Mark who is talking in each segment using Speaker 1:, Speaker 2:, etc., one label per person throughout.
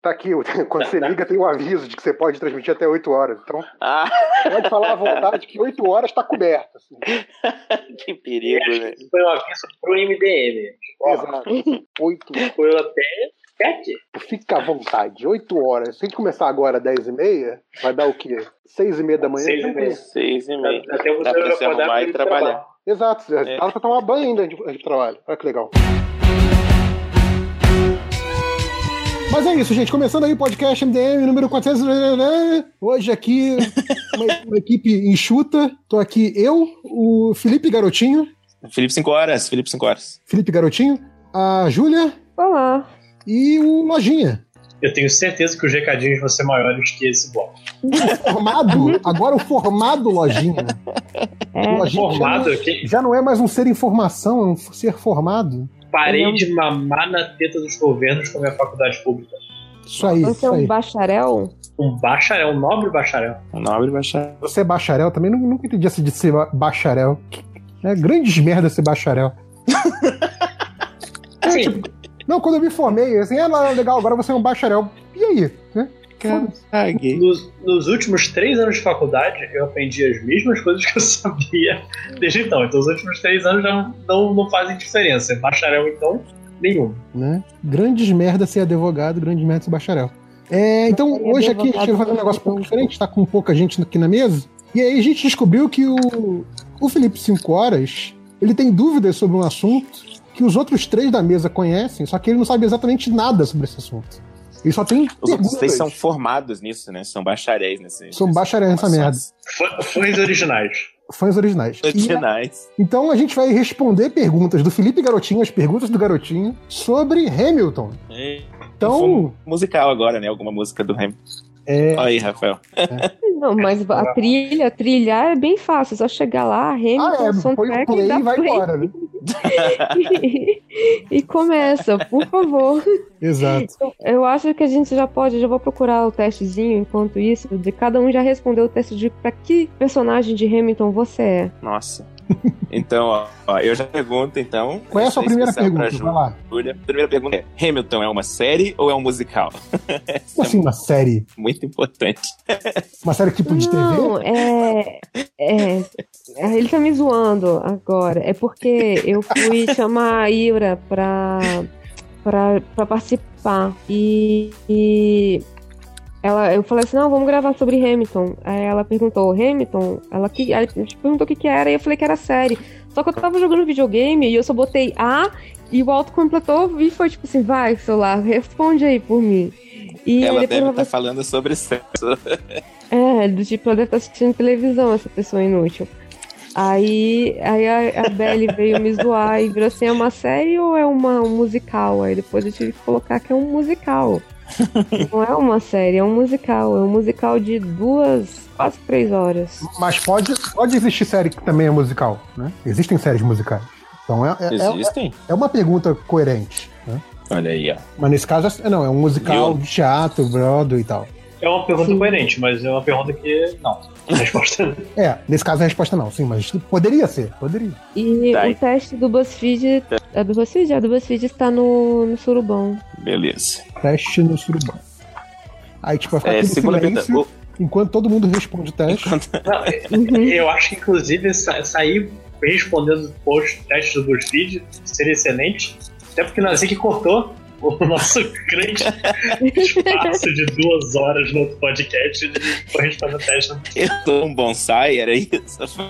Speaker 1: Tá aqui, quando você liga tem um aviso de que você pode transmitir até 8 horas. Então,
Speaker 2: Ah,
Speaker 1: pode falar à vontade que 8 horas está coberto. Assim.
Speaker 2: que perigo, né?
Speaker 3: Isso foi um aviso pro MDM.
Speaker 1: Exato. 8
Speaker 3: Foi até sete.
Speaker 1: Fica à vontade, 8 horas. Se a gente começar agora às 10 e meia, vai dar o quê? 6 e meia da manhã?
Speaker 3: Seis e meia.
Speaker 2: Seis e meia.
Speaker 3: Até você
Speaker 2: Dá pra se
Speaker 3: acordar
Speaker 2: arrumar
Speaker 3: pra
Speaker 2: e
Speaker 3: ir
Speaker 2: trabalhar.
Speaker 1: Exato, dá
Speaker 2: É.
Speaker 1: pra tomar banho ainda antes do trabalho. Olha que legal. Mas é isso, gente. Começando aí o podcast MDM número 400. Hoje aqui, uma, uma equipe enxuta. Tô aqui eu, o Felipe Garotinho.
Speaker 2: Felipe, cinco horas. Felipe, cinco horas.
Speaker 1: Felipe Garotinho, a Júlia
Speaker 4: Olá.
Speaker 1: e o Lojinha.
Speaker 5: Eu tenho certeza que os recadinhos vão ser maiores que esse bloco.
Speaker 1: Formado, agora o formado Lojinha. O
Speaker 4: É,
Speaker 1: Lojinha já
Speaker 5: Formado
Speaker 1: não-
Speaker 5: aqui,
Speaker 1: Já não é mais um ser em formação, é um ser formado.
Speaker 5: parei
Speaker 4: Não.
Speaker 5: de mamar na teta dos governos com a minha faculdade pública.
Speaker 1: Isso aí,
Speaker 4: você é
Speaker 1: isso aí.
Speaker 4: um bacharel?
Speaker 5: Um bacharel, um nobre bacharel.
Speaker 2: O nobre baixar.
Speaker 1: Você é bacharel também? Nu- Nunca entendi essa de ser ba- bacharel. É grandes merda ser bacharel.
Speaker 5: Assim,
Speaker 1: Não, quando eu me formei, eu assim, ah, lá, legal, agora você é um bacharel. E aí? né? Foda-se.
Speaker 5: nos, nos últimos três anos de faculdade, eu aprendi as mesmas coisas que eu sabia desde então. Então, os últimos três anos já não, não fazem diferença. Bacharel, então, nenhum.
Speaker 1: Né? Grandes merda ser advogado, grandes merda ser bacharel. É, então,
Speaker 4: Advogado
Speaker 1: hoje aqui a gente vai fazer um negócio um pouco diferente, tá com pouca gente aqui na mesa. E aí a gente descobriu que o, o Felipe 5 Horas, ele tem dúvidas sobre um assunto que os outros três da mesa conhecem, só que ele não sabe exatamente nada sobre esse assunto. Ele só tem
Speaker 2: Os outros três
Speaker 1: perguntas.
Speaker 2: são formados nisso, né? São bacharéis nesse.
Speaker 1: São
Speaker 2: nesse-
Speaker 1: bacharéis nessa merda.
Speaker 5: Fã- Fãs originais.
Speaker 1: Fãs originais. E
Speaker 2: Originais.
Speaker 1: Então a gente vai responder perguntas do Felipe Garotinho, as perguntas do Garotinho, sobre Hamilton. Então,
Speaker 2: Musical agora, né? Alguma música do Hamilton.
Speaker 1: é,
Speaker 2: Olha aí, Rafael.
Speaker 4: Não, mas a trilha, trilhar é bem fácil, é só chegar lá,
Speaker 1: ah,
Speaker 4: Hamilton,
Speaker 1: é, põe o
Speaker 4: soundtrack
Speaker 1: play
Speaker 4: dá
Speaker 1: e vai
Speaker 4: play
Speaker 1: embora, né?
Speaker 4: e, e começa, por favor. Então,
Speaker 1: Exato.
Speaker 4: Eu acho que a gente já pode, já vou procurar o testezinho enquanto isso, de cada um já respondeu o teste de pra que personagem de Hamilton você é.
Speaker 2: Nossa. Então, ó, ó, eu já pergunto, então.
Speaker 1: Qual é a sua
Speaker 2: Essa
Speaker 1: primeira
Speaker 2: especial pra
Speaker 1: pergunta? Vai lá.
Speaker 2: Júlia. Primeira pergunta é: Hamilton é uma série ou é um musical? Essa
Speaker 1: Como assim, uma série?
Speaker 2: é muito importante.
Speaker 1: Uma série tipo de TV?
Speaker 4: Não, é, é, é, Ele tá me zoando agora. É porque eu fui chamar a Ira pra, pra, pra participar. E, e ela, eu falei assim: não, vamos gravar sobre Hamilton. Aí ela perguntou: Hamilton? Ela que, aí a gente perguntou o que, que era e eu falei que era série. Só que eu tava jogando videogame e eu só botei A e o auto completou e foi tipo assim: vai, celular, responde aí por mim. E aí
Speaker 2: ela
Speaker 4: depois
Speaker 2: deve
Speaker 4: ela
Speaker 2: estar falando sobre sexo.
Speaker 4: é, do tipo, ela deve estar assistindo televisão, essa pessoa inútil. Aí, aí a, a Belly veio me zoar e virou assim: é uma série ou é uma, um musical? Aí depois eu tive que colocar que é um musical. Não é uma série, é um musical. É um musical de duas, quase três horas.
Speaker 1: Mas pode, pode existir série que também é musical, né? Existem séries musicais. Então é, é- é,
Speaker 2: Existem?
Speaker 1: é uma pergunta coerente. Né?
Speaker 2: Olha aí, ó.
Speaker 1: Mas nesse caso, é- não, é um musical
Speaker 2: Viu?
Speaker 1: de teatro, Broadway e tal.
Speaker 5: É uma pergunta
Speaker 4: Sim.
Speaker 5: coerente, mas é uma pergunta que não. A resposta não.
Speaker 1: É, nesse caso a resposta é não, sim, mas poderia ser, poderia.
Speaker 4: E
Speaker 2: Tá, e-
Speaker 4: o teste do BuzzFeed. É do BuzzFeed? É do BuzzFeed está no, no Surubão.
Speaker 2: Beleza.
Speaker 1: Teste no surubão. Aí, tipo, vai ficar
Speaker 2: É,
Speaker 1: aquele
Speaker 2: segunda pergunta.
Speaker 1: silêncio, enquanto todo mundo responde o teste. É,
Speaker 4: Uhum.
Speaker 5: Eu acho que, inclusive, sa- sair respondendo os testes do BuzzFeed seria excelente. Até porque nós que cortou o nosso grande espaço de duas horas no outro podcast de correspondendo teste.
Speaker 2: Eu sou um bonsai, era isso?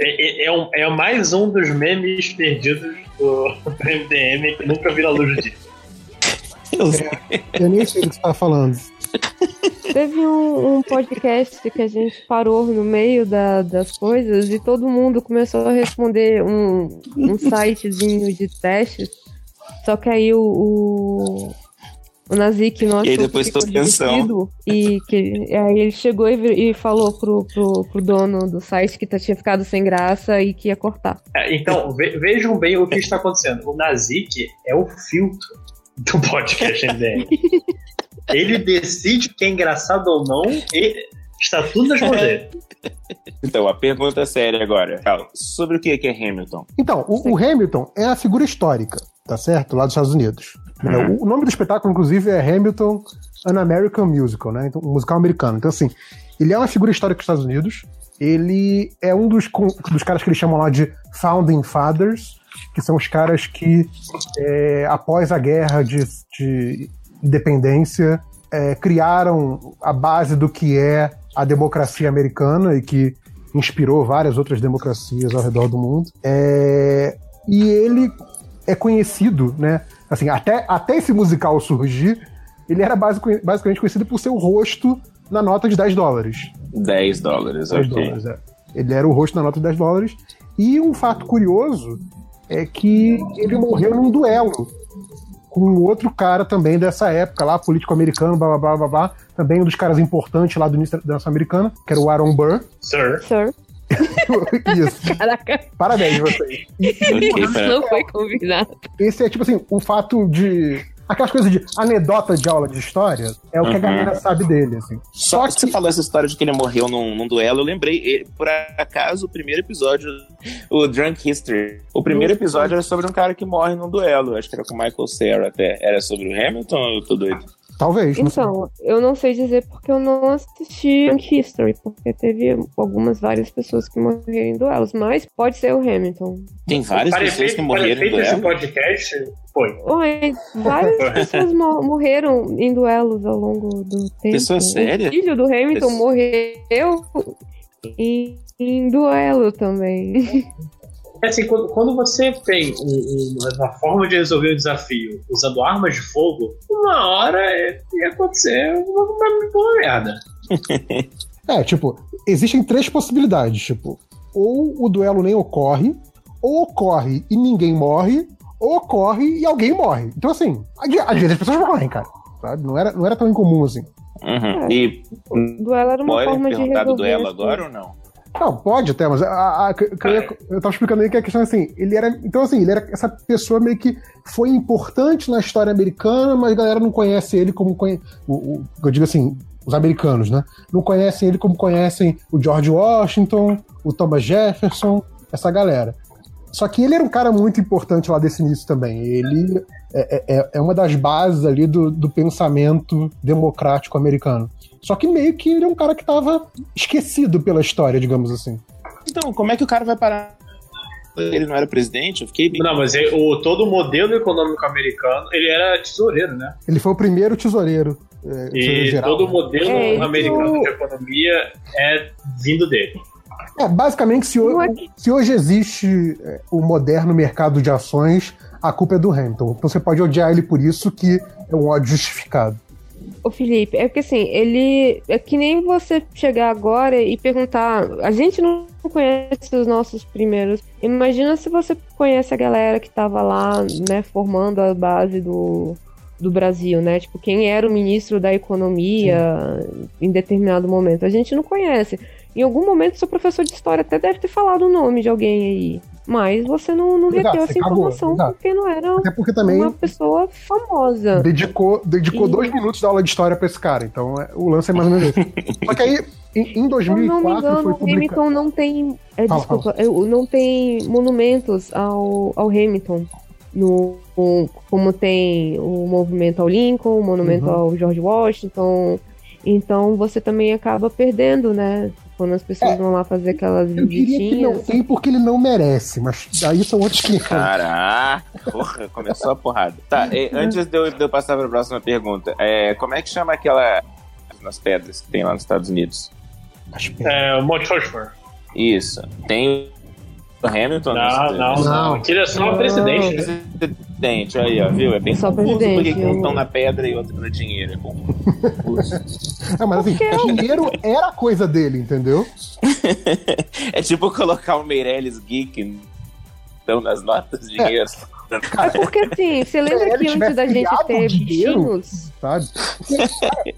Speaker 5: É, é- é um- é mais um dos memes perdidos do MDM que nunca vira luz do dia.
Speaker 2: Eu sei.
Speaker 1: Eu nem sei do que você tava falando.
Speaker 4: Teve um, um podcast que a gente parou no meio da- das coisas e todo mundo começou a responder um, um sitezinho de testes. Só que aí o, o, o Nazik, nosso.
Speaker 2: E aí depois
Speaker 4: ficou
Speaker 2: tô pensando.
Speaker 4: divertido, E que, aí ele chegou e, vir- e falou pro, pro, pro dono do site que tá- tinha ficado sem graça e que ia cortar.
Speaker 5: É, Então, ve- vejam bem o que está acontecendo. O Nazik é o filtro do podcast MDM. Ele decide o que é engraçado ou não, e Está tudo nas poder.
Speaker 2: Então, a pergunta séria agora. Cal, sobre o que que é Hamilton?
Speaker 1: Então, o, o Hamilton é a figura histórica, tá certo? Lá dos Estados Unidos. Né? O, o nome do espetáculo, inclusive, é Hamilton An American Musical, né? Então, um musical americano. Então, assim, ele é uma figura histórica dos Estados Unidos. Ele é um dos, con- dos caras que eles chamam lá de Founding Fathers, que são os caras que, é, após a guerra de, de independência, é, criaram a base do que é a democracia americana e que inspirou várias outras democracias ao redor do mundo. É, e ele é conhecido, né? Assim, até, até esse musical surgir, ele era basic- basicamente conhecido por seu rosto na nota de 10 dólares.
Speaker 2: 10 dólares,
Speaker 1: 10
Speaker 2: ok.
Speaker 1: dólares, é. Ele era o rosto na nota de 10 dólares. E um fato curioso é que ele morreu num duelo com um outro cara também dessa época lá, político americano, blá blá blá blá, blá também um dos caras importantes lá do início da dança americana, que era o Aaron Burr.
Speaker 5: Sir.
Speaker 4: Sir.
Speaker 1: Isso.
Speaker 4: Caraca,
Speaker 1: Parabéns vocês.
Speaker 2: Ok,
Speaker 4: isso
Speaker 2: pra...
Speaker 4: não foi combinado.
Speaker 1: Esse é tipo assim, o fato de aquelas coisas de anedota de aula de história é o que a
Speaker 2: Uhum.
Speaker 1: galera sabe dele, assim.
Speaker 2: Só que você falou essa história de que ele morreu num, num duelo, eu lembrei, e, por acaso, o primeiro episódio, o Drunk History. O primeiro episódio era sobre um cara que morre num duelo. Acho que era com o Michael Cera até. Era sobre o Hamilton ou eu tô doido?
Speaker 1: Talvez. não sei.
Speaker 4: Então, eu não sei dizer porque eu não assisti Drunk History, porque teve algumas, várias pessoas que morreram em duelos, mas pode ser o Hamilton.
Speaker 2: Tem várias
Speaker 5: Para
Speaker 2: pessoas que
Speaker 5: efeito- para
Speaker 2: morreram em
Speaker 5: efeito desse
Speaker 2: duelo.
Speaker 5: podcast, foi.
Speaker 4: Ué, várias pessoas mo- morreram em duelos ao longo do tempo.
Speaker 2: Pessoa séria?
Speaker 4: O filho do Hamilton
Speaker 2: Pessoa-
Speaker 4: morreu em, em duelo também.
Speaker 5: É assim, quando, quando você tem um- um- uma forma de resolver o desafio usando armas de fogo, uma hora é- ia acontecer uma, uma, uma merda.
Speaker 1: É, tipo, existem três possibilidades, tipo, ou o duelo nem ocorre, ou ocorre e ninguém morre, ou ocorre e alguém morre. Então, assim, às às vezes as pessoas morrem, cara. Sabe? Não, era, não era tão incomum assim.
Speaker 2: Uhum. E
Speaker 4: Duelo era uma
Speaker 2: podem
Speaker 4: forma de
Speaker 2: perguntar
Speaker 4: resolver.
Speaker 2: do duelo
Speaker 4: as
Speaker 2: agora ou não?
Speaker 1: Não, pode até, mas a- a- que- que eu, ia- eu tava explicando aí que a questão é assim, ele era. Então, assim, ele era essa pessoa meio que foi importante na história americana, mas a galera não conhece ele como conhe, o, o- Eu digo assim, os americanos, né? Não conhecem ele como conhecem o George Washington, o Thomas Jefferson, essa galera. Só que ele era um cara muito importante lá desse início também. Ele é, é- é- é uma das bases ali do, do pensamento democrático americano. Só que meio que ele é um cara que tava esquecido pela história, digamos assim.
Speaker 2: Então, como é que o cara vai parar? Ele não era presidente? Eu fiquei bem.
Speaker 5: Não, mas é- o, todo o modelo econômico americano, ele era tesoureiro, né?
Speaker 1: Ele foi o primeiro tesoureiro, é, tesoureiro
Speaker 5: E
Speaker 1: geral.
Speaker 5: todo o modelo
Speaker 4: É, isso-
Speaker 5: americano de economia é vindo dele.
Speaker 1: É, basicamente, se, ho-
Speaker 4: Não é que-
Speaker 1: se hoje existe é, o moderno mercado de ações, a culpa é do Hamilton. Então você pode odiar ele por isso, que é um ódio justificado.
Speaker 4: Ô Felipe, é porque assim, ele. É que nem você chegar agora e perguntar. A gente não conhece os nossos primeiros. Imagina se você conhece a galera que tava lá, né, formando a base do, do Brasil, né? Tipo, quem era o ministro da economia em determinado momento. A gente não conhece. Em algum momento, seu professor de história até deve ter falado o nome de alguém aí. Mas você não, não
Speaker 1: Exato,
Speaker 4: reteu
Speaker 1: você
Speaker 4: essa
Speaker 1: cagou,
Speaker 4: informação
Speaker 1: exato.
Speaker 4: porque não era um
Speaker 1: Até porque também
Speaker 4: uma pessoa famosa.
Speaker 1: dedicou, dedicou
Speaker 4: E-
Speaker 1: dois minutos da aula de história pra esse cara. Então é, o lance é mais ou menos isso. Só que aí, em, em
Speaker 4: Se eu não
Speaker 1: 2004,
Speaker 4: me
Speaker 1: foi
Speaker 4: engano, o
Speaker 1: publicado.
Speaker 4: Hamilton não tem. é,
Speaker 1: Fala,
Speaker 4: desculpa, eu- não tem monumentos ao, ao Hamilton. No, com- como tem o movimento ao Lincoln, o monumento
Speaker 1: Uhum.
Speaker 4: ao George Washington. Então você também acaba perdendo, né? Quando as pessoas
Speaker 1: É.
Speaker 4: vão lá fazer aquelas
Speaker 1: Eu diria que não
Speaker 4: visitinhas.
Speaker 1: tem porque ele não merece, mas aí são outros que.
Speaker 2: Caraca, Ah, porra, começou a porrada. Tá, eh, antes de eu, de eu passar para a próxima pergunta, eh, como é que chama aquela. nas pedras que tem lá nos Estados Unidos?
Speaker 5: É, o Mount Rushmore.
Speaker 2: Isso. Tem o Hamilton?
Speaker 5: Não, não,
Speaker 2: nos-
Speaker 5: não.
Speaker 1: Não.
Speaker 5: Aquilo é só
Speaker 1: Não.
Speaker 5: o presidente, né?
Speaker 2: Presidente, aí, ó, viu? É bem
Speaker 4: Só
Speaker 2: confuso
Speaker 4: presidente,
Speaker 2: porque
Speaker 4: né?
Speaker 2: um estão na pedra e outro no dinheiro. É confuso.
Speaker 1: Ah, mas assim,
Speaker 4: Porque é um- eu-
Speaker 1: dinheiro era coisa dele, entendeu?
Speaker 2: é tipo colocar o Meirelles Geek então, nas notas de dinheiro.
Speaker 4: É porque assim, você lembra
Speaker 1: ele
Speaker 4: que antes
Speaker 1: tivesse
Speaker 4: da gente
Speaker 1: É, criado um
Speaker 4: ter
Speaker 1: o dinheiro,
Speaker 4: bichinhos?
Speaker 1: Sabe?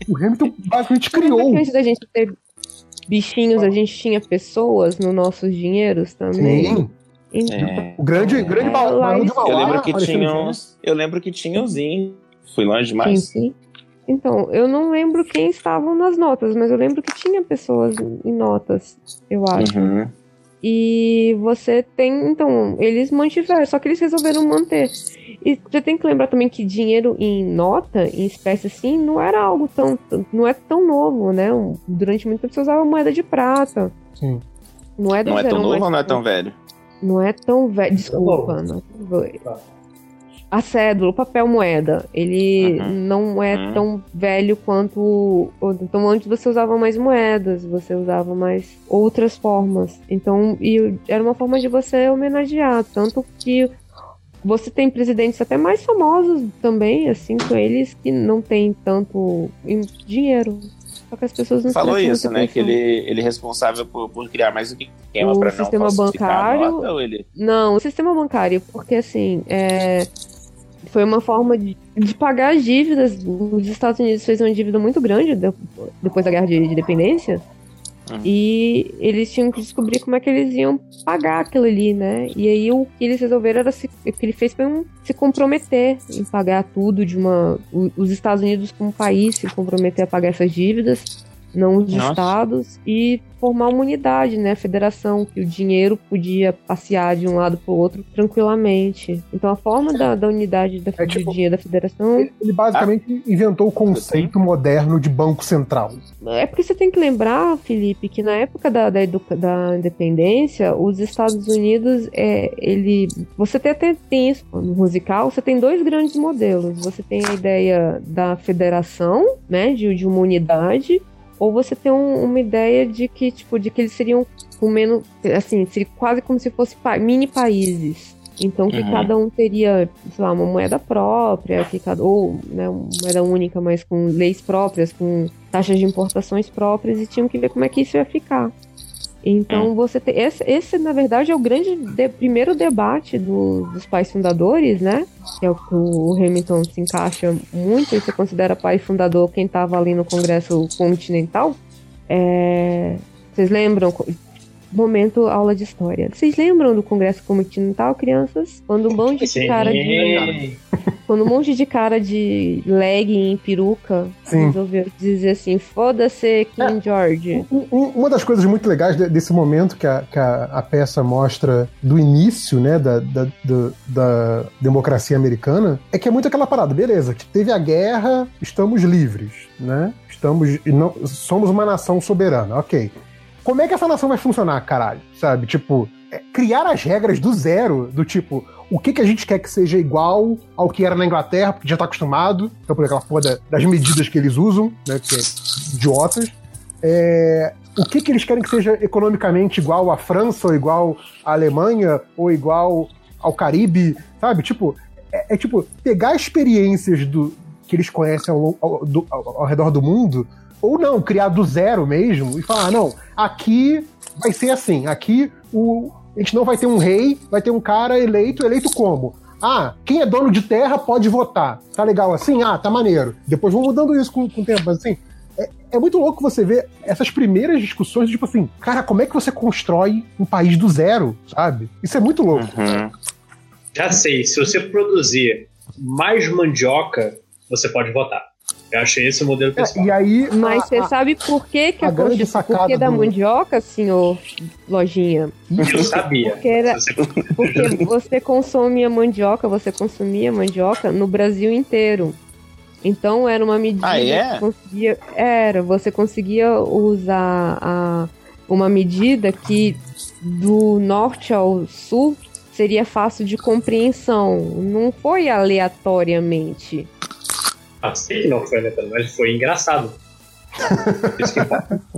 Speaker 1: O Hamilton basicamente
Speaker 4: Lembra
Speaker 1: é, criou.
Speaker 4: que antes da gente ter bichinhos, a gente tinha pessoas nos nossos dinheiros também?
Speaker 1: Sim.
Speaker 4: Então,
Speaker 2: É.
Speaker 1: O grande, grande
Speaker 4: É,
Speaker 1: ba-
Speaker 4: lá
Speaker 1: barão de
Speaker 4: isso-
Speaker 1: Mauá,
Speaker 2: Eu lembro que
Speaker 1: Alexandre
Speaker 2: tinha uns. Eu lembro que tinha uns. in- Fui longe
Speaker 4: Sim,
Speaker 2: demais.
Speaker 4: sim. Então, eu não lembro quem estavam nas notas, mas eu lembro que tinha pessoas em notas, eu acho.
Speaker 2: Uhum.
Speaker 4: E você tem, então, eles mantiveram, só que eles resolveram manter. E você tem que lembrar também que dinheiro em nota, em espécie assim, não era algo tão, não é tão novo, né? Um- Durante muito tempo você usava moeda de prata.
Speaker 1: Sim.
Speaker 4: Não é, do
Speaker 2: Não é tão
Speaker 4: zero,
Speaker 2: novo ou não é tão velho?
Speaker 4: não é tão velho. Desculpa, não. é A cédula, o papel moeda, ele
Speaker 2: Uhum.
Speaker 4: não é
Speaker 2: Uhum.
Speaker 4: tão velho quanto. o- Então antes você usava mais moedas, você usava mais outras formas. Então, e era uma forma de você homenagear. Tanto que você tem presidentes até mais famosos também, assim, com eles que não tem tanto em- dinheiro. Só que as pessoas não
Speaker 2: Falou
Speaker 4: prestam
Speaker 2: isso,
Speaker 4: muita
Speaker 2: né? Que
Speaker 4: atenção.
Speaker 2: ele, ele é responsável por, por criar mais um esquema
Speaker 4: O
Speaker 2: pra não
Speaker 4: sistema
Speaker 2: falsificar a
Speaker 4: bancário-
Speaker 2: nota, ou ele...
Speaker 4: Não, o sistema bancário, porque assim, é, foi uma forma de, de pagar as dívidas. Os Estados Unidos fez uma dívida muito grande de- depois da Guerra de Independência.
Speaker 2: Uhum.
Speaker 4: E eles tinham que descobrir como é que eles iam pagar aquilo ali, né? E aí o que eles resolveram era se, o que ele fez foi um, se comprometer em pagar tudo de uma. o- Os Estados Unidos como país se comprometer a pagar essas dívidas não os
Speaker 2: Nossa.
Speaker 4: estados, e formar uma unidade, né, federação, que o dinheiro podia passear de um lado para o outro tranquilamente. Então a forma da, da unidade da,
Speaker 1: É tipo-
Speaker 4: do dinheiro da federação
Speaker 1: Ele basicamente
Speaker 2: Ah.
Speaker 1: inventou o conceito moderno de banco central.
Speaker 4: é porque você tem que lembrar, Felipe, que na época da, da, educa- da independência, os Estados Unidos, é, ele, você tem até tem isso no musical, você tem dois grandes modelos. Você tem a ideia da federação, né, de, de uma unidade, ou você tem um- uma ideia de que, tipo, de que eles seriam com menos, assim, seria quase como se fossem mini países. Então que
Speaker 2: Uhum.
Speaker 4: cada um teria, sei lá, uma moeda própria, que cada, ou né, uma moeda única, mas com leis próprias, com taxas de importações próprias e tinham que ver como é que isso ia ficar. Então você tem. Esse, esse, na verdade, é o grande de- primeiro debate do- dos pais fundadores, né? Que é o que o Hamilton se encaixa muito, e você considera pai fundador quem estava ali no Congresso Continental. É, Vocês lembram? co- Momento aula de história. Vocês lembram do Congresso Continental, crianças? Quando um monte de cara de. Quando um monte de cara de legging em peruca
Speaker 1: Sim.
Speaker 4: resolveu dizer assim, foda-se King George.
Speaker 1: Um- um- Uma das coisas muito legais de- desse momento que a, que a, a peça mostra do início, né, da, da, do- da democracia americana, é que é muito aquela parada, beleza, que teve a guerra, estamos livres, né? Estamos, e não, somos uma nação soberana, ok. Como é que essa nação vai funcionar, caralho? Sabe, tipo, é, criar as regras do zero, do tipo, o que, que a gente quer que seja igual ao que era na Inglaterra, porque já tá acostumado, então por aquela porra da- das medidas que eles usam, né, que é idiotas. É, o que, que eles querem que seja economicamente igual à França, ou igual à Alemanha, ou igual ao Caribe, sabe? Tipo, é, é tipo pegar experiências do, que eles conhecem ao, lon- ao- do- ao- ao redor do mundo, ou não, criar do zero mesmo, e falar, ah, não, aqui vai ser assim, aqui o, a gente não vai ter um rei, vai ter um cara eleito, eleito como? Ah, quem é dono de terra pode votar. Tá legal assim? Ah, tá maneiro. Depois vão mudando isso com, com o tempo, mas assim, é muito louco você ver essas primeiras discussões, tipo assim, cara, como é que você constrói um país do zero, sabe? Isso é muito louco.
Speaker 2: Uhum.
Speaker 5: Já sei, se você produzir mais mandioca, você pode votar. Eu achei esse o modelo
Speaker 1: É,
Speaker 5: principal.
Speaker 1: e aí.
Speaker 4: Mas
Speaker 1: a-
Speaker 4: você sabe por que, que
Speaker 1: a
Speaker 4: a,
Speaker 1: grande
Speaker 4: Constituição. Por
Speaker 1: sacada
Speaker 4: que da
Speaker 1: do-
Speaker 4: mandioca, senhor Lojinha?
Speaker 5: Eu sabia.
Speaker 4: Porque, era,
Speaker 5: Se você
Speaker 4: É, porque você consome a mandioca, você consumia mandioca no Brasil inteiro. Então era uma medida
Speaker 2: Ah, é?
Speaker 4: que você conseguia. Era, você conseguia usar a- uma medida que do norte ao sul seria fácil de compreensão. Não foi aleatoriamente.
Speaker 5: Ah, sei que não foi, né? pelo menos foi engraçado. Isso que importa.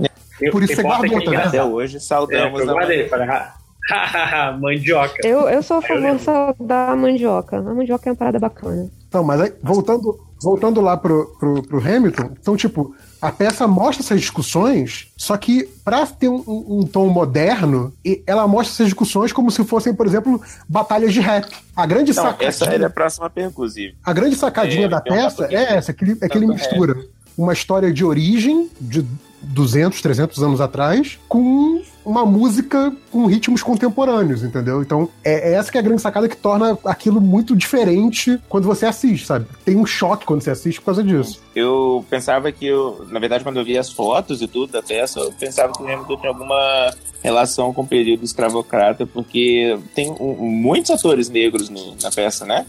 Speaker 1: Por isso você
Speaker 5: O que importa
Speaker 1: guardou,
Speaker 5: que é
Speaker 1: tá
Speaker 5: engraçado.
Speaker 2: Até hoje saudamos
Speaker 5: É, eu
Speaker 2: a
Speaker 5: guardei, falei, "Ha, ha, ha, mandioca.
Speaker 4: Eu, eu sou a favor
Speaker 5: lembro.
Speaker 4: só da mandioca. A mandioca é uma parada bacana.
Speaker 1: Então, mas aí, voltando, voltando lá pro, pro, pro Hamilton, então, tipo, a peça mostra essas discussões, só que pra ter um, um- um tom moderno, e- ela mostra essas discussões como se fossem, por exemplo, batalhas de rap. A grande
Speaker 2: Não,
Speaker 1: sacada.
Speaker 2: essa era a próxima pergunta, inclusive.
Speaker 1: A grande sacadinha
Speaker 2: É,
Speaker 1: da
Speaker 2: tem um
Speaker 1: peça
Speaker 2: papo aqui.
Speaker 1: é essa, que ele, é que ele
Speaker 2: Tanto
Speaker 1: mistura uma história de origem, de 200, 300 anos atrás, com uma música com ritmos contemporâneos, entendeu? Então, é, é essa que é a grande sacada que torna aquilo muito diferente quando você assiste, sabe? Tem um choque quando você assiste por causa disso.
Speaker 2: Eu pensava que eu, na verdade, quando eu vi as fotos e tudo da peça, eu pensava que o Hamilton tinha alguma relação com o período escravocrata, porque tem um- muitos atores negros no- na peça, né?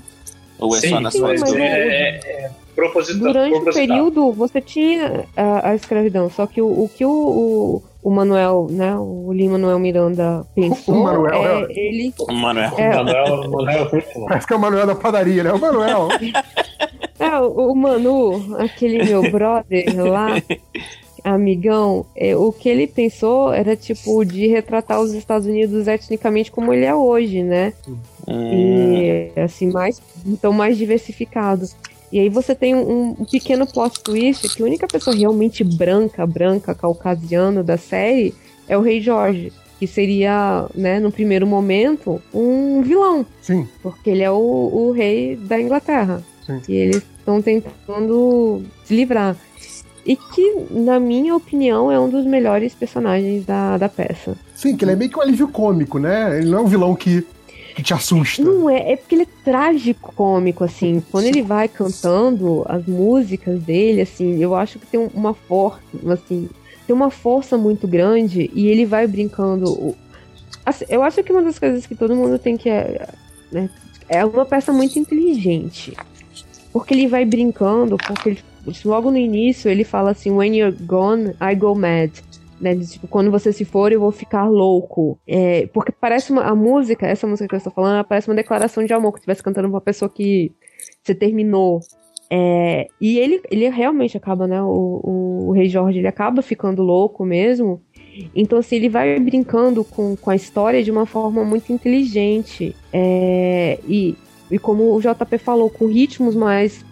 Speaker 2: Ou é
Speaker 5: Sim,
Speaker 2: só nas
Speaker 5: sim,
Speaker 2: fotos
Speaker 5: mas
Speaker 2: do...
Speaker 5: é, é, é proposita-
Speaker 4: Durante o
Speaker 5: proposital.
Speaker 4: período, você tinha a, a escravidão, só que o, o que o, o, o Manuel, né, o Lima Manuel Miranda pensou,
Speaker 1: O Manuel,
Speaker 4: é,
Speaker 1: é.
Speaker 4: ele...
Speaker 2: Manuel.
Speaker 4: é,
Speaker 5: Manuel, Manuel é muito bom.
Speaker 1: Parece que é o Manuel da padaria, né? O Manuel.
Speaker 4: É, o o Manu, aquele meu brother lá, amigão, é, o que ele pensou era tipo de retratar os Estados Unidos etnicamente como ele é hoje, né?
Speaker 2: Hum,
Speaker 4: E assim, mais, então mais diversificado. E aí você tem um, um pequeno plot twist que a única pessoa realmente branca, branca, caucasiana da série é o Rei Jorge, que seria, né, no primeiro momento, um vilão.
Speaker 1: Sim.
Speaker 4: Porque ele é o, o rei da Inglaterra.
Speaker 1: Sim.
Speaker 4: E eles estão tentando se livrar. E que, na minha opinião, é um dos melhores personagens da, da peça.
Speaker 1: Sim, que ele é meio que um alívio cômico, né? Ele não é um vilão que, que te assusta.
Speaker 4: Não é, é porque ele é tragicômico, assim. Quando ele vai cantando as músicas dele, assim, eu acho que tem uma força, assim, tem uma força muito grande e ele vai brincando. O- assim, eu acho que uma das coisas que todo mundo tem que. é, Né, é uma peça muito inteligente. Porque ele vai brincando, porque ele, logo no início ele fala assim: When you're gone, I go mad. Né, de, tipo, quando você se for, eu vou ficar louco. É, porque parece uma. A música, essa música que eu estou falando, ela parece uma declaração de amor que você estivesse cantando pra uma pessoa que você terminou. É, e ele, ele realmente acaba, né? O, o, o Rei Jorge, ele acaba ficando louco mesmo. Então, assim, ele vai brincando com, com a história de uma forma muito inteligente. É, e, e como o JP falou, com ritmos mais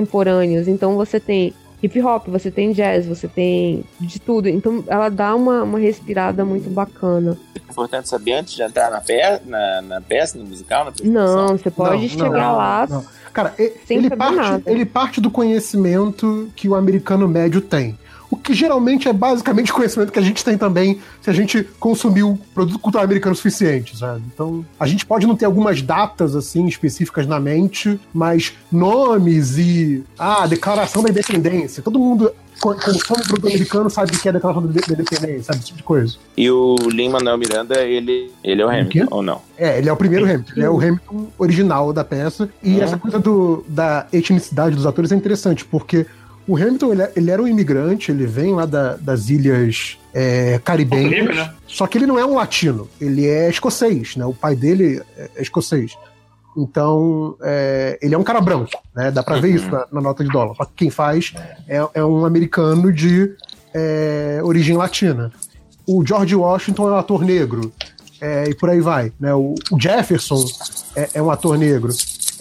Speaker 4: contemporâneos. Então, você tem hip hop, você tem jazz, você tem de tudo. Então, ela dá uma, uma respirada muito bacana.
Speaker 2: importante saber antes de entrar na, pe na, na peça, no musical, na apresentação.
Speaker 4: Não, você pode
Speaker 1: Não,
Speaker 4: chegar
Speaker 1: não,
Speaker 4: lá.
Speaker 1: não. Cara, e-
Speaker 4: Sem
Speaker 1: ele
Speaker 4: saber
Speaker 1: parte,
Speaker 4: nada.
Speaker 1: ele parte do conhecimento que o americano médio tem. O que geralmente é basicamente conhecimento que a gente tem também se a gente consumiu produto cultural americano suficiente, sabe? Então, a gente pode não ter algumas datas, assim, específicas na mente, mas nomes e... Ah, Declaração da Independência. Todo mundo co- consome produto americano sabe o que é a Declaração da Inde- da Independência, sabe? Esse tipo de coisa.
Speaker 2: E o Lin-Manuel Miranda, ele, ele é o
Speaker 1: quê?
Speaker 2: Hamilton, ou não?
Speaker 1: É, ele é o primeiro Hamilton. Ele é o Hamilton original da peça. E
Speaker 2: Hum.
Speaker 1: essa coisa do, da etnicidade dos atores é interessante, porque o Hamilton, ele, é- ele era um imigrante, ele vem lá da- das ilhas é, caribenhas.
Speaker 5: Caribe, né?
Speaker 1: Só que ele não é um latino, ele é escocês, né? O pai dele é é escocês. Então, é, ele é um cara branco, né? Dá pra ver isso na, na nota de dólar. Só que quem faz é, é um americano de é, origem latina. O George Washington é um ator negro. é, e por aí vai. Né? O, o Jefferson é, é um ator negro.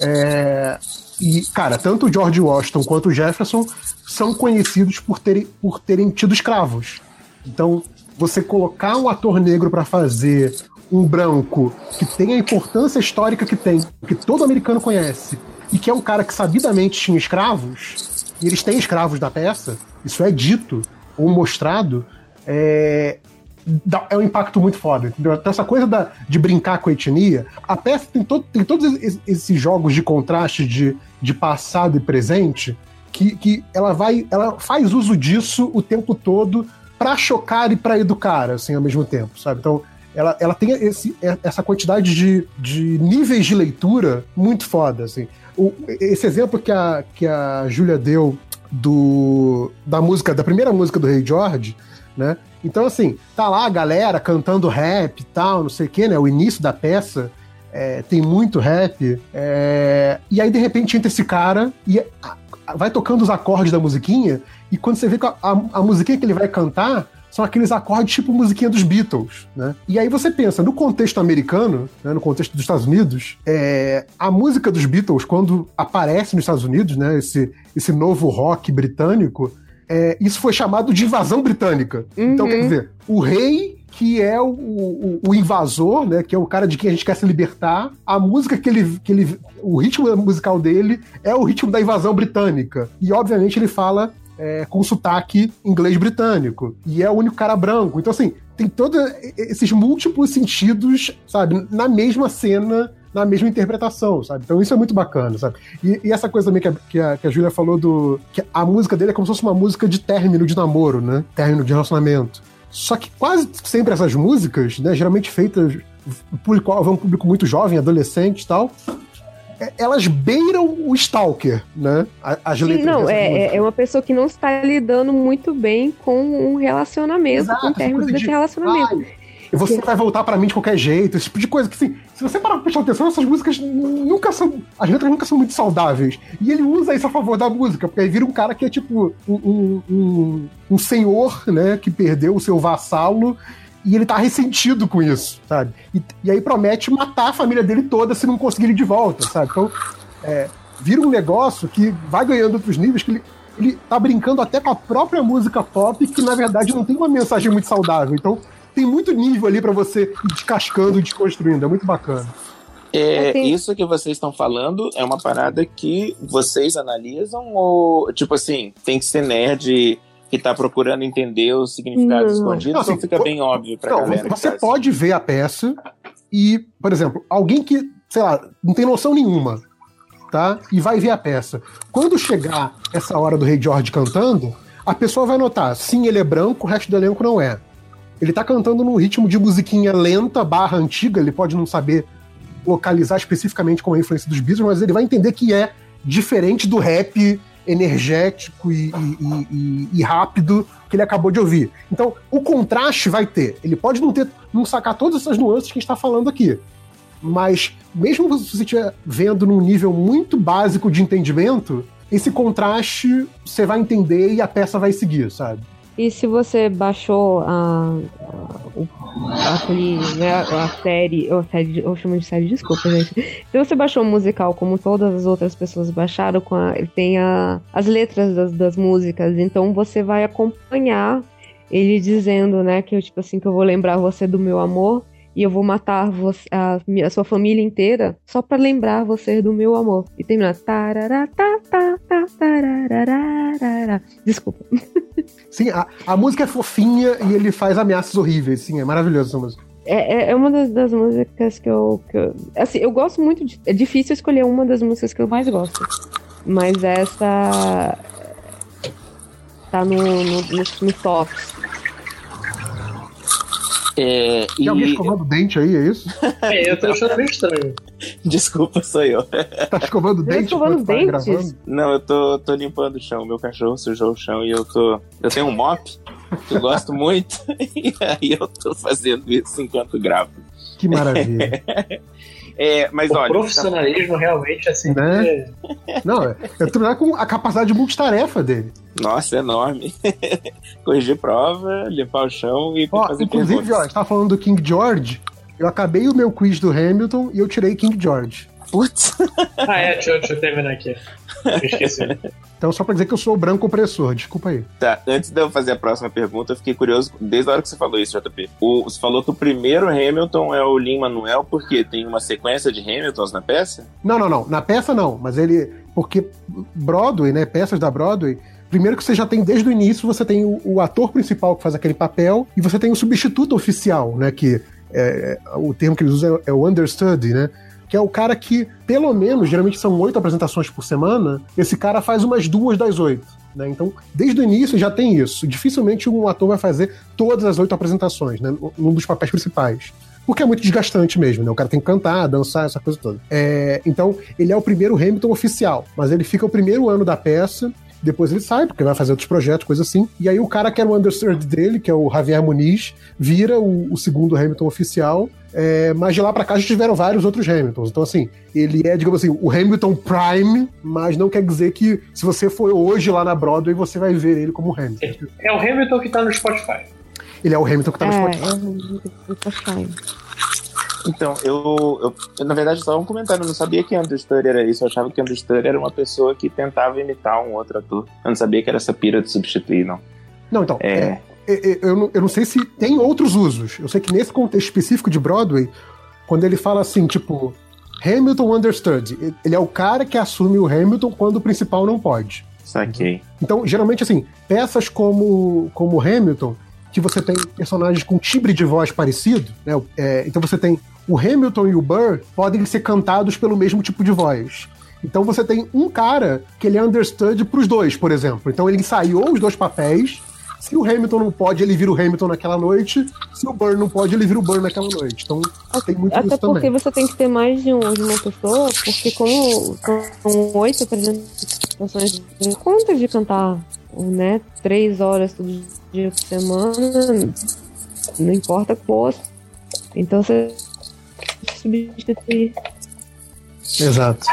Speaker 1: É, e, cara, tanto o George Washington quanto o Jefferson são conhecidos por terem, por terem tido escravos. Então, você colocar um ator negro pra fazer um branco que tem a importância histórica que tem, que todo americano conhece, e que é um cara que sabidamente tinha escravos, e eles têm escravos da peça, isso é dito ou mostrado, é, dá- é um impacto muito foda. Entendeu? Então, essa coisa da- de brincar com a etnia, a peça tem, todo- tem todos es- esses jogos de contraste de, de passado e presente. Que, que ela vai, ela faz uso disso o tempo todo para chocar e para educar, assim, ao mesmo tempo, sabe? Então, ela, ela tem esse- é, essa quantidade de, de níveis de leitura muito foda, assim. O- esse exemplo que a, que a Júlia deu do, da música, da primeira música do Rei George, né? Então, assim, tá lá a galera cantando rap e tal, não sei o quê, né? O início da peça é, tem muito rap. é, e aí, de repente, entra esse cara e a- a- vai tocando os acordes da musiquinha e quando você vê que a, a, a musiquinha que ele vai cantar são aqueles acordes tipo musiquinha dos Beatles, né? E aí você pensa, no contexto americano, né, no contexto dos Estados Unidos, é, a música dos Beatles, quando aparece nos Estados Unidos, né, esse, esse novo rock britânico, é, isso foi chamado de invasão britânica. Então,
Speaker 4: Uhum.
Speaker 1: quer dizer, o rei que é o, o, o invasor, né, que é o cara de quem a gente quer se libertar, a música que ele, que ele... o ritmo musical dele é o ritmo da invasão britânica. E, obviamente, ele fala é, com sotaque inglês britânico. E é o único cara branco. Então, assim, tem todos esses múltiplos sentidos, sabe, na mesma cena. Na mesma interpretação, sabe? Então isso é muito bacana, sabe? E, e essa coisa também que a, que a, que a Júlia falou do. que a música dele é como se fosse uma música de término de namoro, né? Término de relacionamento. Só que quase sempre essas músicas, né? Geralmente feitas público é um público muito jovem, adolescente e tal. é- Elas beiram o Stalker, né? A- As
Speaker 4: Sim,
Speaker 1: letras
Speaker 4: não,
Speaker 1: dessas
Speaker 4: é,
Speaker 1: músicas.
Speaker 4: é uma pessoa que não está lidando muito bem com um relacionamento,
Speaker 1: Exato,
Speaker 4: com o término
Speaker 1: coisa de-
Speaker 4: desse relacionamento.
Speaker 1: Ai, você vai voltar pra mim de qualquer jeito, esse tipo de coisa. Que, assim, se você parar pra prestar atenção, essas músicas nunca são. As letras nunca são muito saudáveis. E ele usa isso a favor da música, porque aí vira um cara que é tipo um, um, um- um senhor, né, que perdeu o seu vassalo. E ele tá ressentido com isso, sabe? E, e aí promete matar a família dele toda se não conseguir ele de volta, sabe? Então, é, vira um negócio que vai ganhando outros níveis que ele, ele tá brincando até com a própria música pop, que na verdade não tem uma mensagem muito saudável. Então tem muito nível ali pra você ir descascando e desconstruindo. É muito bacana.
Speaker 2: É,
Speaker 4: Eu tenho-
Speaker 2: Isso que vocês estão falando é uma parada que vocês analisam ou, tipo assim, tem que ser nerd que tá procurando entender o significado
Speaker 4: Não.
Speaker 2: escondido
Speaker 1: Não, assim,
Speaker 2: ou fica
Speaker 1: vo-
Speaker 2: bem óbvio pra
Speaker 1: Então,
Speaker 2: galera?
Speaker 1: você,
Speaker 2: que
Speaker 1: você
Speaker 2: tá
Speaker 1: pode ver a peça e, por exemplo, alguém que, sei lá, não tem noção nenhuma, tá? E vai ver a peça. Quando chegar essa hora do Rei George cantando, a pessoa vai notar, sim, ele é branco, o resto do elenco não é. Ele tá cantando num ritmo de musiquinha lenta, barra antiga, ele pode não saber localizar especificamente como é a influência dos Beatles, mas ele vai entender que é diferente do rap energético e, e- e- e- e rápido que ele acabou de ouvir. Então, o contraste vai ter. Ele pode não ter, não sacar todas essas nuances que a gente está falando aqui. Mas, mesmo se você estiver vendo num nível muito básico de entendimento, esse contraste você vai entender e a peça vai seguir, sabe?
Speaker 4: E se você baixou a, a- o- aquele, né, a série, ou a série, de- eu chamo de série, desculpa, gente. Se você baixou o musical como todas as outras pessoas baixaram, com a- ele tem a- as letras das, das músicas, então você vai acompanhar ele dizendo, né, que eu, tipo assim, que eu vou lembrar você do meu amor e eu vou matar você, a, mi- a sua família inteira só pra lembrar você do meu amor. E termina. tarará, tá, tá, tá, tarará, tarará. Desculpa.
Speaker 1: Sim, a, a música é fofinha e ele faz ameaças horríveis. Sim, é maravilhoso essa música.
Speaker 4: É, é- é uma das, das músicas que eu, que eu- Assim, eu gosto muito. De, é difícil escolher uma das músicas que eu mais gosto. Mas essa. Tá no, no, no- no top.
Speaker 2: É,
Speaker 1: Tem alguém
Speaker 2: e...
Speaker 1: escovando o dente aí, é isso?
Speaker 5: É, eu tô achando bem estranho.
Speaker 2: Desculpa, sou eu.
Speaker 1: Tá escovando o
Speaker 4: Tá
Speaker 1: dente
Speaker 4: escovando
Speaker 1: enquanto tá
Speaker 4: dentes?
Speaker 1: gravando?
Speaker 2: Não, eu tô, tô limpando o chão. Meu cachorro sujou o chão e eu tô. Eu tenho um mop que eu gosto muito. e aí eu tô fazendo isso enquanto gravo.
Speaker 1: Que maravilha.
Speaker 2: É, mas
Speaker 5: O
Speaker 2: olha.
Speaker 5: profissionalismo realmente, assim,
Speaker 1: Né?
Speaker 5: é-
Speaker 1: Não, é- eu tô com a capacidade de multitarefa dele.
Speaker 2: Nossa, é enorme. Corrigir prova, limpar o chão e
Speaker 1: Ó,
Speaker 2: fazer
Speaker 1: inclusive, ó, a
Speaker 2: perguntas.
Speaker 1: gente tava falando do King George. Eu acabei o meu quiz do Hamilton e eu tirei King George.
Speaker 2: Putz.
Speaker 5: Ah, é, deixa, eu- deixa eu terminar aqui. Eu esqueci.
Speaker 1: Então, só pra dizer que eu sou o branco opressor, desculpa aí.
Speaker 2: Tá, antes de eu fazer a próxima pergunta, eu fiquei curioso desde a hora que você falou isso, JP. O- você falou que o primeiro Hamilton é o Lin-Manuel porque tem uma sequência de Hamiltons na peça?
Speaker 1: Não, não, não. Na peça não, mas ele. Porque Broadway, né? Peças da Broadway. Primeiro que você já tem desde o início, você tem o, o ator principal que faz aquele papel e você tem o substituto oficial, né? Que é, é, o termo que eles usam é, é o understudy, né? Que é o cara que, pelo menos, geralmente são oito apresentações por semana, esse cara faz umas duas das oito. Né? Então, desde o início já tem isso. Dificilmente um ator vai fazer todas as oito apresentações, né? Um dos papéis principais. Porque é muito desgastante mesmo, né? O cara tem que cantar, dançar, essa coisa toda. É, então, ele é o primeiro Hamilton oficial, mas ele fica o primeiro ano da peça. Depois ele sai, porque vai fazer outros projetos, coisa assim. E aí o cara que era o understudy dele, que é o Javier Muniz, vira o, o segundo Hamilton oficial. É, mas de lá pra cá já tiveram vários outros Hamiltons. Então, assim, ele é, digamos assim, o Hamilton Prime, mas não quer dizer que se você for hoje lá na Broadway, você vai ver ele como Hamilton.
Speaker 5: É o Hamilton que tá no Spotify.
Speaker 1: Ele é o Hamilton que tá no
Speaker 4: é,
Speaker 1: Spotify.
Speaker 4: é o Spotify.
Speaker 2: Então, eu, eu- eu, na verdade só um comentário, eu não sabia que Understudy era isso, eu achava que Understudy era uma pessoa que tentava imitar um outro ator. Eu não sabia que era essa pira de substituir, não.
Speaker 1: Não, então, é,
Speaker 2: É,
Speaker 1: É, é, eu, não- eu não sei se tem outros usos. Eu sei que nesse contexto específico de Broadway, quando ele fala assim, tipo, Hamilton understudy, ele é o cara que assume o Hamilton quando o principal não pode.
Speaker 2: Saquei.
Speaker 1: Então, geralmente, assim, peças como, como Hamilton, que você tem personagens com timbre de voz parecido, né? É, então você tem o Hamilton e o Burr podem ser cantados pelo mesmo tipo de voz. Então você tem um cara que ele é understudy pros dois, por exemplo. Então ele ensaiou os dois papéis. Se o Hamilton não pode, ele vira o Hamilton naquela noite. Se o Burr não pode, ele vira o Burr naquela noite. Então tem muito
Speaker 4: Até
Speaker 1: disso
Speaker 4: porque
Speaker 1: também.
Speaker 4: você tem que ter mais de, um- de uma pessoa, porque como são oito apresentações, não conta de cantar, né, três horas todo dia por semana, não importa qual. Então você substituir.
Speaker 1: Exato.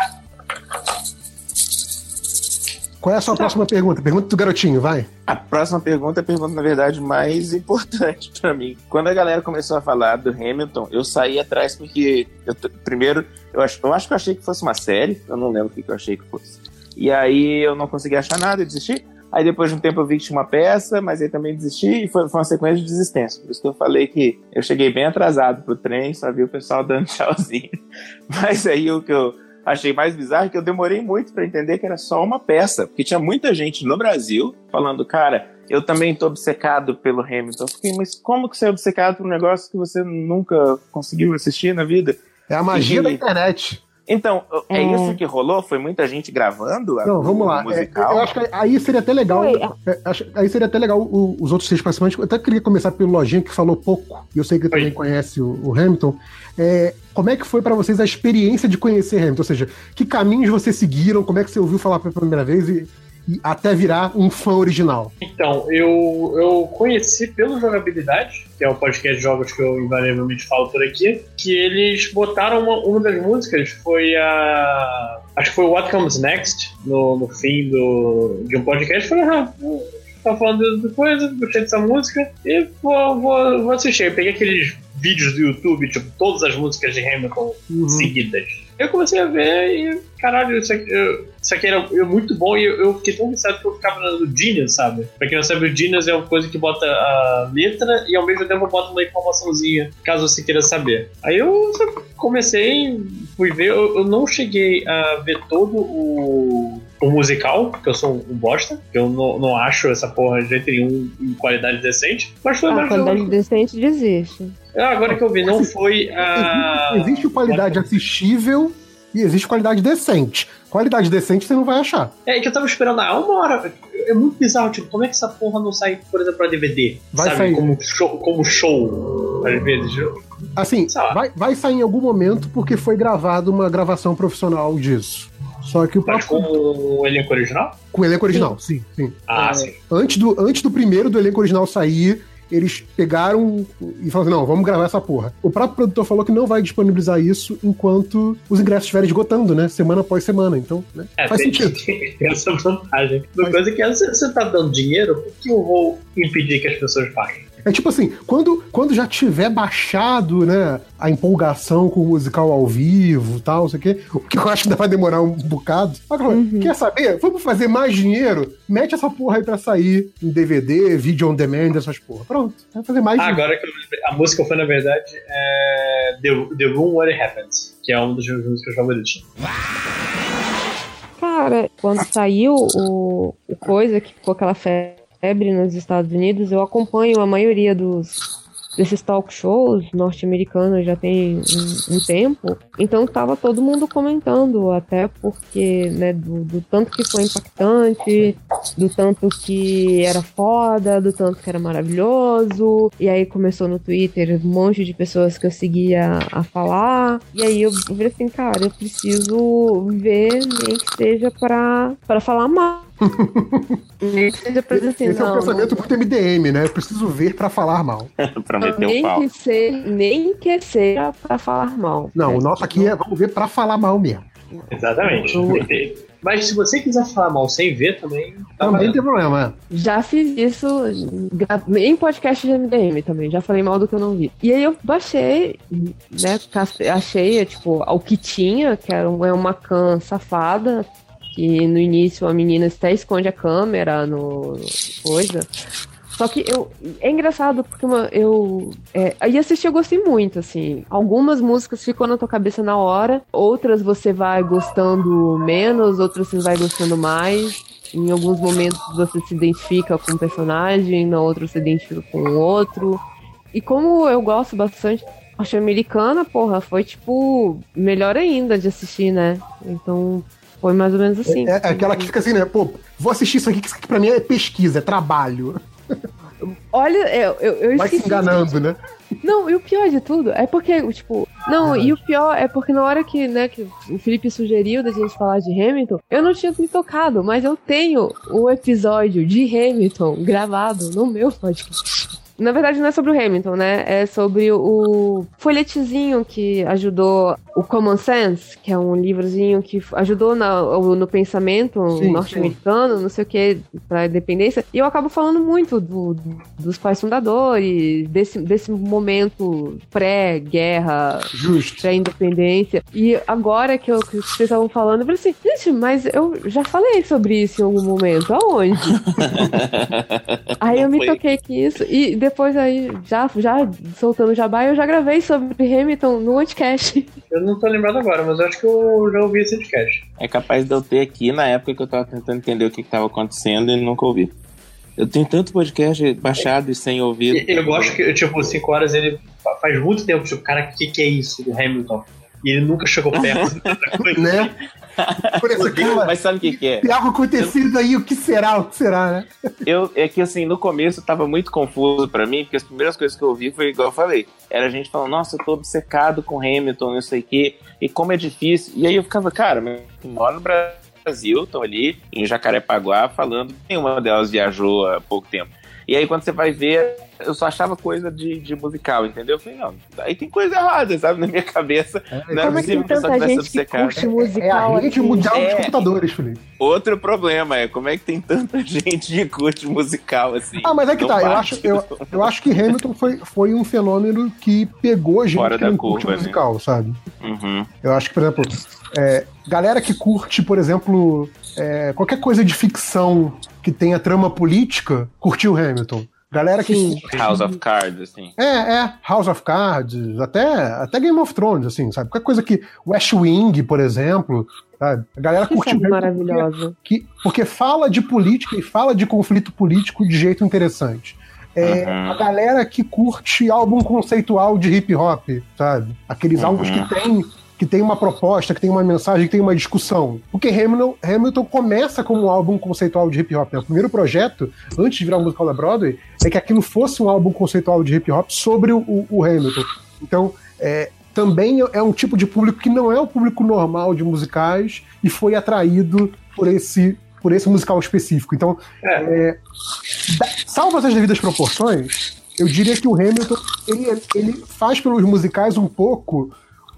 Speaker 1: Qual é a sua próxima pergunta? Pergunta do garotinho, vai.
Speaker 2: A próxima pergunta é a pergunta, na verdade, mais importante pra mim. Quando a galera começou a falar do Hamilton, eu saí atrás porque, eu t- primeiro, eu acho, eu acho que eu achei que fosse uma série, eu não lembro o que, que eu achei que fosse. E aí eu não consegui achar nada, eu desisti. Aí depois de um tempo eu vi que tinha uma peça, mas aí também desisti e foi, foi uma sequência de desistência. Por isso que eu falei que eu cheguei bem atrasado pro trem, só vi o pessoal dando tchauzinho. Mas aí o que eu achei mais bizarro é que eu demorei muito pra entender que era só uma peça, porque tinha muita gente no Brasil falando, cara, eu também tô obcecado pelo Hamilton. Eu fiquei, mas como que você é obcecado por um negócio que você nunca conseguiu assistir na vida?
Speaker 1: É a magia
Speaker 2: Ih.
Speaker 1: da internet.
Speaker 2: Então, é,
Speaker 4: É.
Speaker 2: isso que rolou? Foi muita gente gravando a-
Speaker 1: Não, vamos
Speaker 2: o
Speaker 1: lá. É,
Speaker 2: musical?
Speaker 1: eu acho que aí seria até legal.
Speaker 4: Oi.
Speaker 1: é, acho- aí seria até legal o- os outros seis participantes. Eu até queria começar pelo Lojinha, que falou pouco, e eu sei que também conhece o, o Hamilton. É, como é que foi pra vocês a experiência de conhecer Hamilton? Ou seja, que caminhos vocês seguiram? Como é que você ouviu falar pela primeira vez e, e até virar um fã original?
Speaker 5: Então, eu, eu conheci pelo Jogabilidade, que é o podcast de jogos que eu invariavelmente falo por aqui, que eles botaram uma, uma das músicas, foi a. Acho que foi What Comes Next, no, no fim do, de um podcast. Eu Falei, ah, eu tava falando de coisa, gostei dessa música, e vou, vou, vou assistir. Eu peguei aqueles vídeos do YouTube, tipo, todas as músicas de Hamilton seguidas. Eu comecei a ver e, caralho, isso aqui, eu- isso aqui era eu, muito bom e eu, eu fiquei tão viciado que eu ficava no Genius, sabe? Pra quem não sabe, o Genius é uma coisa que bota a letra e ao mesmo tempo bota uma informaçãozinha, caso você queira saber. Aí eu comecei, fui ver, eu, eu não cheguei a ver todo o, o musical, porque eu sou um, um bosta, que eu não, não acho essa porra de jeito nenhum em qualidade decente, mas
Speaker 1: Ah,
Speaker 5: foi
Speaker 4: A
Speaker 5: mais um.
Speaker 4: qualidade decente desiste.
Speaker 5: Ah, agora que eu vi, não foi a.
Speaker 1: Existe, existe qualidade assistível e existe qualidade decente. Qualidade decente você não vai achar.
Speaker 5: É que eu tava esperando há uma hora. É muito bizarro, tipo, como é que essa porra não sai, por exemplo, pra DVD?
Speaker 1: Vai
Speaker 5: sabe?
Speaker 1: sair.
Speaker 5: Como show, como show, às vezes. Eu-
Speaker 1: Assim,
Speaker 5: Sei lá.
Speaker 1: vai, vai sair em algum momento porque foi gravada uma gravação profissional disso. Só que o
Speaker 5: Mas com
Speaker 1: próprio.
Speaker 5: o elenco original?
Speaker 1: Com o elenco original, sim, sim.
Speaker 5: Ah,
Speaker 1: É.
Speaker 5: sim.
Speaker 1: Antes do, antes do primeiro do elenco original sair, eles pegaram e falaram assim, não, vamos gravar essa porra. O próprio produtor falou que não vai disponibilizar isso enquanto os ingressos estiverem esgotando, né? Semana após semana. Então, né?
Speaker 5: É,
Speaker 1: Faz
Speaker 5: tem,
Speaker 1: sentido.
Speaker 5: tem essa vantagem. Uma
Speaker 1: Faz-
Speaker 5: coisa que é, você, você tá dando dinheiro, por que eu vou impedir que as pessoas paguem?
Speaker 1: É tipo assim, quando, quando já tiver baixado, né, a empolgação com o musical ao vivo e tal, não sei o quê, o que eu acho que ainda vai demorar um bocado. Mas, claro,
Speaker 4: Uhum.
Speaker 1: Quer saber? Vamos fazer mais dinheiro? Mete essa porra aí pra sair em DVD, vídeo on demand, essas porra. Pronto, vai fazer É mais
Speaker 5: Ah,
Speaker 1: dinheiro.
Speaker 5: agora que eu lembrei, a música foi, na verdade, é The, The Room Where It Happens, que é uma das minhas músicas favoritas.
Speaker 4: Cara, quando saiu o, o coisa que ficou aquela febre nos Estados Unidos, eu acompanho a maioria dos desses talk shows norte-americanos já tem um, um tempo. Então tava todo mundo comentando, até porque, né, do, do tanto que foi impactante, do tanto que era foda, do tanto que era maravilhoso. E aí começou no Twitter um monte de pessoas que eu seguia a falar. E aí eu falei assim, cara, eu preciso ver, nem que seja pra, pra falar mal. nem que seja pra dizer assim,
Speaker 1: Esse é um
Speaker 4: não, não
Speaker 1: pensamento muito MDM, né? Eu preciso ver pra falar mal.
Speaker 2: pra meter o
Speaker 4: nem
Speaker 2: pau.
Speaker 4: que seja, nem que seja pra falar mal.
Speaker 1: Não,
Speaker 4: né?
Speaker 1: o nosso aqui é vamos ver pra falar mal mesmo.
Speaker 5: Exatamente. Mas se você quiser falar mal sem ver também, tá
Speaker 1: Também
Speaker 5: valendo.
Speaker 1: tem problema. é.
Speaker 4: Já fiz isso gra- em podcast de MDM também, já falei mal do que eu não vi. E aí eu baixei, né, cast- achei, tipo, o que tinha, que era um- é uma can safada, que no início a menina até esconde a câmera no coisa. Só que eu. É engraçado porque uma, eu. É, aí assistir eu gostei muito, assim. Algumas músicas ficam na tua cabeça na hora, outras você vai gostando menos, outras você vai gostando mais. Em alguns momentos você se identifica com um personagem, na outra você se identifica com o outro. E como eu gosto bastante Achei americana, porra, foi tipo melhor ainda de assistir, né? Então foi mais ou menos assim.
Speaker 1: É, é aquela que fica assim, né? Pô, vou assistir isso aqui, que isso aqui pra mim é pesquisa, é trabalho.
Speaker 4: Olha, eu, eu, eu
Speaker 1: Vai se
Speaker 4: esqueci.
Speaker 1: enganando, né?
Speaker 4: Não, e o pior de tudo é porque, tipo. Não, e o pior é porque na hora que, né, que o Felipe sugeriu da gente falar de Hamilton, eu não tinha me tocado, mas eu tenho o episódio de Hamilton gravado no meu podcast. Na verdade, não é sobre o Hamilton, né? É sobre o folhetezinho que ajudou o Common Sense, que é um livrozinho que f- ajudou na- no pensamento
Speaker 1: Sim,
Speaker 4: norte-americano, não sei o que, pra independência. E eu acabo falando muito do, dos pais fundadores, desse, desse momento pré-guerra,
Speaker 1: Justo.
Speaker 4: pré-independência. E agora que, eu, que vocês estavam falando, eu falei assim, gente, mas eu já falei sobre isso em algum momento. Aonde? Aí eu me
Speaker 2: Foi.
Speaker 4: toquei que isso. E depois aí, já, já soltando o jabá, eu já gravei sobre Hamilton no podcast.
Speaker 5: Eu não tô lembrado agora, mas eu acho que eu já ouvi esse podcast.
Speaker 2: É capaz de eu ter aqui na época que eu tava tentando entender o que, que tava acontecendo e nunca ouvi. Eu tenho tanto podcast baixado e sem ouvir.
Speaker 5: E Eu gosto que, tipo, 5 horas ele fa- faz muito tempo, tipo, cara, o que, que é isso do Hamilton? E ele nunca chegou perto dessa coisa.
Speaker 1: Né? Por essa cara,
Speaker 2: Mas sabe o que, que é?
Speaker 1: tem algo acontecido aí, o que será, o que será, né?
Speaker 2: Eu, é que assim, no começo tava muito confuso pra mim, porque as primeiras coisas que eu ouvi foi igual eu falei. Era gente falando, nossa, eu tô obcecado com Hamilton, não sei o quê, e como é difícil. E aí eu ficava, cara, mas eu moro no Brasil, tô ali em Jacarepaguá falando, nenhuma delas viajou há pouco tempo. E aí quando você vai ver, eu só achava coisa de, de musical, entendeu? Eu falei, não, aí tem coisa errada, sabe, na minha cabeça. Não é
Speaker 4: Como é que tem
Speaker 2: possível que eu só
Speaker 4: tanta
Speaker 2: tivesse
Speaker 4: gente que
Speaker 2: obcecado.
Speaker 4: curte
Speaker 1: É a
Speaker 4: musical?
Speaker 1: rede
Speaker 4: assim?
Speaker 1: mundial
Speaker 2: É.
Speaker 1: de computadores, Felipe.
Speaker 2: Outro problema é como é que tem tanta gente que curte musical assim.
Speaker 1: Ah, mas é que
Speaker 2: Não
Speaker 1: tá. Eu
Speaker 2: bate.
Speaker 1: acho, eu, eu acho que Hamilton foi, foi um fenômeno que pegou a gente
Speaker 2: Fora
Speaker 1: que
Speaker 2: da
Speaker 1: não curte
Speaker 2: curva, né?
Speaker 1: musical, sabe?
Speaker 2: Uhum.
Speaker 1: Eu acho que, por exemplo, é, galera que curte, por exemplo, é, qualquer coisa de ficção que tenha trama política, curtiu Hamilton. Galera que.
Speaker 4: Sim.
Speaker 2: House of Cards, assim.
Speaker 1: É, é, House of Cards, até, até Game of Thrones, assim, sabe? Qualquer coisa que. West Wing, por exemplo. Sabe? A galera
Speaker 4: Que
Speaker 1: curtiu
Speaker 4: coisa
Speaker 1: Hamilton porque-
Speaker 4: maravilhosa.
Speaker 1: que, porque fala de política e fala de conflito político de jeito interessante. É,
Speaker 2: Uhum.
Speaker 1: A galera que curte álbum conceitual de hip hop, sabe? Aqueles
Speaker 2: Uhum.
Speaker 1: álbuns que tem, que tem uma proposta, que tem uma mensagem, que tem uma discussão. Porque Hamilton, Hamilton começa como um álbum conceitual de hip hop. Né? O primeiro projeto, antes de virar um musical da Broadway, é que aquilo fosse um álbum conceitual de hip hop sobre o- o- o Hamilton. Então, é, também é um tipo de público que não é o público normal de musicais e foi atraído por esse, por esse musical específico. Então,
Speaker 5: É.
Speaker 1: é, da- salvo essas devidas proporções, eu diria que o Hamilton ele, ele faz pelos musicais um pouco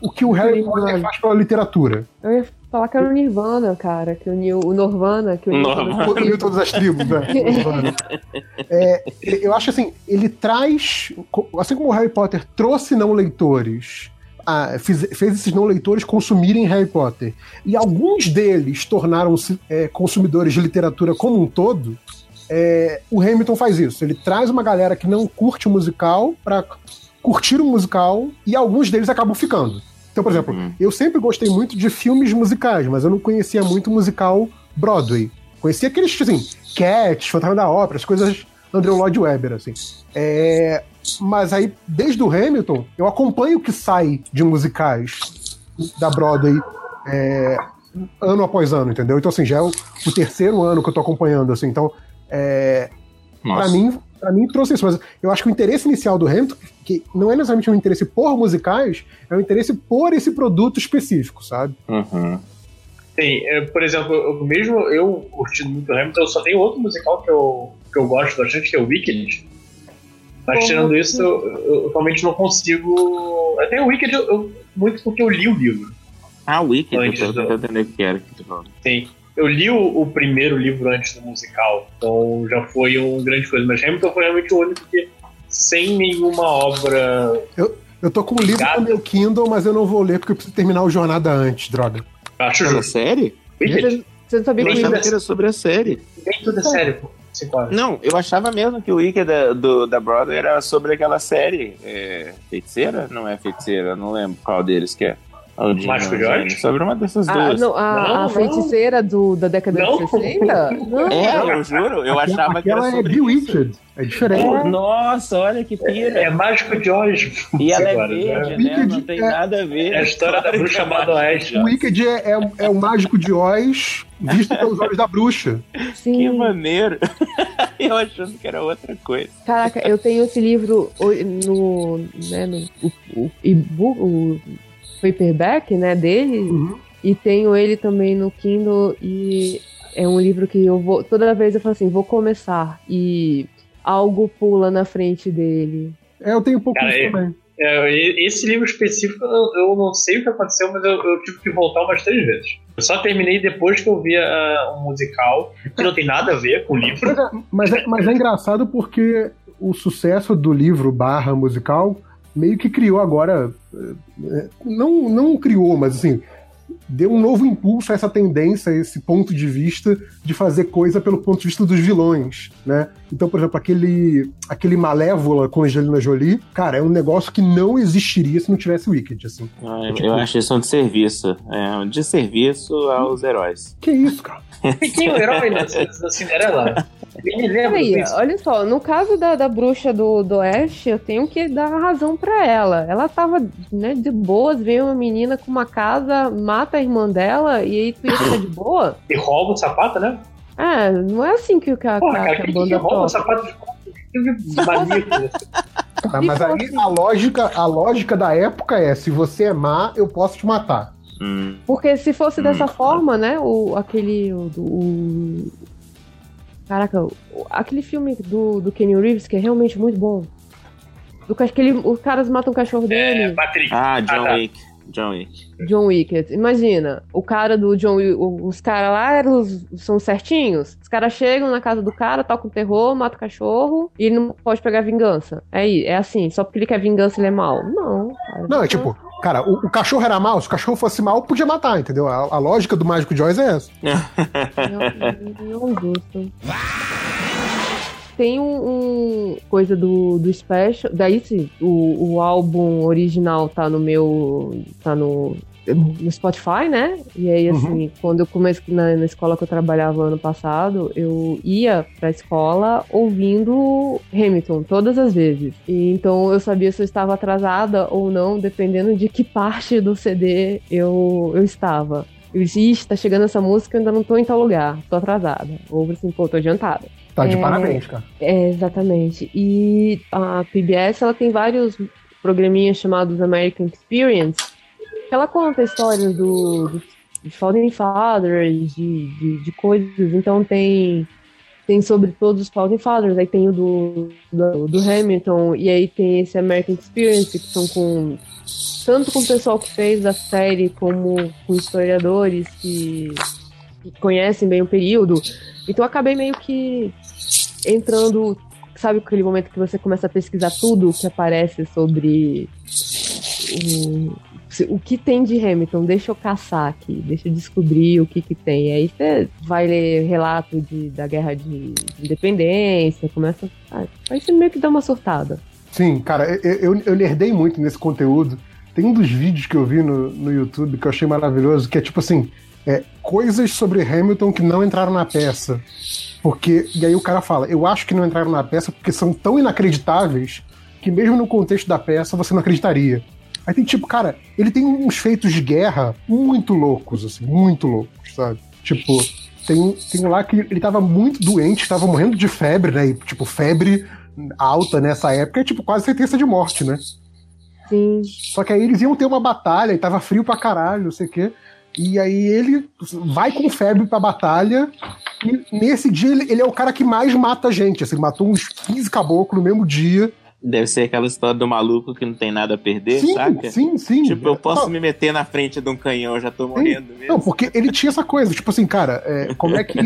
Speaker 1: o que o Harry Potter faz pela literatura.
Speaker 4: Eu ia falar que era o Nirvana, cara. Que uniu o Norvana. Que uniu
Speaker 2: Norvana.
Speaker 4: todas as
Speaker 1: Uniu é todas as tribos, né? É, eu acho assim, ele traz, co- assim como o Harry Potter trouxe não leitores, a- fiz- fez esses não leitores consumirem Harry Potter, e alguns deles tornaram-se é, consumidores de literatura como um todo, é, o Hamilton faz isso. Ele traz uma galera que não curte o musical pra curtir o musical, e alguns deles acabam ficando. Então, por exemplo,
Speaker 2: Uhum.
Speaker 1: eu sempre gostei muito de filmes musicais, mas eu não conhecia muito musical Broadway. Conhecia aqueles, assim, Cats, Fantasma da Ópera, as coisas Andrew Lloyd Webber, assim. É, mas aí, desde o Hamilton, eu acompanho o que sai de musicais da Broadway é, ano após ano, entendeu? Então, assim, já é o, o terceiro ano que eu tô acompanhando, assim. Então, é, pra,
Speaker 2: Nossa.
Speaker 1: mim, pra mim, trouxe isso. Mas eu acho que o interesse inicial do Hamilton, que não é necessariamente um interesse por musicais, é um interesse por esse produto específico, sabe?
Speaker 2: Uhum.
Speaker 5: Sim, é, por exemplo, eu, mesmo eu curtindo muito Hamilton, eu só tenho outro musical que eu, que eu gosto bastante, que é o Wicked. Mas
Speaker 4: Como
Speaker 5: tirando
Speaker 1: assim?
Speaker 4: que-
Speaker 5: isso, eu, eu realmente não consigo. Até o Wicked, eu, eu- muito porque eu li o livro.
Speaker 2: Ah, Wicked,
Speaker 5: Antes
Speaker 2: eu tô
Speaker 5: do-
Speaker 2: tentando entender o que era que tá tu falou.
Speaker 5: Sim. Eu li o, o primeiro livro antes do musical, então já foi uma grande coisa. Mas Hamilton foi realmente o único que, sem nenhuma obra.
Speaker 1: Eu tô com um livro
Speaker 5: Obrigado.
Speaker 1: no meu Kindle, mas eu não vou ler porque eu preciso terminar o Jornada antes, droga.
Speaker 5: Eu acho
Speaker 2: Era a
Speaker 5: justo.
Speaker 2: série?
Speaker 5: Wicked,
Speaker 4: Você não sabia
Speaker 2: Eu
Speaker 4: que o
Speaker 5: Mas
Speaker 2: achava
Speaker 4: Wicked-
Speaker 2: que era sobre a série.
Speaker 5: nem tudo é sério. pô. Cinco horas.
Speaker 2: Então, Não, eu achava mesmo que o Wiki da, do, da Broadway era sobre aquela série. É, feiticeira? Não é feiticeira, eu não lembro qual deles que é. O Jim,
Speaker 5: Mágico
Speaker 2: não,
Speaker 5: de Oz?
Speaker 2: Jim, Sobre uma dessas
Speaker 4: Ah,
Speaker 2: duas.
Speaker 4: não, a,
Speaker 5: Não,
Speaker 4: a
Speaker 5: não.
Speaker 4: feiticeira do, da década
Speaker 5: Não.
Speaker 4: de 60? Não.
Speaker 2: É, eu juro, eu achava que
Speaker 1: Aquela
Speaker 2: era
Speaker 1: é
Speaker 2: sobre
Speaker 1: The Wicked. É diferente.
Speaker 2: isso. Nossa, olha que pira.
Speaker 5: É Mágico de Oz.
Speaker 2: E ela é
Speaker 5: Agora,
Speaker 2: verde,
Speaker 1: né?
Speaker 2: né? Não
Speaker 1: Wicked
Speaker 2: tem
Speaker 1: é-
Speaker 2: nada a ver.
Speaker 5: É a história da bruxa madoeste.
Speaker 1: O Wicked é, é, é o mágico de Oz visto pelos olhos da bruxa.
Speaker 2: Que
Speaker 4: Sim.
Speaker 2: maneiro. eu achando que era outra coisa.
Speaker 4: Caraca, eu tenho esse livro o- no, né, no o, o e-book, o paperback, né, dele,
Speaker 1: Uhum.
Speaker 4: e tenho ele também no Kindle e é um livro que eu vou toda vez eu falo assim, vou começar e algo pula na frente dele.
Speaker 1: É, eu tenho um pouco
Speaker 5: Cara,
Speaker 1: disso
Speaker 5: é-
Speaker 1: também.
Speaker 5: É, e- esse livro específico, eu, eu não sei o que aconteceu, mas eu, eu tive que voltar umas três vezes. Eu só terminei depois que eu vi ah, um musical, que não tem nada a ver com o livro.
Speaker 1: Mas é, mas, é, mas é engraçado porque o sucesso do livro barra musical meio que criou agora. eh, Não, não criou, mas assim. Deu um novo impulso a essa tendência, a esse ponto de vista de fazer coisa pelo ponto de vista dos vilões, né? Então, por exemplo, aquele, aquele Malévola com Angelina Jolie, cara, é um negócio que não existiria se não tivesse Wicked, assim.
Speaker 2: Eu, acho isso um desserviço. É um desserviço aos heróis.
Speaker 1: Que isso, cara?
Speaker 5: E quem é o herói da, da Cinderela? Eu me lembro
Speaker 4: Aí,
Speaker 5: disso.
Speaker 4: olha só, no caso da, da bruxa do, do Oeste, eu tenho que dar razão pra ela. Ela tava né, de boas, vem uma menina com uma casa, mata a irmã dela e aí tu ia ficar de boa?
Speaker 5: E rouba o sapato, né?
Speaker 4: É, não é assim que, o que a,
Speaker 5: Porra,
Speaker 4: que a-
Speaker 5: cara,
Speaker 4: que a
Speaker 5: quem que
Speaker 4: banda
Speaker 5: rouba o
Speaker 4: toca.
Speaker 5: sapato né? de pobre? Que maníaco.
Speaker 1: Tá, mas aí a lógica, a lógica da época é: se você é má, eu posso te matar.
Speaker 2: Hum.
Speaker 4: Porque se fosse
Speaker 2: Hum.
Speaker 4: dessa forma, né? O, aquele. O, do- o- Caraca, o- aquele filme do, do Kenny Reeves, que é realmente muito bom. Do, ca- que ele- os caras matam o cachorro
Speaker 5: É,
Speaker 4: dele.
Speaker 5: Patrick.
Speaker 2: Ah, John
Speaker 5: Ah, tá.
Speaker 2: Wick. John Wick.
Speaker 4: John Wickett. Imagina, o cara do John Wick, os caras lá eram os- são certinhos. Os caras chegam na casa do cara, tocam terror, matam o cachorro e ele não pode pegar vingança. É, i- é assim, só porque ele quer vingança ele é mal. Não. cara.
Speaker 1: Não, é tipo, cara, o, o cachorro era mal, se o cachorro fosse mal, podia matar, entendeu? A, a lógica do Mágico de Oz é essa.
Speaker 4: Não, não um, é gosto. Tem um, um coisa do, do special. Daí sim, o, o álbum original tá no meu. tá no, no Spotify, né? E aí,
Speaker 1: Uhum.
Speaker 4: assim, quando eu comecei na, na escola que eu trabalhava ano passado, eu ia pra escola ouvindo Hamilton todas as vezes. E, então eu sabia se eu estava atrasada ou não, dependendo de que parte do CD eu, eu estava. Eu disse, ixi, tá chegando essa música, eu ainda não tô em tal lugar, tô atrasada. Ou assim, pô, tô adiantada.
Speaker 1: Tá de
Speaker 4: É.
Speaker 1: parabéns, cara.
Speaker 4: É, exatamente. E a PBS ela tem vários programinhas chamados American Experience. que Ela conta histórias do, do, de Founding Fathers, de, de, de coisas. Então tem tem sobre todos os Founding Fathers, aí tem o do, do, do Hamilton, e aí tem esse American Experience, que são com tanto com o pessoal que fez a série, como com historiadores que, que conhecem bem o período. Então eu acabei meio que entrando. Sabe aquele momento que você começa a pesquisar tudo o que aparece sobre o, se- o que tem de Hamilton? Deixa eu caçar aqui, deixa eu descobrir o que, que tem. Aí você vai ler relato de, da guerra de independência, começa. ah, Aí você meio que dá uma surtada.
Speaker 1: Sim, cara, eu, eu, eu nerdei muito nesse conteúdo. Tem um dos vídeos que eu vi no, no YouTube que eu achei maravilhoso, que é tipo assim, é, coisas sobre Hamilton que não entraram na peça. Porque, e aí o cara fala, eu acho que não entraram na peça porque são tão inacreditáveis que mesmo no contexto da peça você não acreditaria. Aí tem tipo, cara, ele tem uns feitos de guerra muito loucos, assim, muito loucos, sabe? Tipo, tem, tem lá que ele tava muito doente, tava morrendo de febre, né? E, tipo, febre alta nessa época é tipo quase sentença de morte, né?
Speaker 4: Sim.
Speaker 1: Só que aí eles iam ter uma batalha e tava frio pra caralho, não sei o quê. E aí ele vai com febre pra batalha. E nesse dia ele, ele é o cara que mais mata gente. Assim, matou uns 15 caboclos no mesmo dia.
Speaker 2: Deve ser aquela história do maluco que não tem nada a perder,
Speaker 1: sim,
Speaker 2: saca?
Speaker 1: sim, sim.
Speaker 2: Tipo, eu posso
Speaker 1: Não,
Speaker 2: me meter na frente de um canhão, eu já tô morrendo mesmo.
Speaker 1: Não, porque ele tinha essa coisa, tipo assim, cara, é, como é que.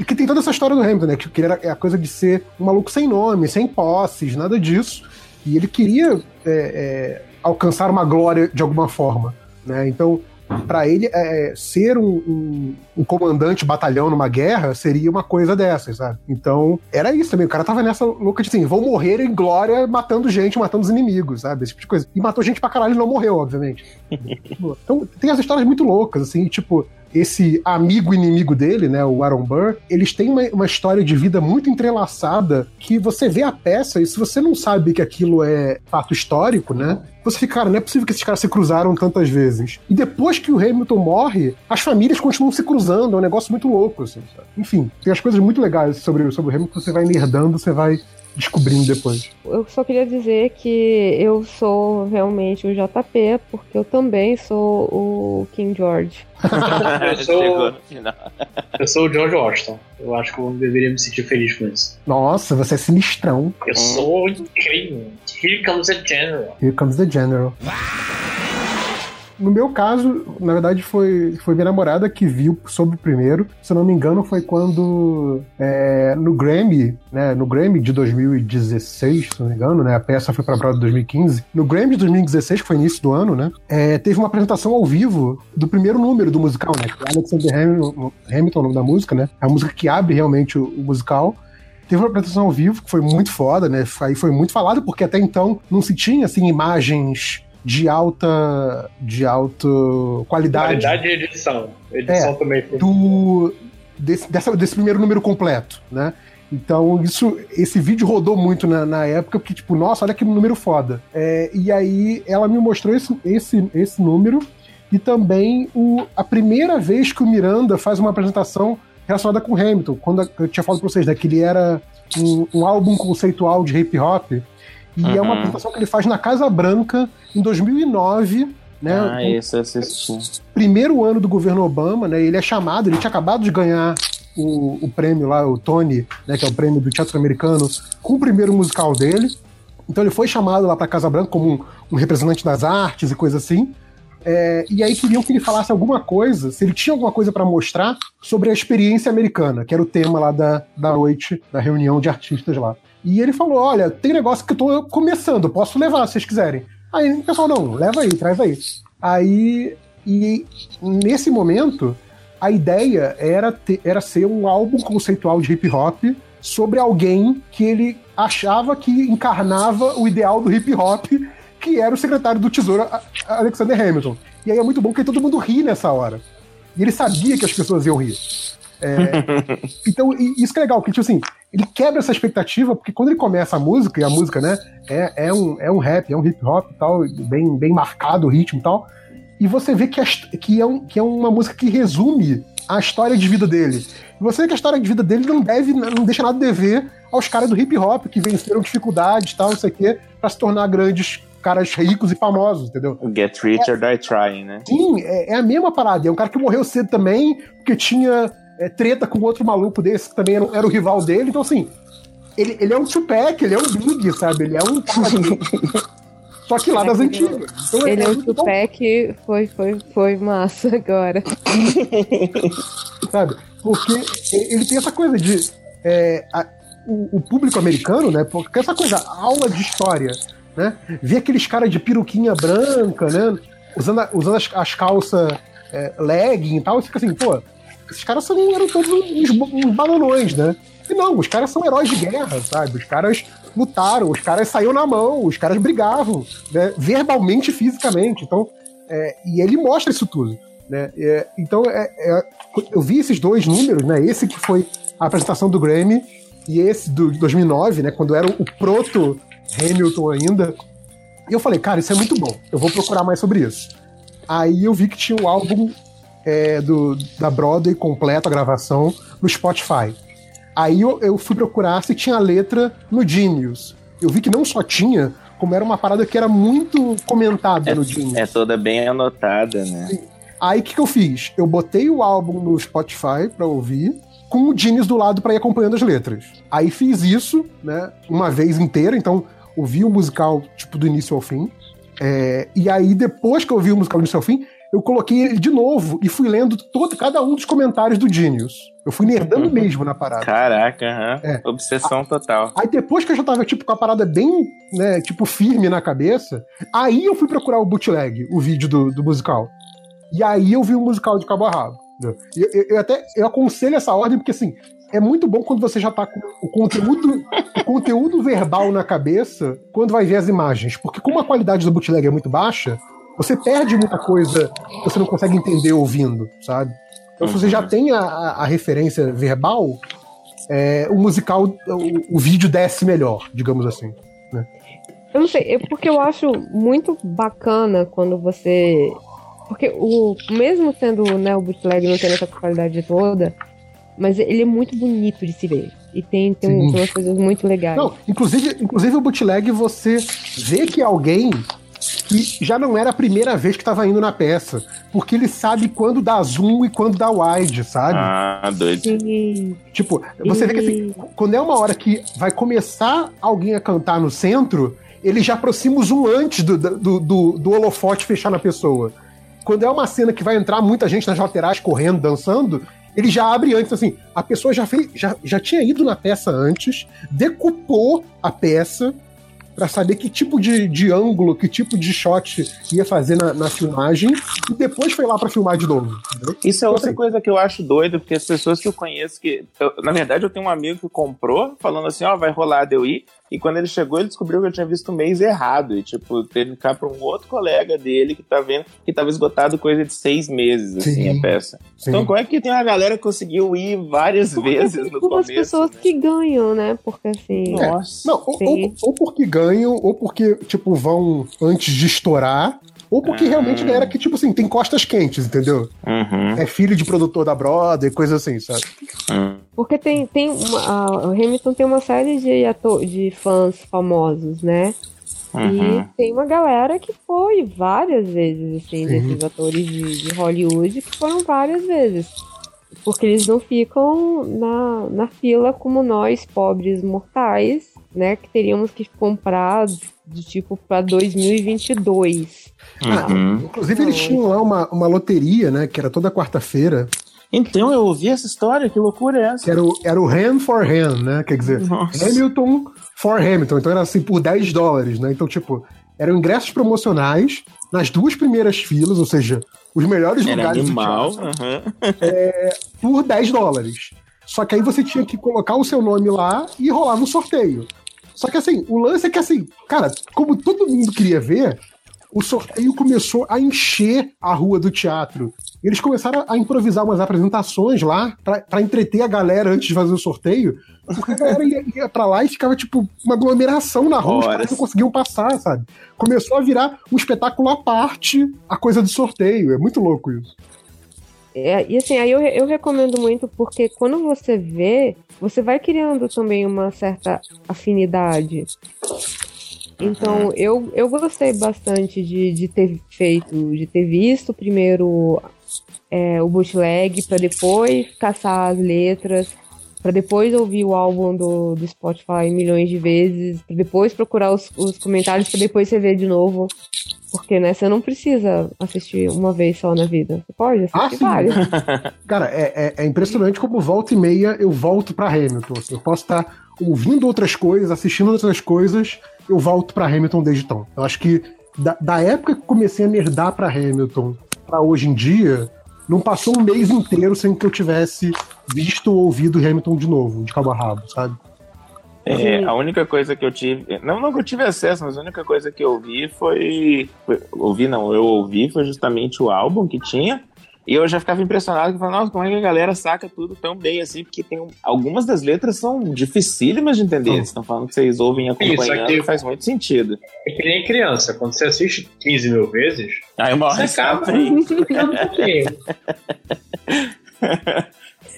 Speaker 1: e Que tem toda essa história do Hamilton, né? Que que ele era é a coisa de ser um maluco sem nome, sem posses, nada disso. E ele queria é, é, alcançar uma glória de alguma forma, né? Então, Pra ele, é, ser um, um- um comandante batalhão numa guerra seria uma coisa dessas, sabe? Então, era isso também. O cara tava nessa louca de assim, vou morrer em glória matando gente, matando os inimigos, sabe? Esse tipo de coisa. E matou gente pra caralho e não morreu, obviamente. então, tem as histórias muito loucas, assim, tipo, esse amigo inimigo dele, né, o Aaron Burr, eles têm uma, uma história de vida muito entrelaçada que você vê a peça e se você não sabe que aquilo é fato histórico, né, você fica, cara, não é possível que esses caras se cruzaram tantas vezes. E depois que o Hamilton morre, as famílias continuam se cruzando, é um negócio muito louco, assim, sabe? Enfim, tem as coisas muito legais sobre, sobre o Hamilton que você vai nerdando, você vai descobrindo depois.
Speaker 4: Eu só queria dizer que eu sou realmente o JP, porque eu também sou o King George.
Speaker 5: Eu sou-
Speaker 2: Chegou no final.
Speaker 5: Eu sou o George Washington. Eu acho que eu deveria me sentir feliz com isso.
Speaker 1: Nossa, você é sinistrão.
Speaker 2: Hum.
Speaker 5: Eu sou incrível. Here comes the general.
Speaker 1: Here comes the general. No meu caso, na verdade, foi, foi minha namorada que viu sobre o primeiro. Se eu não me engano, foi quando. é, no Grammy, né? No Grammy de 2016, se eu não me engano, né? A peça foi pra Broadway em 2015. No Grammy de 2016, que foi início do ano, né? é, teve uma apresentação ao vivo do primeiro número do musical, né? que é Alexander Hamilton, Hamilton, o nome da música, né? A música que abre realmente o- o musical. Teve uma apresentação ao vivo que foi muito foda, né? Aí foi muito falado, porque até então não se tinha, assim, imagens de alta. de alta qualidade,
Speaker 5: Qualidade de edição. Edição também foi.
Speaker 1: É, do. Desse, dessa- desse primeiro número completo, né? Então, isso, esse vídeo rodou muito na, na época, porque, tipo, nossa, olha que número foda. É, e aí ela me mostrou esse, esse, esse número e também o, a primeira vez que o Miranda faz uma apresentação relacionada com o Hamilton. Quando a- eu tinha falado pra vocês, né, que ele era um, um álbum conceitual de hip hop. E é
Speaker 2: Uhum.
Speaker 1: uma apresentação que ele faz na Casa Branca em 2009, né?
Speaker 2: Ah,
Speaker 1: um
Speaker 2: isso, assisti.
Speaker 1: primeiro ano do governo Obama, né? Ele é chamado, ele tinha acabado de ganhar o, o prêmio lá, o Tony, né? Que é o prêmio do teatro americano, com o primeiro musical dele. Então ele foi chamado lá para Casa Branca como um, um representante das artes e coisa assim. É, e aí queriam que ele falasse alguma coisa, se ele tinha alguma coisa para mostrar sobre a experiência americana, que era o tema lá da, da noite, da reunião de artistas lá. E ele falou: olha, tem negócio que eu tô começando, posso levar se vocês quiserem. Aí o pessoal, não, leva aí, traz aí. Aí e nesse momento, a ideia era, ter- era ser um álbum conceitual de hip hop sobre alguém que ele achava que encarnava o ideal do hip hop, que era o secretário do Tesouro, A- A- Alexander Hamilton. E aí é muito bom que todo mundo ri nessa hora. E ele sabia que as pessoas iam rir. É, então, e- isso que é legal, porque, tipo assim, ele quebra essa expectativa, porque quando ele começa a música, e a música, né, é, é um, é um rap, é um hip hop e tal, bem, bem marcado o ritmo e tal, e você vê que, a hist- que é um- que é uma música que resume a história de vida dele. E você vê que a história de vida dele não deve, não deixa nada a dever aos caras do hip hop que venceram dificuldades e tal, não sei o quê, pra se tornar grandes caras ricos e famosos, entendeu?
Speaker 2: Get Rich or Die Trying, né?
Speaker 1: Sim, é, é a mesma parada. É um cara que morreu cedo também, porque tinha é, treta com outro maluco desse, que também era, era o rival dele. Então, assim, ele, ele é um Tupac, ele é um Big, sabe? Ele é um. Só que lá das antigas. Então,
Speaker 4: é Ele é o
Speaker 1: muito bom,
Speaker 4: Tupac, foi, foi, foi massa agora.
Speaker 1: sabe? Porque e- ele tem essa coisa de. é, a- o, o público americano, né? Porque essa coisa, aula de história, né? Ver aqueles caras de peruquinha branca, né? Usando, a- usando as, as calças é, legging e tal, e fica assim, pô, esses caras são, eram todos uns, bo- uns bananões, né? E não, os caras são heróis de guerra, sabe? Os caras lutaram, os caras saíram na mão, os caras brigavam, né? Verbalmente e fisicamente. Então, é, e ele mostra isso tudo. Né? É, então, é- é- eu vi esses dois números, né? Esse que foi a apresentação do Grammy e esse do, de 2009, né? Quando era o proto Hamilton ainda. E eu falei, cara, isso é muito bom. Eu vou procurar mais sobre isso. Aí eu vi que tinha o álbum é, do, da Broadway completo, a gravação, no Spotify. Aí eu, eu fui procurar se tinha a letra no Genius. Eu vi que não só tinha, como era uma parada que era muito comentada no Genius.
Speaker 2: É toda bem anotada, né?
Speaker 1: Aí o que, que eu fiz? Eu botei o álbum no Spotify pra ouvir, com o Diniz do lado pra ir acompanhando as letras. Aí fiz isso, né, uma vez inteira, então ouvi o musical, tipo, do início ao fim. É, e aí, depois que eu ouvi o musical do início ao fim, eu coloquei ele de novo e fui lendo todo, cada um dos comentários do Genius. Eu fui nerdando mesmo na parada.
Speaker 2: Caraca, aham.
Speaker 1: É.
Speaker 2: Obsessão total.
Speaker 1: Aí depois que eu já tava, tipo, com a parada bem, né, tipo, firme na cabeça, aí eu fui procurar o bootleg, o vídeo do, do musical. E aí eu vi o musical de cabo a rabo. entendeu? Eu, eu- eu até eu aconselho essa ordem, porque assim, é muito bom quando você já tá com o conteúdo, o conteúdo verbal na cabeça quando vai ver as imagens. Porque como a qualidade do bootleg é muito baixa, você perde muita coisa que você não consegue entender ouvindo, sabe? Então, se você já tem a, a- a referência verbal, é, o musical, o, o vídeo desce melhor, digamos assim.
Speaker 4: Eu não sei, é porque eu acho muito bacana quando você. Porque o. Mesmo sendo né, o bootleg não tendo essa qualidade toda, mas ele é muito bonito de se ver. E tem, tem, um-
Speaker 1: Sim.
Speaker 4: tem umas coisas muito legais.
Speaker 1: Não, inclusive, inclusive o bootleg você vê que é alguém que já não era a primeira vez que estava indo na peça, porque ele sabe quando dá zoom e quando dá wide, sabe?
Speaker 2: Ah, doido.
Speaker 4: Sim.
Speaker 1: Tipo, você vê que assim,
Speaker 4: E-
Speaker 1: quando é uma hora que vai começar alguém a cantar no centro, ele já aproxima o zoom antes do, do, do, do holofote fechar na pessoa. Quando é uma cena que vai entrar muita gente nas laterais correndo, dançando, ele já abre antes, assim. A pessoa já, fez, já, já tinha ido na peça antes, decupou a peça pra saber que tipo de, de ângulo, que tipo de shot ia fazer na, na filmagem, e depois foi lá pra filmar de novo. entendeu?
Speaker 2: Isso é
Speaker 1: Eu
Speaker 2: outra
Speaker 1: sei.
Speaker 2: coisa que eu acho doida, porque as pessoas que eu conheço, que. eu- na verdade, eu tenho um amigo que comprou, falando assim, ó, vai rolar de eu ir. E quando ele chegou, ele descobriu que eu tinha visto o mês errado. E, tipo, teve que ficar pra um outro colega dele que tá vendo que tava esgotado coisa de seis meses, assim,
Speaker 1: Sim.
Speaker 2: a peça. Então, como é que tem uma galera que conseguiu ir várias vezes no
Speaker 4: Como as
Speaker 2: começo?
Speaker 4: pessoas
Speaker 2: né?
Speaker 4: que ganham, né? Porque assim.
Speaker 2: Nossa.
Speaker 1: É. Não, ou,
Speaker 4: Sim.
Speaker 1: ou- ou porque ganham, ou porque, tipo, vão antes de estourar, ou porque
Speaker 2: Ah.
Speaker 1: realmente galera que, tipo assim, tem costas quentes, entendeu?
Speaker 2: Uhum,
Speaker 1: É filho de produtor da Broadway, coisa assim, sabe?
Speaker 2: uhum.
Speaker 4: Porque tem, tem uma, a- o Hamilton tem uma série de, ator, de fãs famosos, né?
Speaker 2: uhum.
Speaker 4: E tem uma galera que foi várias vezes,
Speaker 1: Sim.
Speaker 4: assim, desses atores de, de Hollywood que foram várias vezes. Porque eles não ficam na, na fila como nós, pobres mortais, né? Que teríamos que comprar de tipo pra 2022.
Speaker 2: Uhum.
Speaker 1: Inclusive, eles
Speaker 4: Não.
Speaker 1: tinham lá uma, uma loteria, né? Que era toda quarta-feira,
Speaker 2: Então eu ouvi essa história, que loucura é
Speaker 1: que
Speaker 2: essa?
Speaker 1: era o, era o hand for hand, né? Quer dizer,
Speaker 2: Nossa.
Speaker 1: Hamilton for Hamilton. Então era assim, por 10 dólares, né? Então, tipo, eram ingressos promocionais nas duas primeiras filas, ou seja, os melhores
Speaker 2: Era
Speaker 1: lugares
Speaker 4: tipo
Speaker 2: animal.
Speaker 1: do teatro.
Speaker 2: Uhum.
Speaker 1: É, por 10 dólares. Só que aí você tinha que colocar o seu nome lá e rolar no sorteio. Só que assim, o lance é que assim, cara, como todo mundo queria ver, o sorteio começou a encher a rua do teatro. E Eles começaram a improvisar umas apresentações lá pra pra entreter a galera antes de fazer o sorteio. Porque a galera ia, ia pra lá e ficava, tipo, uma aglomeração na rua, os
Speaker 2: Horas.
Speaker 1: caras não conseguiam passar, sabe? Começou a virar um espetáculo à parte a coisa do sorteio. É muito louco isso.
Speaker 4: É, e assim, aí eu, re- eu recomendo muito porque quando você vê, você vai criando também uma certa afinidade. Então, eu, eu gostei bastante de, de ter feito, de ter visto primeiro é, o bootleg, pra depois caçar as letras, pra depois ouvir o álbum do, do Spotify milhões de vezes, pra depois procurar os, os comentários, pra depois você ver de novo. Porque, né, você não precisa assistir uma vez só na vida. Você pode
Speaker 1: Ah,
Speaker 4: assistir
Speaker 1: sim.
Speaker 4: várias.
Speaker 1: Cara, é, é- é impressionante como volta e meia eu volto pra Hamilton. assim. eu posso estar ouvindo outras coisas, assistindo outras coisas, eu volto pra Hamilton desde então. Eu acho que da, da época que eu comecei a nerdar pra Hamilton pra hoje em dia, não passou um mês inteiro sem que eu tivesse visto ou ouvido Hamilton de novo, de cabo a rabo, sabe?
Speaker 2: É,
Speaker 4: Sim.
Speaker 2: a única coisa que eu tive. Não, não que eu tive acesso, mas a única coisa que eu vi foi. foi- Ouvi, não, eu ouvi foi justamente o álbum que tinha. E eu já ficava impressionado, que eu falava, nossa, como é que a galera saca tudo tão bem assim? Porque tem um- algumas das letras são dificílimas de entender. Vocês estão falando que vocês ouvem e acompanhando,
Speaker 5: aqui-
Speaker 2: faz muito sentido.
Speaker 5: É que nem criança, quando você assiste 15 mil vezes,
Speaker 2: Aí uma hora
Speaker 5: Você
Speaker 2: você
Speaker 5: acaba.
Speaker 2: aprende,
Speaker 5: fica um pouquinho.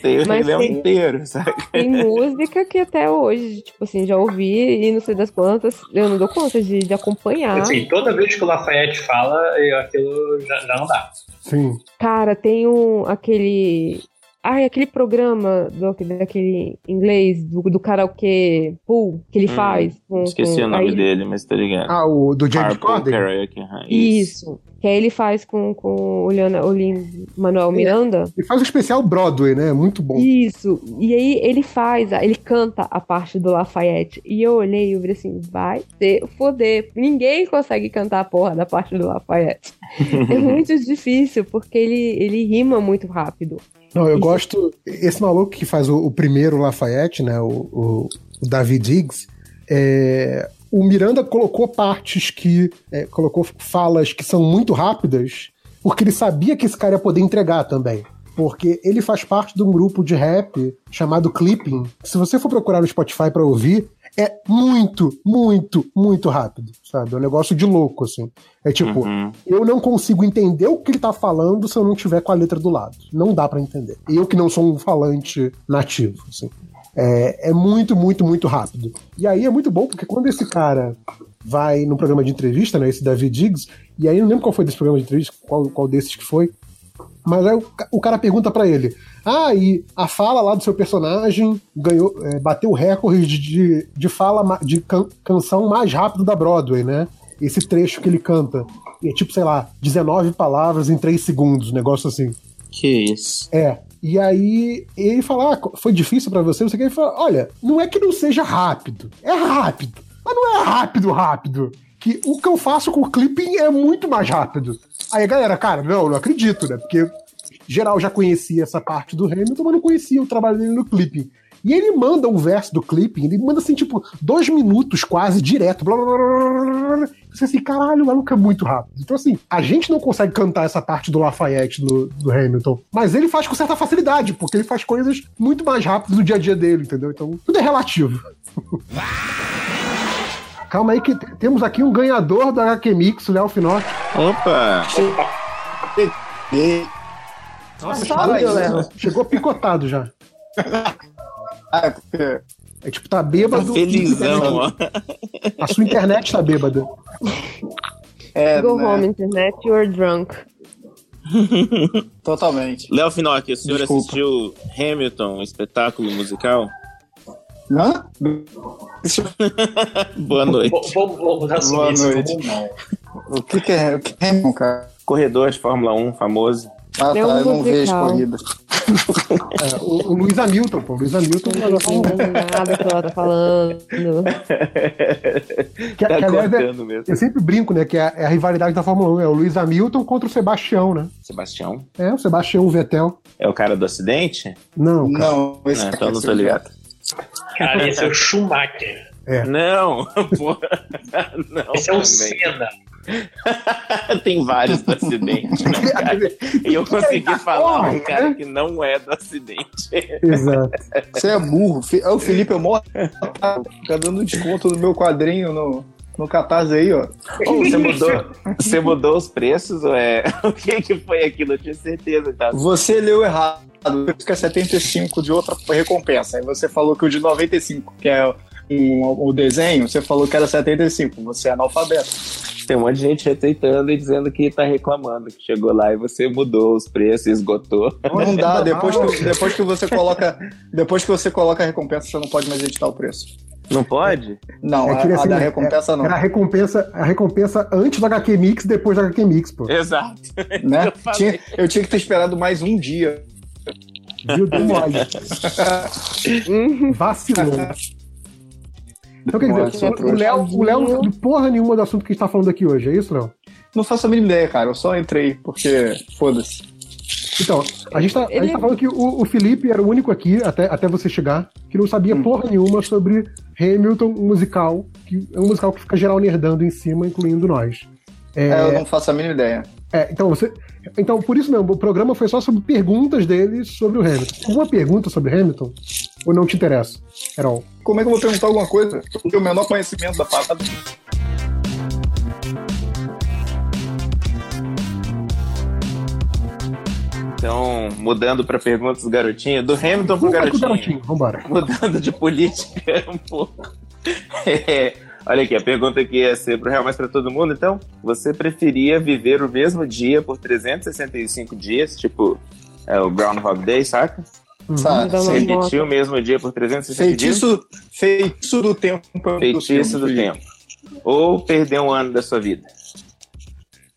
Speaker 2: tem o
Speaker 4: Mas
Speaker 2: Rei Leão
Speaker 4: tem-
Speaker 2: é um inteiro, sabe?
Speaker 4: Tem música que até hoje, tipo assim, já ouvi e não sei das quantas, eu não dou conta de, de acompanhar.
Speaker 5: Assim, toda vez que o Lafayette fala, eu- aquilo já, já não dá.
Speaker 1: Sim.
Speaker 4: Cara, tem um, aquele Ai, aquele programa do, daquele inglês, do, do karaokê pool que ele
Speaker 2: Hum,
Speaker 4: faz. com-
Speaker 2: Esqueci
Speaker 4: com-
Speaker 2: o nome
Speaker 4: aí-
Speaker 2: dele, mas tá ligado.
Speaker 1: Ah, o do James
Speaker 2: Carpool
Speaker 1: Corden?
Speaker 2: Karaoke, aham,
Speaker 4: Isso. Que aí ele faz com, com o, Leona, o Lin- Manuel
Speaker 1: É.
Speaker 4: Miranda.
Speaker 1: Ele faz o especial Broadway, né? Muito bom.
Speaker 4: Isso. E aí ele faz, ele canta a parte do Lafayette. E eu olhei e eu falei assim, vai ser foder. Ninguém consegue cantar a porra da parte do Lafayette. é muito difícil, porque ele, ele rima muito rápido.
Speaker 1: Não, eu
Speaker 4: Isso.
Speaker 1: gosto. Esse maluco que faz o, o primeiro Lafayette, né? O, o, o David Diggs, é, o Miranda colocou partes que. é, colocou falas que são muito rápidas, porque ele sabia que esse cara ia poder entregar também. Porque ele faz parte de um grupo de rap chamado Clipping. Se você for procurar no Spotify pra ouvir, é muito, muito, muito rápido, sabe? É um negócio de louco, assim. É tipo,
Speaker 2: Uhum.
Speaker 1: eu não consigo entender o que ele tá falando se eu não tiver com a letra do lado. Não dá pra entender. Eu que não sou um falante nativo, assim. É, é muito, muito, muito rápido. E aí é muito bom, porque quando esse cara vai num programa de entrevista, né? Esse David Diggs, e aí eu não lembro qual foi desse programa de entrevista, qual, qual desses que foi. Mas aí o, ca- o cara pergunta pra ele: Ah, e a fala lá do seu personagem ganhou, é, bateu o recorde de, de, de fala ma- de can- canção mais rápido da Broadway, né? Esse trecho que ele canta. E é tipo, sei lá, 19 palavras em 3 segundos, um negócio assim.
Speaker 2: Que isso.
Speaker 1: É. E aí ele fala: ah, foi difícil pra você, não sei o que. Ele fala: olha, não é que não seja rápido. É rápido. Mas não é rápido, rápido. Que o que eu faço com o clipping é muito mais rápido. Aí, a galera, cara, não, não acredito, né? Porque geral já conhecia essa parte do Hamilton, mas não conhecia o trabalho dele no clipping. E ele manda um verso do clipping, ele manda assim, tipo, dois minutos quase direto. Blá, blá, blá, blá, blá, blá. Você assim, caralho, o maluco é muito rápido. Então, assim, a gente não consegue cantar essa parte do Lafayette do, do Hamilton. Mas ele faz com certa facilidade, porque ele faz coisas muito mais rápidas do dia a dia dele, entendeu? Então, tudo é relativo. Calma aí que t- temos aqui um ganhador da HQ Mix, o Léo Finotti.
Speaker 2: Opa!
Speaker 6: E
Speaker 1: Nossa,
Speaker 4: Só eu, Léo.
Speaker 1: Chegou picotado já.
Speaker 6: ah, porque
Speaker 1: É tipo, tá bêbado.
Speaker 2: Felizão, ó.
Speaker 1: A sua internet tá bêbada.
Speaker 6: é,
Speaker 4: Go
Speaker 6: né,
Speaker 4: home, internet, you're drunk.
Speaker 6: Totalmente.
Speaker 2: Léo Finocchi, o senhor
Speaker 6: Desculpa.
Speaker 2: assistiu Hamilton, um espetáculo musical?
Speaker 6: Hã?
Speaker 2: Boa noite.
Speaker 5: Vou, vou, vou mudar sobre
Speaker 6: Boa
Speaker 5: isso,
Speaker 6: noite.
Speaker 5: como um não.
Speaker 6: O que, que é? O que é, meu cara?
Speaker 2: Corredor de Fórmula 1, famoso.
Speaker 6: Ah, tá,
Speaker 4: É um
Speaker 6: eu não vejo
Speaker 4: musical.
Speaker 6: corrida.
Speaker 1: É, o, o Luiz Hamilton, pô. O Luiz Hamilton.
Speaker 4: Não tô entendendo nada que ela tá falando.
Speaker 1: Que, que,
Speaker 2: tá
Speaker 1: aliás, é-
Speaker 2: cortando mesmo.
Speaker 1: eu sempre brinco, né? Que é a, é a rivalidade da Fórmula 1 é o Luiz Hamilton contra o Sebastião, né?
Speaker 2: Sebastião?
Speaker 1: É, o Sebastião Vettel.
Speaker 2: É o cara do acidente?
Speaker 1: Não, cara.
Speaker 6: Não, esse
Speaker 2: Ah,
Speaker 6: cara
Speaker 2: então
Speaker 6: é
Speaker 2: não tô
Speaker 6: seu
Speaker 2: ligado.
Speaker 6: gato.
Speaker 5: Cara, esse é o Schumacher.
Speaker 2: Não! Porra. Não,
Speaker 5: Esse é o
Speaker 2: também.
Speaker 5: Senna.
Speaker 2: Tem vários do acidente. né, cara? E eu
Speaker 6: tá
Speaker 2: consegui falar um
Speaker 6: né?
Speaker 2: cara que não é do acidente.
Speaker 1: Exato.
Speaker 6: Você é burro. Fi- Ah, O Felipe é morto. Tá dando desconto no meu quadrinho no, no catarse aí, ó.
Speaker 2: Ô, você, mudou, você mudou os preços? Ou é... O que, que foi aquilo? Eu tinha certeza tá? que tava
Speaker 6: Você leu errado. Fica 75 de outra recompensa. Aí você falou que o de 95, que é um- o desenho, você falou que era 75. Você é analfabeto.
Speaker 2: Tem um monte de gente retuitando e dizendo que tá reclamando, que chegou lá e você mudou os preços, esgotou.
Speaker 6: Não
Speaker 1: normal.
Speaker 6: dá. Depois que, depois que você coloca. Depois que você coloca a recompensa, você não pode mais editar o preço.
Speaker 2: Não pode?
Speaker 6: Não,
Speaker 1: É
Speaker 6: a,
Speaker 1: que ele,
Speaker 6: a
Speaker 1: assim,
Speaker 6: da
Speaker 1: é-
Speaker 6: recompensa não.
Speaker 1: Era a recompensa, a recompensa antes do HQ Mix, depois do HQ Mix, pô.
Speaker 2: Exato.
Speaker 6: né?
Speaker 2: eu falei.
Speaker 6: Tinha- eu tinha que ter esperado mais um dia.
Speaker 1: Viu? Deu mole.
Speaker 4: Hum,
Speaker 1: Vacilou. Então, quer
Speaker 6: Nossa,
Speaker 1: dizer, o- o Léo, o Léo não sabe porra nenhuma do assunto que a gente tá falando aqui hoje, é isso, Léo?
Speaker 6: Não faço a mínima ideia, cara. Eu só entrei, porque foda-se.
Speaker 1: Então, a gente tá, a
Speaker 4: Ele-
Speaker 1: gente tá falando que o, o Felipe era o único aqui, até, até você chegar, que não sabia porra nenhuma sobre Hamilton, um musical, que é um musical que fica geral nerdando em cima, incluindo nós.
Speaker 6: É, eu não faço a mínima ideia.
Speaker 1: É, então, você, então, por isso mesmo, o programa foi só sobre perguntas dele sobre o Hamilton. Alguma pergunta sobre Hamilton? Ou não te interessa? Carol?
Speaker 6: Como é que eu vou perguntar alguma coisa? Eu tenho o menor conhecimento da parada.
Speaker 2: Então, mudando pra perguntas do garotinho, do Hamilton pro
Speaker 1: Vamos lá com o
Speaker 2: garotinho.
Speaker 1: garotinho, vambora.
Speaker 2: Mudando de política um pouco. É, Olha aqui, a pergunta que ia ser pro Real Mais pra todo mundo, então. Você preferia viver o mesmo dia por 365 dias, tipo É o Groundhog Day, saca?
Speaker 1: Uhum.
Speaker 6: sabe?
Speaker 4: Não,
Speaker 2: Se
Speaker 4: não.
Speaker 2: repetiu o mesmo tá dia por 365 dias.
Speaker 6: Feitiço, feitiço do tempo. é um dos
Speaker 2: Feitiço do
Speaker 6: filmes.
Speaker 2: tempo. Ou perder um ano da sua vida.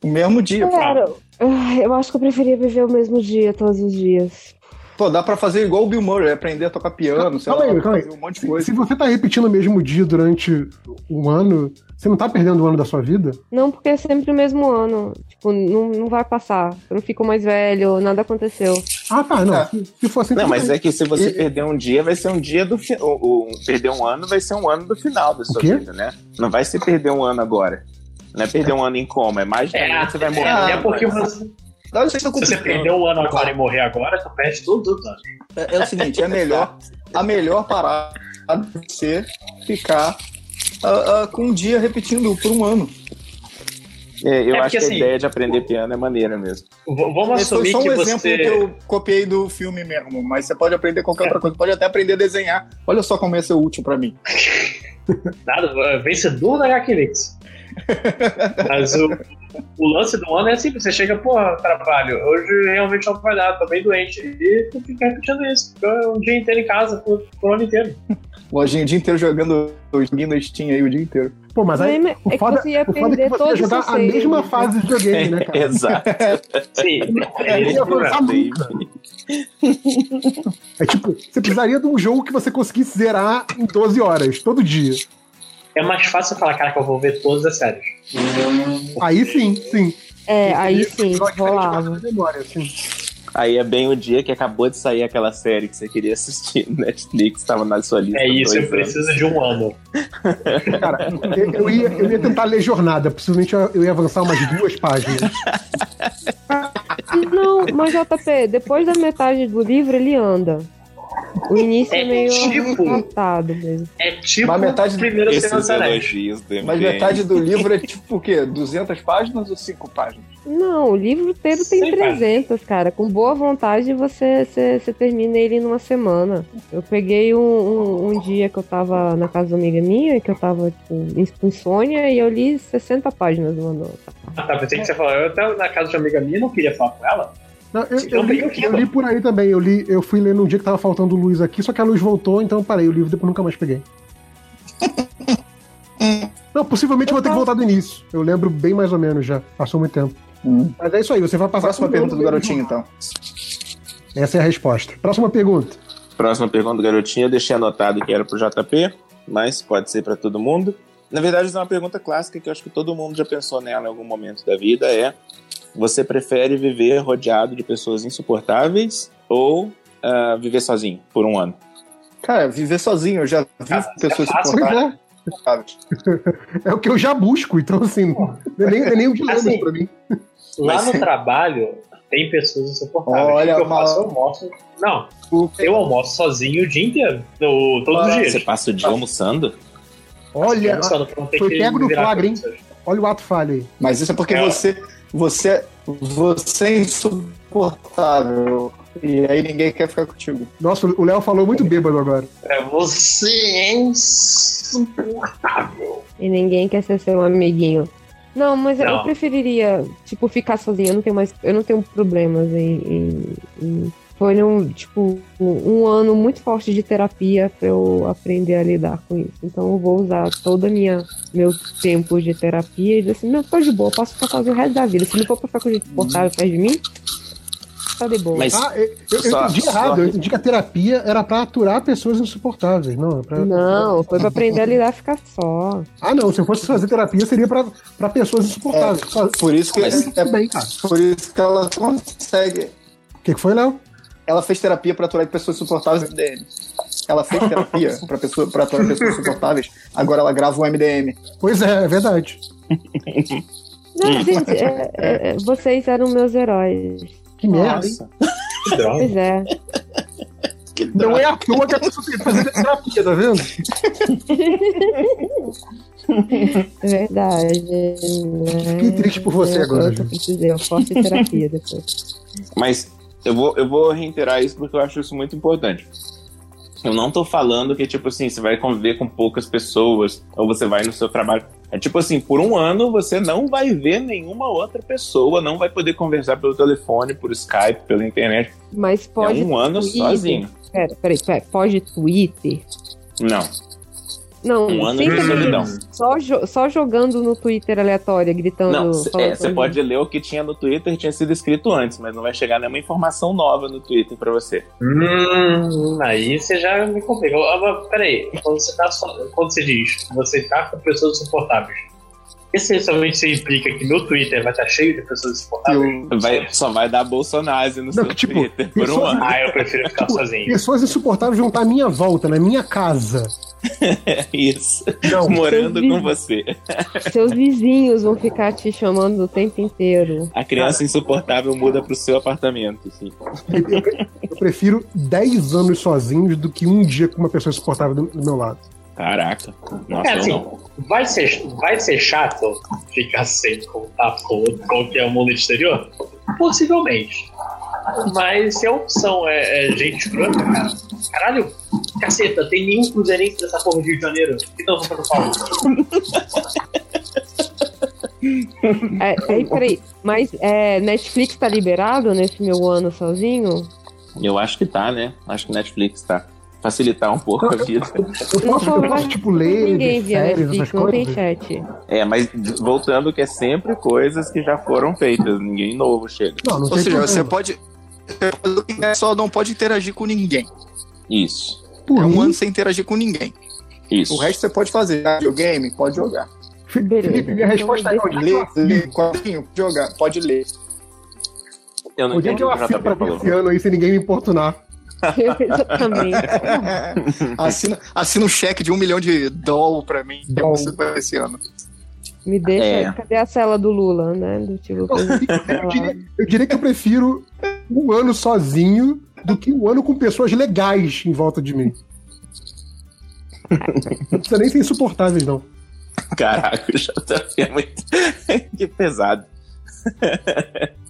Speaker 6: O mesmo dia. pô.
Speaker 4: Cara, ah, eu acho que eu preferia viver o mesmo dia todos os dias.
Speaker 6: Pô, dá pra fazer igual o Bill Murray, aprender a tocar piano, sei
Speaker 1: Calma
Speaker 6: lá,
Speaker 1: aí, calma aí.
Speaker 6: fazer um monte de
Speaker 1: Se,
Speaker 6: coisa.
Speaker 1: se você tá repetindo o mesmo dia durante um ano, você não tá perdendo um ano da sua vida?
Speaker 4: Não, porque é sempre o mesmo ano. Tipo, não, não vai passar. Eu não fico mais velho, nada aconteceu.
Speaker 1: Ah, tá, não.
Speaker 6: É.
Speaker 1: Se, se for assim,
Speaker 2: Não,
Speaker 1: tudo
Speaker 2: mas
Speaker 1: bem.
Speaker 2: é que se você
Speaker 6: E-
Speaker 2: perder um dia, vai ser um dia do fi... o- o- Perder um ano vai ser um ano do final da sua
Speaker 1: quê?
Speaker 2: vida, né? Não vai ser perder um ano agora. Não é perder um ano em coma, é mais
Speaker 5: É,
Speaker 2: você vai
Speaker 5: É,
Speaker 2: morrer.
Speaker 5: até porque você-
Speaker 6: Não, isso aí tá
Speaker 5: se você
Speaker 6: complicado.
Speaker 5: perder um ano agora e morrer agora, tu perde tudo. mano.
Speaker 6: É, é o seguinte, é melhor, a melhor parada é você ficar ah, ah, com um dia repetindo por um ano.
Speaker 2: É, eu
Speaker 5: É
Speaker 2: acho que
Speaker 5: porque,
Speaker 2: a
Speaker 5: assim,
Speaker 2: ideia de aprender piano é maneira mesmo.
Speaker 5: V- Vamos
Speaker 6: Esse foi
Speaker 5: assumir
Speaker 6: só um
Speaker 5: que
Speaker 6: exemplo que
Speaker 5: você.
Speaker 6: eu copiei do filme mesmo, mas você pode aprender qualquer outra coisa, pode até aprender a desenhar. Olha só como ia ser útil pra mim.
Speaker 5: Nada, é, vencedor da HQ Mix. Mas o, o lance do ano é simples, você chega, porra, trabalho, hoje realmente não vai dar, tô bem doente. E tu fica repetindo isso, fica um dia inteiro em casa, por, por um ano inteiro.
Speaker 6: Lojinha o dia inteiro jogando os Guinness Steam aí o dia inteiro.
Speaker 1: Pô, mas aí.
Speaker 4: Aí, é
Speaker 1: O
Speaker 4: que
Speaker 1: foda,
Speaker 4: você ia
Speaker 1: o foda é que
Speaker 4: perder
Speaker 1: você ia
Speaker 4: todos os
Speaker 1: jogar
Speaker 4: seus
Speaker 1: a mesma
Speaker 4: saves.
Speaker 1: fase de videogame, né, cara?
Speaker 2: Exato.
Speaker 5: Sim, né?
Speaker 1: É, não ia avançar nunca. É tipo, você precisaria de um jogo que você conseguisse zerar em 12 horas, todo dia.
Speaker 5: é mais fácil falar, cara, que eu vou ver todas as séries.
Speaker 1: Aí sim, sim.
Speaker 4: É, aí sim,
Speaker 1: Só que diferente da sua
Speaker 4: rolava.
Speaker 1: memória, assim.
Speaker 2: Aí é bem o dia que acabou de sair aquela série que você queria assistir no Netflix, tava na sua lista.
Speaker 5: É
Speaker 2: dois
Speaker 5: isso, eu
Speaker 2: anos.
Speaker 5: preciso de um ano.
Speaker 1: Cara, eu, eu ia, eu ia tentar ler jornada, possivelmente eu eu ia avançar umas duas páginas.
Speaker 4: Não, mas JP, depois da metade do livro ele anda. O início é
Speaker 5: É
Speaker 4: meio
Speaker 5: tipo-
Speaker 4: arrastado mesmo.
Speaker 5: É tipo
Speaker 6: Mas metade-
Speaker 5: o primeiro Senhor
Speaker 2: Esses
Speaker 5: dos Anéis.
Speaker 2: elogios do
Speaker 6: Mas
Speaker 2: MDM.
Speaker 6: metade do livro é tipo o quê? 200 páginas ou 5 páginas?
Speaker 4: Não, o livro inteiro tem
Speaker 5: Sei, cara.
Speaker 4: 300, cara. Com boa vontade você, você, você termina ele numa semana. Eu peguei um, um, um dia que eu tava na casa de uma amiga minha, que eu tava tipo, em- com insônia, e eu li 60 páginas numa nota.
Speaker 5: Ah, tá, pensei que você falou, eu até na casa de uma amiga minha não queria falar com ela.
Speaker 1: Não, eu, eu
Speaker 5: Então,
Speaker 1: li,
Speaker 5: bem, eu quero.
Speaker 1: eu li por aí também. Eu, li, eu fui ler num dia que tava faltando luz aqui, só que a luz voltou, então eu parei o livro depois nunca mais peguei. Não, possivelmente eu vou ter
Speaker 6: Então-
Speaker 1: que voltar do início. Eu lembro bem mais ou menos já. Passou muito tempo.
Speaker 6: Hum.
Speaker 1: Mas é isso aí, você vai passar.
Speaker 6: Próxima
Speaker 1: por
Speaker 6: pergunta
Speaker 1: todo
Speaker 6: do
Speaker 1: mundo.
Speaker 6: garotinho, então.
Speaker 1: Essa é a resposta. Próxima pergunta.
Speaker 2: Próxima pergunta, garotinha. Eu deixei anotado que era pro JP, mas pode ser para todo mundo. Na verdade, é uma pergunta clássica que eu acho que todo mundo já pensou nela em algum momento da vida: é você prefere viver rodeado de pessoas insuportáveis ou ah, viver sozinho por um ano?
Speaker 6: Cara, viver sozinho, eu já vi
Speaker 5: Cara,
Speaker 6: pessoas
Speaker 5: é fácil,
Speaker 1: Pois
Speaker 6: insuportáveis.
Speaker 1: é, é o que eu já busco, então assim, não é nem, não é nem um dilema
Speaker 5: Assim,
Speaker 1: pra mim.
Speaker 5: Lá
Speaker 6: Mas-
Speaker 5: no trabalho tem pessoas insuportáveis.
Speaker 6: Olha,
Speaker 5: o que eu
Speaker 6: uma-
Speaker 5: faço, eu almoço. Não,
Speaker 6: O-
Speaker 5: eu almoço sozinho o dia inteiro. no- todos os
Speaker 2: Você
Speaker 5: dias.
Speaker 2: passa o dia almoçando?
Speaker 1: Olha,
Speaker 5: Eu só não- não tem
Speaker 1: é- foi
Speaker 5: que
Speaker 1: pego no
Speaker 5: virar
Speaker 1: flagra, hein?
Speaker 5: pessoas.
Speaker 1: olha o ato falho aí.
Speaker 6: Mas isso é porque
Speaker 5: É.
Speaker 6: você, você, você é insuportável. E aí ninguém quer ficar contigo.
Speaker 1: Nossa, o Léo falou muito bêbado agora.
Speaker 5: É, Você é insuportável.
Speaker 4: E ninguém quer ser seu amiguinho. Não, mas eu- eu
Speaker 5: Não.
Speaker 4: preferiria, tipo, ficar sozinha. Eu não tenho mais. Eu não tenho problemas em. em- em- Foi um, tipo, um ano muito forte de terapia pra eu aprender a lidar com isso. Então eu vou usar todo minha meu tempo de terapia e dizer assim, não, tô de boa, eu posso ficar sozinho o resto da vida. Se não for pra ficar com gente suportável perto de mim, tá de boa.
Speaker 2: Mas
Speaker 1: Ah, eu, eu
Speaker 2: Só-
Speaker 1: entendi
Speaker 2: só-
Speaker 1: errado. Eu entendi que a terapia era pra aturar pessoas insuportáveis. Não, é pra...
Speaker 4: Não, foi pra aprender a lidar ficar só.
Speaker 1: Ah, não. Se eu fosse fazer terapia, seria pra, pra pessoas insuportáveis. Só-
Speaker 6: Por isso que,
Speaker 1: Mas-
Speaker 6: é,
Speaker 1: Bem, cara.
Speaker 6: por isso que ela consegue.
Speaker 1: O que, que foi, Léo?
Speaker 6: Ela fez terapia pra aturar pessoas insuportáveis no MDM. Ela fez terapia pra, pessoa, pra aturar pessoas insuportáveis. Agora ela grava um MDM.
Speaker 1: Pois é, é verdade.
Speaker 4: Não,
Speaker 1: Hum.
Speaker 4: gente, é- é- é- vocês eram meus heróis.
Speaker 1: Que merda, hein?
Speaker 2: nossa,
Speaker 5: Que droga.
Speaker 4: Pois é.
Speaker 1: Não é à toa que a pessoa tem que fazer terapia, tá vendo?
Speaker 4: É Verdade. né?
Speaker 1: Fiquei triste por você
Speaker 4: eu,
Speaker 1: agora,
Speaker 4: Eu, tô precisando, eu faço terapia depois.
Speaker 2: Mas eu vou, eu vou reiterar isso porque eu acho isso muito importante. Eu não tô falando que, tipo assim, você vai conviver com poucas pessoas, ou você vai no seu trabalho. É tipo assim, por um ano você não vai ver nenhuma outra pessoa, não vai poder conversar pelo telefone, por Skype, pela internet.
Speaker 4: Mas pode.
Speaker 2: é um ano
Speaker 4: Twitter.
Speaker 2: sozinho.
Speaker 4: Pera, peraí, pera, pode Twitter?
Speaker 2: Não,
Speaker 4: Não,
Speaker 2: um ano
Speaker 4: sem
Speaker 2: de
Speaker 4: saber.
Speaker 2: solidão.
Speaker 4: Só, jo- só jogando no Twitter aleatório, gritando.
Speaker 2: Não, cê-
Speaker 4: falando
Speaker 2: é, você
Speaker 4: coisa.
Speaker 2: pode ler o que tinha no Twitter, tinha sido escrito antes, mas não vai chegar nenhuma informação nova no Twitter pra você.
Speaker 5: Hum, aí você já me complicou. Ah, mas peraí, quando você, tá só, quando você diz que você tá com pessoas insuportáveis, essencialmente isso implica que meu Twitter vai estar cheio de pessoas insuportáveis?
Speaker 2: Vai, só vai dar Bolsonaro no seu
Speaker 1: que, tipo,
Speaker 2: Twitter por um
Speaker 1: pessoas-
Speaker 2: ano.
Speaker 5: Ah, eu prefiro ficar sozinho.
Speaker 1: Pessoas insuportáveis vão estar à minha volta, na minha casa.
Speaker 2: É isso.
Speaker 1: Não,
Speaker 2: Morando
Speaker 4: Seu
Speaker 2: com
Speaker 4: vizinho.
Speaker 2: você.
Speaker 4: Seus vizinhos vão ficar te chamando o tempo inteiro.
Speaker 2: A criança insuportável muda pro seu apartamento. Assim.
Speaker 1: eu prefiro 10 anos sozinhos do que um dia com uma pessoa insuportável do, do meu lado.
Speaker 2: Caraca. Nossa,
Speaker 5: É
Speaker 2: eu
Speaker 5: assim,
Speaker 2: não.
Speaker 5: vai ser, vai ser chato ficar sem contato com com o que é o mundo exterior? Possivelmente. Mas se a opção é, é gente escrota, cara. Caralho, caceta, tem nenhum cruzeirense dessa porra de Rio de Janeiro. Então vamos pra São Paulo.
Speaker 4: É, aí, peraí, mas é, Netflix tá liberado nesse meu ano sozinho?
Speaker 2: Eu acho que tá, né? Acho que Netflix tá. Facilitar um pouco a vida.
Speaker 1: Eu posso,
Speaker 4: Não,
Speaker 1: eu posso
Speaker 4: mas
Speaker 1: tipo, ler
Speaker 4: Ninguém
Speaker 1: ver
Speaker 4: via
Speaker 1: séries,
Speaker 4: Netflix,
Speaker 1: essas
Speaker 4: não tem
Speaker 1: coisas.
Speaker 4: chat.
Speaker 2: É, mas voltando que é sempre coisas que já foram feitas. Ninguém novo chega.
Speaker 1: Não, não
Speaker 6: Ou
Speaker 1: tem
Speaker 6: seja,
Speaker 1: problema.
Speaker 6: você pode. você pode fazer o que quiser, Só não pode interagir com ninguém.
Speaker 2: Isso.
Speaker 1: Por
Speaker 6: é
Speaker 1: mim,
Speaker 6: um ano sem interagir com ninguém.
Speaker 2: Isso.
Speaker 6: O resto você pode fazer. Ah, Videogame, pode jogar.
Speaker 1: Felipe, minha
Speaker 4: Beleza.
Speaker 1: resposta é não.
Speaker 4: Então,
Speaker 6: Ler, ler, quadrinho, pode jogar, pode ler.
Speaker 2: eu não
Speaker 1: O dia
Speaker 2: entendi
Speaker 1: é que eu
Speaker 2: o que o
Speaker 1: assino pra
Speaker 2: JP
Speaker 1: mim
Speaker 2: falou.
Speaker 1: esse ano aí sem ninguém me importunar.
Speaker 4: Exatamente.
Speaker 6: assina, assina um cheque de um milhão de dólar pra mim, que
Speaker 1: Dólar.
Speaker 6: você vai é esse ano.
Speaker 4: Me deixa.
Speaker 2: É.
Speaker 4: Cadê a cela do Lula, né? Do tipo.
Speaker 1: Eu diria, eu diria que eu prefiro um ano sozinho do que um ano com pessoas legais em volta de mim. Não precisa nem ser insuportáveis, não.
Speaker 2: Caraca, o JP é muito. que pesado.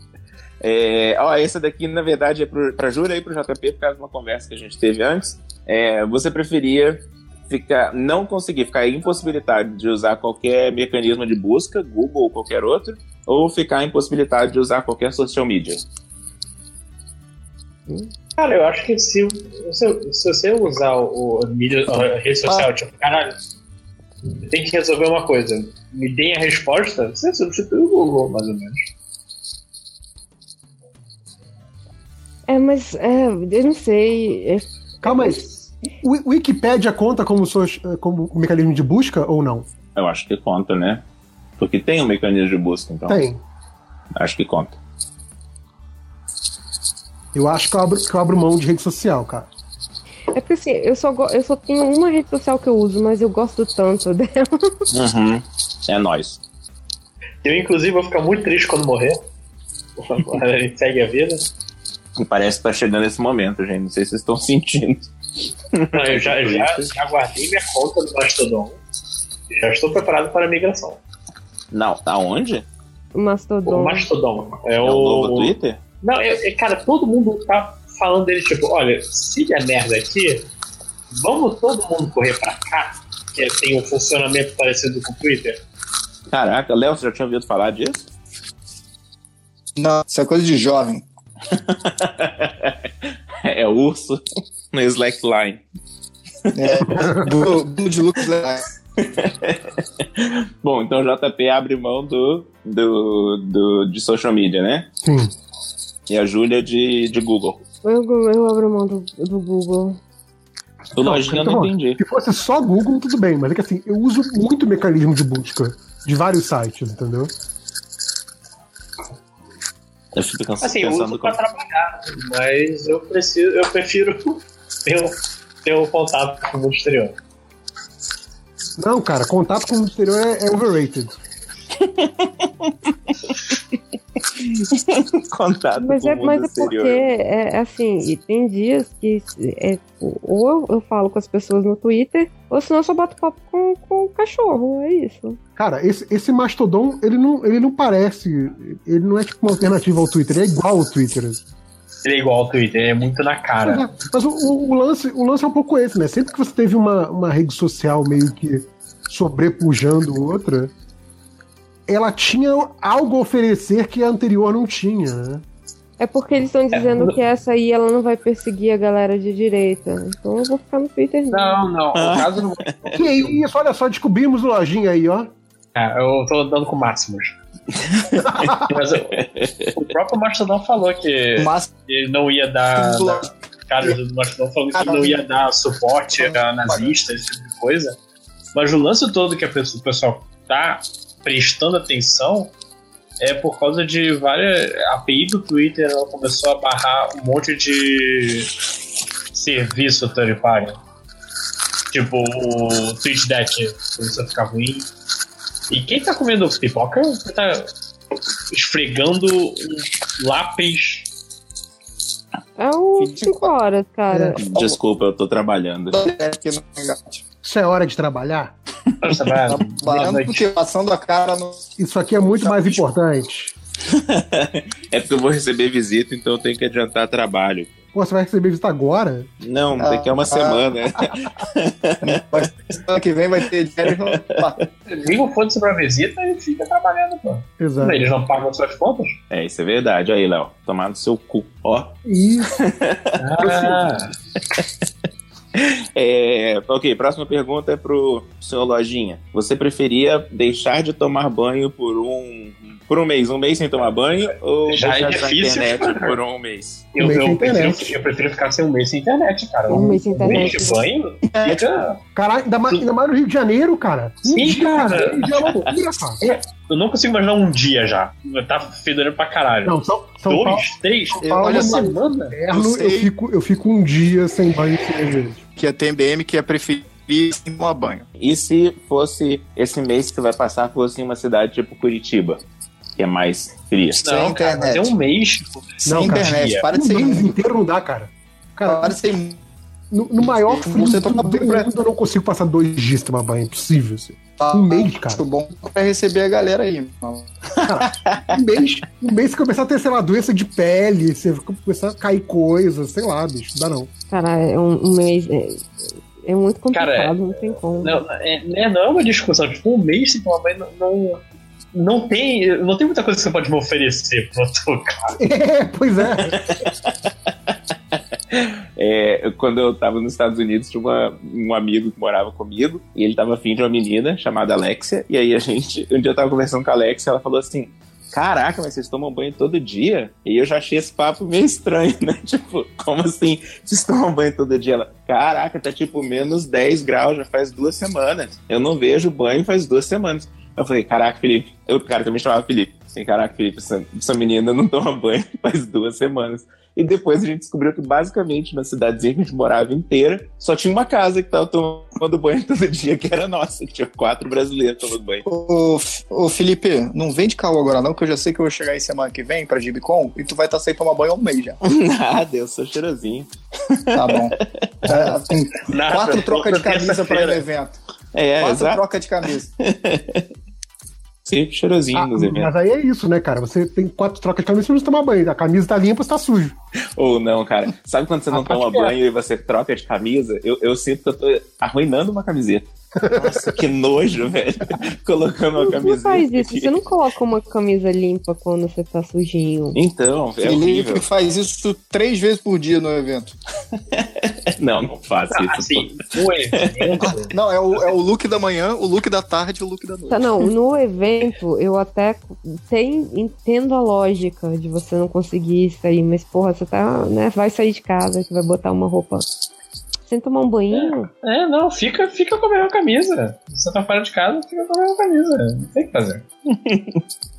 Speaker 2: É, ó, essa daqui, na verdade, é pro, pra Jura e pro JP, por causa de É uma conversa que a gente teve antes. É, você preferia ficar, não conseguir, ficar impossibilitado de usar qualquer mecanismo de busca, Google ou qualquer outro, ou ficar impossibilitado de usar qualquer social media?
Speaker 5: Cara, eu acho que se, se, se você usar o, o mídia, a rede social, tipo, caralho, tem que resolver uma coisa. Me deem a resposta, você substitui o Google, mais ou menos.
Speaker 4: É, mas é, eu não sei. É,
Speaker 1: Calma aí. O Wikipédia conta como, soci- como um mecanismo de busca ou não?
Speaker 2: Eu acho que conta, né? Porque tem um mecanismo de busca, então.
Speaker 1: Tem.
Speaker 2: Acho que conta.
Speaker 1: Eu acho que eu abro, que eu abro mão de rede social, cara.
Speaker 4: é porque assim, eu só, go- eu só tenho uma rede social que eu uso, mas eu gosto tanto dela.
Speaker 2: Uhum. É nóis.
Speaker 5: Eu, inclusive, vou ficar muito triste quando morrer. A gente segue a vida.
Speaker 2: E Parece que tá chegando esse momento, gente. Não sei se vocês estão sentindo.
Speaker 5: Não, eu já, já, já guardei minha conta do Mastodon. Já estou preparado para a migração.
Speaker 2: Não, tá onde?
Speaker 4: O Mastodon.
Speaker 5: O Mastodon é
Speaker 2: É
Speaker 5: o.
Speaker 2: o novo Twitter?
Speaker 5: Não, é, é- cara, todo mundo tá falando dele, tipo, olha, se der merda aqui, vamos todo mundo correr pra cá, que tem um funcionamento parecido com o Twitter.
Speaker 2: Caraca, Léo, você já tinha ouvido falar disso?
Speaker 6: Não, isso é coisa de jovem.
Speaker 2: É urso no Slackline.
Speaker 6: É, Bruno Bruno de Lucas Legais.
Speaker 2: Bom, então o JP abre mão do, do, do- de social media, né?
Speaker 1: Sim.
Speaker 2: E a Júlia de, de Google.
Speaker 4: Eu, eu abro mão do, do Google.
Speaker 2: O
Speaker 1: Não,
Speaker 2: Lojinha eu
Speaker 1: tá
Speaker 2: não
Speaker 1: bom.
Speaker 2: entendi.
Speaker 1: Se fosse só Google, tudo bem, mas é que assim, eu uso muito mecanismo de busca de vários sites, entendeu?
Speaker 2: Eu fico cansa-
Speaker 5: Assim, eu
Speaker 2: pensando
Speaker 5: uso pra
Speaker 2: como...
Speaker 5: trabalhar, mas eu, preciso, eu prefiro ter, o- ter o contato com o mundo exterior.
Speaker 1: Não, cara, contato com o exterior é, é overrated.
Speaker 2: contato
Speaker 4: Mas
Speaker 2: com
Speaker 4: é,
Speaker 2: o mundo
Speaker 4: mas é porque,
Speaker 2: exterior.
Speaker 4: é, é assim, e tem dias que é, ou eu- eu falo com as pessoas no Twitter, ou senão eu só bato papo com, com o cachorro, é isso.
Speaker 1: Cara, esse, esse mastodon, ele não, ele não parece. Ele não é tipo uma alternativa ao Twitter, ele é igual ao Twitter.
Speaker 5: Ele é igual ao Twitter, ele é muito na cara.
Speaker 1: Mas o, o- o lance, o lance é um pouco esse, né? Sempre que você teve uma, uma rede social meio que sobrepujando outra, ela tinha algo a oferecer que a anterior não tinha, né?
Speaker 4: É porque eles estão dizendo
Speaker 5: É.
Speaker 4: que essa aí ela não vai perseguir a galera de direita. Então eu vou ficar no Twitter. mesmo.
Speaker 5: Não, não.
Speaker 2: Ah.
Speaker 5: No caso, não.
Speaker 1: Que isso, olha só, descobrimos o lojinha aí, ó.
Speaker 5: Ah, eu tô andando com máximos. Mas eu- o próprio Mastodon falou que
Speaker 6: Mas
Speaker 5: ele não ia dar. Cara do Mastodon falou que não ia dar suporte a nazistas, esse tipo de coisa. Mas o lance todo que a pessoa, o pessoal tá prestando atenção é por causa de várias. A API do Twitter ela começou a barrar um monte de serviço third party. Tipo o TweetDeck começou a ficar ruim. E quem tá comendo pipoca tá esfregando um lápis.
Speaker 4: É o 5 horas,
Speaker 1: É.
Speaker 4: cara.
Speaker 2: Desculpa, eu tô trabalhando.
Speaker 6: é que não engate.
Speaker 1: Isso é hora de trabalhar?
Speaker 5: Nossa, vai-
Speaker 6: Trabalhando porque passando a cara no.
Speaker 1: Isso aqui é muito mais importante.
Speaker 2: É porque eu vou receber visita, então eu tenho que adiantar trabalho.
Speaker 1: Pô, você vai receber visita agora?
Speaker 2: Não, daqui a é uma
Speaker 6: Ah.
Speaker 5: tá.
Speaker 2: semana. né?
Speaker 6: Mas semana que vem vai ter dinheiro.
Speaker 5: Liga o foda-se pra visita e fica trabalhando, pô.
Speaker 1: Exato.
Speaker 5: Eles não pagam suas contas?
Speaker 2: É, isso é verdade. Aí, Léo, tomar no seu cu. Ó,
Speaker 1: E
Speaker 5: Ah,
Speaker 2: É, ok, próxima pergunta é pro senhor Lojinha. Você preferia deixar de tomar banho por um por um mês, um mês sem tomar banho ou
Speaker 5: Já é
Speaker 2: deixar de usar a
Speaker 5: difícil,
Speaker 2: internet
Speaker 5: cara.
Speaker 2: por um mês?
Speaker 5: eu,
Speaker 1: Mês sem
Speaker 5: eu,
Speaker 1: internet.
Speaker 5: prefiro, eu prefiro ficar sem um mês sem internet, assim. cara.
Speaker 4: Um mês sem
Speaker 5: mês
Speaker 4: internet.
Speaker 5: de banho?
Speaker 6: É,
Speaker 5: Fica...
Speaker 1: É,
Speaker 6: tipo,
Speaker 1: tipo, Caralho, ainda, mais- ainda mais no Rio de Janeiro, cara. Um
Speaker 5: Sim, cara.
Speaker 1: Rio de Janeiro é uma loucura, cara.
Speaker 5: Eu não consigo imaginar um dia já. Tá fedorando pra caralho.
Speaker 1: Não, São, São
Speaker 5: Dois,
Speaker 1: Paulo é
Speaker 5: três,
Speaker 1: Eu-
Speaker 5: uma
Speaker 1: olha só.
Speaker 5: semana?
Speaker 1: inverno,
Speaker 6: Eu
Speaker 1: eu,
Speaker 6: sei.
Speaker 1: fico, eu fico um dia sem banho e sem gente.
Speaker 6: Que é TMDM que é preferir sem tomar banho.
Speaker 2: E se fosse esse mês que você vai passar fosse em uma cidade tipo Curitiba, que é mais fria?
Speaker 5: Não,
Speaker 6: Sem
Speaker 5: cara, mas é
Speaker 6: internet.
Speaker 5: um mês. pô.
Speaker 6: Sem
Speaker 1: Não, cara.
Speaker 6: internet. Para de
Speaker 1: Um
Speaker 6: ser.
Speaker 1: mês inteiro não dá, cara.
Speaker 6: Para
Speaker 1: Cara,
Speaker 6: de ser.
Speaker 1: no, no maior
Speaker 6: Você tá
Speaker 1: frio do
Speaker 6: toma banho pra-
Speaker 1: mundo, eu não consigo passar dois dias sem tomar banho. É impossível, assim. Um mês, cara.
Speaker 6: Muito Tá, bom pra receber a galera aí. irmão.
Speaker 1: Um mês, um mês você começar a ter, sei lá, doença de pele, você começar a cair coisas, sei lá, bicho. Não dá não.
Speaker 4: Cara, é um, um mês. É, é muito complicado,
Speaker 5: Cara, é-
Speaker 4: não tem
Speaker 1: um-
Speaker 4: como.
Speaker 5: Não, é, né, não é uma discussão. Tipo, um mês sem tomar banho não, não, não tem, não tem muita coisa que você pode me oferecer pra eu tocar.
Speaker 1: É, pois é.
Speaker 2: É, quando eu tava nos Estados Unidos, tinha uma- um amigo que morava comigo, e ele tava afim de uma menina chamada Alexia, e aí a gente, um dia eu tava conversando com a Alexia, ela falou assim, caraca, mas vocês tomam banho todo dia? E eu já achei esse papo meio estranho, né? Tipo, como assim, vocês tomam banho todo dia? Ela, caraca, tá tipo menos 10 graus, já faz duas semanas, eu não vejo banho faz duas semanas. Eu falei, caraca, Felipe, eu, o cara também chamava Felipe, assim, caraca, Felipe, essa, essa menina não toma banho faz duas semanas. E depois a gente descobriu que basicamente na cidadezinha que a gente morava inteira, só tinha uma casa que tava tomando banho todo dia, que era nossa, que tinha quatro brasileiros tomando banho.
Speaker 6: Ô, F- ô, Felipe, não vem de caô agora não, que eu já sei que eu vou chegar aí semana que vem pra Gibicon e tu vai estar sem tomar banho há um mês já.
Speaker 2: Nada, eu sou cheirosinho.
Speaker 6: Tá bom. Tá, com
Speaker 5: Nada,
Speaker 6: quatro trocas de
Speaker 5: volta
Speaker 6: camisa pra ir no
Speaker 5: terça-feira.
Speaker 6: evento.
Speaker 2: É,
Speaker 6: Quatro
Speaker 2: exato.
Speaker 6: trocas de camisa.
Speaker 2: Sempre cheirosinho
Speaker 1: Ah,
Speaker 2: nos eventos.
Speaker 1: mas aí é isso, né, cara? Você tem quatro trocas de camisa pra você tomar banho. A camisa tá limpa, você tá sujo.
Speaker 2: Ou não, cara. Sabe quando você não
Speaker 1: Ah, pode
Speaker 6: é.
Speaker 2: toma
Speaker 1: ser.
Speaker 2: banho e você troca de camisa? Eu, eu sinto que eu tô arruinando uma camiseta. Nossa, que nojo, velho. Colocando uma
Speaker 4: Não, não
Speaker 2: camiseta.
Speaker 4: faz isso.
Speaker 2: aqui.
Speaker 4: Você não coloca uma camisa limpa quando você tá sujinho.
Speaker 2: Então, é horrível.
Speaker 6: Felipe faz isso três vezes por dia no evento.
Speaker 2: Não, não faço
Speaker 5: Ah,
Speaker 2: isso.
Speaker 5: assim, o evento.
Speaker 6: Não, é o, é o look da manhã, o look da tarde e o look da noite.
Speaker 4: Tá, não, no evento eu até tem, entendo a lógica de você não conseguir sair, mas porra, você tá, né, vai sair de casa, você vai botar uma roupa sem tomar um banho.
Speaker 5: É, não, fica, fica com a mesma camisa. Você tá fora de casa, fica com a mesma camisa. Não tem o que fazer.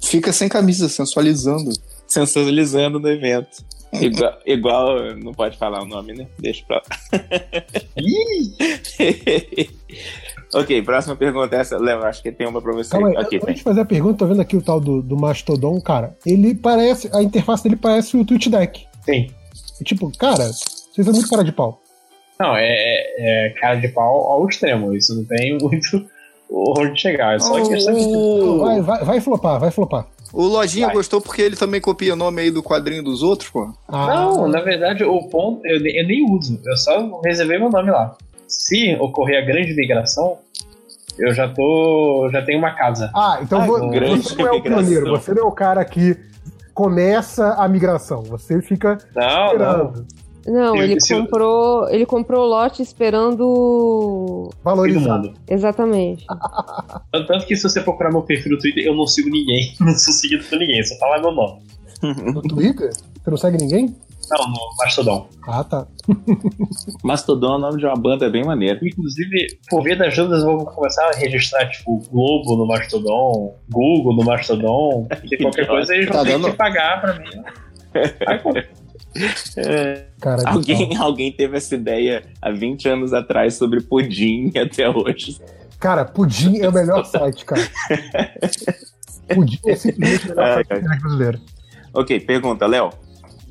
Speaker 6: Fica sem camisa, sensualizando.
Speaker 2: sensacionalizando no evento. Igual, igual- não pode falar o nome, né? Deixa pra lá.
Speaker 5: Ih,
Speaker 2: ok, próxima pergunta é essa. Léo, acho que tem uma pra você.
Speaker 1: Calma aí,
Speaker 2: ok,
Speaker 1: antes
Speaker 2: tem.
Speaker 1: de fazer a pergunta, tô vendo aqui o tal do, do Mastodon, cara. Ele parece. A interface dele parece o TweetDeck.
Speaker 5: Sim.
Speaker 1: E, tipo, cara, vocês são muito cara de pau.
Speaker 5: Não, é, é- é cara de pau ao extremo. Isso não tem muito onde chegar. É só questão de.
Speaker 4: Oh.
Speaker 1: Vai,
Speaker 6: O,
Speaker 1: vai, vai flopar, vai flopar.
Speaker 6: o Lojinha
Speaker 5: Vai.
Speaker 6: gostou porque ele também copia nome aí do quadrinho dos outros, pô.
Speaker 1: Ah,
Speaker 5: Não, na verdade, o ponto. Eu, ne- eu nem uso. Eu só reservei meu nome lá. Se ocorrer a grande migração, Eu já tô. Já tenho uma casa.
Speaker 1: Ah, então
Speaker 2: Ah,
Speaker 1: vo-
Speaker 2: grande
Speaker 1: você não é o
Speaker 2: migração.
Speaker 1: pioneiro, você não é o cara que começa a migração, você fica
Speaker 5: Não, não.
Speaker 1: esperando,
Speaker 4: Não,
Speaker 5: Eu
Speaker 4: ele
Speaker 5: disse-
Speaker 4: comprou, ele comprou o lote esperando.
Speaker 5: Todo
Speaker 1: valorizado.
Speaker 5: mundo.
Speaker 4: Exatamente.
Speaker 5: Tanto tanto que se você procurar meu perfil no Twitter, eu não sigo ninguém. Não sou seguido por ninguém, só falar meu nome.
Speaker 1: No Twitter? Você não segue ninguém?
Speaker 5: Não, no Mastodon.
Speaker 1: Ah, tá.
Speaker 2: Mastodon é o nome de uma banda bem maneira.
Speaker 5: Inclusive, por via das dúvidas, eu vou começar a registrar, tipo, Globo no Mastodon, Google no Mastodon, porque qualquer coisa eles vão
Speaker 6: Tá
Speaker 5: ter
Speaker 6: dando-
Speaker 5: que pagar pra mim. Aí, pô,
Speaker 1: Cara, de pau.
Speaker 2: Alguém, alguém teve essa ideia há 20 anos atrás sobre pudim e até hoje.
Speaker 1: Cara, Pudim é o melhor site, cara. Pudim é simplesmente o melhor
Speaker 2: Ai,
Speaker 1: site da
Speaker 2: cara.
Speaker 1: internet brasileira.
Speaker 2: Ok, pergunta, Léo.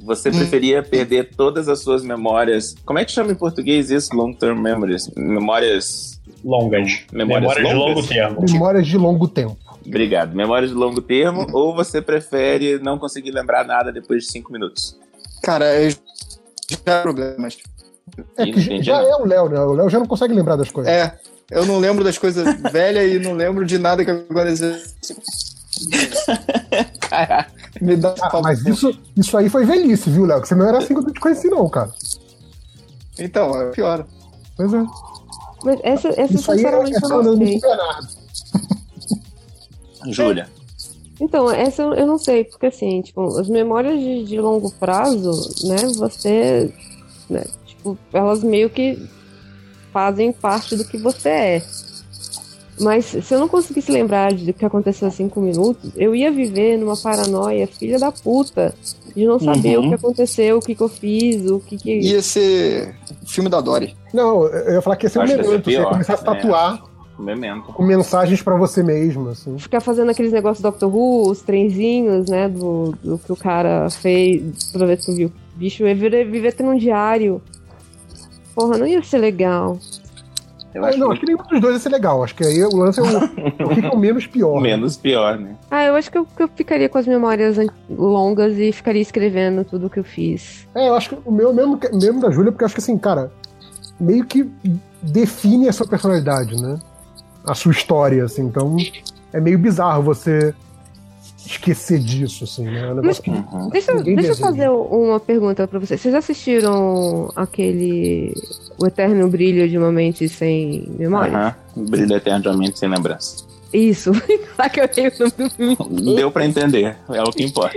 Speaker 2: Você
Speaker 5: Hum.
Speaker 2: preferia perder todas as suas memórias? Como é que chama em português isso? Long term memories. Memórias.
Speaker 5: longas.
Speaker 2: Memórias
Speaker 5: Memórias de
Speaker 2: longas?
Speaker 5: longo termo.
Speaker 1: Memórias de longo tempo.
Speaker 2: Obrigado. Memórias de longo termo, ou você prefere não conseguir lembrar nada depois de 5 minutos?
Speaker 6: Cara, É, eu já problemas.
Speaker 1: É que
Speaker 2: Entendi,
Speaker 1: já
Speaker 2: não.
Speaker 1: é o Léo, né? O Léo já não consegue lembrar das coisas.
Speaker 6: É, eu não lembro das coisas velhas e não lembro de nada que aconteceu.
Speaker 2: Caraca.
Speaker 6: É, Me dá
Speaker 1: Ah,
Speaker 6: pau.
Speaker 1: mas isso, isso aí foi velhice, viu, Léo? Que você não era assim quando eu te conheci, não, cara.
Speaker 6: Então, é pior.
Speaker 1: Pois é.
Speaker 4: Mas essa, essa
Speaker 1: Isso aí é,
Speaker 4: sinceramente
Speaker 1: é
Speaker 4: eu
Speaker 1: só
Speaker 4: não
Speaker 1: andando
Speaker 4: sei.
Speaker 1: no Bernardo.
Speaker 2: Júlia.
Speaker 4: Então, essa eu eu não sei, porque assim, tipo, as memórias de, de longo prazo, né, você, né, tipo, elas meio que fazem parte do que você é. Mas se eu não conseguisse lembrar de- do que aconteceu assim, há cinco minutos, eu ia viver numa paranoia filha da puta de não saber
Speaker 2: Uhum.
Speaker 4: o que aconteceu, o que, que eu fiz, o que que...
Speaker 6: Ia ser filme da Dory.
Speaker 1: Não, eu ia falar que ia ser um
Speaker 2: Acho que ia ser
Speaker 1: momento, você ia
Speaker 2: pior.
Speaker 1: começar a se
Speaker 2: É.
Speaker 1: tatuar
Speaker 2: Memento.
Speaker 1: com mensagens pra você mesmo, assim.
Speaker 4: ficar fazendo aqueles negócios do Doctor Who, os trenzinhos, né? Do, do que o cara fez toda vez que eu vi o bicho. Eu viver, viver tendo um diário. Porra, não ia ser legal.
Speaker 2: Eu
Speaker 1: Ah,
Speaker 2: acho
Speaker 1: não, acho que nenhum dos dois ia ser legal. Acho que aí o lance é o, é o que é o menos pior.
Speaker 2: menos pior, né?
Speaker 4: Ah, eu acho que eu, que eu ficaria com as memórias an- longas e ficaria escrevendo tudo que eu fiz.
Speaker 1: É, eu acho que o meu mesmo, que- mesmo da Júlia, porque eu acho que assim, cara, meio que define a sua personalidade, né? A sua história, assim. Então, é meio bizarro você esquecer disso, assim, né? É um negócio que
Speaker 2: Uhum.
Speaker 4: Deixa, eu-
Speaker 1: Ninguém
Speaker 4: deixa eu
Speaker 1: desenha.
Speaker 4: fazer uma pergunta pra vocês. Vocês já assistiram aquele O Eterno Brilho de uma Mente Sem Memória?
Speaker 2: Aham. Brilha eternamente sem lembrança.
Speaker 4: Isso. Lá que eu dei o nome do filme.
Speaker 2: Deu pra entender. É o que importa.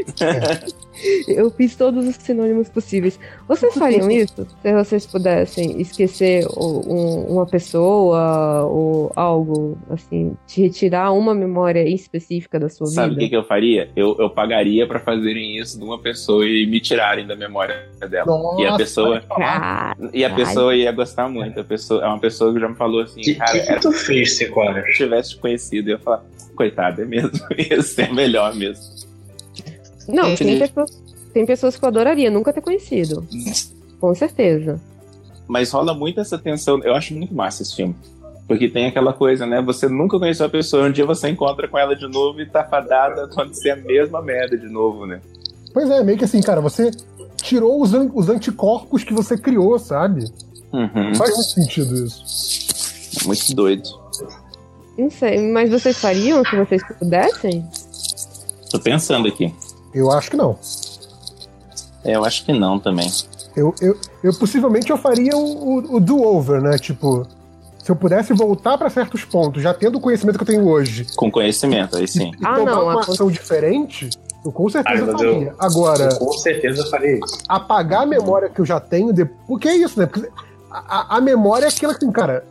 Speaker 4: Eu fiz todos os sinônimos possíveis. Vocês fariam isso? Se vocês pudessem esquecer o- um- uma pessoa ou algo, assim, te retirar uma memória específica da sua
Speaker 2: Sabe o que,
Speaker 4: vida?
Speaker 2: que eu faria? Eu, eu pagaria pra fazerem isso de uma pessoa e me tirarem da memória dela. e a
Speaker 1: Nossa,
Speaker 2: pessoa.
Speaker 4: Cara,
Speaker 2: E a
Speaker 4: Ah, Ai.
Speaker 2: pessoa ia gostar muito. A pessoa, é uma pessoa que já me falou assim,
Speaker 5: O que,
Speaker 2: cara,
Speaker 5: que, que
Speaker 2: era
Speaker 5: tu fez, cinco horas?
Speaker 2: se eu tivesse te conhecido, eu ia falar, coitado, é mesmo isso, é melhor mesmo.
Speaker 4: não, tem
Speaker 6: Entendi.
Speaker 4: pessoas, tem pessoas que eu adoraria nunca ter conhecido. Com certeza.
Speaker 2: Mas rola muito essa tensão, eu acho muito massa esse filme. Porque tem aquela coisa, né? Você nunca conheceu a pessoa, um dia você encontra com ela de novo e tá fadada a acontecer a mesma merda de novo, né?
Speaker 1: Pois é, meio que assim, cara, você tirou os, an- os anticorpos que você criou, sabe?
Speaker 2: Uhum.
Speaker 1: Faz muito sentido isso.
Speaker 2: Muito doido.
Speaker 4: Não sei, mas vocês fariam se vocês pudessem?
Speaker 2: Tô pensando aqui.
Speaker 1: Eu acho que não.
Speaker 2: É, eu acho que não também.
Speaker 1: Eu, eu, eu possivelmente eu faria o, o- o do-over, né? Tipo, se eu pudesse voltar pra certos pontos, já tendo o conhecimento que eu tenho hoje,
Speaker 2: Com conhecimento, aí sim.
Speaker 1: e
Speaker 4: Ah,
Speaker 1: tomar
Speaker 4: não,
Speaker 1: uma
Speaker 4: a-
Speaker 1: ação diferente, eu com certeza
Speaker 5: Ah, mas eu-
Speaker 1: faria. Agora,
Speaker 5: Eu com certeza faria isso.
Speaker 1: apagar a memória que eu já tenho, de... porque é isso, né? Porque a, a- a memória é aquela que, cara,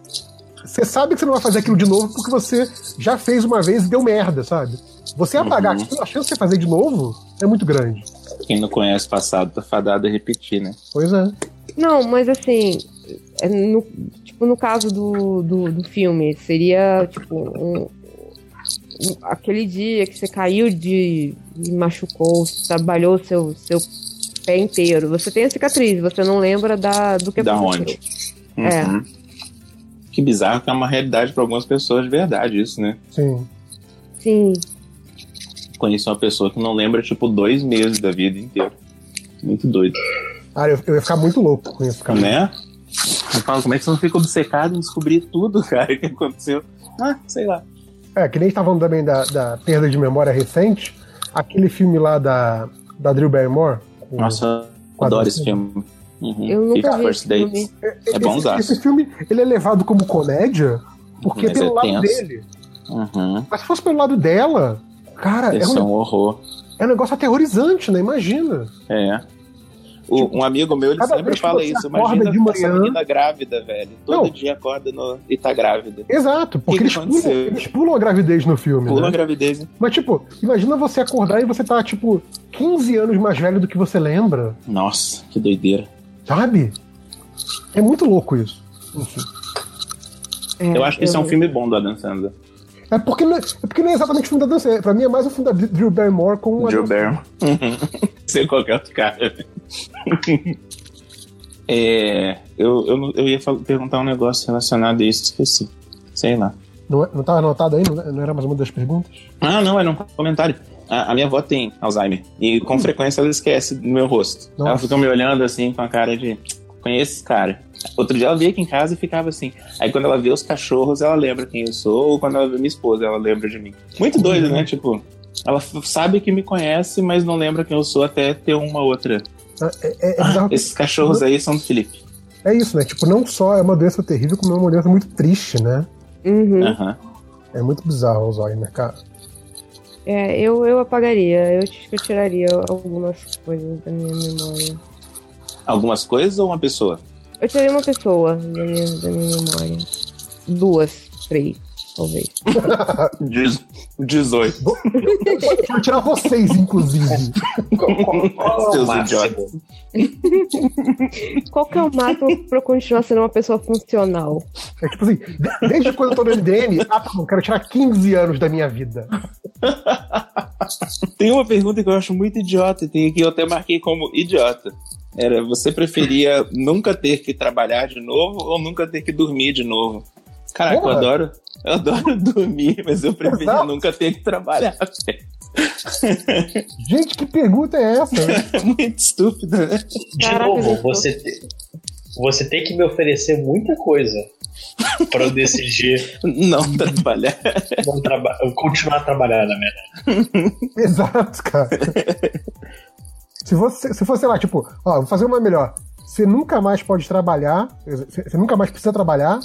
Speaker 1: você sabe que você não vai fazer aquilo de novo porque você já fez uma vez e deu merda, sabe? Você apagar
Speaker 2: Uhum.
Speaker 1: aquilo, a chance de você fazer de novo é muito grande.
Speaker 2: Quem não conhece o passado tá fadado a repetir, né?
Speaker 1: Pois é.
Speaker 4: Não, mas assim, é no, tipo, no caso do, do, do filme, seria tipo um- um- aquele dia que você caiu de. e machucou, trabalhou seu, seu pé inteiro. Você tem a cicatriz, você não lembra da, do que
Speaker 2: Da
Speaker 4: aconteceu.
Speaker 2: onde?
Speaker 4: É.
Speaker 2: Uhum. Que bizarro que é uma realidade pra algumas pessoas de verdade, isso, né?
Speaker 1: Sim.
Speaker 4: Sim.
Speaker 2: Conheci uma pessoa que não lembra, tipo, dois meses da vida inteira. Muito doido.
Speaker 1: Cara, eu, eu ia ficar muito louco com isso, cara.
Speaker 2: é Né? Eu falo, como é que você não fica obcecado em descobrir tudo, cara, que aconteceu?
Speaker 6: Ah, sei lá.
Speaker 1: É, que nem estavam também da, da perda de memória recente, aquele filme lá da, da Drew Barrymore. com-
Speaker 2: Nossa, eu adoro esse filme. Uhum.
Speaker 4: Eu nunca
Speaker 2: Fifty
Speaker 4: vi
Speaker 2: First
Speaker 4: esse filme.
Speaker 2: Dates.
Speaker 1: esse,
Speaker 2: É bonzaço.
Speaker 1: Esse filme, ele é levado como comédia porque
Speaker 2: Mas
Speaker 1: pelo
Speaker 2: é
Speaker 1: lado
Speaker 2: tenso.
Speaker 1: dele.
Speaker 2: Uhum.
Speaker 1: Mas se fosse pelo lado dela, cara, é
Speaker 2: Esse é
Speaker 1: um,
Speaker 2: um horror.
Speaker 1: é um negócio aterrorizante, né? Imagina.
Speaker 2: É. O- um amigo meu, ele
Speaker 1: Tipo, cada
Speaker 2: sempre
Speaker 1: vez que
Speaker 2: fala
Speaker 1: você
Speaker 2: isso.
Speaker 1: acorda
Speaker 2: Imagina
Speaker 1: de
Speaker 2: essa
Speaker 1: manhã-
Speaker 2: menina grávida, velho. Todo
Speaker 1: Não.
Speaker 2: dia acorda no- e tá grávida.
Speaker 1: Exato, porque
Speaker 2: que
Speaker 1: eles, pulam,
Speaker 2: aconteceu?
Speaker 1: eles pulam a gravidez no filme.
Speaker 2: Pula a
Speaker 1: né?
Speaker 2: gravidez. hein?
Speaker 1: Mas, tipo, imagina você acordar e você tá, tipo, 15 anos mais velho do que você lembra,
Speaker 2: Nossa, que doideira.
Speaker 1: sabe? É muito louco isso.
Speaker 2: Uhum.
Speaker 1: Enfim.
Speaker 2: eu acho que esse é um filme bom do Adam Sandler.
Speaker 1: É porque não é, é porque não é exatamente o filme da dança. é- Pra mim é mais o filme da Drew Barrymore com o
Speaker 2: Drew
Speaker 1: Adam-
Speaker 2: Barrymore. Sei qual que é outro cara. É, eu, eu, não- eu ia fal- perguntar um negócio relacionado a isso, esqueci. Sei lá.
Speaker 1: Não, é- não tá anotado aí? Não, não era mais uma das perguntas?
Speaker 2: Ah, não, era um comentário. A, a minha avó tem Alzheimer. E com frequência ela esquece do meu rosto.
Speaker 1: Hum. Nossa.
Speaker 2: Ela fica me olhando assim com a cara de. Conheço esse cara. Outro dia ela veio aqui em casa e ficava assim. Aí quando ela vê os cachorros, ela lembra quem eu sou. Ou quando ela vê minha esposa, ela lembra de mim.
Speaker 1: Uhum.
Speaker 2: Muito doido, né? Tipo, ela f- sabe que me conhece, mas não lembra quem eu sou até ter uma outra.
Speaker 1: É, é bizarro que-
Speaker 2: Esses cachorros aí são do Felipe.
Speaker 1: é isso, né? Tipo, não só é uma doença terrível, como é uma doença muito triste, né?
Speaker 4: Uhum.
Speaker 2: Aham.
Speaker 1: É muito bizarro o Alzheimer, cara.
Speaker 4: É, eu, eu apagaria, eu acho que eu tiraria algumas coisas da minha memória.
Speaker 2: Algumas coisas ou uma pessoa?
Speaker 4: Eu tirei uma pessoa da minha, da minha memória. Duas, três, talvez.
Speaker 2: Dez- 18.
Speaker 1: Vou tirar vocês, inclusive.
Speaker 5: Qual, qual- qual é o
Speaker 2: Seus
Speaker 5: máximo?
Speaker 2: idiotas.
Speaker 4: Qual que é o máximo pra eu continuar sendo uma pessoa funcional?
Speaker 1: É tipo assim, de- desde quando eu tô no MDM, ah, tá bom, quero tirar 15 anos da minha vida.
Speaker 2: Tem uma pergunta que eu acho muito idiota, e tem que eu até marquei como idiota. Era, você preferia nunca ter que trabalhar de novo ou nunca ter que dormir de novo? Caraca,
Speaker 1: Porra.
Speaker 2: eu adoro. Eu adoro dormir, mas eu preferia
Speaker 1: Exato.
Speaker 2: nunca ter que trabalhar.
Speaker 1: Gente, que pergunta é essa? né?
Speaker 2: É muito estúpido, né?
Speaker 5: De
Speaker 4: Caraca,
Speaker 5: novo,
Speaker 4: gente,
Speaker 5: você, te- você tem que me oferecer muita coisa pra eu decidir
Speaker 2: Não trabalhar.
Speaker 5: não traba- continuar trabalhando, né?
Speaker 1: Exato, cara. Se você, se fosse, sei lá, tipo, ó, vou fazer uma melhor. Você nunca mais pode trabalhar, você você nunca mais precisa trabalhar,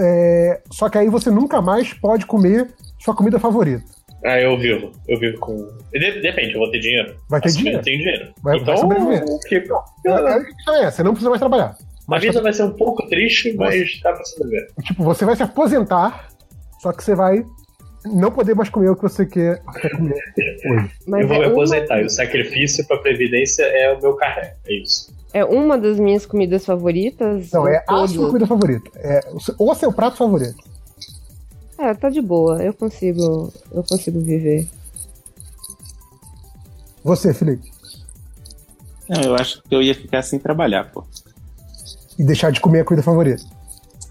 Speaker 1: é, só que aí você nunca mais pode comer sua comida favorita.
Speaker 5: Ah, eu vivo. Eu vivo com. De- Depende, eu vou ter dinheiro.
Speaker 1: Vai ter
Speaker 5: Assim,
Speaker 1: dinheiro.
Speaker 5: Eu tenho dinheiro.
Speaker 1: Vai- vai
Speaker 5: então,
Speaker 1: sobreviver.
Speaker 5: eu fico-
Speaker 1: Aí a questão é, você não precisa mais trabalhar.
Speaker 5: A
Speaker 1: Mas, tá-
Speaker 5: vida vai ser um pouco triste, mas dá pra sobreviver.
Speaker 1: tipo, você vai se aposentar, só que você vai não poder mais comer o que você quer, quer comer.
Speaker 4: Mas
Speaker 5: eu vou
Speaker 4: é
Speaker 5: me
Speaker 4: uma-
Speaker 5: aposentar. E o sacrifício pra Previdência é o meu carré. É isso.
Speaker 4: É uma das minhas comidas favoritas.
Speaker 1: Não,
Speaker 4: de
Speaker 1: é a
Speaker 4: todos.
Speaker 1: sua comida favorita. É o seu- ou seu prato favorito.
Speaker 4: É, tá de boa. Eu consigo, eu consigo viver.
Speaker 1: Você, Felipe.
Speaker 2: Não, eu acho que eu ia ficar sem trabalhar, pô.
Speaker 1: E deixar de comer a comida favorita.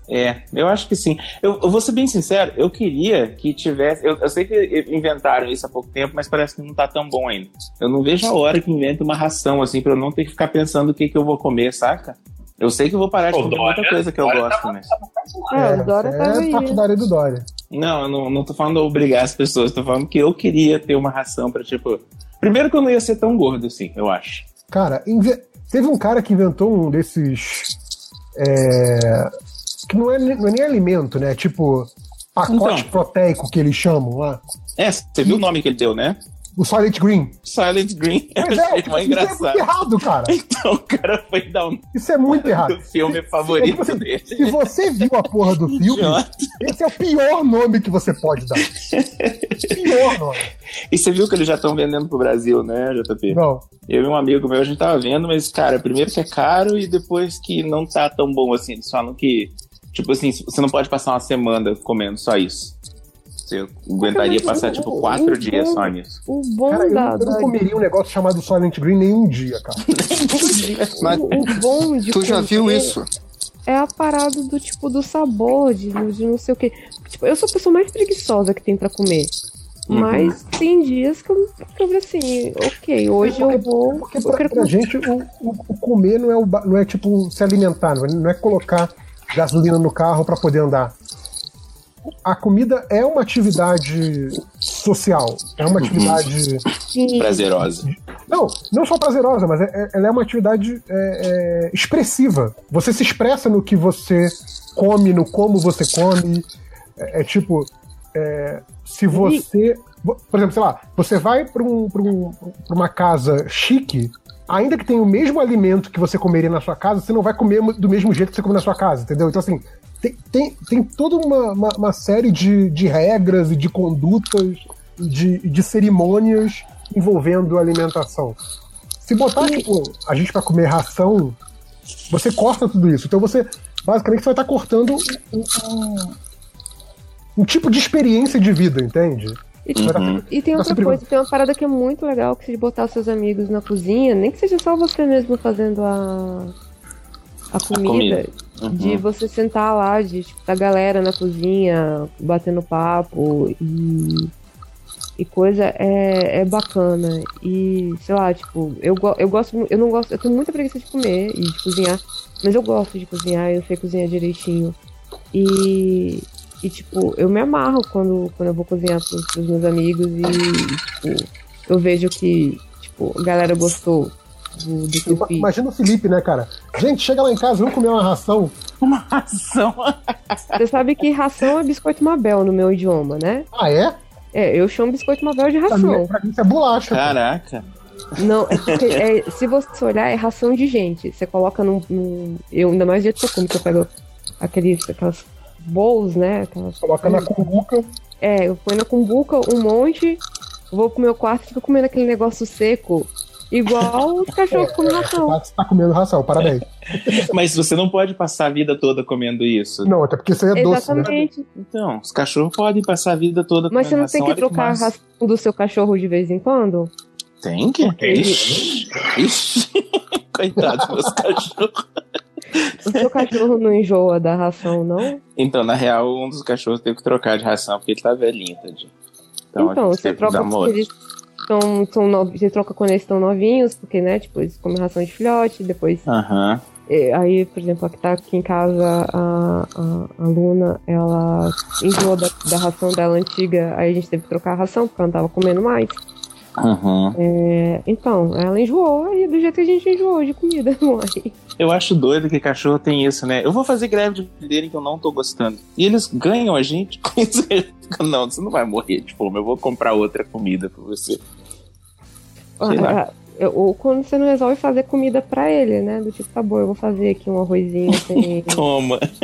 Speaker 2: É, eu acho que sim. Eu, eu vou ser bem sincero, eu queria que tivesse. Eu, eu sei que inventaram isso há pouco tempo, mas parece que não tá tão bom ainda. Eu não vejo a hora que invente uma ração, assim, pra eu não ter que ficar pensando o que, que eu vou comer, saca? Eu sei que eu vou parar de
Speaker 5: Ô,
Speaker 2: comer
Speaker 5: Dória,
Speaker 2: muita coisa que eu
Speaker 5: Dória
Speaker 2: gosto, né?
Speaker 4: Ah, o Dora
Speaker 1: é
Speaker 4: tava aí.
Speaker 1: partidário do Dória.
Speaker 2: Não, eu não, não tô falando obrigar as pessoas, tô falando que eu queria ter uma ração pra, tipo. Primeiro que eu não ia ser tão gordo, assim, eu acho.
Speaker 1: Cara, inve- teve um cara que inventou um desses. é, Que não é, ne- não é nem alimento, né? Tipo, pacote
Speaker 2: Então.
Speaker 1: proteico que eles chamam lá.
Speaker 2: É, você viu o nome que ele deu, né?
Speaker 1: O Silent Green.
Speaker 2: Silent Green. Eu
Speaker 1: Mas
Speaker 2: achei
Speaker 1: é,
Speaker 2: mais
Speaker 1: isso é muito
Speaker 2: engraçado.
Speaker 1: errado, cara.
Speaker 2: Então o cara foi dar um o nome
Speaker 1: Isso é muito errado.
Speaker 2: do filme favorito
Speaker 1: você-
Speaker 2: dele.
Speaker 1: Se você viu a porra do filme,
Speaker 2: Idiota.
Speaker 1: esse é o pior nome que você pode dar. Pior nome.
Speaker 2: E você viu que eles já estão vendendo pro Brasil, né, JP?
Speaker 1: Não.
Speaker 2: Eu e um amigo meu, a gente tava vendo, mas, cara, primeiro que é caro e depois que não tá tão bom assim. Eles falam que, tipo assim, você não pode passar uma semana comendo só isso. Você aguentaria
Speaker 4: mas
Speaker 2: passar,
Speaker 4: eu-
Speaker 2: tipo,
Speaker 4: eu-
Speaker 2: quatro
Speaker 4: eu-
Speaker 2: dias só nisso.
Speaker 4: O bom
Speaker 1: Um Cara, eu,
Speaker 4: da,
Speaker 1: eu não
Speaker 4: da-
Speaker 1: comeria um negócio chamado Silent Green nenhum dia, cara. Um
Speaker 7: Mas
Speaker 4: o, o bom de
Speaker 7: tu já
Speaker 4: comer
Speaker 7: viu isso?
Speaker 4: É a parada do tipo do sabor, de, de não sei o quê. Tipo, eu sou a pessoa mais preguiçosa que tem pra comer.
Speaker 2: Uhum.
Speaker 4: Mas tem dias que eu, que eu assim, ok, hoje eu vou.
Speaker 1: É Porque
Speaker 4: eu
Speaker 1: pra,
Speaker 4: quero
Speaker 1: pra
Speaker 4: comer.
Speaker 1: gente, o, o- o comer não é, o, ba- não é tipo se alimentar, não é, não é colocar gasolina no carro pra poder andar. a comida é uma atividade social, é uma atividade.
Speaker 4: Sim.
Speaker 2: Prazerosa.
Speaker 1: Não, não só prazerosa, mas é- é- ela é uma atividade é, é, expressiva. Você se expressa no que você come, no como você come. É, é tipo, é, se você. vo- Por exemplo, sei lá, você vai para um, pra um- pra uma casa chique, ainda que tenha o mesmo alimento que você comeria na sua casa, você não vai comer mu- do mesmo jeito que você come na sua casa, entendeu? Então, assim, tem, tem, tem toda uma, uma, uma série de, de regras e de condutas, de, de cerimônias envolvendo a alimentação. Se botar, tipo, a gente pra comer ração, você corta tudo isso. Então você, basicamente, você vai estar cortando um, um- um tipo de experiência de vida, entende?
Speaker 4: E,
Speaker 1: Você vai tá-
Speaker 2: Uhum.
Speaker 4: E tem
Speaker 1: Nossa,
Speaker 4: outra
Speaker 1: prima.
Speaker 4: coisa, tem uma parada que é muito legal, que é de botar os seus amigos na cozinha, nem que seja só você mesmo fazendo a, a comida.
Speaker 2: comida.
Speaker 4: De
Speaker 2: Uhum.
Speaker 4: você sentar lá, de tipo, a galera na cozinha, batendo papo e, e coisa é, é bacana. E, sei lá, tipo, eu, go- eu gosto, mu- eu não gosto, eu tenho muita preguiça de comer e de cozinhar, mas eu gosto de cozinhar, eu sei cozinhar direitinho. E, e tipo, eu me amarro quando, quando eu vou cozinhar pros, pros meus amigos e, tipo, eu vejo que, tipo, a galera gostou do, do que eu
Speaker 1: Ima-
Speaker 4: fiz.
Speaker 1: Imagina o Felipe, né, cara? Gente, chega lá em casa, vamos comer uma ração.
Speaker 4: Você sabe que ração é biscoito Mabel no meu idioma, né?
Speaker 1: Ah, é?
Speaker 4: É, eu chamo biscoito Mabel de
Speaker 1: Pra mim,
Speaker 4: ração.
Speaker 1: pra mim isso é bolacha.
Speaker 2: Caraca.
Speaker 4: Não, é porque é, se você olhar, é ração de gente. Você coloca num. num- eu ainda mais do jeito que eu como, que eu pego aqueles, aquelas bowls, né? Aquelas,
Speaker 1: Coloca na cumbuca.
Speaker 4: é, eu ponho na cumbuca um monte, vou pro meu quarto e fico comendo aquele negócio seco. Igual os cachorros que comem ração.
Speaker 1: Tá, você tá comendo ração, parabéns.
Speaker 2: Mas você não pode passar a vida toda comendo isso.
Speaker 1: Não, até porque isso aí é doce, né?
Speaker 4: Exatamente.
Speaker 2: Então, os cachorros podem passar a vida toda
Speaker 4: Mas você
Speaker 2: comendo
Speaker 4: não tem
Speaker 2: ração. é
Speaker 4: que
Speaker 2: Olha
Speaker 4: trocar a
Speaker 2: massa.
Speaker 4: ração do seu cachorro de vez em quando?
Speaker 2: Tem que? Ixi. Ixi. Coitado dos meus cachorros.
Speaker 4: O seu cachorro não enjoa da ração, não?
Speaker 2: Então, na real, um dos cachorros teve que trocar de ração porque ele tá velhinho, tadinho. Então, a
Speaker 4: Então,
Speaker 2: gente
Speaker 4: você
Speaker 2: teve que
Speaker 4: troca
Speaker 2: dar
Speaker 4: porque
Speaker 2: uma outra.
Speaker 4: eles são, são novos, você troca quando eles estão novinhos, porque, né, tipo, eles comem ração de filhote, depois...
Speaker 2: Aham.
Speaker 4: eh, Aí, por exemplo, a que tá aqui em casa, a, a, a Luna, ela enjoou da, da ração dela antiga, aí a gente teve que trocar a ração, porque ela não tava comendo mais.
Speaker 2: Aham.
Speaker 4: É, então, ela enjoou, aí do jeito que a gente enjoou de comida, é? mãe.
Speaker 2: Eu acho doido que cachorro tem isso, né? Eu vou fazer greve de venderem que eu não tô gostando. E eles ganham a gente com isso. Não, você não vai morrer de fome. Eu vou comprar outra comida pra você. Sei lá.
Speaker 4: Ah, ah, Ou quando você não resolve fazer comida pra ele, né? Do tipo, tá bom, eu vou fazer aqui um arrozinho sem...
Speaker 2: Toma.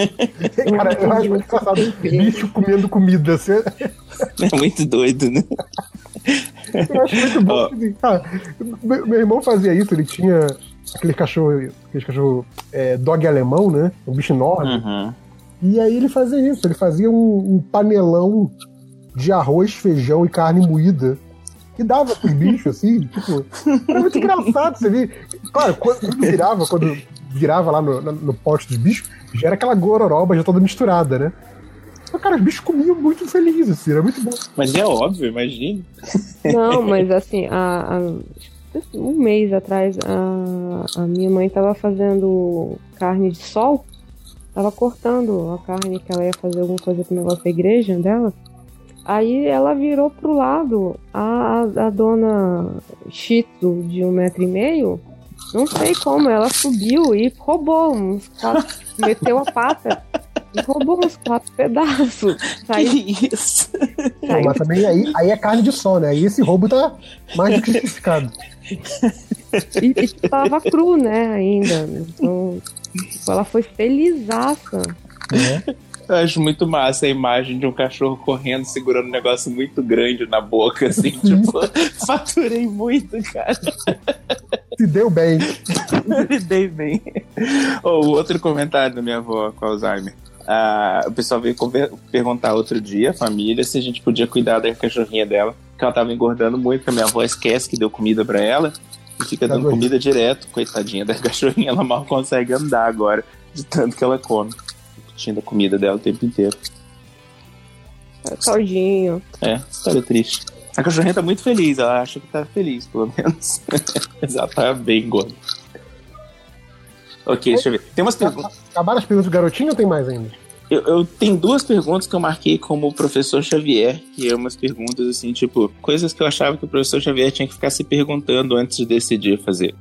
Speaker 1: Cara, eu acho muito engraçado. Bicho comendo comida. assim. Você,
Speaker 2: É muito doido, né?
Speaker 1: Eu acho muito bom.
Speaker 2: Ó.
Speaker 1: que, assim, cara, meu, meu irmão fazia isso, ele tinha aquele cachorro, aquele cachorro é, dog alemão, né? Um bicho enorme.
Speaker 2: Uhum.
Speaker 1: E aí ele fazia isso, ele fazia um, um panelão de arroz, feijão e carne moída. E dava pros bichos, assim, tipo. Era muito engraçado você ver. Claro, quando virava, quando virava lá no, no, no pote dos bichos, já era aquela gororoba já toda misturada, né? Mas, cara, os bichos comiam muito felizes, assim, era muito bom.
Speaker 2: Mas é óbvio, imagina.
Speaker 4: Não, mas assim, há, há, acho que um mês atrás, a, a minha mãe tava fazendo carne de sol, tava cortando a carne que ela ia fazer alguma coisa com o negócio da igreja dela. Aí ela virou pro lado, a, a, a dona Chito, de um metro e meio, não sei como, ela subiu e roubou uns quatro, meteu a pata e roubou uns quatro pedaços. Saiu,
Speaker 2: Que isso?
Speaker 1: Pô,
Speaker 4: saiu
Speaker 1: mas também aí, aí é carne de sol, né? Aí esse roubo tá mais do que justificado.
Speaker 4: E, e tipo, tava cru, né, ainda. Então, tipo, ela foi felizaça.
Speaker 2: Eu acho muito massa a imagem de um cachorro correndo, segurando um negócio muito grande na boca, assim, tipo, faturei muito, cara.
Speaker 1: Se deu bem.
Speaker 2: Me dei bem. Ou outro comentário da minha avó com Alzheimer. Ah, o pessoal veio conver- perguntar outro dia, a família, se a gente podia cuidar da cachorrinha dela, que ela tava engordando muito, que a minha avó esquece que deu comida pra ela e fica
Speaker 1: Tá
Speaker 2: dando
Speaker 1: doido.
Speaker 2: comida direto. Coitadinha da cachorrinha, ela mal consegue andar agora, de tanto que ela come. Repetindo a comida dela o tempo inteiro.
Speaker 4: Todinho.
Speaker 2: É, história triste. A cachorrinha tá muito feliz, ela acha que tá feliz, pelo menos. Mas ela tá bem gorda. Ok, deixa eu ver. Tem umas perguntas.
Speaker 1: Tá, Acabaram as perguntas do garotinho ou tem mais ainda?
Speaker 2: Eu, eu tenho duas perguntas que eu marquei como o professor Xavier, que é umas perguntas assim, tipo, coisas que eu achava que o professor Xavier tinha que ficar se perguntando antes de decidir fazer.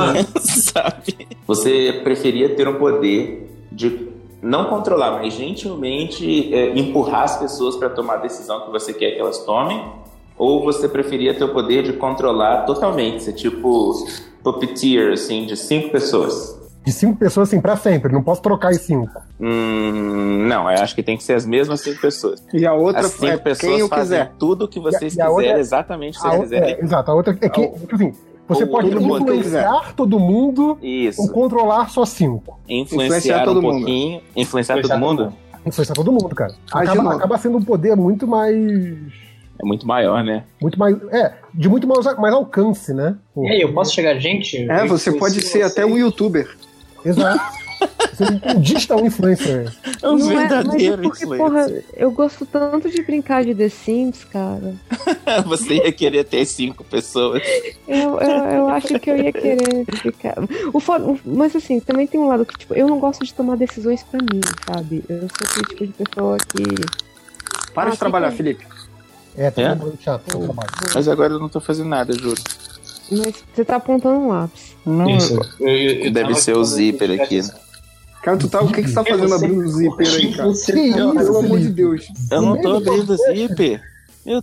Speaker 2: Sabe? Você preferia ter um poder de não controlar, mas gentilmente é, empurrar as pessoas para tomar a decisão que você quer que elas tomem? Ou você preferia ter o poder de controlar totalmente, ser tipo puppeteer, assim, de cinco pessoas?
Speaker 1: De cinco pessoas, assim, pra sempre. Não posso trocar em cinco.
Speaker 2: Hum, não, eu acho que tem que ser as mesmas cinco pessoas.
Speaker 6: E a outra
Speaker 2: as cinco
Speaker 6: é quem
Speaker 2: pessoas
Speaker 6: eu
Speaker 2: fazem
Speaker 6: quiser.
Speaker 2: tudo o que vocês
Speaker 1: E a- e a
Speaker 2: quiserem,
Speaker 6: é
Speaker 1: outra- é
Speaker 2: exatamente o que
Speaker 1: A
Speaker 2: vocês
Speaker 1: outra-
Speaker 2: quiserem.
Speaker 1: é, exato, a outra é que, tipo assim, você
Speaker 2: Ou
Speaker 1: pode
Speaker 2: todo mundo
Speaker 1: influenciar todo mundo ou
Speaker 2: Isso,
Speaker 1: controlar só cinco.
Speaker 2: influenciar,
Speaker 6: é Influenciar todo
Speaker 2: um
Speaker 6: mundo.
Speaker 2: pouquinho, influenciar todo
Speaker 5: Influenciar todo
Speaker 2: mundo
Speaker 1: Influenciar todo mundo, cara.
Speaker 6: Ah, de
Speaker 1: Acaba,
Speaker 6: novo.
Speaker 1: acaba sendo um poder muito mais.
Speaker 2: é muito maior, né?
Speaker 1: Muito mais. É, de muito mais, mais alcance, né? Pô,
Speaker 5: E aí, eu posso chegar, gente?
Speaker 6: É,
Speaker 5: eu
Speaker 6: você
Speaker 5: influencio
Speaker 6: pode ser
Speaker 5: vocês.
Speaker 6: até um youtuber.
Speaker 1: Exato. Você não dista um influencer.
Speaker 2: É um
Speaker 4: Não é- mas é
Speaker 2: verdadeiro
Speaker 4: porque, porra,
Speaker 2: influencer.
Speaker 4: eu gosto tanto de brincar de The Sims, cara.
Speaker 2: Você ia querer ter cinco pessoas.
Speaker 4: Eu, eu, eu acho que eu ia querer ficar. O foda- o- mas assim, também tem um lado que, tipo, eu não gosto de tomar decisões pra mim, sabe? Eu sou aquele tipo de pessoa que.
Speaker 6: Para
Speaker 4: Ah,
Speaker 6: de trabalhar,
Speaker 4: fica-
Speaker 6: Felipe.
Speaker 1: É, tá
Speaker 2: É?
Speaker 1: muito chato esse trabalho.
Speaker 2: Mas agora eu não tô fazendo nada, juro.
Speaker 4: Mas você tá apontando um lápis.
Speaker 6: Não,
Speaker 5: Isso. Eu- eu- eu
Speaker 2: Deve
Speaker 5: tava
Speaker 2: ser o
Speaker 5: falando
Speaker 2: zíper
Speaker 5: que-
Speaker 2: aqui. né?
Speaker 6: Cara, tu tá, o que, que você tá fazendo
Speaker 5: você-
Speaker 6: abrindo o zíper aí, cara?
Speaker 5: Você
Speaker 1: Que
Speaker 5: tá-
Speaker 1: isso,
Speaker 6: Pelo amor de
Speaker 1: Felipe?
Speaker 6: Deus.
Speaker 2: Eu não tô abrindo o zíper.
Speaker 5: Eu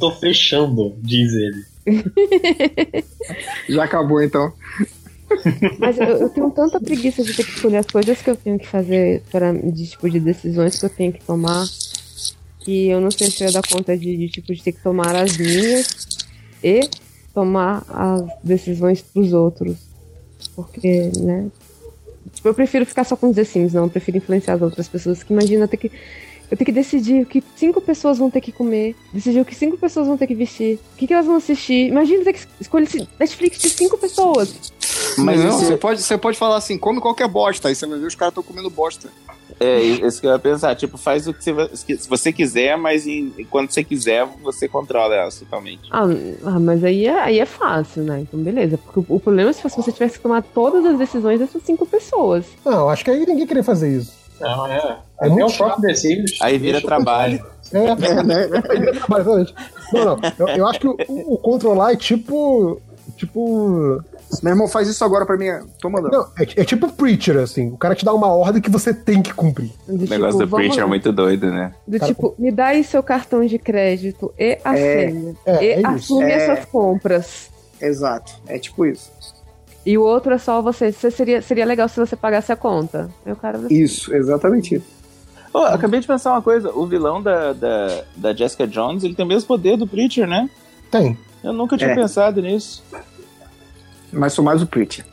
Speaker 5: tô fechando, diz ele.
Speaker 6: Já acabou então.
Speaker 4: Mas eu, eu tenho tanta preguiça de ter que escolher as coisas que eu tenho que fazer para de tipo de decisões que eu tenho que tomar. Que eu não sei se eu ia dar conta de, de, tipo de ter que tomar as minhas e tomar as decisões pros outros. Porque, né? Tipo, eu prefiro ficar só com os The Sims, não. Eu prefiro influenciar as outras pessoas. Que imagina ter que. Eu tenho que decidir o que cinco pessoas vão ter que comer, decidir o que cinco pessoas vão ter que vestir, o que, que elas vão assistir. Imagina ter que escolher esse Netflix de cinco pessoas.
Speaker 6: Mas não,
Speaker 2: esse-
Speaker 6: você, pode, você pode falar assim, come qualquer bosta. Aí você vai ver os caras estão comendo bosta.
Speaker 2: É, isso que eu ia pensar. Tipo, faz o que você, se você quiser, mas em- quando você quiser, você controla elas totalmente.
Speaker 4: Ah, ah, mas aí é, aí é fácil, né? Então, beleza. Porque o, o problema é se fosse você tivesse que tomar todas as decisões dessas cinco pessoas.
Speaker 1: Não, acho que aí ninguém queria fazer isso.
Speaker 5: Não, é.
Speaker 1: É
Speaker 5: Até
Speaker 1: muito
Speaker 5: o próprio tipo, The Sims.
Speaker 2: Aí vira trabalho.
Speaker 1: É,
Speaker 6: né?
Speaker 1: Mas, realmente, Não, não. Eu, eu acho que o, o controlar é tipo. Tipo.
Speaker 6: Meu irmão, faz isso agora pra mim. Tô mandando.
Speaker 1: Não, é, é tipo preacher, assim. O cara te dá uma ordem que você tem que cumprir.
Speaker 4: Do
Speaker 2: O negócio
Speaker 4: tipo,
Speaker 2: do
Speaker 4: vamos-
Speaker 2: Preacher é muito doido, né?
Speaker 4: do tipo, me dá aí seu cartão de crédito e a
Speaker 6: É,
Speaker 4: senha.
Speaker 1: É,
Speaker 4: e
Speaker 1: é isso.
Speaker 4: assume
Speaker 6: É.
Speaker 4: essas compras.
Speaker 6: Exato. É tipo isso.
Speaker 4: E o outro é só você. Você seria, seria legal se você pagasse a conta. Aí o cara.
Speaker 6: Isso, exatamente isso.
Speaker 2: Ô, eu acabei de pensar uma coisa. O vilão da, da, da Jessica Jones, ele tem o mesmo poder do Preacher, né?
Speaker 1: Tem.
Speaker 2: Eu nunca tinha
Speaker 6: É.
Speaker 2: pensado nisso.
Speaker 6: Mas sou mais o Pretty.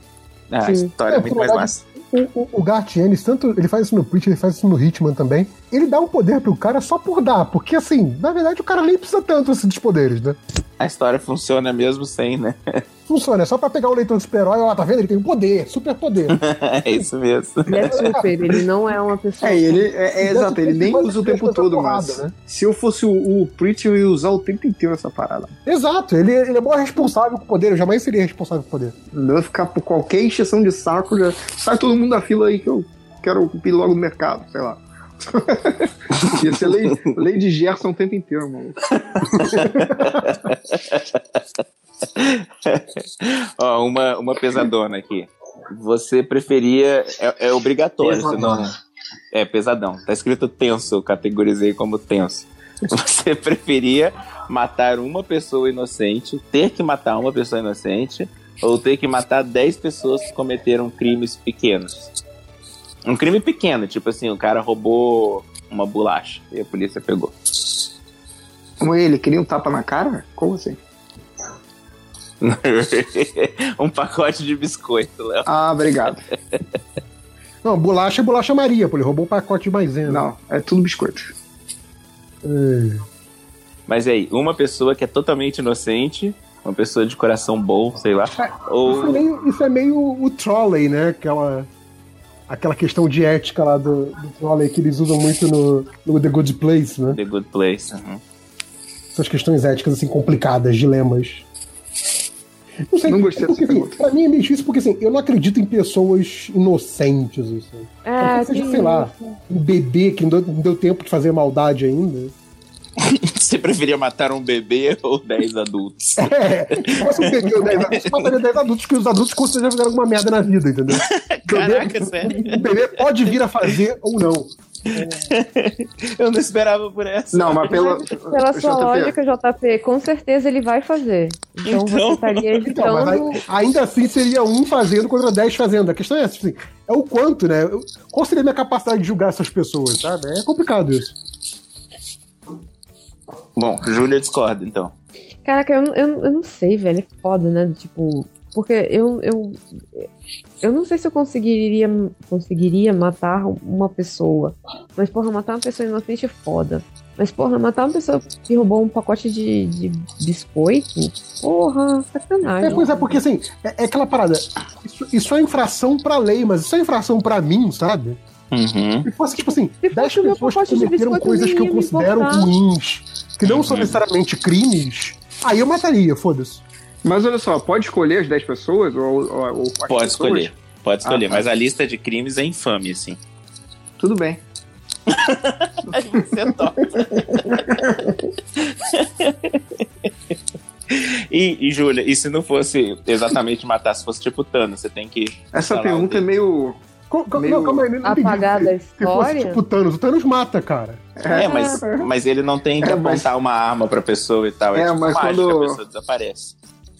Speaker 2: Ah, a
Speaker 4: Sim.
Speaker 2: história é,
Speaker 1: É,
Speaker 2: muito
Speaker 1: por
Speaker 2: mais
Speaker 1: verdade-
Speaker 2: massa.
Speaker 1: O, o, o Garth Ennis, tanto ele faz isso no Preacher, ele faz isso no Hitman também. Ele dá um poder pro cara só por dar, porque assim, na verdade o cara nem precisa tanto assim, dos poderes, né?
Speaker 2: A história funciona mesmo sem, né?
Speaker 1: Funciona, é só pra pegar o leitor de super-herói, ó, tá vendo? Ele tem um poder, super poder.
Speaker 2: É isso mesmo.
Speaker 4: Ele é super, ele não é uma pessoa.
Speaker 6: É, ele é, é
Speaker 1: Então,
Speaker 6: exato, ele
Speaker 1: você
Speaker 6: nem
Speaker 1: pode
Speaker 6: usa o
Speaker 1: fazer
Speaker 6: tempo
Speaker 1: essa
Speaker 6: todo,
Speaker 1: porrada,
Speaker 6: mas
Speaker 1: né?
Speaker 6: se eu fosse o, o Pretty, eu ia usar o tempo inteiro essa parada.
Speaker 1: Exato, ele, ele é mó responsável com o poder, eu jamais seria responsável com o poder.
Speaker 6: Eu ia ficar por qualquer encheção de saco, já sai todo mundo da fila aí que eu quero ir logo no mercado, sei lá. ia ser lei, lei de Gerson o tempo inteiro, mano.
Speaker 2: Ó, uma, uma pesadona aqui. Você preferia. É, é obrigatório, senão. É pesadão. Tá escrito tenso, eu categorizei como tenso. Você preferia matar uma pessoa inocente, ter que matar uma pessoa inocente, ou ter que matar 10 pessoas que cometeram crimes pequenos? Um crime pequeno, tipo assim, o cara roubou uma bolacha e a polícia pegou.
Speaker 6: Como ele, queria um tapa na cara? Como assim?
Speaker 2: um pacote de biscoito, Léo.
Speaker 6: Ah, obrigado.
Speaker 1: Não, bolacha é bolacha Maria, pô, ele roubou o pacote de maisena.
Speaker 6: Não, é tudo biscoito.
Speaker 1: É.
Speaker 2: Mas e aí, uma pessoa que é totalmente inocente, uma pessoa de coração bom, sei lá,
Speaker 1: Isso, é
Speaker 2: ou
Speaker 1: meio, isso é meio o trolley, né? Aquela, aquela questão de ética lá do, do trolley que eles usam muito no, no The Good Place, né?
Speaker 2: The Good Place. Uhum.
Speaker 1: Essas questões éticas, assim, complicadas, dilemas. Não sei.
Speaker 7: Não gostei
Speaker 1: porque,
Speaker 7: dessa
Speaker 1: assim,
Speaker 7: pergunta.
Speaker 1: pra mim é meio difícil porque assim, eu não acredito em pessoas inocentes. Assim.
Speaker 4: É,
Speaker 1: Talvez seja,
Speaker 4: tem
Speaker 1: sei lá, um bebê que não deu, não deu tempo de fazer maldade ainda.
Speaker 2: Você preferia matar um bebê ou 10 adultos?
Speaker 1: É, se fosse um bebê ou 10 adultos, eu mataria 10 adultos, porque os adultos com certeza fizeram alguma merda na vida, entendeu?
Speaker 2: Caraca, sério.
Speaker 1: O bebê pode vir a fazer ou não.
Speaker 2: Eu não esperava por essa.
Speaker 7: Não, mas pela.
Speaker 4: Mas, Pela sua
Speaker 7: JP,
Speaker 4: lógica, JP, com certeza ele vai fazer. Então,
Speaker 2: Então-
Speaker 4: você estaria
Speaker 1: Então, mas
Speaker 4: evitando.
Speaker 1: aí- ainda assim seria um fazendo contra 10 fazendo. A questão é essa, assim, é o quanto, né? Eu- Qual seria a minha capacidade de julgar essas pessoas, sabe? É complicado isso.
Speaker 2: Bom, Júlia discorda, então.
Speaker 4: Caraca, eu, não- eu, não- eu não sei, velho. É foda, né? Tipo, porque eu, eu. Eu não sei se eu conseguiria, conseguiria matar uma pessoa. Mas, porra, matar uma pessoa inocente é foda. Mas, porra, matar uma pessoa que roubou um pacote de, de biscoito? Porra, sacanagem.
Speaker 1: É, pois é, porque assim, é, é aquela parada. Isso, isso é infração pra lei, mas isso é infração pra mim, sabe?
Speaker 2: Uhum.
Speaker 1: Se fosse, tipo assim,
Speaker 4: Se fosse
Speaker 1: 10
Speaker 4: o meu
Speaker 1: pessoas que
Speaker 4: pacote de
Speaker 1: cometeram
Speaker 4: biscoito,
Speaker 1: coisas
Speaker 4: eu
Speaker 1: que eu
Speaker 4: não ia me
Speaker 1: considero
Speaker 4: importar.
Speaker 1: ruins, que não são
Speaker 2: Uhum.
Speaker 1: necessariamente crimes, aí eu mataria, foda-se.
Speaker 7: Mas olha só, pode escolher as 10 pessoas? Ou, ou- ou as
Speaker 2: Pode
Speaker 7: pessoas?
Speaker 2: escolher. Pode escolher,
Speaker 7: Ah, tá.
Speaker 2: mas a lista de crimes é infame, assim.
Speaker 7: Tudo bem.
Speaker 2: Você topa. e, e, Júlia, e se não fosse exatamente matar, se fosse tipo Thanos, você tem que.
Speaker 7: Essa
Speaker 2: Sei lá,
Speaker 7: pergunta é
Speaker 2: o
Speaker 7: meio.
Speaker 1: Co- co-
Speaker 7: Meio
Speaker 1: Não, calma aí, não entendi.
Speaker 4: Apagada a
Speaker 1: Se fosse
Speaker 4: história.
Speaker 1: tipo o Thanos, o Thanos mata, cara.
Speaker 2: É, mas, mas ele não tem que
Speaker 7: É, mas-
Speaker 2: apontar uma arma pra pessoa e tal. É,
Speaker 7: É,
Speaker 2: tipo
Speaker 7: mas
Speaker 2: mágica,
Speaker 7: quando-
Speaker 2: a pessoa desaparece.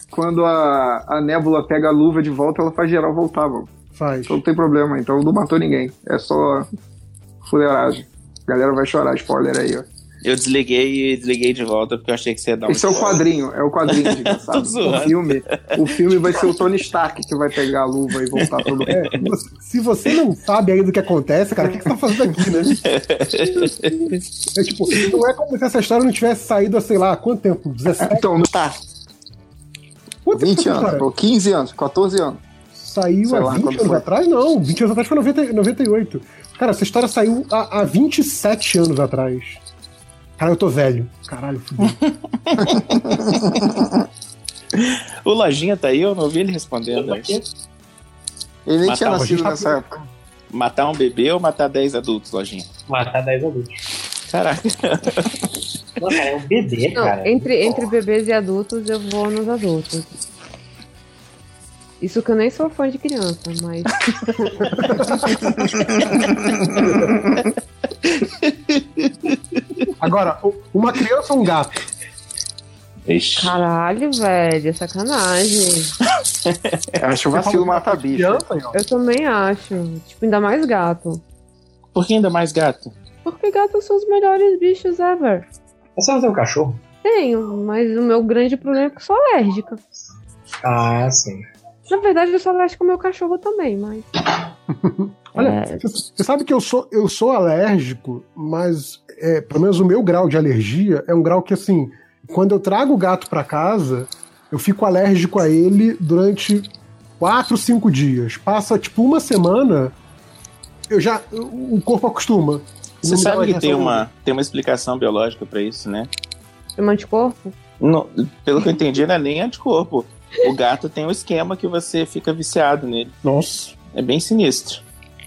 Speaker 7: Quando a, a nébula pega a luva de volta, ela faz geral voltar, mano.
Speaker 1: Faz.
Speaker 7: Então não tem problema, então não matou ninguém. É só fuleiragem. A galera vai chorar, spoiler aí, ó.
Speaker 2: Eu desliguei e desliguei de volta porque eu achei que você ia dar um.
Speaker 7: Esse é o
Speaker 2: spoiler.
Speaker 7: quadrinho, é o quadrinho, desgraçado.
Speaker 2: Tô zoando.
Speaker 7: o filme, o filme vai ser o Tony Stark que vai pegar a luva e voltar todo mundo.
Speaker 1: Se É, você não sabe ainda o que acontece, cara, o que, que você tá fazendo aqui, né? É tipo, não é como se essa história não tivesse saído há, sei lá, quanto tempo? 17?
Speaker 7: Então, não tá.
Speaker 1: Quanto tempo
Speaker 7: 20
Speaker 1: essa
Speaker 7: anos,
Speaker 1: história?
Speaker 7: ou 15 anos, 14 anos.
Speaker 1: Saiu
Speaker 7: Sei
Speaker 1: há
Speaker 7: lá,
Speaker 1: 20
Speaker 7: quando
Speaker 1: anos
Speaker 7: foi.
Speaker 1: atrás? Não, 20 anos atrás foi 90, 98. Cara, essa história saiu há, há 27 anos atrás. Cara, eu tô velho. Caralho, fudeu.
Speaker 2: O Lojinha tá aí, eu não ouvi ele respondendo.
Speaker 5: tá
Speaker 7: Ele nem
Speaker 2: Mas
Speaker 7: tinha
Speaker 2: tá,
Speaker 7: nascido
Speaker 1: tá-
Speaker 7: nessa época.
Speaker 2: Matar um bebê ou matar 10 adultos, Lojinha?
Speaker 5: Matar 10 adultos.
Speaker 2: Caraca.
Speaker 5: Não, cara, é um bebê,
Speaker 4: Não,
Speaker 5: cara.
Speaker 4: entre, entre bebês e adultos, eu vou nos adultos. Isso que eu nem sou fã de criança, mas.
Speaker 1: Agora, o- uma criança ou um gato?
Speaker 2: Ixi.
Speaker 4: Caralho, velho, é sacanagem.
Speaker 7: Acho o vacilo mata bicho.
Speaker 1: Criança, ó.
Speaker 4: Eu também acho. Tipo, ainda mais gato.
Speaker 2: Por que ainda é mais gato?
Speaker 4: Porque gatos são os melhores bichos ever.
Speaker 5: Você não tem um cachorro?
Speaker 4: Tenho, mas o meu grande problema é que eu sou alérgica.
Speaker 5: Ah, sim.
Speaker 4: Na verdade, eu sou alérgica ao meu cachorro também, mas.
Speaker 1: Olha,
Speaker 4: É.
Speaker 1: você você sabe que eu sou, eu sou alérgico, mas é, pelo menos o meu grau de alergia é um grau que, assim, quando eu trago o gato pra casa, eu fico alérgico a ele durante quatro, cinco dias. Passa, tipo, uma semana, eu já. O corpo acostuma.
Speaker 2: Você
Speaker 1: Não me dá
Speaker 2: sabe
Speaker 1: mais
Speaker 4: é
Speaker 2: que tem
Speaker 1: reação
Speaker 2: uma,
Speaker 4: um-
Speaker 2: tem uma explicação biológica pra isso, né?
Speaker 4: Tem um anticorpo?
Speaker 2: Não, pelo que eu entendi, não é nem anticorpo. O gato tem um esquema que você fica viciado nele.
Speaker 1: Nossa.
Speaker 2: É bem sinistro.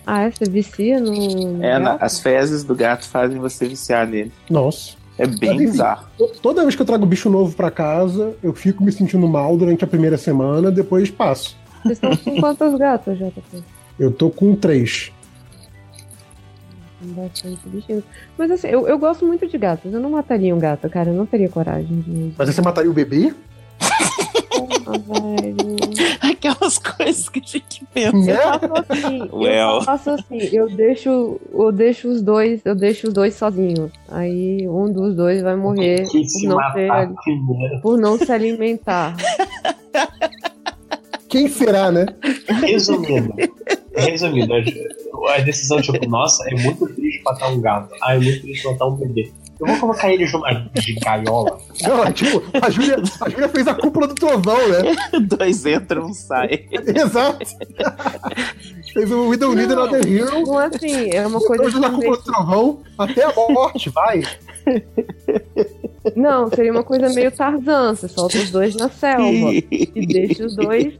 Speaker 4: Ah, é? Você vicia no.
Speaker 2: É, na-
Speaker 4: gato?
Speaker 2: as fezes do gato fazem você viciar nele.
Speaker 1: Nossa.
Speaker 2: É bem
Speaker 1: Mas, enfim,
Speaker 2: bizarro.
Speaker 1: to- Toda vez que eu trago bicho novo pra casa, eu fico me sentindo mal durante a primeira semana, depois passo.
Speaker 4: Vocês estão com quantos gatos, JP?
Speaker 1: Eu tô com três.
Speaker 4: Bastante bichinho. Mas assim, eu, eu gosto muito de gatos. Eu não mataria um gato, cara. Eu não teria coragem de.
Speaker 1: Mas aí você mataria o bebê?
Speaker 4: Ah, velho.
Speaker 2: Aquelas coisas que a gente pensa.
Speaker 4: Eu faço assim.
Speaker 2: Well.
Speaker 4: Eu faço assim. Eu deixo, eu deixo os dois. Eu deixo os dois sozinhos. Aí um dos dois vai morrer
Speaker 5: Tem que se
Speaker 4: por não,
Speaker 5: matar
Speaker 4: ter-
Speaker 5: primeiro.
Speaker 4: por não se alimentar.
Speaker 1: Quem será, né?
Speaker 5: Resumindo, resumindo, a a decisão, tipo, nossa, é muito triste matar um gato. Ah, é muito triste matar um bebê. Eu vou colocar eles numa de gaiola.
Speaker 1: Não, é tipo, a Júlia, a Júlia fez a cúpula do trovão, né?
Speaker 2: Dois entram, um sai.
Speaker 1: Exato. fez o We Don't Need
Speaker 4: Não.
Speaker 1: Another Hero,
Speaker 4: Não é assim. É uma coisa.
Speaker 1: depois da
Speaker 4: que
Speaker 1: cúpula do trovão, até a morte, vai.
Speaker 4: Não, seria uma coisa meio Tarzan. Você solta os dois na selva e deixa os dois.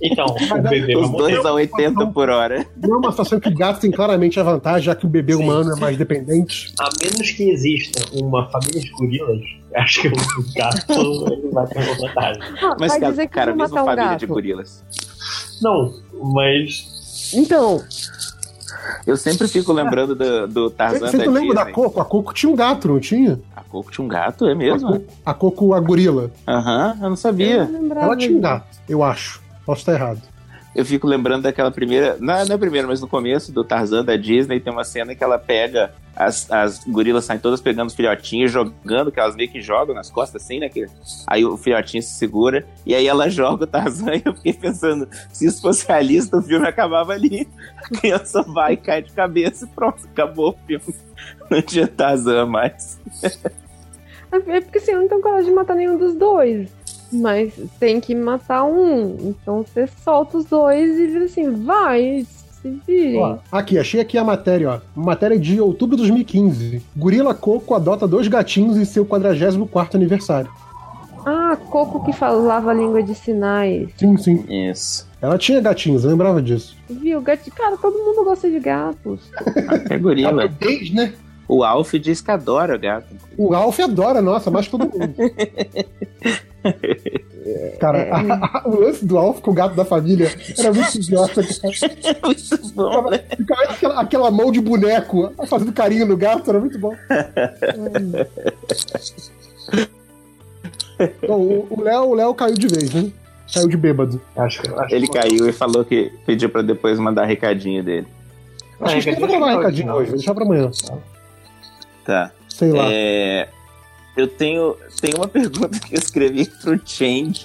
Speaker 5: Então,
Speaker 4: é
Speaker 5: o bebê vai
Speaker 2: Os
Speaker 5: morrer.
Speaker 2: dois a 80 por hora.
Speaker 1: Não é uma situação que o gato tem claramente a vantagem, já que o bebê humano é mais dependente.
Speaker 5: A menos que exista uma família de gorilas, acho que o gato ele vai ter uma vantagem.
Speaker 4: Ah,
Speaker 2: Mas,
Speaker 4: vai
Speaker 2: cara,
Speaker 4: dizer que
Speaker 2: cara
Speaker 4: não
Speaker 2: mesmo
Speaker 4: matar um
Speaker 2: família de
Speaker 4: gato.
Speaker 2: gorilas.
Speaker 5: Não, mas.
Speaker 4: então,
Speaker 2: Eu sempre fico lembrando do, do Tarzan
Speaker 1: Você
Speaker 2: da
Speaker 1: não lembra da
Speaker 2: Disney.
Speaker 1: Coco? A Coco tinha um gato, não tinha?
Speaker 2: A Coco tinha um gato, é
Speaker 1: A
Speaker 2: mesmo?
Speaker 1: Coco, a, Coco, a gorila.
Speaker 2: Aham, eu não sabia.
Speaker 4: eu não lembrava.
Speaker 1: Ela tinha um
Speaker 4: disso.
Speaker 1: gato, eu acho. Posso estar errado.
Speaker 2: Eu fico lembrando daquela primeira. Não, não é a primeira, mas no começo do Tarzan da Disney tem uma cena que ela pega. As, as gorilas saem todas pegando os filhotinhos, jogando, que elas meio que jogam nas costas, assim, né? que- Aí o filhotinho se segura, e aí ela joga o Tarzan, e eu fiquei pensando, se isso fosse realista, o filme acabava ali. A criança vai, cai de cabeça e pronto, acabou o filme. Não tinha Tarzan mais.
Speaker 4: É porque assim, eu não tenho coragem de matar nenhum dos dois. Mas tem que matar um. Então você solta os dois e diz assim, vai, se virem.
Speaker 1: Ó, aqui, achei aqui a matéria, ó. Matéria de outubro de 2015. Gorila Coco adota dois gatinhos em seu 44 aniversário.
Speaker 4: Ah, Coco que falava a língua de sinais.
Speaker 1: Sim, sim.
Speaker 2: Isso.
Speaker 1: Ela tinha gatinhos, eu lembrava disso.
Speaker 4: Viu? Gato... Cara, todo mundo gosta de gatos.
Speaker 2: Até gorila.
Speaker 1: Desde, né?
Speaker 2: O Alf diz que adora gato.
Speaker 1: O Alf adora, nossa, mais que todo mundo. Cara,
Speaker 5: É.
Speaker 1: a- a- o lance do Alf com o gato da família era muito idiota. cara.
Speaker 2: Muito bom, né?
Speaker 1: Ficava Aquela, aquela mão de boneco fazendo carinho no gato, era muito bom. Bom, o- o Léo o Léo caiu de vez, né? Caiu de bêbado.
Speaker 5: Acho que. Acho
Speaker 2: Ele
Speaker 5: que-
Speaker 2: caiu e falou que pediu pra depois mandar recadinho dele.
Speaker 1: Acho
Speaker 5: É,
Speaker 1: que a gente vai gravar recadinho hoje, vou deixar pra amanhã.
Speaker 2: Tá.
Speaker 1: Sei lá.
Speaker 2: É, eu tenho, tenho uma pergunta que eu escrevi pro Change,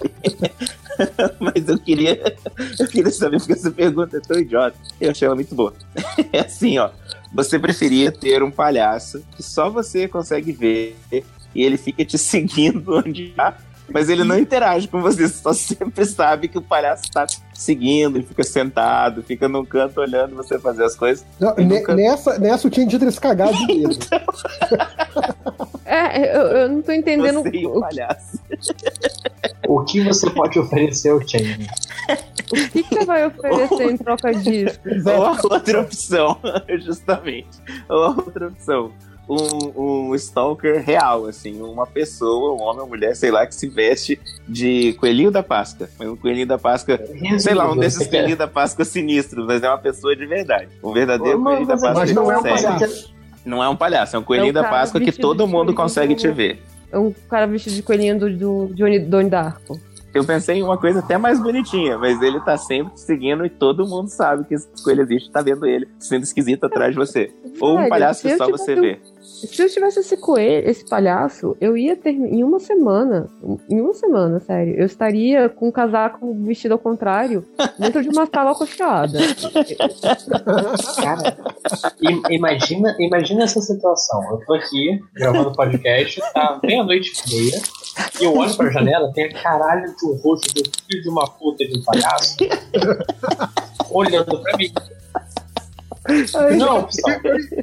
Speaker 2: mas eu queria, eu queria saber porque essa pergunta é tão idiota. Eu achei ela muito boa. É assim, ó. Você preferia ter um palhaço que só você consegue ver e ele fica te seguindo onde tá, mas ele não interage com você, você só sempre sabe que o palhaço tá te seguindo, ele fica sentado, fica num canto olhando você fazer as coisas.
Speaker 1: Não,
Speaker 2: eu
Speaker 1: ne-
Speaker 2: nunca-
Speaker 1: nessa, nessa eu tinha dito esse cagado de medo.
Speaker 4: É, eu, eu não tô entendendo.
Speaker 2: Você e
Speaker 4: o-
Speaker 2: o palhaço.
Speaker 5: O que você pode oferecer ao Chain?
Speaker 4: O que, que você vai oferecer em troca disso?
Speaker 2: Ou a outra opção, justamente. Ou a outra opção. Um, um stalker real, assim, uma pessoa, um homem, uma mulher, sei lá, que se veste de coelhinho da Páscoa. Mas um coelhinho da Páscoa, sei lá, um desses coelhinhos da Páscoa sinistro, mas é uma pessoa de verdade. Um verdadeiro coelhinho da Páscoa.
Speaker 1: Mas
Speaker 2: que
Speaker 1: não é um
Speaker 2: te segue.
Speaker 1: palhaço.
Speaker 2: Não é um palhaço, é um coelhinho
Speaker 4: É um
Speaker 2: da
Speaker 4: cara
Speaker 2: Páscoa que
Speaker 4: vestido
Speaker 2: todo
Speaker 4: de
Speaker 2: mundo
Speaker 4: coelhinho
Speaker 2: consegue
Speaker 4: da-
Speaker 2: te ver.
Speaker 4: É Um cara vestido de coelhinho do, do Johnny Donnie Darko.
Speaker 2: Eu pensei em uma coisa até mais bonitinha, mas ele tá sempre te seguindo e todo mundo sabe que esse coelho existe, tá vendo ele sendo esquisito atrás de você. Ou um
Speaker 4: Velho,
Speaker 2: palhaço
Speaker 4: se
Speaker 2: que
Speaker 4: eu
Speaker 2: só
Speaker 4: tivesse
Speaker 2: você
Speaker 4: um-
Speaker 2: vê.
Speaker 4: Se eu tivesse esse coelho, esse palhaço, eu ia ter em uma semana, em uma semana, sério, eu estaria com um casaco vestido ao contrário dentro de uma sala acolchoada.
Speaker 5: Cara, im- imagina, imagina essa situação. Eu tô aqui gravando podcast, tá meia-noite e meia, e eu olho pra janela, tem a caralho do rosto do filho de uma puta de um palhaço olhando pra mim. Não, pessoal,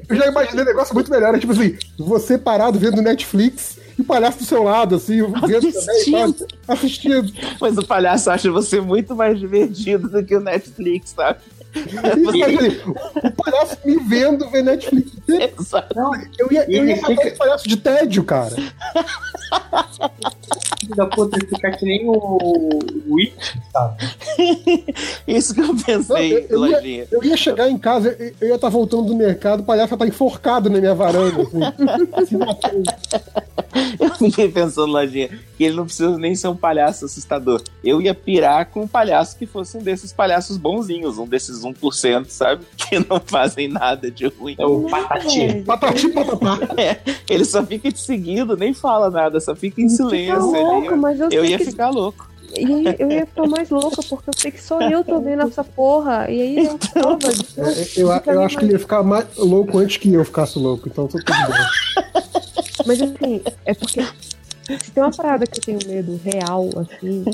Speaker 1: Eu já imaginei um negócio muito melhor, é tipo assim, você parado vendo Netflix e o palhaço do seu lado, assim, vendo também, sabe? Assistindo.
Speaker 2: Mas o palhaço acha você é muito mais divertido do que o Netflix, sabe?
Speaker 1: E, mas, assim, o palhaço me vendo ver Netflix.
Speaker 2: Exato.
Speaker 1: Eu ia, eu
Speaker 5: Ele
Speaker 1: ia matar
Speaker 5: fica-
Speaker 1: esse palhaço de tédio, cara.
Speaker 5: filho da puta ele fica que nem o Witch, sabe?
Speaker 2: Isso que
Speaker 1: Tá.
Speaker 2: eu
Speaker 1: Não,
Speaker 2: pensei,
Speaker 1: eu- eu ia-
Speaker 2: Lojinha.
Speaker 1: Eu ia chegar em casa, eu- eu ia estar voltando do mercado, o palhaço ia estar enforcado na minha varanda, assim. Se matando.
Speaker 2: Eu fiquei pensando, Lojinha, que ele não precisa nem ser um palhaço assustador. Eu ia pirar com um palhaço que fosse um desses palhaços bonzinhos, um desses 1%, sabe? Que não fazem nada de ruim. É,
Speaker 5: É o Patati.
Speaker 1: Patati patatá.
Speaker 2: Ele só fica te seguindo, nem fala nada, só fica em
Speaker 4: Fica
Speaker 2: silêncio. ali.
Speaker 4: louco, mas eu,
Speaker 2: Eu
Speaker 4: sei
Speaker 2: ia
Speaker 4: que...
Speaker 2: ficar louco.
Speaker 4: E aí eu ia ficar mais louca, porque eu sei que só eu tô vendo essa porra. E aí eu
Speaker 2: Então.
Speaker 4: tava.
Speaker 1: É, Eu, eu acho que ele ia ficar mais louco antes que eu ficasse louco, então tô tudo bem.
Speaker 4: Mas assim, é porque. Se tem uma parada que eu tenho medo real, assim,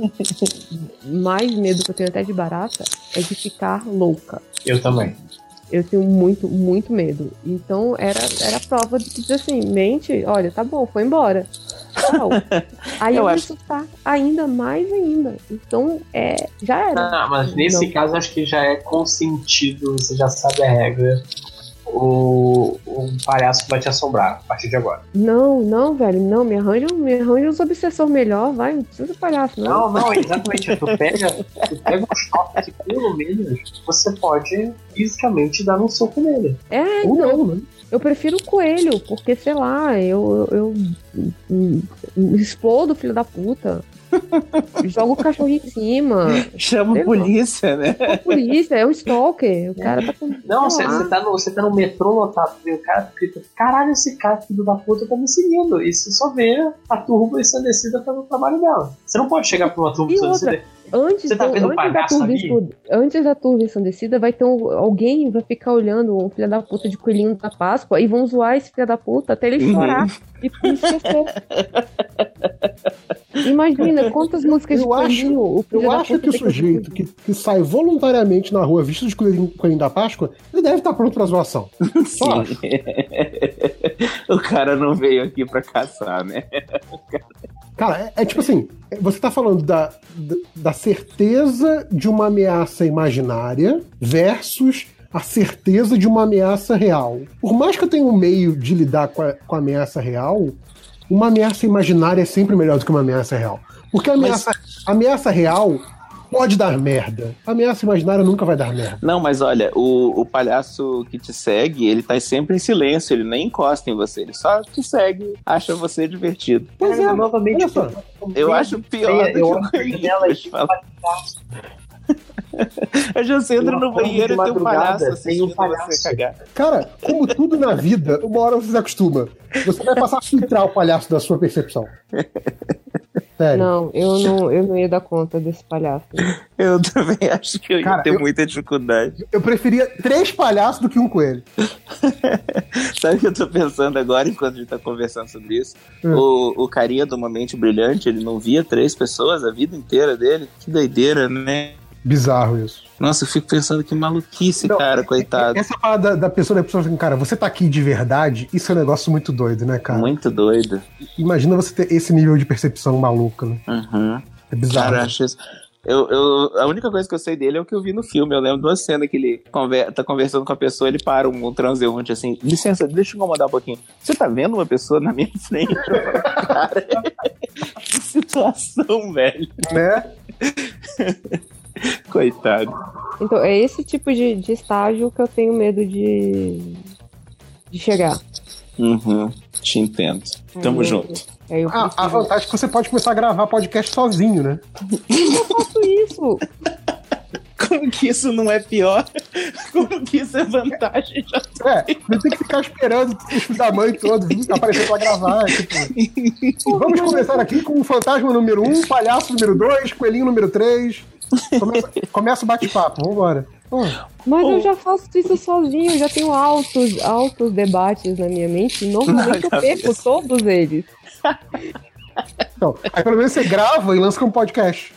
Speaker 4: mais medo que eu tenho até de barata, é de ficar louca.
Speaker 5: Eu também.
Speaker 4: Eu tenho muito, muito medo. Então era, era prova de que dizer assim, mente, olha, tá bom, foi embora. Tchau. Aí
Speaker 2: Eu
Speaker 4: eu, vou
Speaker 2: acho-
Speaker 4: chutar ainda mais ainda. Então, é, já era.
Speaker 5: Ah, mas nesse
Speaker 4: Não.
Speaker 5: caso acho que já é consentido, você já sabe a regra. O, o palhaço vai te assombrar a partir de agora.
Speaker 4: Não, não, velho, não, me arranja, um- me arranja uns obsessor melhor, vai, não precisa de palhaço, não.
Speaker 5: Não, não, exatamente. tu pega, tu pega um choque que pelo menos você pode fisicamente dar um soco nele.
Speaker 4: É,
Speaker 1: Ou
Speaker 4: não,
Speaker 1: não, né?
Speaker 4: eu prefiro o coelho, porque, sei lá, eu, eu, eu- eu explodo, filho da puta. Jogo o cachorro em cima.
Speaker 2: Chama
Speaker 4: Sei
Speaker 2: a
Speaker 4: lá.
Speaker 2: polícia, né?
Speaker 4: É polícia, é um stalker. O cara tá com.
Speaker 5: Não, você
Speaker 4: sei lá.
Speaker 5: você tá, no- você tá no metrô lotado e o cara grita: caralho, esse cara filho da puta tá me seguindo. E você só vê a turma ensandecida fazendo o trabalho dela. Você não pode chegar pra uma turma
Speaker 4: E
Speaker 5: ensandecida
Speaker 4: Antes,
Speaker 5: Você tá
Speaker 4: do-
Speaker 5: vendo o
Speaker 4: antes, da
Speaker 5: palhaço
Speaker 4: turma
Speaker 5: ali?
Speaker 4: escud- antes da turma ensandecida, vai ter um- alguém vai ficar olhando um filho da puta de coelhinho da Páscoa e vão zoar esse filho da puta até ele
Speaker 2: Uhum.
Speaker 4: chorar e e esquecer. Imagina quantas músicas de
Speaker 1: Eu acho-
Speaker 4: coelhinho o filho
Speaker 1: Eu
Speaker 4: da
Speaker 1: acho
Speaker 4: puta
Speaker 1: que o
Speaker 4: tem
Speaker 1: sujeito que, que sai voluntariamente na rua visto de coelhinho coelhinho da Páscoa, ele deve estar pronto pra zoação. Só acho.
Speaker 2: assim. o cara não veio aqui pra caçar, né?
Speaker 1: Cara, é, é tipo assim, você tá falando da, da, da certeza de uma ameaça imaginária versus a certeza de uma ameaça real. Por mais que eu tenha um meio de lidar com a, com a ameaça real, uma ameaça imaginária é sempre melhor do que uma ameaça real. Porque a ameaça, a ameaça real pode dar merda. A ameaça imaginária nunca vai dar merda.
Speaker 2: Não, mas olha, o, o palhaço que te segue, ele tá sempre em silêncio, ele nem encosta em você, ele só te segue, acha você divertido.
Speaker 1: Pois
Speaker 5: Cara,
Speaker 1: é,
Speaker 5: novamente,
Speaker 1: olha só.
Speaker 2: Eu acho pior do
Speaker 5: eu
Speaker 2: que o
Speaker 5: acho
Speaker 2: coelhinho,
Speaker 5: que ela é
Speaker 2: vou te falar. Eu já sei, entra
Speaker 5: Eu
Speaker 2: no
Speaker 5: acordo
Speaker 2: banheiro
Speaker 5: de
Speaker 2: e tem um
Speaker 5: madrugada,
Speaker 2: palhaço
Speaker 5: tem um
Speaker 2: assistindo
Speaker 5: palhaço.
Speaker 2: você cagar.
Speaker 1: Cara, como tudo na vida, uma hora você se acostuma. Você vai passar a filtrar o palhaço da sua percepção. Sério.
Speaker 4: Não, eu não, eu não ia dar conta desse palhaço.
Speaker 2: Eu também acho que eu ia
Speaker 1: Cara,
Speaker 2: ter um
Speaker 1: eu-
Speaker 2: muita dificuldade.
Speaker 1: Eu preferia três palhaços do que um coelho.
Speaker 2: Sabe o que eu tô pensando agora, enquanto a gente tá conversando sobre isso?
Speaker 1: Hum.
Speaker 2: O, o carinha de uma mente brilhante, ele não via três pessoas a vida inteira dele? Que doideira, né?
Speaker 1: Bizarro isso.
Speaker 2: Nossa, eu fico pensando que maluquice,
Speaker 1: Não,
Speaker 5: é,
Speaker 2: cara, coitado.
Speaker 1: Essa parada da, da pessoa da pessoa assim, cara, você tá aqui de verdade, isso é um negócio muito doido, né, cara?
Speaker 2: Muito doido.
Speaker 1: Imagina você ter esse nível de percepção maluca, né?
Speaker 2: Uhum.
Speaker 1: É bizarro.
Speaker 2: Cara, eu acho isso. Eu, eu- a única coisa que eu sei dele é o que eu vi no filme. Eu lembro de uma cena que ele conver- tá conversando com a pessoa, ele para um, transeunte assim: licença, deixa eu incomodar um pouquinho. Você tá vendo uma pessoa na minha frente? cara, que situação, velho.
Speaker 1: Né?
Speaker 2: Coitado.
Speaker 4: Então, é esse tipo de, de estágio que eu tenho medo de, de chegar.
Speaker 2: Uhum. Te entendo.
Speaker 1: Uhum.
Speaker 2: Tamo
Speaker 4: Aí eu-
Speaker 2: junto.
Speaker 4: Aí eu
Speaker 1: Ah, a
Speaker 4: preciso-
Speaker 1: vantagem é que você pode começar a gravar podcast sozinho, né?
Speaker 4: faço isso.
Speaker 2: Como que isso não é pior? Como que isso é vantagem? Já
Speaker 1: É, você tem que ficar esperando os filhos da mãe todo vir aparecer pra gravar. tipo. Vamos começar aqui com o fantasma número um, palhaço número dois, coelhinho número três. Começa, começa o bate-papo, vambora. Pô,
Speaker 4: Mas
Speaker 2: Ou-
Speaker 4: eu já faço isso sozinho, eu já tenho altos, altos debates na minha mente. e Normalmente
Speaker 2: Na
Speaker 4: é eu perco todos eles.
Speaker 1: Então, aí pelo menos você grava e lança como podcast.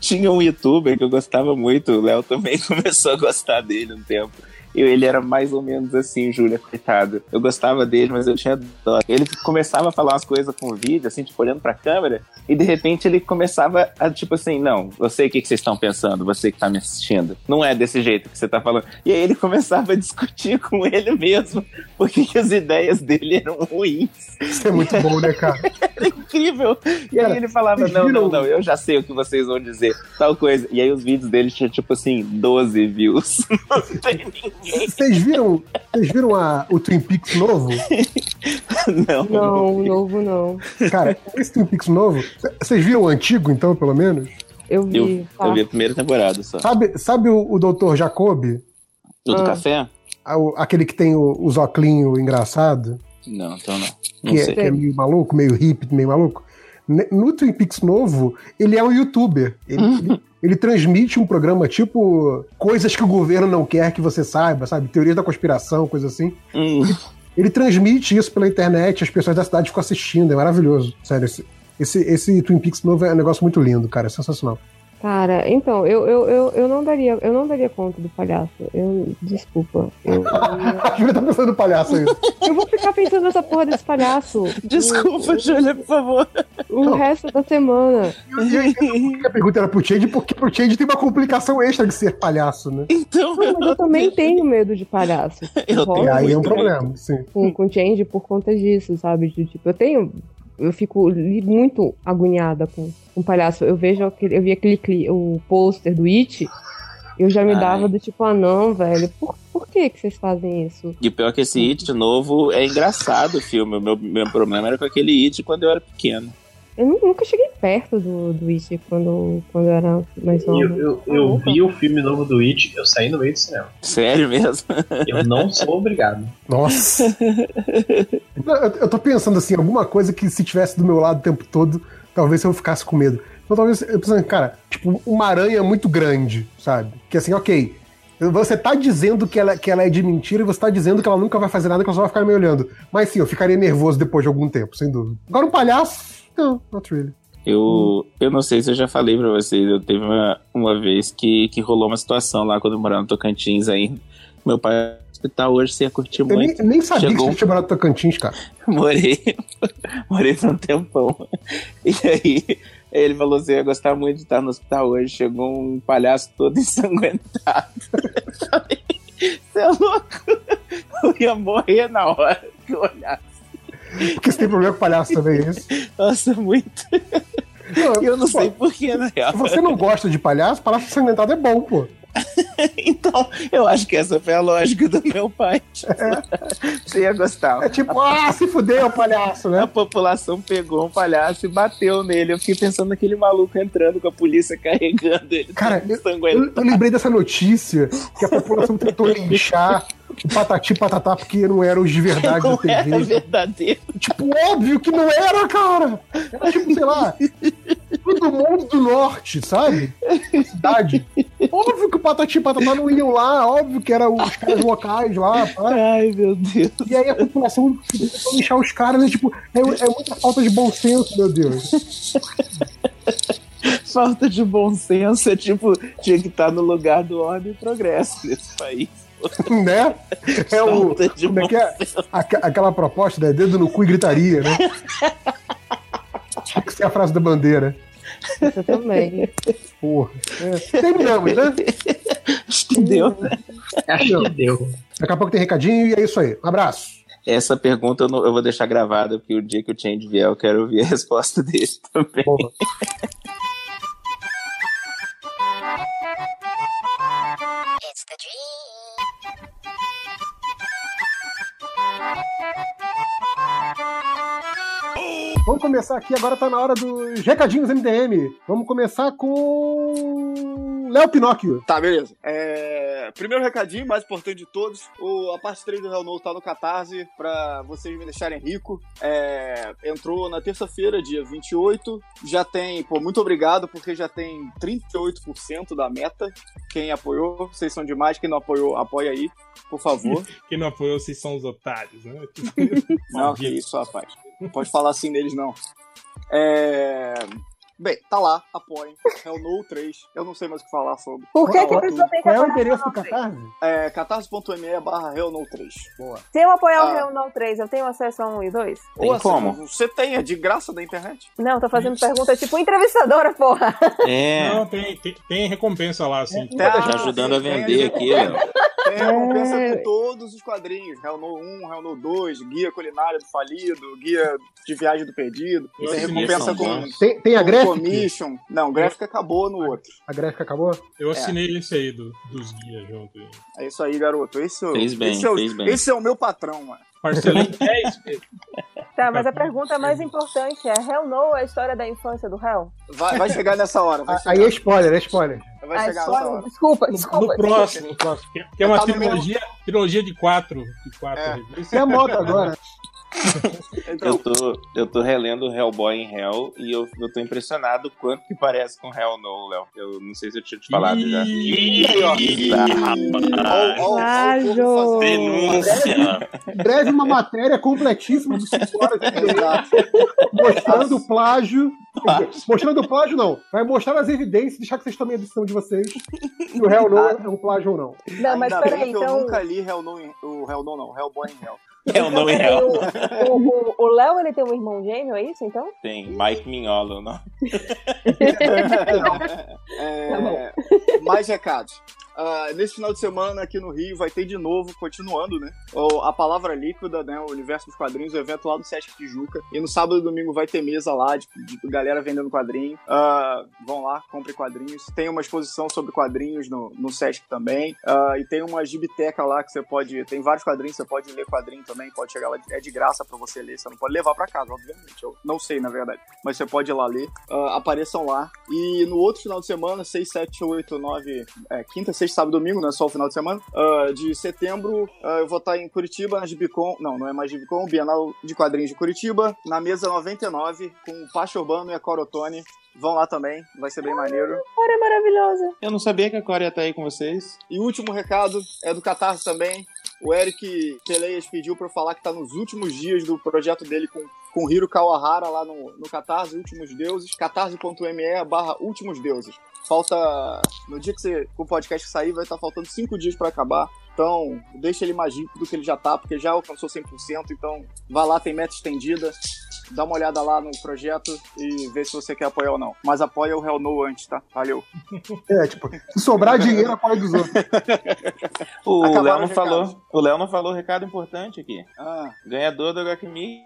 Speaker 2: Tinha um youtuber que eu gostava muito, o Léo também começou a gostar dele um tempo. E ele era mais ou menos assim, Júlia, coitado. Eu gostava dele, mas eu tinha dó. Ele começava a falar umas coisas com o vídeo, assim, tipo, olhando pra câmera, e de repente ele começava a, tipo assim, não, eu sei o que, que vocês estão pensando, você que tá me assistindo. Não é desse jeito que você tá falando. E aí ele começava a discutir com ele mesmo, porque que as ideias dele eram ruins.
Speaker 1: Isso é muito bom, né, cara?
Speaker 2: incrível. E aí
Speaker 1: Cara,
Speaker 2: ele falava:
Speaker 1: vocês
Speaker 2: Não, não,
Speaker 1: viram?
Speaker 2: não, eu já sei o que vocês vão dizer, tal coisa. E aí os vídeos dele tinham tipo assim, 12 views. Não tem ninguém.
Speaker 1: Vocês viram, vocês viram a- o Twin Peaks novo?
Speaker 2: Não.
Speaker 4: Não, novo não.
Speaker 1: Cara, esse Twin Peaks novo, c- vocês viram o antigo, então, pelo menos?
Speaker 4: Eu vi.
Speaker 2: Eu,
Speaker 4: tá.
Speaker 2: eu vi a primeira temporada só.
Speaker 1: Sabe, sabe o, o Dr. Jacob?
Speaker 2: O do
Speaker 4: Ah.
Speaker 2: café?
Speaker 1: A- o- Aquele que tem o- os óculos engraçado?
Speaker 2: Não, então não. Não
Speaker 1: Que é,
Speaker 2: sei.
Speaker 1: que é meio maluco, meio hippie, meio maluco? Ne- No Twin Peaks novo, ele é um youtuber. Ele,
Speaker 2: Uhum.
Speaker 1: ele- ele transmite um programa tipo coisas que o governo não quer que você saiba, sabe? Teorias da conspiração, coisa assim.
Speaker 2: Hum,
Speaker 1: Ele transmite isso pela internet, as pessoas da cidade ficam assistindo, é maravilhoso. Sério, esse, esse, esse Twin Peaks novo é um negócio muito lindo, cara, é sensacional.
Speaker 4: Cara, então, eu, eu, eu, eu não daria, eu não daria conta do palhaço. Eu, desculpa. Eu,
Speaker 2: Uhum.
Speaker 1: A Júlia tá pensando no palhaço aí.
Speaker 4: eu vou ficar pensando nessa porra desse palhaço.
Speaker 2: Desculpa, Júlia, por favor.
Speaker 4: O, o resto da semana.
Speaker 1: E eu entendo por que a pergunta era pro Change, porque pro Change tem uma complicação extra de ser palhaço, né?
Speaker 2: Então,
Speaker 4: Não, mas eu também tenho medo de palhaço.
Speaker 2: Eu
Speaker 4: Rola
Speaker 1: E
Speaker 2: tenho.
Speaker 1: aí é um
Speaker 2: muito Uhum. bem.
Speaker 1: problema, sim.
Speaker 4: com, com change por conta disso, sabe? De, tipo, eu tenho. Eu fico li- muito agoniada com um palhaço. Eu vejo aquele, eu vi aquele cli- o pôster do It, eu já me
Speaker 2: Ai.
Speaker 4: dava do tipo, ah não, velho, por, por que, que vocês fazem isso?
Speaker 2: E pior é que esse It, de novo, é engraçado o filme. O meu, meu problema era com aquele It quando eu era pequeno.
Speaker 4: Eu nu- nunca cheguei perto do, do It quando, quando eu era mais
Speaker 5: Eu,
Speaker 4: nova.
Speaker 5: eu, eu vi o filme novo do It, eu saí no meio do cinema.
Speaker 2: Ah, Sério mesmo?
Speaker 5: Eu não sou obrigado.
Speaker 1: Nossa. Não, eu, eu tô pensando assim, alguma coisa que se tivesse do meu lado o tempo todo, talvez eu ficasse com medo. Então talvez, eu pensando, cara, tipo, uma aranha muito grande, sabe? Que assim, ok, você tá dizendo que ela, que ela é de mentira e você tá dizendo que ela nunca vai fazer nada, que ela só vai ficar me olhando. Mas sim, eu ficaria nervoso depois de algum tempo, sem dúvida. Agora um palhaço, não, é not really.
Speaker 2: Eu, eu não sei se eu já falei pra vocês. Eu teve uma, uma vez que, que rolou uma situação lá quando eu morava no Tocantins ainda. Meu pai no hospital hoje você ia curtir
Speaker 1: Eu
Speaker 2: muito.
Speaker 1: nem, nem sabia
Speaker 2: Chegou. um
Speaker 1: que você tinha morado no Tocantins, cara.
Speaker 2: Morei, morei por um tempão. E aí ele falou assim: eu ia gostar muito de estar no hospital hoje. Chegou um palhaço todo ensanguentado. Eu falei, Você é louco? Eu ia morrer na hora que eu olhasse.
Speaker 1: Porque você tem problema com palhaço também, é isso?
Speaker 2: Nossa, muito.
Speaker 1: Não,
Speaker 2: Eu não
Speaker 1: pô,
Speaker 2: sei porquê, na real.
Speaker 1: Se você não gosta de palhaço, palhaço ensanguentado é bom, pô.
Speaker 2: Então, eu acho que essa foi a lógica do meu pai. Você ia gostar.
Speaker 1: É tipo, ah, se fudeu, palhaço,
Speaker 2: A
Speaker 1: né?
Speaker 2: população pegou um palhaço e bateu nele. Eu fiquei pensando naquele maluco entrando com a polícia carregando ele.
Speaker 1: Cara,
Speaker 2: todo sanguento.
Speaker 1: Eu, eu lembrei dessa notícia que a população tentou linchar o Patati e Patatá porque não eram os de verdade da
Speaker 2: Não era
Speaker 1: TV.
Speaker 2: verdadeiro.
Speaker 1: Tipo, óbvio que não era, cara! Era tipo, sei lá, todo mundo do norte, sabe? Da Cidade. Óbvio que o Patati e Patatá não iam lá, óbvio que eram os caras locais lá, pá.
Speaker 2: Ai, meu Deus.
Speaker 1: E aí a população tentou deixar os caras, né? Tipo, é, é muita falta de bom senso, meu Deus.
Speaker 2: Falta de bom senso. É tipo, tinha que estar no lugar do ordem e progresso nesse país.
Speaker 1: né? É o.
Speaker 2: Falta de um-
Speaker 1: Como é
Speaker 2: bom
Speaker 1: que é? Aque- aquela proposta, né? Dedo no cu e gritaria, né? Tinha que ser a frase da bandeira.
Speaker 4: Você também.
Speaker 1: Porra. É. Terminamos, né?
Speaker 2: Entendeu?
Speaker 6: né?
Speaker 5: Acho que deu.
Speaker 1: Daqui a pouco tem recadinho e é isso aí. Um abraço.
Speaker 2: Essa pergunta eu, não- eu vou deixar gravada, porque o dia que o Change vier, eu quero ouvir a resposta dele também.
Speaker 1: Boa. Vamos começar aqui, agora tá na hora dos recadinhos MDM. Vamos começar com. Léo Pinóquio.
Speaker 6: Tá, beleza. É, Primeiro recadinho, mais importante de todos. O... A parte 3 do Hell No tá no Catarse, pra vocês me deixarem rico. É, Entrou na terça-feira, dia 28. Já tem, pô, muito obrigado, porque já tem 38% da meta. Quem apoiou, vocês são demais. Quem não apoiou, apoia aí, por favor.
Speaker 8: Quem não apoiou, vocês são os otários, né?
Speaker 6: Não, que isso, rapaz. Não pode falar assim deles, não. É... Bem, tá lá, apoiem. É o No 3. Eu não sei mais o que falar sobre.
Speaker 9: Por que, que a
Speaker 6: Fala
Speaker 9: pessoa tem que
Speaker 1: Qual é o
Speaker 9: apoiar
Speaker 1: endereço do
Speaker 9: Hell No 3?
Speaker 1: Catarse?
Speaker 6: É catarse.me barra no 3.
Speaker 9: Se eu apoiar o
Speaker 6: Ah.
Speaker 9: Hell No 3, eu tenho acesso a 1 e 2?
Speaker 2: Tem como?
Speaker 6: assim, Você tem, é de graça da internet.
Speaker 9: Não, tô fazendo pergunta tipo entrevistadora, porra.
Speaker 2: É.
Speaker 8: Não, tem, tem, tem recompensa lá, assim.
Speaker 6: Tem,
Speaker 2: Tá ajudando a vender aqui, ó.
Speaker 6: Tem recompensa
Speaker 4: É.
Speaker 6: por todos os quadrinhos. Hell No 1, Hell No 2, Guia Culinária do Falido, Guia de Viagem do Perdido.
Speaker 8: Nossa,
Speaker 6: tem
Speaker 8: esses
Speaker 6: recompensa
Speaker 2: são
Speaker 6: com...
Speaker 2: bons.
Speaker 1: Tem, tem a
Speaker 6: né? com é
Speaker 1: gráfica?
Speaker 6: Commission. Não, o gráfico acabou no outro.
Speaker 1: A gráfica acabou?
Speaker 2: É.
Speaker 8: Eu assinei esse aí do- dos guias junto.
Speaker 6: É isso aí, garoto. Esse, é o-
Speaker 2: Fez bem,
Speaker 6: esse, é, o-
Speaker 2: fez bem.
Speaker 6: esse é o meu patrão, mano.
Speaker 8: Parcelei 10 vezes.
Speaker 9: Tá, mas a pergunta mais importante é: Hell No ou a história da infância do Hell?
Speaker 6: Vai, vai chegar nessa hora. Vai
Speaker 1: Aí
Speaker 6: chegar,
Speaker 1: é spoiler, é spoiler.
Speaker 6: vai
Speaker 9: a
Speaker 6: chegar nessa
Speaker 9: história...
Speaker 6: hora.
Speaker 9: Ah, Desculpa,
Speaker 8: No,
Speaker 9: desculpa.
Speaker 8: no próximo. Que é uma
Speaker 6: Tá no
Speaker 8: trilogia, trilogia de quatro. De quatro
Speaker 6: É.
Speaker 8: revistas.
Speaker 1: Isso é moda agora.
Speaker 2: Eu tô, eu tô relendo Hellboy em Hell e eu, eu tô impressionado o quanto que parece com Hell No, Léo. Eu não sei se eu tinha te falado já.
Speaker 6: Ih, ó.
Speaker 2: rapaz.
Speaker 1: Lajo.
Speaker 2: Denúncia.
Speaker 1: Em breve uma matéria completíssima de 5 horas
Speaker 6: Exato.
Speaker 1: mostrando o plágio. Mostrando o plágio, não. Vai mostrar as evidências, deixar que vocês tomem a decisão de vocês. Se o Hell No é um plágio ou não.
Speaker 9: Não, mas
Speaker 6: Ainda bem
Speaker 9: peraí,
Speaker 6: que
Speaker 9: então-
Speaker 6: Eu nunca li Hell No, em- o Hell No, não, Hellboy em Hell.
Speaker 2: Hell No em Hell.
Speaker 9: O- o- O Léo, ele tem um irmão gêmeo, é isso então?
Speaker 2: Tem Mike Mignola, não.
Speaker 6: É,
Speaker 9: Tá bom.
Speaker 6: mais recados. Ah, nesse final de semana aqui no Rio vai ter de novo, continuando, né? o- a palavra líquida, né? O universo dos quadrinhos, o evento lá do Sesc Tijuca. E no sábado e domingo vai ter mesa lá de, de galera vendendo quadrinho. Ah, vão lá, compre quadrinhos. Tem uma exposição sobre quadrinhos no, no Sesc também. Ah, e tem uma gibiteca lá que você pode. Tem vários quadrinhos, você pode ler quadrinho também, pode chegar lá. de- É de graça pra você ler, você não pode levar pra casa, obviamente. Eu não sei, na verdade mas você pode ir lá ler. Ah, apareçam lá. E no outro final de semana, 6, 7, 8, 9, é, quinta, sexta, sábado, domingo, não é só o final de semana, ah, de setembro, ah, eu vou estar em Curitiba, na Gibicon, não, não é mais Gibicon, Bienal de Quadrinhos de Curitiba, na mesa 99, com o Pacho Urbano e a Corotone. Vão lá também, vai ser bem maneiro.
Speaker 9: Olha, é maravilhosa.
Speaker 2: Eu não sabia que a Coreia tá aí com vocês.
Speaker 6: E o último recado é do Catarse também. O Eric Peleias pediu pra eu falar que tá nos últimos dias do projeto dele com, com Hiro Kawahara lá no, no Catarse, Últimos Deuses, catarse.me barra Últimos Deuses. Falta, no dia que, você, que o podcast sair, vai estar faltando cinco dias pra acabar. Então, deixa ele mais rico do que ele já tá, porque já alcançou 100%. Então, vá lá, tem meta estendida. Dá uma olhada lá no projeto e vê se você quer apoiar ou não. Mas apoia o Hell No antes, tá? Valeu.
Speaker 1: É, tipo, se sobrar dinheiro, apoia dos outros.
Speaker 2: O
Speaker 6: Acabaram
Speaker 2: Léo não
Speaker 6: os recados.
Speaker 2: falou. O Léo não falou recado importante aqui.
Speaker 6: Ah.
Speaker 2: Ganhador do Gakimi.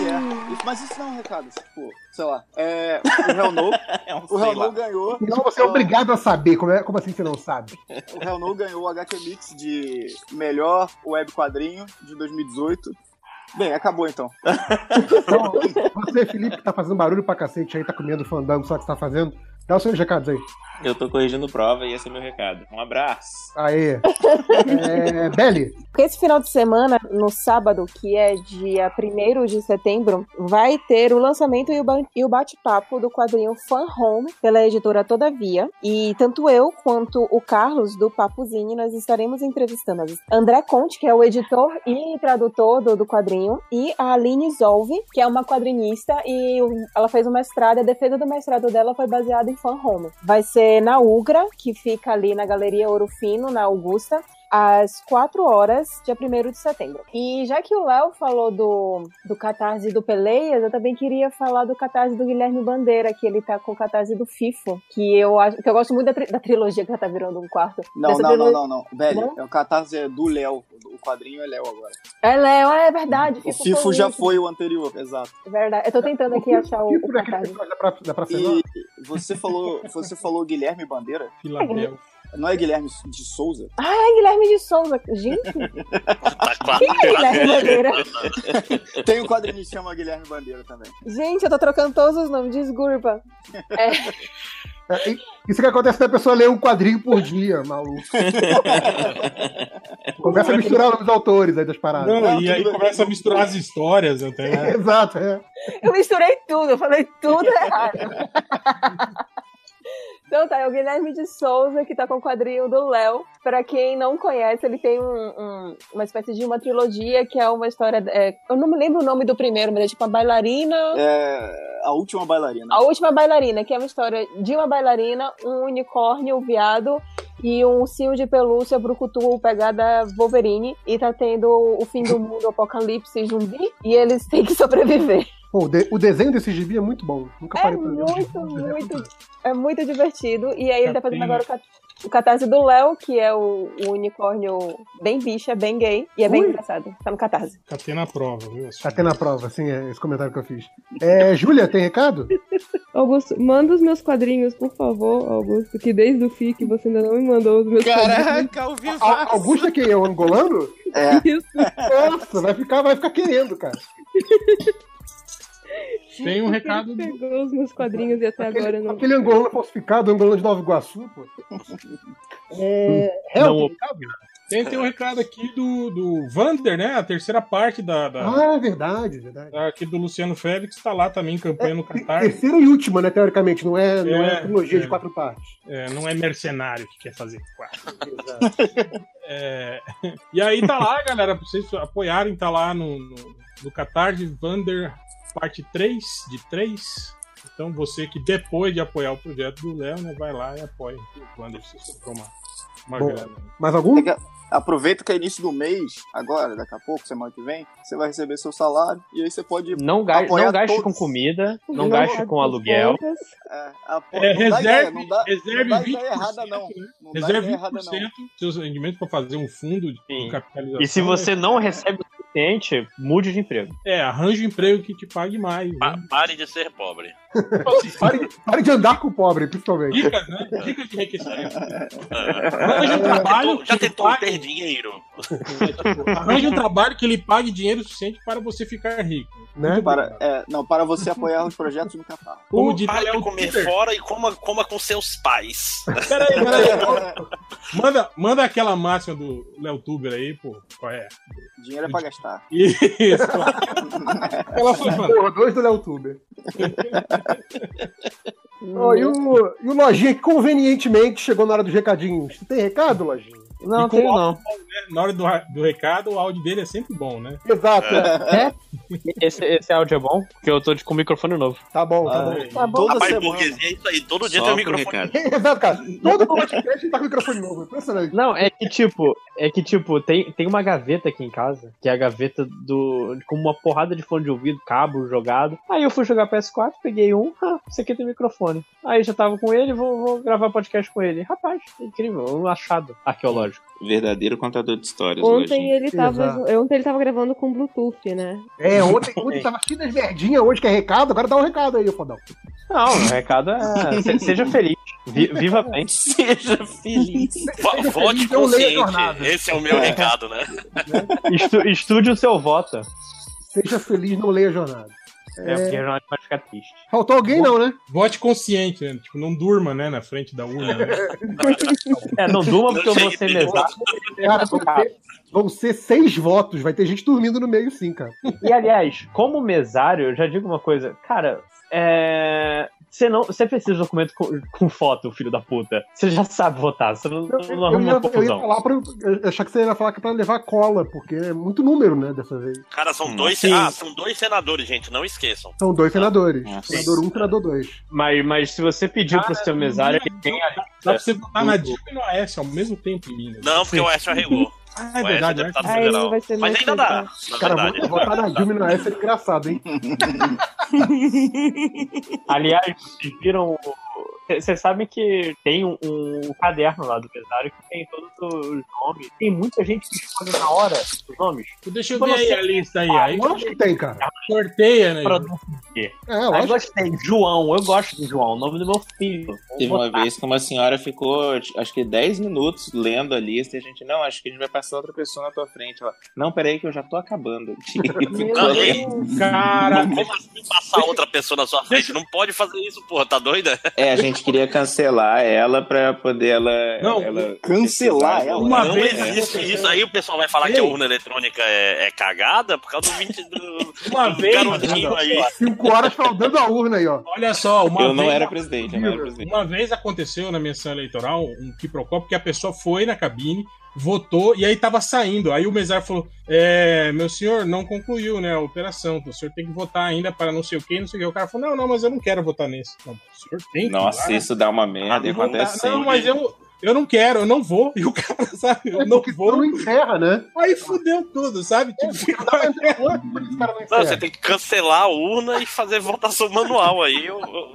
Speaker 6: E é. Isso- Mas isso não é um recado, tipo, sei lá. É, o Hell No,
Speaker 2: É um
Speaker 6: o
Speaker 2: sei
Speaker 6: Hell
Speaker 2: lá.
Speaker 6: No ganhou. tipo,
Speaker 1: Não, você é obrigado a saber. Como, é, como assim você não sabe?
Speaker 6: O Hell No ganhou o HQ Mix de melhor web quadrinho de 2018. Bem, acabou então.
Speaker 1: Então, você, Felipe, que tá fazendo barulho pra cacete aí, tá comendo fandango, só que você tá fazendo. Dá os seus recados aí.
Speaker 2: Eu tô corrigindo prova e esse é meu recado. Um abraço.
Speaker 1: Aê. É, Belly,
Speaker 9: Porque esse final de semana, no sábado, que é dia 1 de setembro, vai ter o lançamento e o ba- e o bate-papo do quadrinho Fan Home, pela editora Todavia. E tanto eu quanto o Carlos, do Papuzinho, nós estaremos entrevistando a André Conte, que é o editor e tradutor do, do quadrinho, e a Aline Zolve, que é uma quadrinista e o- ela fez um mestrado. e A defesa do mestrado dela foi baseada em Fan Home. Vai ser na Ugra, que fica ali na Galeria Ouro Fino, na Augusta às 4 horas, dia 1 de setembro. E já que o Léo falou do, do Catarse do Peleias, eu também queria falar do Catarse do Guilherme Bandeira, que ele tá com o Catarse do FIFO, que eu acho que eu gosto muito da, tri- da trilogia que ela tá virando um quarto.
Speaker 6: Não,
Speaker 9: Dessa
Speaker 6: não, não,
Speaker 9: trilogia-
Speaker 6: não, não. Velho,
Speaker 9: Não?
Speaker 6: é o catarse é do Léo. O quadrinho é Léo agora.
Speaker 9: É, Léo, é verdade.
Speaker 6: O FIFO já
Speaker 9: isso, É
Speaker 6: foi o anterior, exato.
Speaker 9: Verdade. Eu tô tentando aqui achar o,
Speaker 1: tipo
Speaker 9: o
Speaker 1: daquele
Speaker 9: Catarse.
Speaker 1: episódio da pra, da pra
Speaker 6: E você falou, você falou Guilherme Bandeira?
Speaker 8: Filadélfia.
Speaker 6: Não é Guilherme de Souza?
Speaker 9: É Guilherme de Souza. Gente, quem
Speaker 8: Tá
Speaker 9: é Guilherme Bandeira?
Speaker 6: Tem um quadrinho que chama Guilherme Bandeira também.
Speaker 9: Gente, eu tô trocando todos os nomes, desculpa. É,
Speaker 1: É, e- isso que acontece da pessoa ler um quadrinho por dia, maluco. Começa a misturar os nomes dos autores aí das paradas.
Speaker 8: Não,
Speaker 6: Não,
Speaker 8: e
Speaker 6: Ah, tudo
Speaker 8: aí
Speaker 6: bem.
Speaker 8: começa a misturar as histórias né?
Speaker 1: É,
Speaker 8: até.
Speaker 1: Exato, é.
Speaker 9: Eu misturei tudo, eu falei tudo errado. Então tá, é o Guilherme de Souza que tá com o quadrinho do Léo. Pra quem não conhece, ele tem um- um- uma espécie de uma trilogia que é uma história. é, eu não me lembro o nome do primeiro, mas é tipo a bailarina.
Speaker 6: É, a última bailarina.
Speaker 9: A última bailarina, que é uma história de uma bailarina, um unicórnio, um viado e um ursinho de pelúcia, brucutu, pegada Wolverine. E tá tendo o fim do mundo, apocalipse, zumbi. E eles têm que sobreviver.
Speaker 1: Pô, o, de- o desenho desse gibi é muito bom. Nunca
Speaker 9: É
Speaker 1: parei pra ver.
Speaker 9: muito, muito, é muito divertido. E aí ele tá fazendo
Speaker 8: Capinha.
Speaker 9: agora o cat- o catarse do Léo, que é o, o unicórnio bem bicha, bem gay. E é bem engraçado. Tá no catarse.
Speaker 8: Catei na prova, viu?
Speaker 1: Tá tendo a prova, assim, é esse comentário que eu fiz. É, Júlia, tem recado?
Speaker 4: Augusto, manda os meus quadrinhos, por favor, Augusto, que desde o FIC você ainda não me mandou os meus quadrinhos.
Speaker 2: Caraca, o
Speaker 1: Al-
Speaker 2: vivaço.
Speaker 1: Augusto é quem? É o angolano?
Speaker 6: É,
Speaker 4: Isso.
Speaker 1: Nossa, vai ficar, vai ficar querendo, cara.
Speaker 8: Tem um recado
Speaker 4: Ele
Speaker 8: do.
Speaker 4: pegou os meus quadrinhos e até agora não.
Speaker 1: Aquele angolano falsificado, angolano de Nova Iguaçu, pô. É, Hel,
Speaker 10: Não,
Speaker 1: tem
Speaker 10: o-
Speaker 1: recado?
Speaker 8: Tem, tem um recado aqui do, do Vander, né? A terceira parte da. da...
Speaker 1: Ah, é verdade, verdade.
Speaker 8: da- Aqui do Luciano Félix tá lá também, campanha no Catar.
Speaker 1: Terceira e última, né, teoricamente, não é, não é
Speaker 8: É,
Speaker 1: uma trilogia
Speaker 8: é.
Speaker 1: de quatro partes.
Speaker 8: É, não é mercenário que quer fazer quatro. É, E aí tá lá, galera, pra vocês apoiarem, tá lá no, no, no Catar de Vander, parte 3 de 3. Então você que depois de apoiar o projeto do Léo, né, vai lá e apoia o Vander, se você for uma, uma
Speaker 1: Boa.
Speaker 8: grana.
Speaker 1: Mais algum?
Speaker 6: É Aproveita que é início do mês, agora, daqui a pouco, semana que vem, você vai receber seu salário e aí você pode.
Speaker 5: Não, ga
Speaker 6: apoiar
Speaker 5: não gaste
Speaker 6: todos.
Speaker 5: com comida, não
Speaker 6: Não
Speaker 5: gaste
Speaker 6: gaste
Speaker 5: com aluguel.
Speaker 6: É, apo-
Speaker 8: É,
Speaker 6: não dá ideia,
Speaker 8: reserve-
Speaker 6: não dá,
Speaker 8: reserve
Speaker 6: não dá ideia
Speaker 8: 20%,
Speaker 6: errada, não. Não dá
Speaker 8: Reserve
Speaker 6: ideia errada, não.
Speaker 8: 20% dos seus rendimentos pra fazer um fundo de
Speaker 5: Sim.
Speaker 8: capitalização.
Speaker 5: E se você
Speaker 8: né?
Speaker 5: não recebe o suficiente, mude de emprego. Ah,
Speaker 8: É, arranja um emprego que te pague mais. né?
Speaker 11: Pa- pare de ser pobre.
Speaker 1: Pare, pare de andar com o pobre, principalmente.
Speaker 8: Dicas, né? Dicas de enriquecimento.
Speaker 11: Já
Speaker 8: Arranja um trabalho.
Speaker 11: tentou, já
Speaker 8: que lhe
Speaker 11: tentou
Speaker 8: pague-
Speaker 11: ter dinheiro.
Speaker 8: Arranje um trabalho que lhe pague dinheiro suficiente para você ficar rico.
Speaker 1: Né? Uh,
Speaker 6: Para, é, não, para você apoiar os projetos no Catar.
Speaker 8: Como diria
Speaker 11: Pare de
Speaker 8: Léo
Speaker 11: comer
Speaker 8: Kinder,
Speaker 11: fora e coma, coma com seus pais.
Speaker 8: Peraí, peraí. manda, manda aquela máxima do Léo Tuber aí, pô. Qual é?
Speaker 6: Dinheiro é pra gastar.
Speaker 8: Isso. Ela foi falando.
Speaker 1: Porra, dois do Léo Tuber. Ó, e,
Speaker 5: um-
Speaker 1: o, e o Lojinha que convenientemente chegou na hora dos recadinhos. Tu tem recado, Lojinha?
Speaker 5: Não,
Speaker 8: E com
Speaker 5: tenho
Speaker 8: o né?
Speaker 5: não.
Speaker 8: Na hora do, do recado, o áudio dele é sempre bom, né? É.
Speaker 1: Exato.
Speaker 5: É? Esse, esse áudio é bom, porque eu tô de- com o microfone novo.
Speaker 1: Tá bom, tá bom.
Speaker 12: Tá bom.
Speaker 6: Toda
Speaker 11: Rapaz,
Speaker 6: semana.
Speaker 11: Ah. burguesia é isso aí. Todo dia tem
Speaker 2: Só
Speaker 11: um
Speaker 2: pro
Speaker 11: microfone.
Speaker 2: recado.
Speaker 1: Exato, cara. Todo podcast tá com o microfone novo. Impressionante.
Speaker 5: Não, é que tipo, é que tipo, tem, tem uma gaveta aqui em casa, que é a gaveta do. com uma porrada de fone de ouvido, cabo jogado. Aí eu fui jogar PS4, peguei um, ah, isso aqui tem microfone. Aí já tava com ele, vou, vou gravar podcast com ele. Rapaz, incrível, um achado arqueológico.
Speaker 2: Verdadeiro contador de histórias.
Speaker 4: Ontem
Speaker 2: Lojinha.
Speaker 4: ele, tava,
Speaker 1: Exato.
Speaker 4: ontem ele tava gravando com Bluetooth, né?
Speaker 1: É, ontem, ontem tava cheio das verdinhas, hoje que é recado. Agora dá um recado aí, ô fodão.
Speaker 5: Não, o recado é. se- seja feliz, vi- viva bem.
Speaker 2: Seja feliz.
Speaker 11: Vo-
Speaker 1: Seja
Speaker 11: Vote
Speaker 1: feliz, eu leio a
Speaker 11: consciente.
Speaker 1: jornada.
Speaker 11: Esse é o meu recado, né?
Speaker 5: Estu, estude o seu voto.
Speaker 1: Seja feliz, não leia a jornada.
Speaker 5: É, porque não vai ficar triste.
Speaker 1: Faltou alguém, não, né?
Speaker 8: Vote consciente, né? Tipo, não durma, né? Na frente da urna. Né?
Speaker 5: É, não durma porque eu vou ser lesado.
Speaker 1: Cara, vão ser, vão ser seis votos. Vai ter gente dormindo no meio, sim, cara.
Speaker 5: E aliás, como mesário, eu já digo uma coisa, cara, é. Você não. Você precisa de documento com, com foto, filho da puta. Você já sabe votar, você
Speaker 1: Eu,
Speaker 5: não, não
Speaker 1: eu ia,
Speaker 5: arruma
Speaker 1: eu ia
Speaker 5: confusão.
Speaker 1: falar pra. Eu achar que você ia falar que é pra levar cola, porque é muito número, né, dessa vez.
Speaker 11: Cara, são dois.
Speaker 5: Sim.
Speaker 11: Ah, são dois senadores, gente. Não esqueçam.
Speaker 1: São dois senadores.
Speaker 2: Nossa.
Speaker 1: Senador 1 um, senador 2.
Speaker 5: Mas, mas se você pediu pro seu mesário, ele tem a
Speaker 8: Dá pra você votar na Dilma e no Aécio ao mesmo tempo em Minas.
Speaker 11: Não, porque o Oeste arregou.
Speaker 8: Ah, é
Speaker 11: o
Speaker 8: verdade.
Speaker 11: Oeste é deputado
Speaker 8: né?
Speaker 4: Aí ele
Speaker 11: federal.
Speaker 4: vai ser então.
Speaker 11: Mas
Speaker 4: mais
Speaker 11: ainda dá. Na
Speaker 1: Cara,
Speaker 11: verdade.
Speaker 1: vou votar na
Speaker 11: Dá.
Speaker 1: Dilma e na S é engraçado, hein?
Speaker 5: Aliás, vocês viram. o- Vocês sabem que tem um, um caderno lá do mesário que tem todos os nomes. Tem muita gente que escolhe na hora os nomes. Tipo,
Speaker 8: Deixa eu ver aí a lista aí. Aí
Speaker 1: Eu acho que tem, cara.
Speaker 8: sorteia, né?
Speaker 5: Pra-
Speaker 1: É, eu
Speaker 5: Aí
Speaker 1: acho.
Speaker 5: gostei. João, eu gosto de João, o nome do meu filho. Vou
Speaker 2: Teve uma
Speaker 5: botar.
Speaker 2: vez que uma senhora ficou, acho que 10 minutos lendo a lista e a gente, não, acho que a gente vai passar outra pessoa na tua frente. Ela, não, peraí que eu já tô acabando aqui. Ficou lendo.
Speaker 8: Cara,
Speaker 11: Como assim passar outra pessoa na sua frente? Não pode fazer isso, porra. Tá doida?
Speaker 2: É, a gente queria cancelar ela pra poder ela.
Speaker 8: Não,
Speaker 2: ela
Speaker 6: cancelar
Speaker 2: precisar
Speaker 6: ela?
Speaker 2: de
Speaker 8: Uma
Speaker 11: não
Speaker 8: vez-
Speaker 11: existe isso. Aí o pessoal vai falar
Speaker 8: Ei.
Speaker 11: que a urna eletrônica é, é cagada por causa do, 20, do,
Speaker 8: uma
Speaker 11: do
Speaker 8: vez.
Speaker 11: garotinho aí.
Speaker 1: Cinco horas fraudando a urna aí, ó.
Speaker 8: Olha só, uma
Speaker 2: Eu não
Speaker 8: vez-
Speaker 2: era presidente, eu não era presidente.
Speaker 8: Uma vez aconteceu na menção eleitoral um quiprocópio que a pessoa foi na cabine, votou e aí tava saindo. Aí o mesário falou: é, meu senhor, não concluiu né, a operação. O senhor tem que votar ainda para não sei o que, não sei o que. O cara falou: não, não, mas eu não quero votar nesse. Não, o senhor tem que
Speaker 2: Nossa,
Speaker 8: votar. né?"
Speaker 2: isso dá uma merda,
Speaker 8: Eu vou
Speaker 2: acontece
Speaker 8: votar. um Não,
Speaker 2: sempre.
Speaker 8: mas eu, eu não quero, eu não vou. E o cara, sabe, eu não
Speaker 1: É Não
Speaker 8: vou.
Speaker 1: encerra, né? É,
Speaker 8: Aí fudeu tudo, sabe? Tipo,
Speaker 1: Por isso o cara não
Speaker 11: Não,
Speaker 1: encerra.
Speaker 11: você tem que cancelar a urna e fazer votação manual aí. Eu, eu-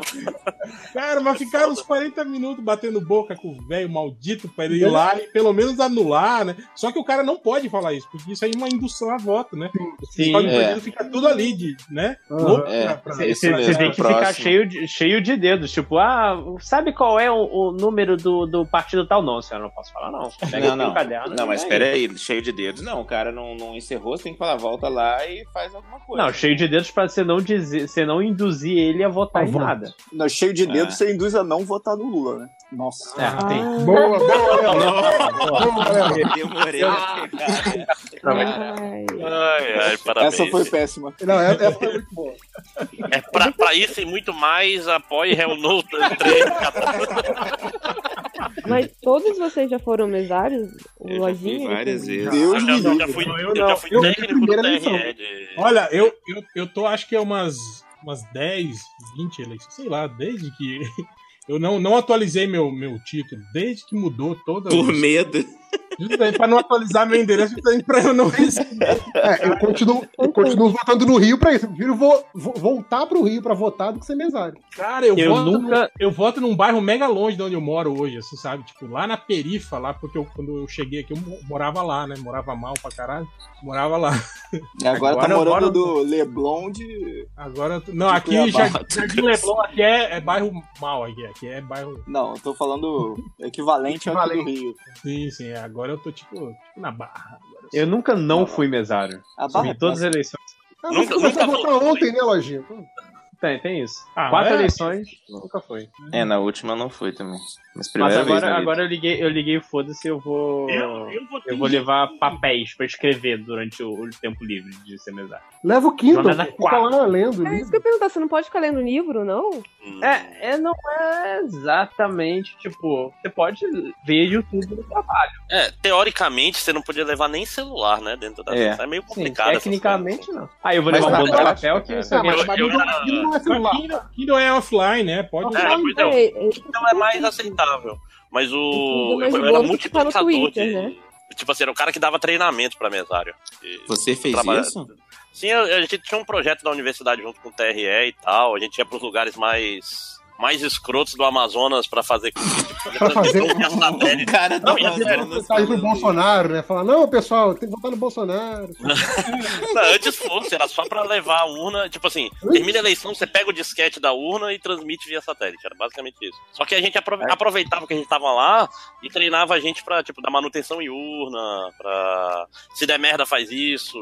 Speaker 8: cara, mas
Speaker 11: É
Speaker 8: ficaram uns 40 minutos batendo boca com o velho maldito pra ele ir lá e pelo menos anular, né? Só que o cara não pode falar isso, porque isso aí é uma indução a voto, né?
Speaker 5: Sim,
Speaker 8: Código
Speaker 2: é.
Speaker 8: Proibido fica tudo ali, de, né?
Speaker 1: Aham.
Speaker 8: Louco
Speaker 2: É.
Speaker 8: pra- pra-
Speaker 2: Isso
Speaker 5: Você
Speaker 2: mesmo,
Speaker 5: você tem que ficar
Speaker 2: próximo.
Speaker 5: cheio de, cheio de dedos. Tipo, ah, sabe qual é o, o número do, do partido tal? Não, senhora, não posso falar, não. Pega
Speaker 2: Não,
Speaker 5: aqui o
Speaker 2: não.
Speaker 5: caderno.
Speaker 2: Não,
Speaker 5: e
Speaker 2: mas
Speaker 5: vai.
Speaker 2: peraí, cheio de dedos. Não, o cara não, não encerrou, você tem que falar, volta lá e faz um- alguma coisa.
Speaker 5: Não, cheio de dedos pra você não dizer, você não induzir ele a votar
Speaker 1: Ah,
Speaker 5: em
Speaker 1: voto.
Speaker 5: nada.
Speaker 6: Não, cheio de dedo,
Speaker 2: É.
Speaker 6: você induz a não votar no Lula, né? Nossa.
Speaker 11: Ah.
Speaker 13: É, tem.
Speaker 6: Boa, boa, Léo.
Speaker 13: Boa, Léo.
Speaker 11: Demorei a pegar. Ai, ai, parabéns.
Speaker 6: Essa foi péssima.
Speaker 1: Não, é, é, foi muito boa.
Speaker 11: É pra, pra isso e muito mais, apoie Hell No 3.
Speaker 4: Mas todos vocês já foram mesários? O Lojinha?
Speaker 11: Várias vezes.
Speaker 8: Deus
Speaker 11: Ah, eu, já,
Speaker 8: me
Speaker 11: eu já fui,
Speaker 8: livre.
Speaker 11: eu já fui
Speaker 8: Eu- eu-
Speaker 11: técnico do
Speaker 8: primeira missão.
Speaker 11: TRE. de-
Speaker 8: Olha, eu, eu, eu tô, acho que é umas, umas 10, 20 eleições, sei lá, desde que. Eu não, não atualizei meu, meu título, desde que mudou toda.
Speaker 11: Por medo.
Speaker 8: Justamente pra não atualizar meu endereço, justamente pra eu não receber.
Speaker 1: É, eu continuo, eu continuo votando no Rio pra isso. Eu prefiro vo, vo, voltar pro Rio pra votar do que ser mesário.
Speaker 8: Cara, eu,
Speaker 1: Eu
Speaker 8: voto
Speaker 1: nunca-
Speaker 8: num- eu voto num bairro mega longe de onde eu moro hoje, assim, sabe? Tipo, lá na perifa, lá, porque eu- quando eu cheguei aqui, eu mo- morava lá, né? Morava mal pra caralho. Morava lá.
Speaker 6: E agora, tá
Speaker 8: eu
Speaker 6: morando
Speaker 8: moro-
Speaker 6: do tipo, é Leblon de.
Speaker 8: Agora eu tô- Não,
Speaker 6: de
Speaker 8: aqui,
Speaker 6: Cuiabá.
Speaker 8: Jardim Jardim Leblon, aqui é, é bairro mal, aqui, aqui é bairro...
Speaker 6: Não, eu tô falando equivalente ao aqui é tipo do Rio.
Speaker 8: Sim, sim, é, agora eu tô, tipo, tipo na barra. Agora
Speaker 13: Eu nunca não fui mesário.
Speaker 6: A
Speaker 13: Fui
Speaker 6: barra
Speaker 13: em todas as eleições.
Speaker 1: Ah, você começou a votar ontem, né, Lojinha?
Speaker 13: Tem, tem isso.
Speaker 8: Ah,
Speaker 13: Quatro
Speaker 8: é?
Speaker 13: eleições, nunca foi.
Speaker 2: É, na última eu não fui também.
Speaker 13: Mas
Speaker 2: Mas primeira vez.
Speaker 13: agora,
Speaker 2: na vida.
Speaker 13: agora eu liguei, eu liguei o foda-se, eu vou. Eu,
Speaker 8: ter
Speaker 13: vou
Speaker 8: jeito.
Speaker 13: levar papéis pra escrever durante o, o tempo livre de ser mesário.
Speaker 1: Leva o Kindle,
Speaker 13: Jornada
Speaker 1: fica lá lendo. né,
Speaker 4: É isso que eu ia perguntar, você não pode ficar lendo livro, não?
Speaker 13: É, é, não é exatamente, tipo, você pode ver YouTube no trabalho.
Speaker 11: É, teoricamente você não podia levar nem celular, né? Dentro da é, é meio complicado. essas
Speaker 13: tecnicamente não. Ah, eu vou
Speaker 11: Mas
Speaker 13: levar um
Speaker 11: na
Speaker 13: bando de
Speaker 11: prática,
Speaker 13: papel que
Speaker 11: cara.
Speaker 13: você
Speaker 11: Ah, mas-
Speaker 13: ganha.
Speaker 11: mas Eu- não- eu- não é celular.
Speaker 8: Kindle, Kindle é offline, né? Pode...
Speaker 11: É, pois não. Então é mais aceitável. Mas o.
Speaker 8: Mas
Speaker 11: eu era
Speaker 8: o outro tá no
Speaker 11: multiplicador
Speaker 8: Twitter,
Speaker 11: de.
Speaker 8: né?
Speaker 11: Tipo assim, era o cara que dava treinamento pra mesário. E-
Speaker 14: Você fez
Speaker 11: Trabalha-
Speaker 14: isso?
Speaker 11: Sim, eu- a gente tinha um projeto da universidade junto com o TRE e tal. A gente ia pros lugares mais. Mais escrotos do Amazonas pra fazer.
Speaker 1: Pra fazer-
Speaker 11: o cara
Speaker 1: Não, ia virar mensagem pro Bolsonaro, né? Falar, não, pessoal, tem que votar no Bolsonaro.
Speaker 11: Não, antes fosse, era só pra levar a urna. Tipo assim, termina a eleição, você pega o disquete da urna e transmite via satélite. Era basicamente isso. Só que a gente aprove-
Speaker 13: É.
Speaker 11: aproveitava que a gente tava lá e treinava a gente pra, tipo, dar manutenção em urna, pra. Se der merda, faz isso.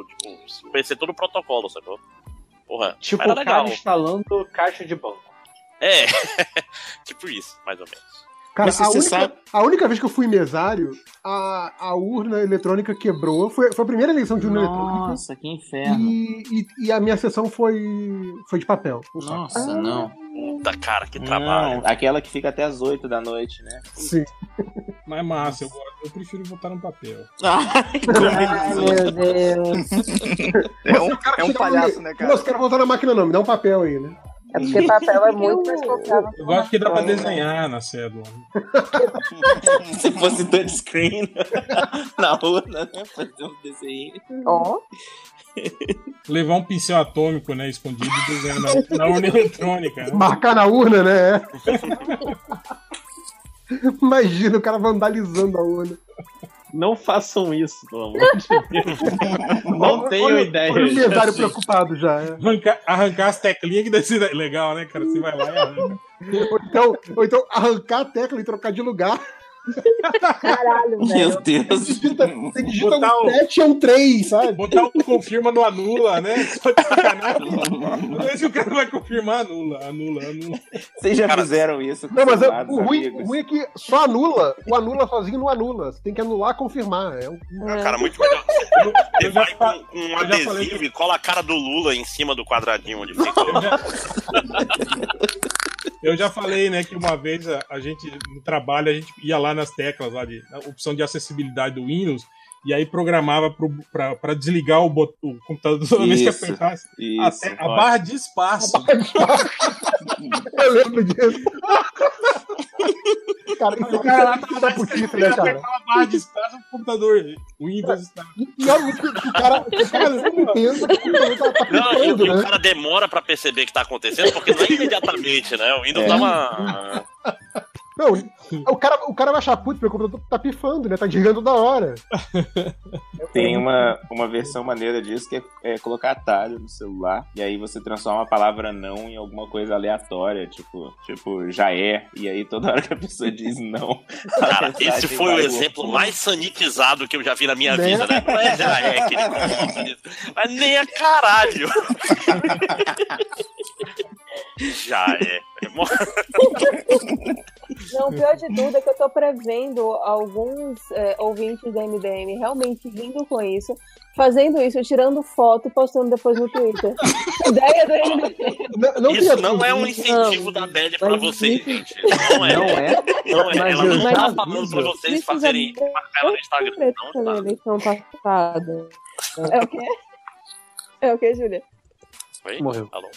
Speaker 11: Tipo, conhecer todo o protocolo, sacou? Porra,
Speaker 13: Tipo,
Speaker 11: era
Speaker 13: o
Speaker 11: legal.
Speaker 13: cara instalando caixa de banco.
Speaker 11: É, tipo isso, mais ou menos.
Speaker 1: Cara,
Speaker 11: Mas
Speaker 1: a
Speaker 11: você
Speaker 1: única,
Speaker 11: sabe-
Speaker 1: a única vez que eu fui mesário, a, a urna eletrônica quebrou. Foi, foi a primeira eleição de urna eletrônica.
Speaker 14: Nossa, que inferno.
Speaker 1: E, e- e a minha sessão foi, foi de papel.
Speaker 14: Nossa, não.
Speaker 11: Puta cara, que
Speaker 2: trabalho. aquela que fica até as 8 da noite, né?
Speaker 1: Sim.
Speaker 8: Mas é massa, eu, gosto- eu prefiro votar no papel.
Speaker 1: Ai, meu
Speaker 9: Deus.
Speaker 6: É um, é um palhaço, né, cara?
Speaker 1: Nossa, quero voltar na máquina não, me dá um papel aí, né?
Speaker 9: É porque papel é muito mais confiável.
Speaker 8: Eu gosto que dá pra desenhar na cédula.
Speaker 2: Se fosse touchscreen na urna, né? Fazer um desenho.
Speaker 9: Ó.
Speaker 8: Levar um pincel atômico, né? Escondido e desenhar na, na urna eletrônica. né?
Speaker 1: Marcar na urna, né? Imagina o cara vandalizando a urna.
Speaker 13: Não façam isso, pelo amor de Deus. Não tenho
Speaker 1: Olha-
Speaker 13: ideia.
Speaker 1: olha o mesário
Speaker 13: gente.
Speaker 1: preocupado já. É.
Speaker 8: Arrancar, arrancar as teclinhas que desse legal, né, cara? Você vai lá e arranca.
Speaker 1: Ou, então, ou então arrancar a tecla e trocar de lugar.
Speaker 9: Caralho,
Speaker 8: Né,
Speaker 2: Meu Deus.
Speaker 8: tipo
Speaker 1: Você digita um 7 ou um 3, sabe?
Speaker 8: Botar um confirma no anula, né? Só de sacanagem. Às vezes o cara vai confirmar, anula, anula, anula.
Speaker 2: Vocês já fizeram isso com
Speaker 1: Não, mas é-
Speaker 2: seus
Speaker 1: o, ruim,
Speaker 2: amigos?
Speaker 1: o ruim é que só anula. O anula sozinho não anula. Você tem que anular confirmar. É um...
Speaker 11: Cara, muito melhor. Você vai com, com um
Speaker 1: já falei
Speaker 11: adesivo e cola a cara do Lula em cima do quadradinho onde fica.
Speaker 8: Eu já falei, né, que uma vez a, a gente, no trabalho, a gente ia lá nas teclas, lá de, na opção de acessibilidade do Windows, e aí programava para desligar o, bot- o computador toda vez que
Speaker 2: Isso,
Speaker 8: apertasse a,
Speaker 2: isso,
Speaker 8: te- a
Speaker 2: ótimo.
Speaker 8: barra de espaço.
Speaker 1: Eu lembro disso. cara, isso é cara lá da putice, né, cara?
Speaker 8: apertava a barra de espaço o computador Windows está...
Speaker 1: E olha que o cara, o cara sempre pensa que o computador tá, tá
Speaker 11: Não, e,
Speaker 1: pintando,
Speaker 11: e o
Speaker 1: né?
Speaker 11: cara demora pra perceber que tá acontecendo, porque não é imediatamente, né? O Windows
Speaker 1: É.
Speaker 11: dá uma.
Speaker 1: Não, o cara, o cara vai achar puto, porque o computador tá pifando, né? Tá desligando toda hora.
Speaker 2: Tem uma, uma versão maneira disso que é, é colocar atalho no celular e aí você transforma a palavra não em alguma coisa aleatória, tipo, tipo, já é, e aí toda hora que a pessoa diz não. a
Speaker 11: Cara,
Speaker 2: mensagem
Speaker 11: esse foi o
Speaker 2: vai-
Speaker 11: exemplo mais sanitizado que eu já vi na minha
Speaker 2: Né?
Speaker 11: vida, né? Não é já é que ele coloca isso. Mas nem a caralho. já é. É mó-
Speaker 9: Não, o pior de tudo é que eu tô prevendo alguns é, ouvintes da MDM realmente rindo com isso, fazendo isso, tirando foto, postando depois no Twitter. A ideia do MDM.
Speaker 11: Isso não é um incentivo da Adélia pra vocês, gente. Não é.
Speaker 5: Não é?
Speaker 11: Não é.
Speaker 5: Mas
Speaker 11: Ela não
Speaker 5: eu
Speaker 11: tá
Speaker 5: já
Speaker 11: falando pra
Speaker 5: aviso.
Speaker 11: vocês fazerem marcar ela no Instagram.
Speaker 9: Preto pela eleição
Speaker 4: tá
Speaker 9: passada. É o quê? É o quê, Júlia?
Speaker 11: Oi?
Speaker 5: Morreu.
Speaker 11: Alô?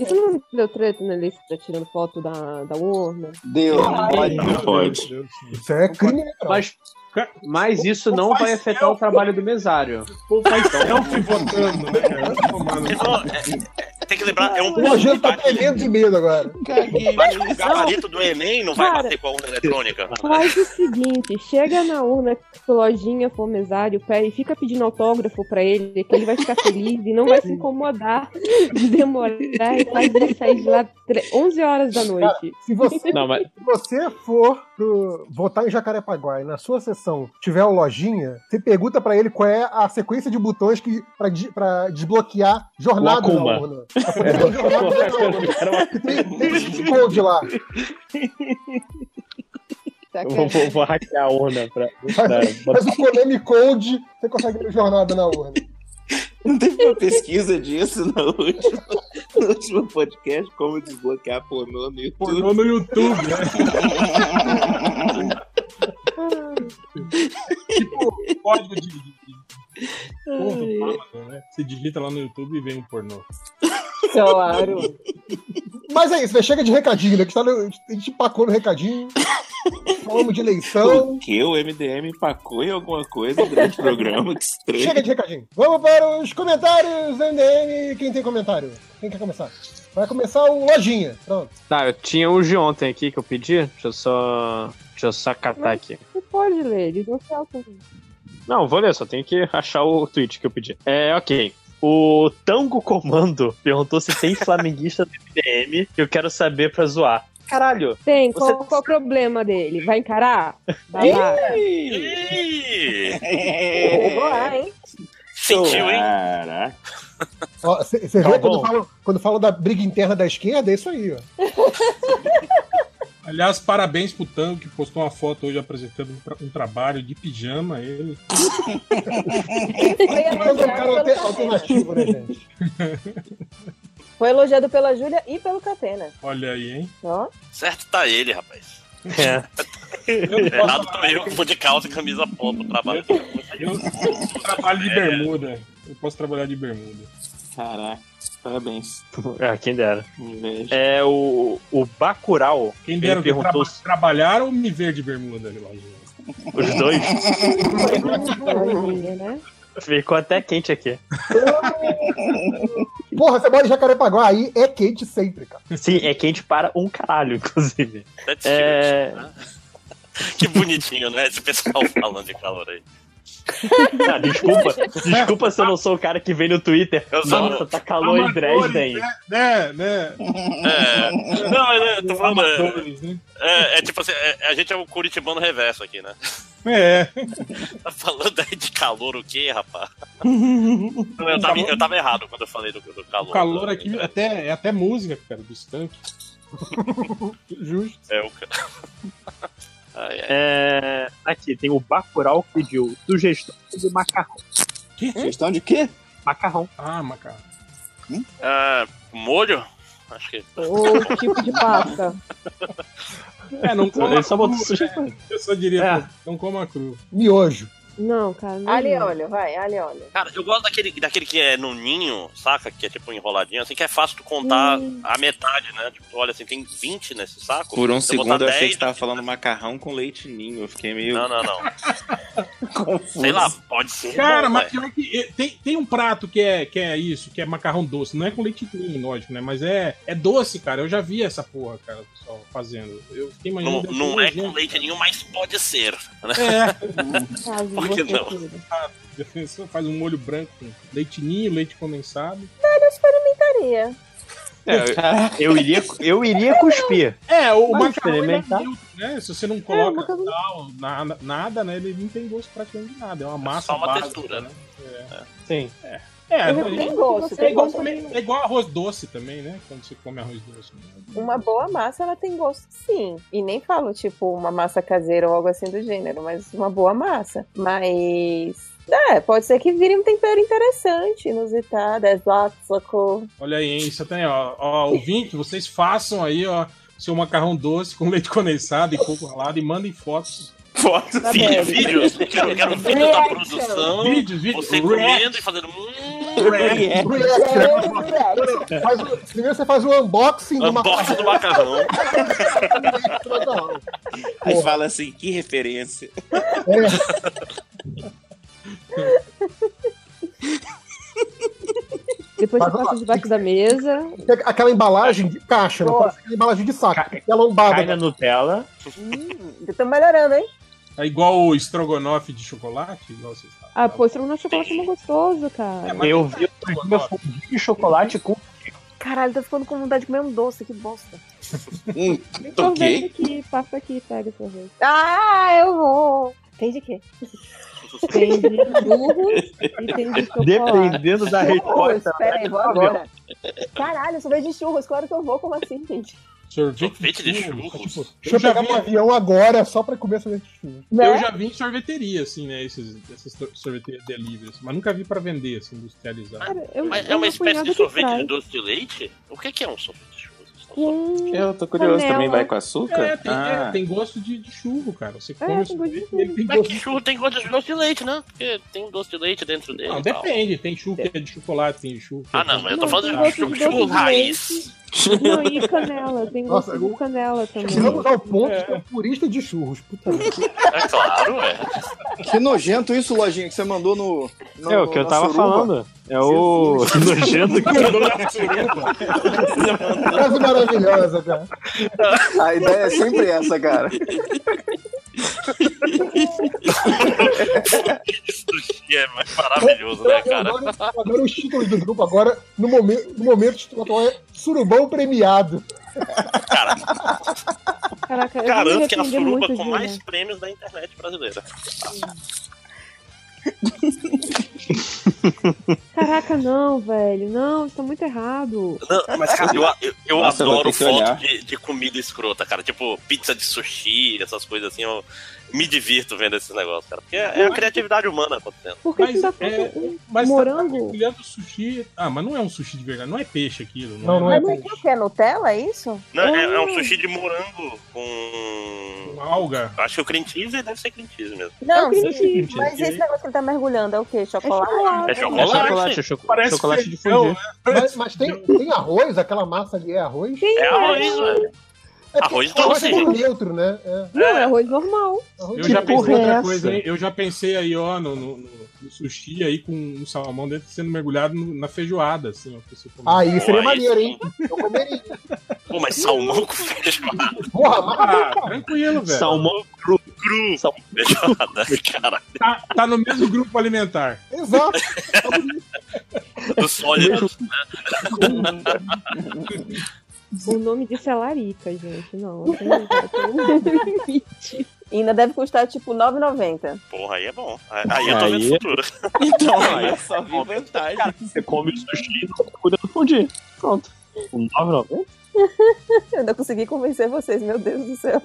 Speaker 4: Isso não deu treta na lista tirando foto da, da urna?
Speaker 15: Deu,
Speaker 5: não pode. Não pode.
Speaker 1: Isso é crime.
Speaker 5: Mas, mas isso não vai afetar o trabalho do mesário. Então,
Speaker 8: votando, né, cara?
Speaker 11: Tem que lembrar, é um
Speaker 1: O Rogério tá tremendo de medo agora.
Speaker 11: Mas o gabarito do Enem não vai
Speaker 4: Cara.
Speaker 11: bater com a urna eletrônica.
Speaker 4: Faz o seguinte, chega na urna que o lojinha for mesário, pede, fica pedindo autógrafo pra ele, que ele vai ficar feliz e não vai se incomodar de demorar e faz ele sair de lá tre- 11 horas da noite.
Speaker 1: Se você,
Speaker 5: Não, mas-
Speaker 1: se você for pro- votar em Jacarepaguá e na sua sessão tiver o lojinha, você pergunta pra ele qual é a sequência de botões que pra, de- pra desbloquear jornada na
Speaker 5: Akuma.
Speaker 1: urna. Pra poder ter jornada na urna. Tem, tem cheat code lá.
Speaker 5: eu vou, vou- vou hackear a urna pra. pra-
Speaker 1: Faz, faz o Konami Code, você consegue ver jornada na urna.
Speaker 2: Não teve uma pesquisa disso no último, no último podcast, como desbloquear pornô no YouTube.
Speaker 8: Pornô no YouTube,
Speaker 2: né?
Speaker 8: tipo, código de. de- de- porra do Amazon, né? Você digita lá no YouTube e vem um pornô.
Speaker 9: Claro.
Speaker 1: Mas é isso, né? chega de recadinho, né? Que tá no- a gente empacou no recadinho. Falamos de eleição.
Speaker 2: O que o MDM empacou em alguma coisa durante o programa? Que estranho.
Speaker 1: Chega de recadinho. Vamos para os comentários, MDM. Quem tem comentário? Quem quer começar? Vai começar o Lojinha. Pronto.
Speaker 5: Tá, eu tinha um de ontem aqui que eu pedi. Deixa eu só. Deixa eu só catar aqui.
Speaker 4: Você pode ler, eles não se altam.
Speaker 5: Não, vou ler, só tenho que achar o tweet que eu pedi. É, ok. O Tango Comando perguntou se tem flamenguista do MDM. Eu quero saber pra zoar. Caralho!
Speaker 4: Tem, qual, qual o problema dele? Vai encarar? Vai lá.
Speaker 5: É,
Speaker 9: É.
Speaker 4: Vou lá, hein?
Speaker 11: Sentiu, hein?
Speaker 2: Caraca.
Speaker 1: Você vê
Speaker 8: Tá
Speaker 1: quando
Speaker 8: bom.
Speaker 1: falam quando fala da briga interna da esquerda? É isso aí, ó.
Speaker 8: Aliás, parabéns pro Tango que postou uma foto hoje apresentando um, tra- um trabalho de pijama. Ele.
Speaker 9: Foi
Speaker 1: Tango é um cara
Speaker 9: elogiado
Speaker 1: alter-
Speaker 9: pelo
Speaker 1: alternativo, né, gente?
Speaker 9: Foi elogiado pela Júlia e pelo Catena.
Speaker 8: Olha aí, hein?
Speaker 9: Ó.
Speaker 11: Certo tá ele, rapaz.
Speaker 5: É.
Speaker 11: Errado tô eu que vou de calça e camisa polo pro trabalho.
Speaker 8: Eu Um trabalho de bermuda. Eu posso trabalhar de bermuda.
Speaker 2: Caraca, parabéns.
Speaker 5: Ah, quem dera. É o, o Bacurau.
Speaker 8: Quem dera
Speaker 5: ele
Speaker 8: de
Speaker 5: perguntou
Speaker 8: traba- trabalhar ou me ver de bermuda, Lojinha?
Speaker 5: os dois.
Speaker 4: Lojinha, né?
Speaker 5: Ficou até quente aqui.
Speaker 1: Porra, você mora em Jacarepaguá, aí é quente sempre, cara.
Speaker 5: Sim, é quente para um caralho, inclusive. É...
Speaker 11: né? Que bonitinho, né? Esse pessoal falando de calor aí.
Speaker 5: Ah, desculpa, desculpa se eu não sou o cara que vem no Twitter.
Speaker 11: Eu sou.
Speaker 5: Nossa, tá calor em Dresden.
Speaker 8: Né, né?
Speaker 11: É. Não, mas eu tô falando.
Speaker 8: Amadores, né?
Speaker 11: É, é tipo assim, é- a gente é o Curitibano reverso aqui, né?
Speaker 8: É.
Speaker 11: Tá falando aí de calor o quê, rapaz? Não, eu, tava, eu tava errado quando eu falei do, do calor.
Speaker 8: O calor aqui até, é até música, cara, dos tanques. Justo.
Speaker 11: É o ca- Ai, ai.
Speaker 5: É... Aqui, tem o Bacurau que pediu sugestão de macarrão.
Speaker 15: Sugestão de quê?
Speaker 5: Macarrão.
Speaker 8: Ah, macarrão.
Speaker 11: Ah, molho? Acho que.
Speaker 4: Ou que tipo de pasta?
Speaker 8: É, não coma
Speaker 5: Ele só botou
Speaker 8: cru,
Speaker 5: sugestão.
Speaker 8: né? Eu só diria, não coma cru.
Speaker 1: Miojo.
Speaker 4: Não, cara. Não é
Speaker 9: Ali
Speaker 4: não.
Speaker 9: olha, vai, ali olha.
Speaker 11: Cara, eu gosto daquele, daquele que é no ninho, saca? Que é tipo enroladinho, assim, que é fácil tu contar
Speaker 4: Hum.
Speaker 11: a metade, né? Tipo, tu olha assim, tem 20 nesse saco.
Speaker 2: Por um
Speaker 11: Se botar
Speaker 2: segundo eu achei
Speaker 11: 10,
Speaker 2: que você tava falando macarrão com leite ninho. Eu fiquei meio.
Speaker 11: Não, não, não.
Speaker 2: Confuso.
Speaker 11: Sei lá, pode ser.
Speaker 8: Cara,
Speaker 11: não,
Speaker 8: mas
Speaker 2: é.
Speaker 11: ué.
Speaker 8: pior que eh, tem, tem um prato que é, que é isso, que é macarrão doce. Não é com leite ninho, lógico, né? Mas é, é doce, cara. Eu já vi essa porra, cara, o pessoal fazendo. Eu fiquei
Speaker 11: Não,
Speaker 8: imaginando. deve
Speaker 11: não
Speaker 8: ser
Speaker 11: é com
Speaker 8: nojento.
Speaker 11: leite nenhum, mas pode ser. né?
Speaker 8: É.
Speaker 4: Ah,
Speaker 11: Por que não?
Speaker 8: Ah, já pensou? Faz um molho branco com leite ninho, leite condensado.
Speaker 9: Velho, eu experimentaria.
Speaker 5: É, eu, eu iria, eu iria cuspir.
Speaker 8: É, o
Speaker 5: Vamos
Speaker 8: macarrão ele é
Speaker 5: experimentar.
Speaker 8: neutro, né? Se você não
Speaker 5: É, o
Speaker 8: coloca
Speaker 5: macarrão-
Speaker 8: sal, na- nada, né? Ele não tem gosto praticamente de nada. É uma massa
Speaker 11: Só É uma
Speaker 8: básica,
Speaker 11: textura, né?
Speaker 5: Sim.
Speaker 8: É,
Speaker 9: Eu
Speaker 8: a gente-
Speaker 9: entendo que você
Speaker 8: é, igual
Speaker 9: gosta
Speaker 8: comer- é igual arroz doce também, né? Quando você come arroz doce.
Speaker 9: Uma boa massa, ela tem gosto, sim. E nem falo, tipo, uma massa caseira ou algo assim do gênero, mas uma boa massa. Mas. É, pode ser que vire um tempero interessante, inusitado, é exótico.
Speaker 8: Olha aí, hein? Isso tem, ó, ó. Ouvinte, vocês façam aí, ó, seu macarrão doce com leite condensado e coco ralado e mandem fotos.
Speaker 11: Fotos,
Speaker 8: Tá
Speaker 11: vídeo,
Speaker 8: bem.
Speaker 11: vídeo. Eu quero, eu quero vídeo da produção.
Speaker 8: Vídeo, vídeo.
Speaker 11: Você comendo e fazendo. Hum,
Speaker 1: React. React. Faz o- Primeiro você faz o unboxing
Speaker 2: Um
Speaker 1: do
Speaker 11: Unboxing do macarrão.
Speaker 2: Aí fala assim, que referência.
Speaker 13: É.
Speaker 4: Depois
Speaker 1: Mas
Speaker 4: você
Speaker 1: vamos
Speaker 4: passa debaixo da mesa.
Speaker 1: Tem Aquela embalagem de caixa, não pode ser aquela embalagem de saco. Aquela lombada.
Speaker 8: cai na
Speaker 13: Nutella.
Speaker 9: Eu tô melhorando, hein?
Speaker 8: É igual o estrogonofe de chocolate, igual vocês É, falam.
Speaker 4: Ah, pô, estrogonofe de chocolate é mó gostoso, cara.
Speaker 13: Eu
Speaker 8: tá,
Speaker 13: vi outro dia fondue de chocolate com.
Speaker 9: Caralho, tô ficando com vontade de comer um doce, que bosta.
Speaker 4: Tem sorvete
Speaker 13: Toquei.
Speaker 4: Então, aqui, passa aqui, pega o sorvete.
Speaker 9: Ah, eu vou! Tem de quê?
Speaker 4: Tem de burro e tem de chocolate.
Speaker 13: Dependendo da resposta.
Speaker 9: Peraí, vou agora. Caralho, sorvete de churros, claro que eu vou, como assim, gente?
Speaker 8: Sorvete,
Speaker 11: de
Speaker 8: tipo,
Speaker 11: churros.
Speaker 1: Deixa eu pegar um avião agora só pra comer sorvete de churros.
Speaker 4: Né?
Speaker 8: Eu já vi em sorveteria, assim, né? Esses, essas tor- sorveterias delivery, assim, mas nunca vi pra vender, assim, industrializado.
Speaker 11: Mas é uma espécie de sorvete de doce de leite? O que que é um sorvete?
Speaker 4: Hum,
Speaker 2: Eu tô curioso
Speaker 8: Canela.
Speaker 2: também, vai com açúcar?
Speaker 8: É, tem,
Speaker 2: Ah.
Speaker 8: é, tem gosto de, de churro, cara.
Speaker 4: É,
Speaker 8: Você come o sorvete, ele tem
Speaker 11: Mas
Speaker 8: gosto
Speaker 11: que
Speaker 8: de
Speaker 11: churro tem gosto de doce de leite, né? Porque tem um doce de leite dentro dele.
Speaker 8: Não,
Speaker 11: e tal.
Speaker 8: depende. Tem churro que é de chocolate, tem churro. é
Speaker 11: Ah, não, mas eu tô
Speaker 8: Não,
Speaker 11: falando
Speaker 8: tem
Speaker 11: de churro,
Speaker 8: gosto de doce
Speaker 11: churro
Speaker 8: de
Speaker 11: raiz.
Speaker 4: Não, e canela, tem gosto
Speaker 1: Nossa,
Speaker 4: de canela também.
Speaker 1: Chegamos ao ponto
Speaker 13: É.
Speaker 1: de ser um purista de churros. Puta merda.
Speaker 11: É claro, é.
Speaker 16: Que nojento isso, lojinha, que você mandou no. no
Speaker 13: É o que eu
Speaker 16: na
Speaker 13: tava
Speaker 16: suruba.
Speaker 13: falando. É o nojento que eu
Speaker 1: Frase maravilhosa, cara.
Speaker 16: A ideia é sempre essa, cara.
Speaker 11: Sushi é mais maravilhoso, né, cara?
Speaker 1: Agora, agora os títulos do grupo, agora, no momento, no momento o título atual é Surubão Premiado.
Speaker 4: Caraca, eu vou me
Speaker 11: Garanto que é a
Speaker 4: arrepender
Speaker 11: suruba
Speaker 4: muito né?
Speaker 11: com
Speaker 4: de-
Speaker 11: mais prêmios da internet brasileira.
Speaker 4: Caraca, não, velho. Não, isso tá muito errado.
Speaker 11: Não, mas, cara, eu, eu- eu
Speaker 2: Nossa, eu vou
Speaker 11: adoro
Speaker 2: ter que olhar.
Speaker 11: foto de, de comida escrota, cara. Tipo, pizza de sushi, essas coisas assim. Eu me divirto vendo esses negócios, cara. Porque é, é a criatividade humana acontecendo.
Speaker 4: Por que você tá
Speaker 8: É,
Speaker 4: falando um
Speaker 8: mas tá-
Speaker 4: morango?
Speaker 8: tá olhando sushi. Ah, mas não é um sushi de verdade, não é peixe aquilo.
Speaker 4: Não, não
Speaker 1: é
Speaker 9: Mas não é tem o quê? Nutella, é isso?
Speaker 11: Não, é, é um sushi de morango com.
Speaker 8: alga.
Speaker 11: Acho que o cream cheese deve ser cream cheese mesmo.
Speaker 9: Não,
Speaker 11: cream
Speaker 9: sim, mas esse negócio que ele tá mergulhando é o quê? Chocolate?
Speaker 11: É chocolate.
Speaker 13: É chocolate, é choco- Parece chocolate de
Speaker 1: feijão,
Speaker 13: fondue.
Speaker 1: né? Mas, mas tem, tem arroz? Aquela massa ali é arroz?
Speaker 11: É arroz, velho. Arroz
Speaker 1: Arroz
Speaker 11: doce.
Speaker 1: é por neutro, né? É.
Speaker 4: Não, é arroz normal.
Speaker 8: Eu já pensei
Speaker 4: é
Speaker 8: outra coisa, hein? Eu já pensei aí, ó, no, no- no- no sushi aí com um salmão dentro sendo mergulhado no- na feijoada, assim, ó. pra você comer.
Speaker 1: Aí Ah, seria maneiro, hein?
Speaker 11: Pô, mas salmão com feijoada.
Speaker 1: Porra,
Speaker 8: ah, tranquilo, velho.
Speaker 13: Salmão cru.
Speaker 11: Cru. Feijoada, cara.
Speaker 8: Tá, tá no mesmo grupo alimentar.
Speaker 1: Exato.
Speaker 11: Do sólido.
Speaker 5: né?
Speaker 4: O nome disso é larica, gente. Não, eu tenho- eu tenho-
Speaker 9: E ainda deve custar tipo 9,90.
Speaker 11: Porra, aí é bom. Aí eu tô
Speaker 13: Aí
Speaker 11: vendo
Speaker 13: é-
Speaker 11: o futuro.
Speaker 13: Então,
Speaker 11: Aí é
Speaker 13: aí
Speaker 11: eu só vi vantagem.
Speaker 13: Cara, você come o sushi e não cuida do fondue. Pronto. Um 9,90?
Speaker 9: Eu ainda consegui convencer vocês, meu Deus do céu.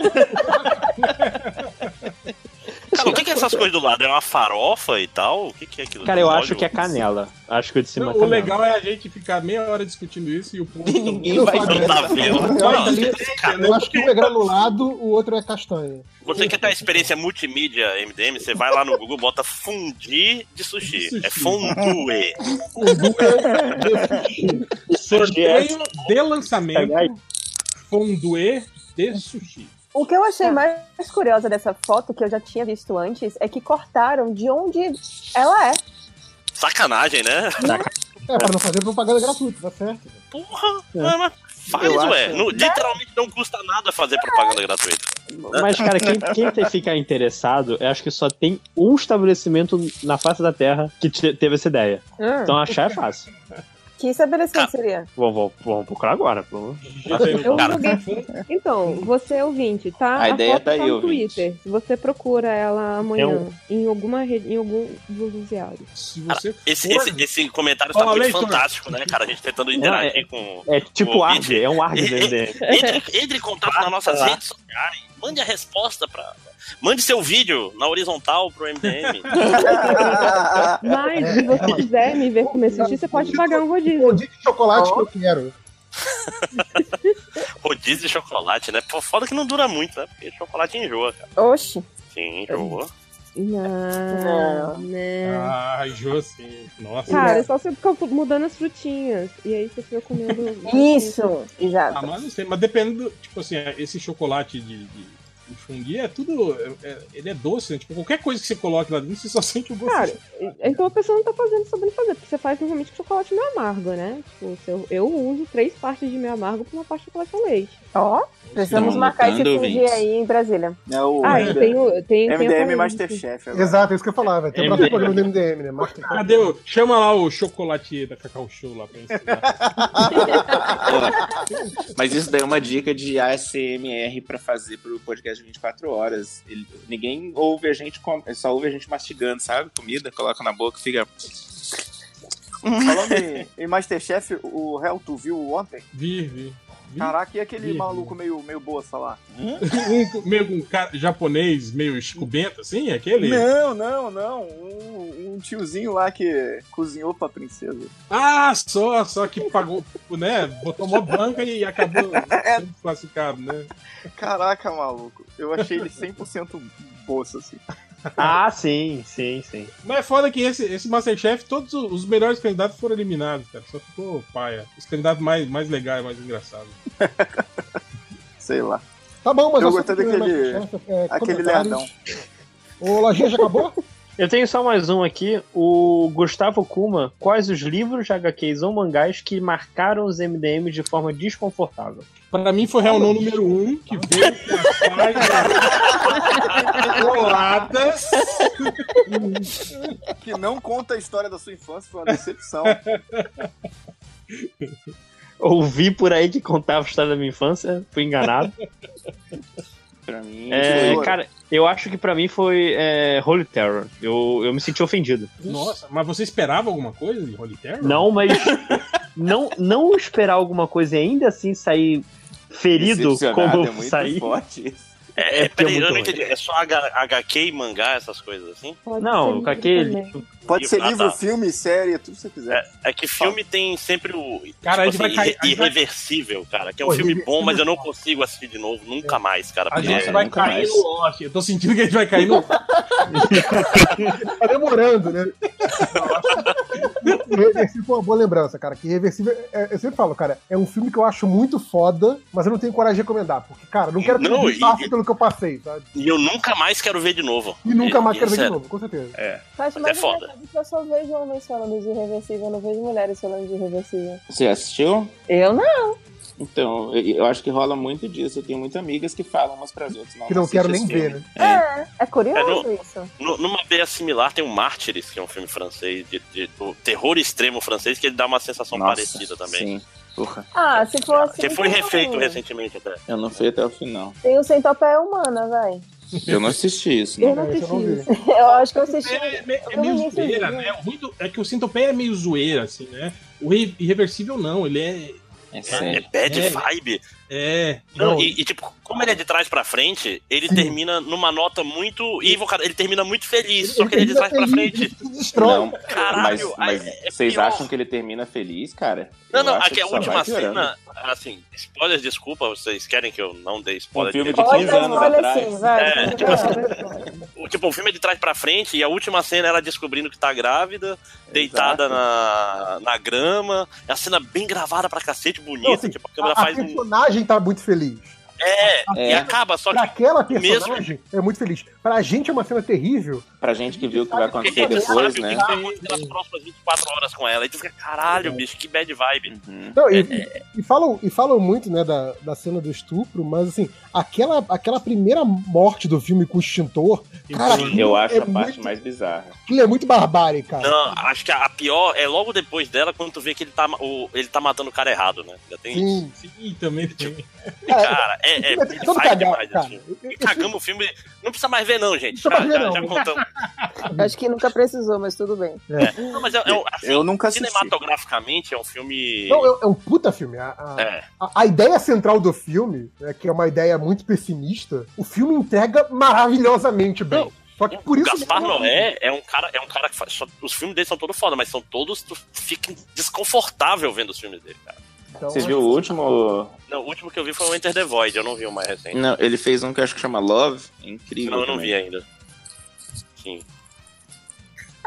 Speaker 11: Cara, o que, que é essas coisas do lado? É uma farofa e tal? O que, que é aquilo?
Speaker 13: Cara, eu
Speaker 11: Óleo?
Speaker 13: acho que é canela. Acho que o de cima é
Speaker 8: O
Speaker 13: canela.
Speaker 8: legal é a gente ficar meia hora discutindo isso e o povo.
Speaker 11: Ninguém vai juntar vela.
Speaker 1: Eu acho que- eu acho que um é granulado, o outro é castanha.
Speaker 11: Você quer ter uma experiência multimídia MDM, você vai lá no Google, bota fundi de sushi. É fondue.
Speaker 8: Sorteio de lançamento fondue de sushi.
Speaker 9: O que eu
Speaker 4: Tá.
Speaker 9: achei mais curiosa dessa foto, que eu já tinha visto antes, é que cortaram de onde ela é.
Speaker 11: Sacanagem, né?
Speaker 1: É, pra não fazer propaganda gratuita, tá certo?
Speaker 11: Porra!
Speaker 5: É.
Speaker 11: Mas- mas Faz,
Speaker 13: Eu
Speaker 11: ué.
Speaker 13: acho-
Speaker 11: Não- literalmente não custa nada fazer propaganda gratuita.
Speaker 13: Mas, cara, quem, quem te- ficar interessado, eu acho que só tem um estabelecimento na face da Terra que te- teve essa ideia.
Speaker 11: Hum.
Speaker 13: Então achar é fácil.
Speaker 9: Que
Speaker 1: Tá.
Speaker 9: estabelecimento seria?
Speaker 5: Vou, vou, vou procurar agora, pelo um
Speaker 11: um
Speaker 4: Eu joguei. Então, você ouvinte, tá?
Speaker 5: A ideia
Speaker 4: foto
Speaker 5: tá aí,
Speaker 4: no
Speaker 5: ouvinte.
Speaker 4: Twitter. Se você procura ela amanhã
Speaker 11: Eu-
Speaker 4: em alguma rede, em algum dos usuários.
Speaker 11: Cara, esse, esse, esse comentário
Speaker 4: Ó,
Speaker 11: está muito
Speaker 4: leitor.
Speaker 11: fantástico, né, cara? A gente tentando interagir com.
Speaker 5: É
Speaker 11: com o
Speaker 5: tipo
Speaker 11: ouvinte.
Speaker 5: Arg, é um Arg do MDM.
Speaker 11: Entre, entre em contato nas nossas
Speaker 5: Ah.
Speaker 11: redes sociais. Mande a resposta pra. Mande seu vídeo na horizontal pro MDM.
Speaker 4: Mas, se você quiser me ver como assistir, você pode pagar um
Speaker 1: É.
Speaker 4: rodízio.
Speaker 1: Tipo Rodízio de chocolate que eu quero.
Speaker 11: Rodízio de chocolate, né? Pô, foda que não dura muito, né? Porque chocolate enjoa, cara.
Speaker 9: Oxi.
Speaker 11: Sim, enjoa.
Speaker 5: É.
Speaker 4: Não, não.
Speaker 8: Ah, Jô, sim. Nossa.
Speaker 4: né? Cara, é só você ficar mudando as frutinhas. E aí você fica comendo.
Speaker 9: Isso, exato.
Speaker 8: Ah, mas não sei, mas depende do. Tipo assim, esse chocolate de. de... de funghi é tudo. é- é- ele é doce, né? Tipo, qualquer coisa que você coloque lá dentro, você só sente o gosto.
Speaker 4: Cara, então a pessoa não tá fazendo sabendo fazer, porque você faz normalmente com chocolate meio amargo, né? Tipo, se eu, eu uso três partes de meio amargo pra uma parte de chocolate ao leite.
Speaker 9: Ó, precisamos
Speaker 4: Estamos
Speaker 9: marcar esse
Speaker 4: lutando,
Speaker 9: fim
Speaker 4: ouvintes.
Speaker 9: aí em Brasília.
Speaker 6: É o
Speaker 4: Ah, eu tenho. Eu tenho tenho a
Speaker 9: um
Speaker 6: MDM
Speaker 4: playlist.
Speaker 6: Masterchef agora.
Speaker 1: Exato, é isso que eu falava. Tem o próximo
Speaker 8: MDM.
Speaker 1: programa do MDM, né? Mas-
Speaker 8: Cadê o. Chama lá o chocolatier da Cacau Show lá pra ensinar.
Speaker 2: Mas isso daí é uma dica de ASMR pra fazer pro podcast de 24 horas. Ele- ninguém ouve a gente, com- só ouve a gente mastigando, sabe? Comida, coloca na boca, fica.
Speaker 6: Falando em, em Masterchef, o réu, tu viu ontem?
Speaker 8: Vi, vi. vi.
Speaker 6: Caraca, e aquele
Speaker 8: Vi.
Speaker 6: maluco meio, meio bolsa lá?
Speaker 8: um, meio um cara japonês, meio escubento, assim, aquele?
Speaker 6: Não, não, não. Um, um tiozinho lá que cozinhou pra princesa.
Speaker 8: Ah, só, só que pagou, né? Botou uma banca e acabou sendo classificado, né?
Speaker 6: Caraca, maluco. Eu achei ele 100% bolsa, assim.
Speaker 5: Ah, sim, sim, sim.
Speaker 8: Mas é foda que esse, esse Masterchef, todos o- os melhores candidatos foram eliminados, cara. Só ficou paia. Os candidatos mais, mais legais, mais engraçados.
Speaker 6: Sei lá.
Speaker 1: Tá bom, mas
Speaker 8: Eu
Speaker 1: só
Speaker 8: gostei
Speaker 1: tenho
Speaker 8: daquele-
Speaker 1: mais chance, é,
Speaker 8: aquele
Speaker 1: comentários.
Speaker 8: lerdão.
Speaker 1: Ô, Lojinha, já acabou?
Speaker 5: Eu tenho só mais um aqui, o Gustavo Kuma. Quais os livros, HQs ou mangás que marcaram os MDMs de forma desconfortável?
Speaker 8: Para mim foi Real número 1, um, que veio Coladas.
Speaker 6: que não conta a história da sua infância, foi uma decepção.
Speaker 5: Ouvi por aí que contava a história da minha infância, fui enganado.
Speaker 2: Pra mim.
Speaker 5: É,
Speaker 2: foi-
Speaker 5: cara, eu acho que pra mim foi é, Holy Terror. Eu, eu me senti ofendido.
Speaker 8: Nossa, mas você esperava alguma coisa de Holy Terror?
Speaker 5: Não, mas não, não esperar alguma coisa e ainda assim sair ferido
Speaker 11: Decepcionado,
Speaker 5: como
Speaker 11: é muito
Speaker 5: sair.
Speaker 2: forte
Speaker 5: É,
Speaker 11: É, peraí, eu não
Speaker 5: ruim.
Speaker 11: entendi. É só H- HQ e mangá, essas coisas assim?
Speaker 5: Não, com aquele.
Speaker 6: Pode ser
Speaker 11: Ah,
Speaker 6: livro,
Speaker 11: tá.
Speaker 6: filme, série, tudo que você quiser.
Speaker 11: É que filme tem sempre o.
Speaker 6: Cara, a gente vai cair-
Speaker 11: irre-
Speaker 6: a gente vai-
Speaker 11: irreversível, cara. Que é um
Speaker 8: Pô,
Speaker 11: filme
Speaker 8: irre-
Speaker 11: bom, mas eu não consigo assistir de novo, nunca mais, cara.
Speaker 8: A
Speaker 11: porque- é
Speaker 8: gente vai cair no Lost. Eu tô sentindo que a gente vai cair no.
Speaker 1: Tá demorando, né? Irreversível foi é uma boa lembrança, cara. Que Irreversível, é- eu sempre falo, cara, é um filme que eu acho muito foda, mas eu não tenho coragem de recomendar, porque, cara, não quero que
Speaker 11: Não,
Speaker 1: ninguém
Speaker 11: e-
Speaker 1: passe pelo que eu passei, sabe?
Speaker 11: E eu nunca mais quero ver de novo.
Speaker 1: E nunca mais quero ver de
Speaker 11: sério.
Speaker 1: novo, com certeza.
Speaker 11: É.
Speaker 9: Mas,
Speaker 11: Mas
Speaker 9: mas
Speaker 11: é foda.
Speaker 9: engraçado que eu só vejo homens falando de irreversível, eu não vejo mulheres falando de irreversível.
Speaker 2: Você assistiu?
Speaker 9: Eu não.
Speaker 2: Então, eu, eu acho que rola muito disso. Eu tenho muitas amigas que falam umas pras outras.
Speaker 1: Que não
Speaker 2: assiste
Speaker 1: quero nem
Speaker 2: esse
Speaker 1: ver,
Speaker 2: filme.
Speaker 1: né?
Speaker 9: É, é
Speaker 11: É,
Speaker 9: curioso
Speaker 11: não-
Speaker 9: isso.
Speaker 11: No- numa ideia similar, tem o Mártires, que é um filme francês, de, de- do terror extremo francês, que ele dá uma sensação parecida também.
Speaker 2: Sim. Porra,
Speaker 9: Ah, se for assim.
Speaker 11: Que foi
Speaker 9: então-
Speaker 2: um-
Speaker 11: refeito recentemente até.
Speaker 2: eu não fui até o final.
Speaker 9: Tem o Centopeia Humana, vai.
Speaker 2: Eu não assisti isso. né?
Speaker 9: Eu não assisti isso. Eu acho que eu assisti.
Speaker 8: É, é
Speaker 9: eu vi
Speaker 8: meio
Speaker 9: nesse
Speaker 8: zoeira,
Speaker 9: dia.
Speaker 8: né? O ruim do- é que o Centopeia é meio zoeira, assim, né? O Irre- Irreversível não, ele é.
Speaker 2: É,
Speaker 11: É bad vibe.
Speaker 8: É.
Speaker 11: Não,
Speaker 8: não,
Speaker 11: e, e, tipo, como ele é de trás pra frente, ele
Speaker 8: Sim.
Speaker 11: termina numa nota muito. E cara, ele termina muito feliz, só
Speaker 2: ele
Speaker 11: que ele é de
Speaker 2: termina
Speaker 11: trás pra
Speaker 2: feliz,
Speaker 11: frente.
Speaker 2: Não,
Speaker 11: Caralho, é
Speaker 2: mas, mas vocês
Speaker 11: pior.
Speaker 2: acham que ele termina feliz, cara?
Speaker 11: Não,
Speaker 2: Eu
Speaker 11: não,
Speaker 2: acho
Speaker 11: aqui é a
Speaker 2: que só vai
Speaker 11: última
Speaker 2: piorando.
Speaker 11: cena, assim, spoilers, desculpa, vocês querem que eu não dê
Speaker 2: Um
Speaker 11: spoiler?
Speaker 2: filme de
Speaker 11: direito?
Speaker 2: 15 anos
Speaker 4: assim,
Speaker 2: atrás.
Speaker 11: É, tipo,
Speaker 1: assim,
Speaker 11: o- tipo, o filme é de trás pra frente e a última cena é ela descobrindo que tá grávida, deitada na, na grama. É uma cena bem gravada pra cacete, bonita.
Speaker 1: assim,
Speaker 11: tipo, a
Speaker 1: A,
Speaker 11: câmera
Speaker 1: a
Speaker 11: faz um.
Speaker 1: personagem tá muito feliz.
Speaker 11: É, e
Speaker 1: É.
Speaker 11: acaba, só
Speaker 1: pra
Speaker 11: que
Speaker 1: aquela
Speaker 11: mesmo-
Speaker 1: personagem, é muito feliz. Pra gente é uma cena terrível.
Speaker 2: Pra gente que viu o que vai acontecer
Speaker 1: é
Speaker 11: Porque ele sabe o
Speaker 2: depois,
Speaker 11: que
Speaker 2: né?
Speaker 11: vai acontecer nas próximas 24 horas com ela. E tu fica, caralho, bicho, que bad vibe.
Speaker 1: Uhum.
Speaker 2: Uhum.
Speaker 1: Não,
Speaker 11: É,
Speaker 1: e, e falam, e falam muito, né, da, da cena do estupro, mas assim, aquela, aquela primeira morte do filme com o extintor, cara,
Speaker 11: tipo,
Speaker 2: eu acho
Speaker 1: é
Speaker 2: a parte
Speaker 1: muito,
Speaker 2: mais bizarra.
Speaker 1: aquilo é muito barbárie, cara.
Speaker 11: Não, acho que a a pior é logo depois dela, quando tu vê que ele tá, ma- o- ele tá matando o cara errado, né? Ainda tem isso.
Speaker 1: Sim.
Speaker 8: Sim, também tem.
Speaker 11: Cara, é, é,
Speaker 8: Ele
Speaker 11: ele
Speaker 8: é todo
Speaker 11: faz
Speaker 8: cagado,
Speaker 11: demais
Speaker 8: cara.
Speaker 11: esse filme. E cagamos o filme. Não precisa mais ver, não, gente.
Speaker 9: Não precisa
Speaker 11: Já,
Speaker 9: mais ver,
Speaker 11: já-
Speaker 9: não.
Speaker 11: já contamos.
Speaker 9: Acho que nunca precisou, mas tudo bem.
Speaker 11: É. Não, mas é, é um- assim,
Speaker 16: Eu nunca assisti.
Speaker 11: cinematograficamente é um filme.
Speaker 1: Não, é, é um puta filme. A, a-
Speaker 11: É.
Speaker 1: a- a ideia central do filme, né, que é uma ideia muito pessimista, o filme entrega maravilhosamente bem. Só que por
Speaker 11: o
Speaker 1: isso.
Speaker 11: Gaspar
Speaker 1: mesmo-
Speaker 11: Noé é um cara, é um cara que faz. só- os filmes dele são todos foda, mas são todos. Tu fica desconfortável vendo os filmes dele, cara.
Speaker 2: Você viu o último?
Speaker 11: Não, o último que eu vi foi o Enter the Void, eu não vi o mais recente.
Speaker 2: Não, ele fez um que eu acho que chama Love. É incrível.
Speaker 11: Não, eu não
Speaker 2: também.
Speaker 11: vi ainda. Sim.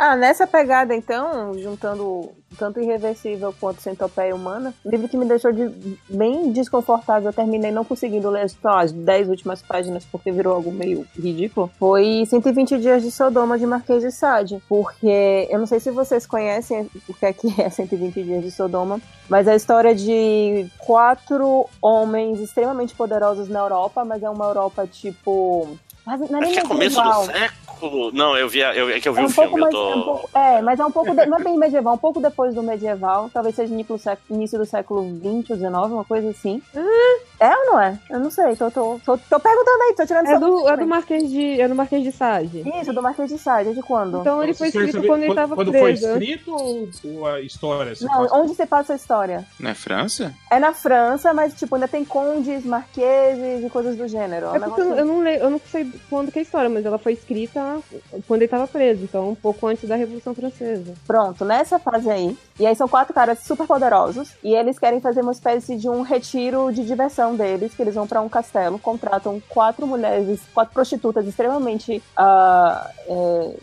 Speaker 9: Ah, nessa pegada então, juntando tanto Irreversível quanto Centopeia Humana, um livro que me deixou de- bem desconfortável, eu terminei não conseguindo ler só as 10 últimas páginas porque virou algo meio ridículo, foi 120 Dias de Sodoma de Marquês de Sade, porque eu não sei se vocês conhecem o que é que é 120 Dias de Sodoma, mas é a história de quatro homens extremamente poderosos na Europa, mas é uma Europa tipo... Mas não é nem
Speaker 11: Acho que é
Speaker 9: medieval.
Speaker 11: começo do século. Não, eu vi, a- eu, é que eu vi
Speaker 9: É um
Speaker 11: o filme,
Speaker 9: pouco
Speaker 11: eu
Speaker 9: mais,
Speaker 11: tô.
Speaker 9: é um pouco- é, mas é um pouco, de- não é bem medieval, um pouco depois do medieval, talvez seja início do século, início do século 20 ou 19, uma coisa assim.
Speaker 4: Hum.
Speaker 9: É ou não é? Eu não sei, tô, tô, tô, tô perguntando aí, tô tirando
Speaker 4: É
Speaker 9: essa
Speaker 4: do,
Speaker 9: dúvida.
Speaker 4: é do Marquês de, é do Marquês de Sade.
Speaker 9: Isso, do Marquês de Sade, é de quando?
Speaker 4: Então ele foi
Speaker 8: Você quer
Speaker 4: escrito
Speaker 8: saber
Speaker 4: quando ele tava
Speaker 8: Quando foi
Speaker 4: preso.
Speaker 8: escrito ou, ou a história? assim?
Speaker 9: Não, onde você passa a história?
Speaker 2: Na França?
Speaker 9: É na França, mas tipo, ainda tem condes, marqueses e coisas do gênero. um
Speaker 4: É porque eu,
Speaker 9: negócio
Speaker 4: eu não leio, eu não sei quando que é a história, mas ela foi escrita quando ele tava preso, então um pouco antes da Revolução Francesa.
Speaker 9: Pronto, nessa fase aí. E aí são quatro caras super poderosos. E eles querem fazer uma espécie de um retiro de diversão deles, que eles vão pra um castelo, contratam quatro mulheres, quatro prostitutas extremamente. ah, é,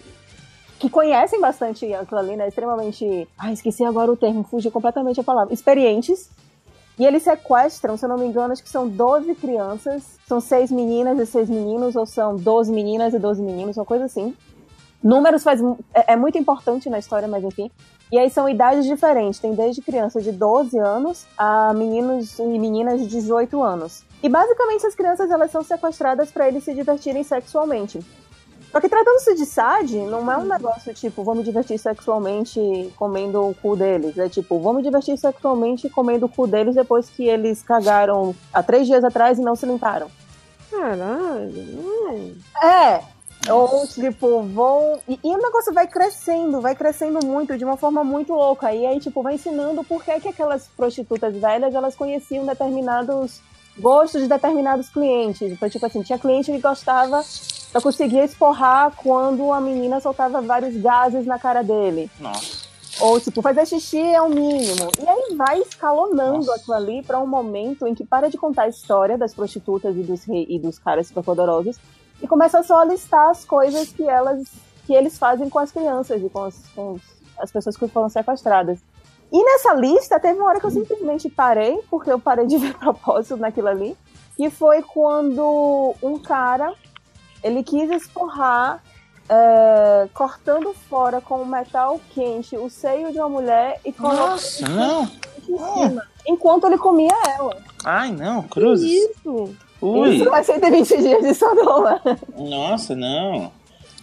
Speaker 9: que conhecem bastante aquilo ali, né? Extremamente. Ai, esqueci agora o termo, fugi completamente a palavra. Experientes. E eles sequestram, se eu não me engano, acho que são 12 crianças. São seis meninas e seis meninos, ou são 12 meninas e 12 meninos, uma coisa assim. Números faz, mu- é, é muito importante na história, mas enfim. E aí são idades diferentes, tem desde criança de 12 anos a meninos e meninas de 18 anos. E basicamente essas crianças elas são sequestradas para eles se divertirem sexualmente. Só que tratando-se de SAD, não é um negócio tipo, vou me divertir sexualmente comendo o cu deles. É tipo, vou me divertir sexualmente comendo o cu deles depois que eles cagaram há três dias atrás e não se limparam.
Speaker 4: Caralho.
Speaker 9: É. Ou, tipo, vão. E, e o negócio vai crescendo, vai crescendo muito, de uma forma muito louca. E aí, tipo, vai ensinando por que, que aquelas prostitutas velhas elas conheciam determinados gostos de determinados clientes. Então, tipo assim, tinha cliente que gostava, só conseguia esporrar quando a menina soltava vários gases na cara dele.
Speaker 2: Nossa.
Speaker 9: Ou, tipo, fazer xixi é o mínimo. E aí vai escalonando aquilo ali pra um momento em que para de contar a história das prostitutas e dos, re- e dos caras superpoderosos e começa só a listar as coisas que elas que eles fazem com as crianças e com as, com as pessoas que foram sequestradas. E nessa lista, teve uma hora que eu simplesmente parei, porque eu parei de ver propósito naquilo ali, que foi quando um cara ele quis esporrar, é, cortando fora com um metal quente o seio de uma mulher e colocando
Speaker 2: Nossa, não.
Speaker 9: em cima, enquanto ele comia ela.
Speaker 2: Ai, não, cruzes.
Speaker 4: Isso!
Speaker 2: Ui.
Speaker 9: Isso vai 120 dias de Sodoma.
Speaker 2: Nossa, não.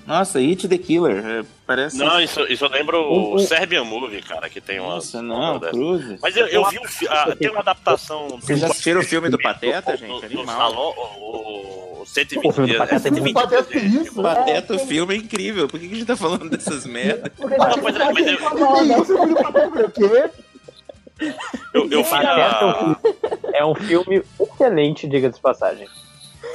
Speaker 2: Nossa, It the Killer. é, Parece.
Speaker 11: Não, isso, isso eu lembro o
Speaker 2: Um- um-
Speaker 11: Serbian Movie, cara, que tem uma.
Speaker 2: Nossa, não, cruzes.
Speaker 11: Mas eu, eu vi um o fi- ah, tem uma adaptação.
Speaker 2: Vocês já assistiram o filme do Pateta,
Speaker 11: do-
Speaker 2: gente?
Speaker 11: do
Speaker 2: Animal.
Speaker 11: Salão, o, o, o 120
Speaker 2: O filme do
Speaker 11: dias, é
Speaker 2: Pateta é muito
Speaker 11: 120
Speaker 2: bom.
Speaker 11: dias.
Speaker 2: Isso, Pateta,
Speaker 9: é.
Speaker 2: o filme é incrível. Por que que a gente tá falando dessas merdas?
Speaker 11: Eu, eu vi a,
Speaker 13: É um filme excelente, diga-se de passagem.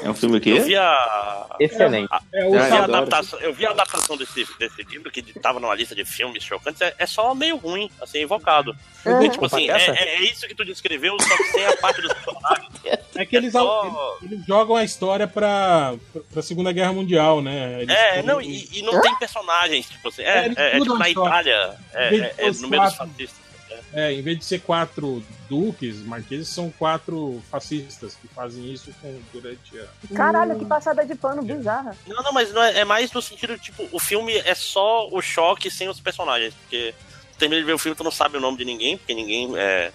Speaker 2: É um filme o
Speaker 11: Eu vi a.
Speaker 13: Excelente.
Speaker 11: a-
Speaker 13: É,
Speaker 11: ah, eu,
Speaker 13: eu
Speaker 11: vi a
Speaker 13: adoro.
Speaker 11: adaptação, eu vi a adaptação desse, desse livro, que tava numa lista de filmes chocantes, é, é só meio ruim, assim, invocado.
Speaker 8: Uhum.
Speaker 11: Tipo assim, é, é- é isso que tu descreveu, só que sem a parte dos personagens.
Speaker 8: É que eles, eles jogam a história pra, pra Segunda Guerra Mundial, né? Eles
Speaker 11: É,
Speaker 8: têm-
Speaker 11: não, e, e não tem personagens, tipo assim, é,
Speaker 8: É, eles
Speaker 11: é, é tipo
Speaker 8: mudam a
Speaker 11: na
Speaker 8: história.
Speaker 11: Itália, é,
Speaker 8: Vem
Speaker 11: é, é
Speaker 8: os
Speaker 11: números
Speaker 8: quatro.
Speaker 11: fascistas. né?
Speaker 8: É, em vez de ser quatro duques, marqueses, são quatro fascistas que fazem isso com- durante a.
Speaker 17: Caralho, que passada de pano
Speaker 2: Hum.
Speaker 17: bizarra.
Speaker 11: Não, não, mas não é, é mais no sentido, tipo, o filme é só o choque sem os personagens, porque tu termina de ver o filme, tu não sabe o nome de ninguém, porque ninguém é.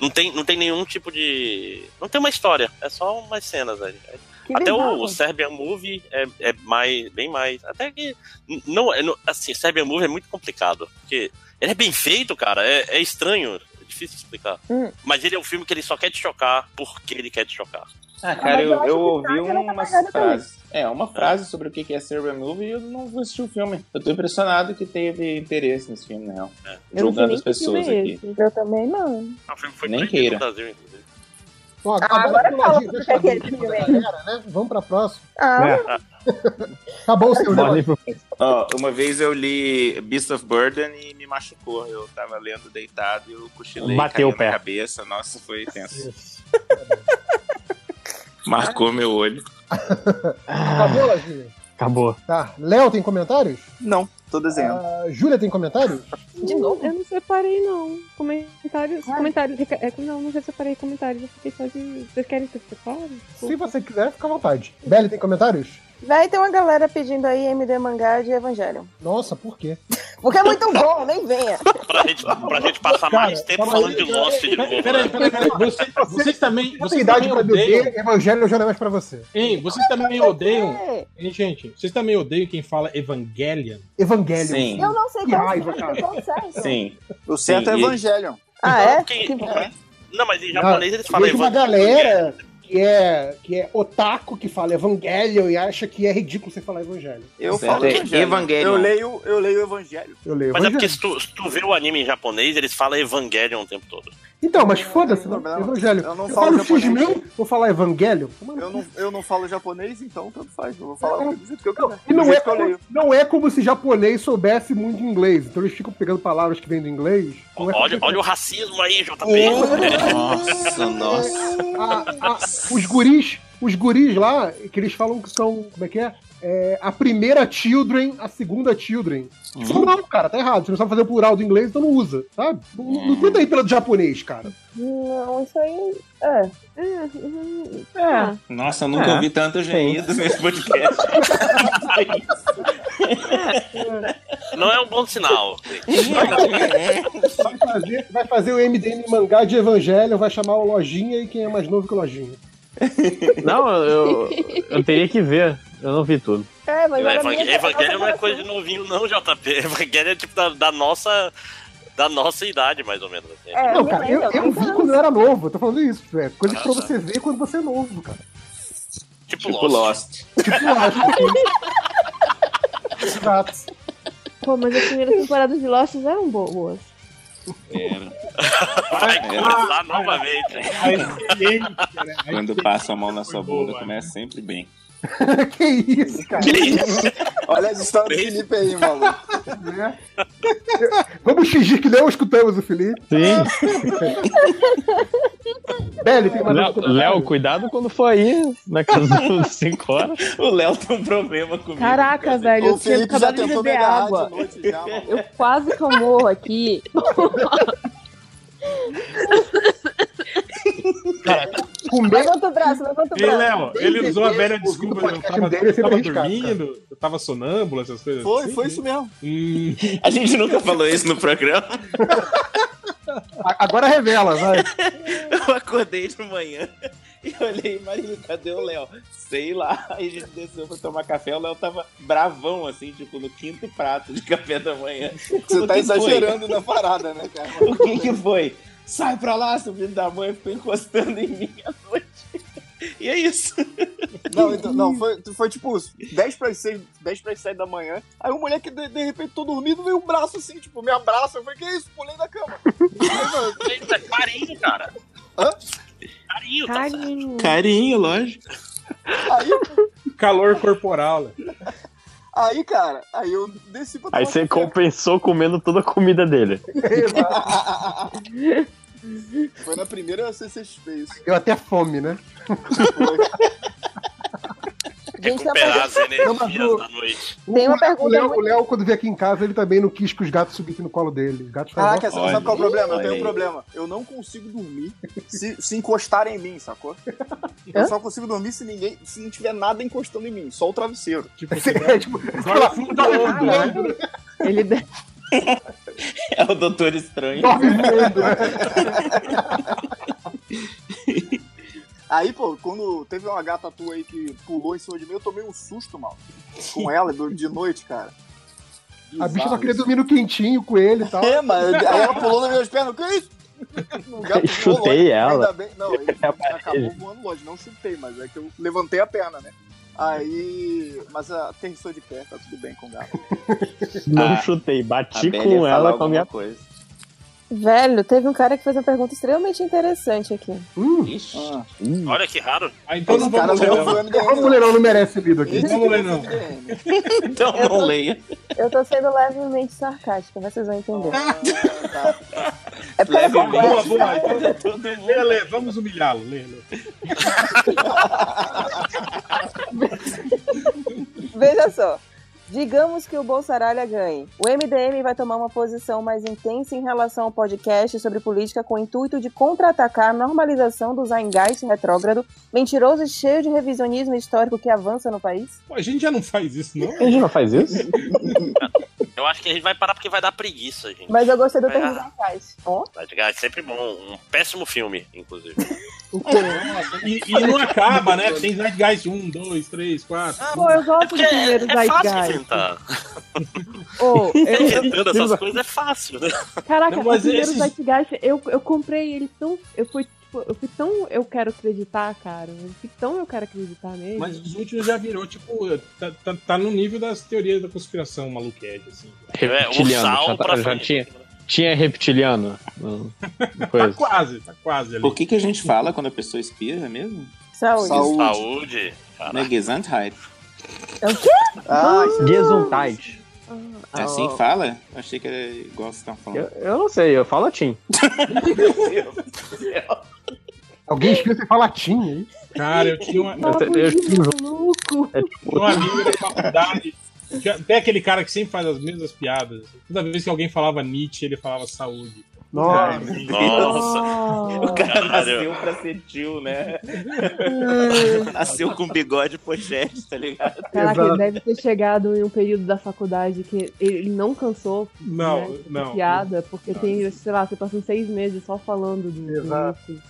Speaker 11: Não tem, não tem nenhum tipo de. Não tem uma história, é só umas cenas ali.
Speaker 17: Que
Speaker 11: Até o,
Speaker 17: bizarro.
Speaker 11: o Serbian Movie é, é mais, bem mais. Até que. n- Não, é- não- assim, Serbian Movie é muito complicado. Porque ele é bem feito, cara. É, é estranho. É difícil explicar.
Speaker 17: Hum.
Speaker 11: Mas ele é um filme que ele só quer te chocar porque ele quer te chocar.
Speaker 2: Ah, cara, eu, eu ouvi
Speaker 17: Tarantino tá
Speaker 2: uma
Speaker 17: pagando por
Speaker 2: frase. É, uma frase sobre o que que é ser movie e eu não vou assistir o filme. Eu tô impressionado que teve interesse nesse filme, na real.
Speaker 17: Eu não sei
Speaker 2: Julgando
Speaker 17: nem
Speaker 2: as
Speaker 17: que filme
Speaker 2: pessoas
Speaker 17: é
Speaker 2: aqui.
Speaker 17: esse. Eu também não.
Speaker 2: Nem queira.
Speaker 1: Bom, acabou
Speaker 17: Ah, agora
Speaker 1: a
Speaker 17: fala
Speaker 1: trilogia,
Speaker 17: pra
Speaker 1: deixa eu
Speaker 17: que é
Speaker 1: abrir aqui pra
Speaker 17: filme.
Speaker 1: galera, né? Vamos pra próxima.
Speaker 2: É.
Speaker 17: Ah.
Speaker 1: Acabou o seu jogo.
Speaker 2: Ó, uma vez eu li Beast of Burden e me machucou. Eu tava lendo deitado e eu cochilei,
Speaker 13: Bateu o
Speaker 2: Bateu caiu
Speaker 13: pé.
Speaker 2: na cabeça. Nossa, foi tenso. Marcou meu olho.
Speaker 1: Acabou, Lazinha?
Speaker 13: Acabou.
Speaker 1: Tá. Léo tem comentários?
Speaker 16: Não, tô desenhando.
Speaker 1: Ah, Júlia tem comentários?
Speaker 4: De novo? Eu não separei, não. Comentários. Comentários. É, não, nunca separei comentários. Eu fiquei só de. Vocês querem que eu separe?
Speaker 1: Se você quiser, fica à vontade. Belle tem comentários?
Speaker 9: Vai ter uma galera pedindo aí MD mangá de Evangelho.
Speaker 1: Nossa, por quê?
Speaker 9: Porque é muito bom, nem venha.
Speaker 11: Pra gente, pra gente passar mais tempo falando de Lost de novo. né?
Speaker 8: Peraí, peraí, peraí. Vocês, vocês também.
Speaker 1: Não tem
Speaker 8: Vocês
Speaker 1: idade
Speaker 8: também
Speaker 1: pra
Speaker 8: odeiam.
Speaker 1: beber, evangelho eu já não é mais pra você.
Speaker 8: Ei, vocês também odeiam. Ei, gente, vocês também odeiam quem fala Evangelion?
Speaker 1: Evangelion.
Speaker 8: Sim.
Speaker 9: Eu não sei
Speaker 8: Que
Speaker 9: como
Speaker 8: raiva,
Speaker 9: é,
Speaker 8: cara.
Speaker 9: qual certo.
Speaker 2: Sim.
Speaker 16: O certo
Speaker 2: Sim,
Speaker 16: é
Speaker 2: e-
Speaker 16: Evangelion.
Speaker 9: Ah, é?
Speaker 11: Não, mas em japonês eles falam
Speaker 1: Vejo uma
Speaker 11: Evangelion.
Speaker 1: galera que é, que é otaku que fala evangelho e acha que é ridículo você falar evangelho.
Speaker 16: Eu
Speaker 11: Certo,
Speaker 16: falo
Speaker 11: é
Speaker 16: Evangelho.
Speaker 11: Evangelion.
Speaker 16: Eu leio, eu leio o Evangelho.
Speaker 1: Eu leio
Speaker 11: Mas é porque se tu, se tu vê o anime em japonês, eles falam Evangelion o tempo todo.
Speaker 1: Então, mas foda-se, não, evangelho.
Speaker 16: eu
Speaker 1: Eu,
Speaker 16: não falo
Speaker 1: falo
Speaker 16: japonês.
Speaker 1: Fujimeu, vou falar evangelho.
Speaker 16: Eu não, eu não falo japonês, então tanto faz. Eu vou falar do jeito que eu quiser.
Speaker 1: E
Speaker 16: do
Speaker 1: não é,
Speaker 16: jeito que eu
Speaker 1: como,
Speaker 16: leio.
Speaker 1: não é como se japonês soubesse muito inglês. Então eles ficam pegando palavras que vêm do inglês. Não é
Speaker 11: Olha, olha o racismo aí, JP.
Speaker 2: Nossa, nossa.
Speaker 1: Ah, os guris, os guris lá, que eles falam que são, como é que é? É, a primeira children, a segunda children.
Speaker 16: Uhum.
Speaker 1: Tipo, não, cara, tá errado. Você não sabe fazer o plural do inglês, então não usa, sabe? Não,
Speaker 16: Uhum.
Speaker 1: não tenta ir pelo japonês, cara.
Speaker 9: Não, isso aí. É.
Speaker 17: Uhum.
Speaker 4: É.
Speaker 9: É.
Speaker 2: Nossa, eu nunca ouvi tanto gemido nesse podcast.
Speaker 11: Não é um bom sinal.
Speaker 1: Vai fazer, vai fazer o MDM mangá de evangelho, vai chamar o Lojinha e quem é mais novo que o Lojinha.
Speaker 13: Não, eu, eu teria que ver. Eu não vi tudo.
Speaker 9: É, mas
Speaker 11: Evang-
Speaker 9: era minha-
Speaker 11: Evangelho não é coisa de novinho, não, JP. Evangelho é tipo da, da nossa. Da nossa idade, mais ou menos. assim.
Speaker 18: É.
Speaker 1: ah, é, não, cara, eu, eu vi quando eu era novo, eu tô falando isso. tipo, É coisa pra
Speaker 11: Ah, tá.
Speaker 1: você ver quando você é novo, cara.
Speaker 11: Tipo,
Speaker 2: Tipo Lost.
Speaker 1: Tipo, eu acho que- Exato.
Speaker 4: Pô, mas as primeiras temporadas de Lost eram boas.
Speaker 11: É. Vai começar novamente.
Speaker 2: Quando passa a mão na sua bunda, começa sempre bem.
Speaker 1: que isso, cara?
Speaker 16: Olha as histórias do Felipe aí, maluco.
Speaker 1: Né? Vamos fingir que não escutamos o Felipe.
Speaker 13: Sim.
Speaker 1: Beli, tem mais
Speaker 13: Léo, Léo, cuidado quando for aí né, na casa dos 5 horas.
Speaker 2: O Léo tem um problema comigo.
Speaker 17: Caraca, velho, eu tinha
Speaker 16: Felipe já
Speaker 17: acabado de
Speaker 16: tentou me
Speaker 17: beber
Speaker 16: agarrar
Speaker 17: água.
Speaker 16: de noite já, mano.
Speaker 17: Eu quase que eu morro aqui.
Speaker 1: Comer
Speaker 9: Levanta o braço, levanta o
Speaker 8: Ei,
Speaker 9: braço.
Speaker 8: Léo, ele usou a velha
Speaker 1: Ouvindo
Speaker 8: desculpa.
Speaker 1: o
Speaker 8: Eu
Speaker 1: podcast
Speaker 8: tava,
Speaker 1: dele, é sempre
Speaker 8: tava
Speaker 1: arriscado,
Speaker 8: dormindo, eu tava sonâmbulo, essas coisas.
Speaker 16: Foi,
Speaker 8: assim.
Speaker 16: foi isso mesmo.
Speaker 8: Hum.
Speaker 2: A gente nunca falou isso no programa.
Speaker 1: A- Agora revela, vai.
Speaker 2: Eu acordei de manhã e olhei, Marília, cadê o Léo? Sei lá. Aí a gente desceu pra tomar café. O Léo tava bravão, assim, tipo, no quinto prato de café da manhã.
Speaker 16: Você
Speaker 2: O
Speaker 16: tá
Speaker 2: que foi?
Speaker 16: exagerando na parada, né, cara?
Speaker 2: O que que foi? Sai pra lá, seu filho da mãe ficou encostando em mim à noite. E é isso.
Speaker 16: Não, então, não foi, foi tipo 10 para 6, 10 para 7 da manhã. Aí o moleque, de, de repente, tô dormindo, veio um braço assim, tipo, me abraça. Eu falei, que isso? Pulei da cama.
Speaker 11: Eita, Carinho, cara.
Speaker 16: Hã?
Speaker 11: Carinho, tá certo.
Speaker 4: Carinho.
Speaker 2: Carinho, lógico.
Speaker 8: Calor corporal. né?
Speaker 16: Aí, cara, aí eu desci pra um
Speaker 13: Aí você compensou comendo toda a comida dele.
Speaker 16: Foi na primeira CCXP isso.
Speaker 1: Eu até fome, né?
Speaker 9: Gente, tá
Speaker 11: recuperar as
Speaker 9: fazendo-
Speaker 11: energias da noite.
Speaker 9: Tem uma
Speaker 1: O Léo-
Speaker 9: pergunta
Speaker 1: O Léo,
Speaker 9: muito-
Speaker 1: o Léo, quando veio aqui em casa, ele também não quis que os gatos subissem no colo dele. Os gatos
Speaker 6: Caraca, sabe sabe qual é o problema? Eu
Speaker 1: Olha
Speaker 6: tenho um
Speaker 1: aí.
Speaker 6: problema. Eu não consigo dormir se, se encostarem em mim, sacou? Eu só consigo dormir se ninguém. Se não tiver nada encostando em mim, só o travesseiro.
Speaker 8: Tipo,
Speaker 6: é, tipo,
Speaker 4: Ele
Speaker 2: É o Doutor Estranho.
Speaker 6: Aí, pô, quando teve uma gata tua aí que pulou em cima de mim, eu tomei um susto, mal. Com ela de de noite, cara.
Speaker 1: A bicha só
Speaker 6: Bizarro
Speaker 1: queria
Speaker 6: isso.
Speaker 1: dormir no quentinho com ele e tal.
Speaker 6: É, mas aí ela pulou nas minhas pernas. O que é isso? O gato voou
Speaker 1: Chutei
Speaker 6: longe,
Speaker 1: ela. É
Speaker 6: Ainda bem. Não, ele acabou voando longe. Não chutei, mas é que eu levantei a perna, né? Aí. Mas a aterrissou de pé, tá tudo bem com o gato.
Speaker 5: Não
Speaker 11: Ah,
Speaker 5: chutei, bati
Speaker 11: a Bela ia
Speaker 5: com
Speaker 11: falar
Speaker 5: ela com
Speaker 11: alguma
Speaker 5: a minha
Speaker 11: coisa.
Speaker 9: Velho, teve um cara que fez uma pergunta extremamente interessante aqui.
Speaker 13: Hum.
Speaker 11: Ixi.
Speaker 13: Ah.
Speaker 11: Hum. Olha que raro.
Speaker 8: então
Speaker 1: Ah, não vamos ler, não. Vamos ler, não, não merece lido aqui.
Speaker 11: Não vamos ler, não. Então não leia.
Speaker 9: Eu tô sendo levemente sarcástica, vocês vão entender.
Speaker 16: Ah.
Speaker 8: Boa, boa, boa. então. Lê, lê, vamos humilhá-lo. Lê, lê.
Speaker 9: Veja só. Digamos que o Bolsaralha ganhe. O MDM vai tomar uma posição mais intensa em relação ao podcast sobre política com o intuito de contra-atacar a normalização do Zeitgeist retrógrado, mentiroso e cheio de revisionismo histórico que avança no país?
Speaker 8: Pô, a gente já não faz isso, não?
Speaker 5: A gente não faz isso?
Speaker 11: Eu acho que a gente vai parar porque vai dar preguiça, gente.
Speaker 9: Mas eu gostei do
Speaker 11: Vai
Speaker 9: termo
Speaker 11: dar-
Speaker 9: Zeitgeist. Ó.
Speaker 11: É sempre bom. Um péssimo filme, inclusive.
Speaker 8: E, e não acaba, né? Tem Zeitgeist 1, 2, 3, 4.
Speaker 9: Ah, Pô, eu gosto
Speaker 8: é
Speaker 9: do primeiro Zeitgeist.
Speaker 11: É, inventar.
Speaker 9: Ô, eu-
Speaker 11: Inventando essas coisas é fácil, né?
Speaker 9: Caraca,
Speaker 4: Não,
Speaker 9: o
Speaker 4: mas
Speaker 9: primeiro
Speaker 4: esses-
Speaker 9: Zeitgeist, eu, eu comprei ele tão. Eu fui, tipo, eu fui tão. Eu quero acreditar, cara. Eu fui tão eu quero acreditar nele.
Speaker 8: Mas os últimos já virou, tipo, tá, tá, tá no nível das teorias da conspiração maluquete, assim.
Speaker 11: É, um
Speaker 5: Reptiliano. já, tá- já tinha, tinha reptiliano. no- no
Speaker 8: Tá
Speaker 5: Coisa.
Speaker 8: quase, tá quase ali.
Speaker 2: O que, que a gente fala quando a pessoa espirra mesmo?
Speaker 9: Saúde.
Speaker 2: Saúde.
Speaker 11: Saúde.
Speaker 2: Não é Gesundheit.
Speaker 9: É o quê? Hum.
Speaker 5: Ah,
Speaker 1: é
Speaker 5: Gesundheit.
Speaker 2: É assim que fala? Eu achei que era igual vocês estão
Speaker 5: Eu,
Speaker 2: falando.
Speaker 5: eu não sei, eu falo latim.
Speaker 1: Alguém escreveu você fala latim aí.
Speaker 8: Cara, eu tinha uma.
Speaker 5: Eu te- eu tinha um-
Speaker 9: Maluco!
Speaker 8: Tinha um amigo da faculdade. que é Até aquele cara que sempre faz as mesmas piadas. Toda vez que alguém falava Nietzsche, ele falava saúde.
Speaker 1: Nossa.
Speaker 11: Nossa. O cara
Speaker 2: Nasceu
Speaker 11: nasceu.
Speaker 2: pra ser tio, né? Nasceu com bigode e pochete, tá ligado?
Speaker 4: Caraca, ele deve ter chegado em um período da faculdade que ele não cansou
Speaker 8: Não,
Speaker 4: né, de
Speaker 8: não.
Speaker 4: piada, porque tem, sei lá, você passou seis meses só falando do. Exato.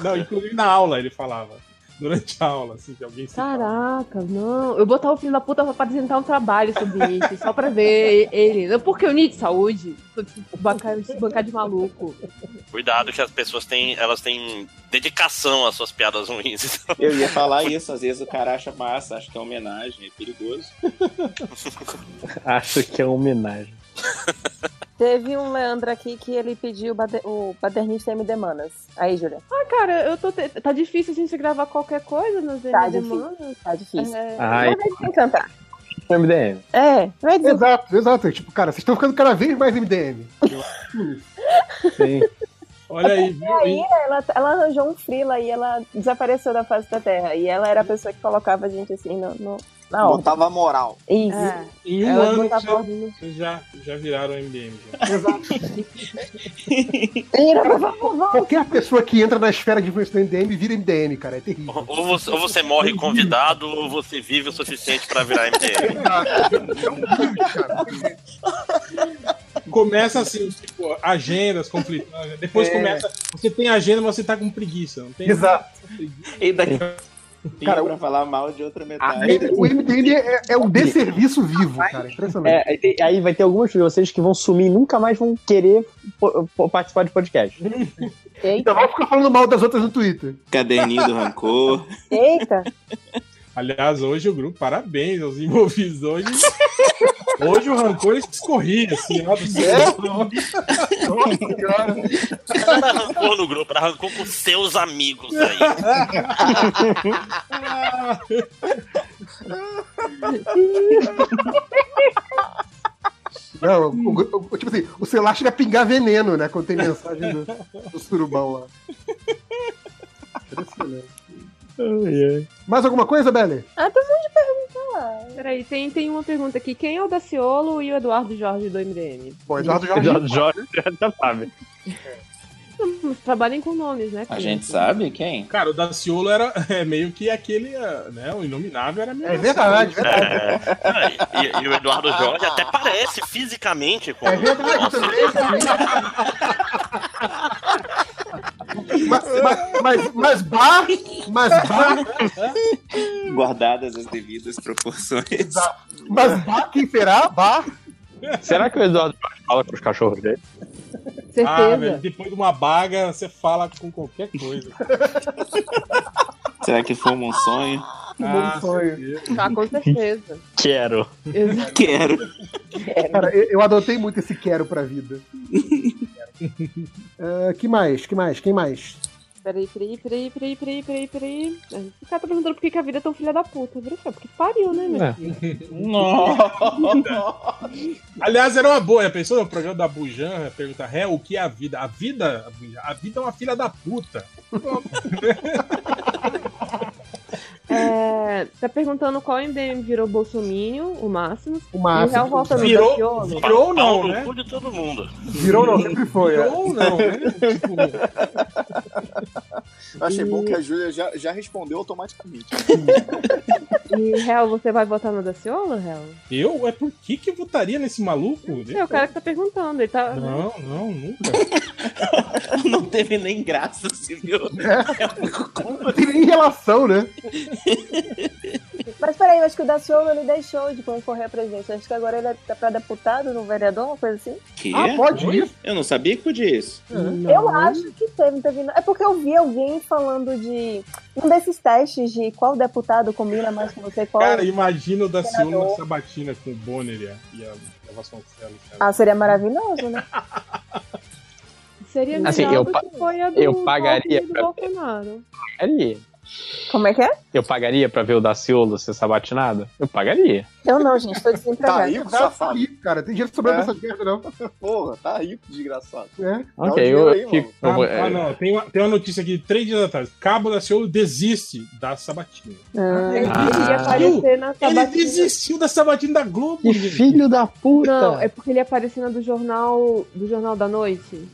Speaker 8: Não, inclusive na aula ele falava. Durante a aula, assim, que alguém se
Speaker 4: Caraca, não. Eu botar o filho da puta pra apresentar um trabalho sobre Nietzsche, só pra ver ele. Não, Porque o Nietzsche, saúde, tipo, bancar, se bancar de maluco.
Speaker 11: Cuidado que as pessoas têm. Elas têm dedicação às suas piadas ruins. então.
Speaker 2: Eu ia falar isso, às vezes o cara acha massa, acha que é homenagem, é perigoso.
Speaker 5: Acho que é uma homenagem.
Speaker 9: Teve um Leandro aqui que ele pediu o bade- o paternista MD Manas. Aí, Júlia.
Speaker 4: Ah, cara, eu tô. te- Tá difícil a gente gravar qualquer coisa nas
Speaker 9: Tá
Speaker 4: demandas.
Speaker 9: difícil. Tá difícil.
Speaker 4: É.
Speaker 5: Ai.
Speaker 9: Mas vai encantar.
Speaker 5: MDM.
Speaker 9: É, vai dizer.
Speaker 1: Exato, exato. Tipo, cara, vocês estão ficando cada vez mais MDM.
Speaker 5: Sim.
Speaker 8: Olha aí,
Speaker 9: E aí, ela, ela arranjou um frila e ela desapareceu da face da terra. E ela era a pessoa que colocava a gente assim no. no na ordem.
Speaker 6: Botava a moral.
Speaker 9: Isso. É,
Speaker 8: Em um
Speaker 9: Ela
Speaker 8: ano
Speaker 9: botava
Speaker 8: já- vocês já, já viraram MDM. Já.
Speaker 1: Qualquer pessoa que entra na esfera de influência do MDM vira MDM, cara. É terrível.
Speaker 11: Ou você, ou você morre convidado, ou você vive o suficiente pra virar MDM.
Speaker 8: Começa assim, tipo, agendas conflitantes. Depois
Speaker 1: É.
Speaker 8: começa. Você tem agenda, mas você tá com preguiça, não tem?
Speaker 1: Exato.
Speaker 2: E daqui
Speaker 1: Cara,
Speaker 2: cara, pra falar mal de outra metade.
Speaker 1: O MDM é, é um desserviço vivo, cara. Impressionante.
Speaker 5: É, aí, tem- aí vai ter alguns de vocês que vão sumir e nunca mais vão querer po- po- participar de podcast.
Speaker 1: Então vamos ficar falando mal das outras no Twitter.
Speaker 2: Caderninho do rancor.
Speaker 9: Eita!
Speaker 8: Aliás, hoje o grupo, parabéns aos envolvidos. Hoje, hoje o rancor escorria, assim, ó, do céu.
Speaker 1: É?
Speaker 11: Ela arrancou no grupo, ela arrancou com seus amigos aí.
Speaker 1: Não, o, o- o- tipo assim, o celular chega a pingar veneno, né? Quando tem mensagem do, do surubão lá. Impressionante. Mais alguma coisa, Belly?
Speaker 9: Ah, tem um monte de pergunta
Speaker 4: Peraí, tem, tem uma pergunta aqui. Quem é o Daciolo e o Eduardo Jorge do MDM?
Speaker 16: Bom, Eduardo Jorge. Eduardo
Speaker 13: Jorge já sabe.
Speaker 4: Não, Trabalhem com nomes, né? filho?
Speaker 2: sabe quem?
Speaker 8: Cara, o Daciolo era é, meio que aquele, ah, né? O Inominável era meio. assim.
Speaker 1: É verdade,
Speaker 13: É.
Speaker 11: verdade. É, E, e o Eduardo Jorge até parece fisicamente com.
Speaker 1: É verdade também. mas, mas, mas, mas bar, mas bar,
Speaker 2: Guardadas as devidas proporções.
Speaker 1: mas bar quem será? Bar?
Speaker 13: Será que o Eduardo Jorge fala com os cachorros dele?
Speaker 8: Ah, velho, depois de uma baga, você fala com qualquer coisa.
Speaker 2: Será que fuma um sonho?
Speaker 8: Ah,
Speaker 4: Ah, com certeza.
Speaker 13: Quero.
Speaker 4: Exato.
Speaker 2: Quero.
Speaker 1: É, Cara, eu, eu adotei muito esse quero pra vida. Ah, que mais? Que mais? Quem mais?
Speaker 4: Peraí, peraí, peraí, peraí, peraí, peraí, peraí. A gente fica perguntando por que que a vida é tão filha da puta. Bruxa, porque pariu, né, meu? filho?
Speaker 8: Nossa! Aliás, era uma boa. Já pensou no programa da Bujan? Pergunta, ré, o que é a vida? A vida, a Bujan, a vida é uma filha da puta.
Speaker 4: É, tá perguntando qual MDM virou Bolsonaro, o máximo.
Speaker 1: O Máximo.
Speaker 4: E já volta no
Speaker 1: Virou-
Speaker 4: Daciolo.
Speaker 1: virou não,
Speaker 11: Pau no
Speaker 1: né?
Speaker 11: cu de todo mundo.
Speaker 1: Virou não, sempre foi. é.
Speaker 8: Virou não, né? Tipo,
Speaker 16: Eu achei bom que a Júlia já, já respondeu automaticamente.
Speaker 4: E, Hel, você vai votar no Daciolo, Hel?
Speaker 8: Eu? É por que que eu votaria nesse maluco?
Speaker 4: É o cara que tá perguntando. Ele tá...
Speaker 8: Não, não, nunca.
Speaker 2: Não é teve nem graça, se viu?
Speaker 1: Não tem nem relação, né?
Speaker 9: Mas peraí, acho que o Daciolo ele deixou de concorrer à presidência. Acho que agora ele é pra deputado, no vereador, uma coisa assim.
Speaker 2: Que?
Speaker 9: Ah, pode
Speaker 2: isso? Eu não sabia que podia isso.
Speaker 9: Eu acho que teve, não teve. não. É porque eu vi alguém falando de um desses testes de qual deputado combina mais com você, qual.
Speaker 8: Cara, imagina o Daciolo
Speaker 9: Senador.
Speaker 8: na sabatina com o Bonner e a, e a, e a Vasconcelos. cara.
Speaker 9: Ah, seria maravilhoso, né?
Speaker 4: Seria melhor
Speaker 13: Assim, eu
Speaker 4: do
Speaker 13: pa-
Speaker 4: que foi a do
Speaker 13: eu pagaria
Speaker 4: Alckmin e do
Speaker 13: pra-
Speaker 4: Bolsonaro.
Speaker 13: Ali.
Speaker 9: Como é que é?
Speaker 13: Eu pagaria pra ver o Daciolo ser sabatinado? Eu pagaria.
Speaker 9: Eu não, gente,
Speaker 6: Tá
Speaker 9: tô desempregada.
Speaker 1: Tá cara. Tem dinheiro sobrando
Speaker 16: É.
Speaker 1: nessa merda, não.
Speaker 16: Porra, tá rico, desgraçado.
Speaker 1: É.
Speaker 8: Dá o
Speaker 13: Ok,
Speaker 8: dinheiro
Speaker 13: eu
Speaker 8: aí,
Speaker 13: fico-
Speaker 8: mano.
Speaker 13: eu vou-
Speaker 4: é-
Speaker 8: Ah, ah, não. Tem uma, tem uma notícia aqui de três dias atrás. Cabo Daciolo desiste da sabatina. é
Speaker 9: Ah.
Speaker 4: Ele
Speaker 13: Ah.
Speaker 4: queria aparecer na
Speaker 8: Ele
Speaker 4: sabatina.
Speaker 8: desistiu da sabatina da Globo.
Speaker 13: Que filho da puta!
Speaker 4: Não, é porque ele ia aparecer na do jornal, do jornal da noite.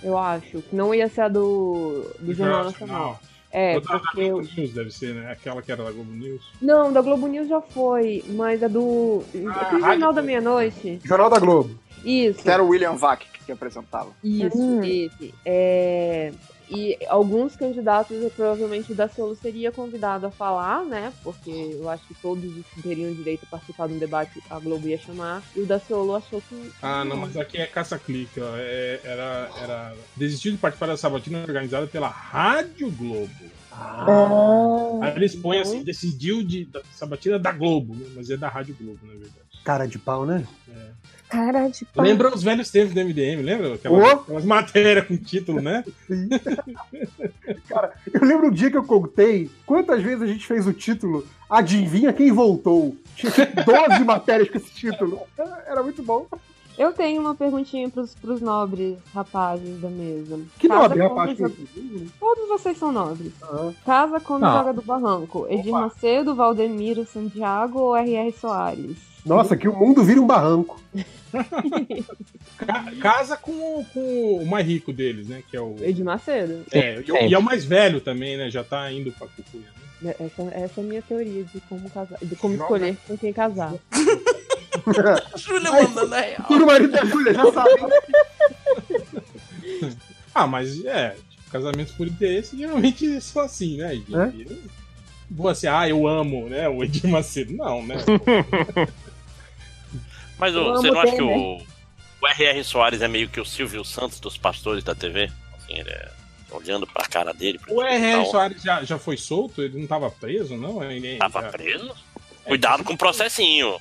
Speaker 4: Eu acho. Que não ia ser a do, do Jornal Nacional. É,
Speaker 8: Outra da Globo News deve ser, né? Aquela que era da Globo News.
Speaker 4: Não, da Globo News já foi, mas a do.
Speaker 8: Ah,
Speaker 4: aquele Jornal da Meia-Noite.
Speaker 1: Jornal da Globo.
Speaker 4: Isso.
Speaker 16: Que era o William Vac que apresentava.
Speaker 4: Isso, esse. É, E alguns candidatos, provavelmente o Daciolo seria convidado a falar, né? Porque eu acho que todos os que teriam direito a participar de um debate, a Globo ia chamar. E o Daciolo achou que.
Speaker 8: Ah, não, mas aqui é caça-clique, ó. É, era, era. Desistiu de participar da sabatina organizada pela Rádio Globo.
Speaker 18: Ah.
Speaker 8: Aí eles põem assim, decidiu de da sabatina da Globo, né? mas é da Rádio Globo, na verdade.
Speaker 1: Cara de pau, né?
Speaker 9: Cara de pau.
Speaker 8: Lembra os velhos tempos do MDM, lembra? Aquelas,
Speaker 1: Ô!
Speaker 8: aquelas matérias com título, né?
Speaker 1: Eu lembro um dia que eu contei quantas vezes a gente fez o título Adivinha quem voltou. Tinha 12 matérias com esse título. É, Era muito bom.
Speaker 4: Eu tenho uma perguntinha pros, pros nobres rapazes da mesa.
Speaker 1: Que é né?
Speaker 4: Casa
Speaker 1: nobre,
Speaker 4: como
Speaker 1: rapaz.
Speaker 4: jo- Todos vocês são nobres.
Speaker 1: Ah.
Speaker 4: Casa como
Speaker 1: Não.
Speaker 4: joga do barranco. Edir Macedo, Valdemiro Santiago ou R.R. Soares?
Speaker 1: Nossa, que o mundo vira um barranco.
Speaker 8: Ca- casa com, o- com o mais rico deles, né? Que é o.
Speaker 4: Edir Macedo.
Speaker 8: É, e, o- e é o mais velho também, né? Já tá indo pra cucuia. né?
Speaker 4: Essa, essa é a minha teoria de como casar, de como escolher com quem casar.
Speaker 11: Júlia mandando a real.
Speaker 1: Tira o marido da Júlia, já sabe.
Speaker 8: Ah, mas é, tipo, casamentos por interesse geralmente são assim, né? E,
Speaker 1: É?
Speaker 8: e- vou assim, ah, eu amo, né? O Edir Macedo. Não, né?
Speaker 11: Mas ô,
Speaker 8: Eu
Speaker 11: você
Speaker 8: amo
Speaker 11: não acha
Speaker 8: bem,
Speaker 11: que o,
Speaker 8: né?
Speaker 11: o R.R. Soares é meio que o Silvio Santos dos pastores da TV? Assim, ele é, olhando pra cara dele. pra
Speaker 8: O
Speaker 11: ele tá um
Speaker 8: R.R.
Speaker 11: tal.
Speaker 8: Soares já, já foi solto? Ele não tava preso, não? Ele, é
Speaker 13: Tá
Speaker 11: Tava
Speaker 8: já-
Speaker 11: preso? Cuidado com o processinho.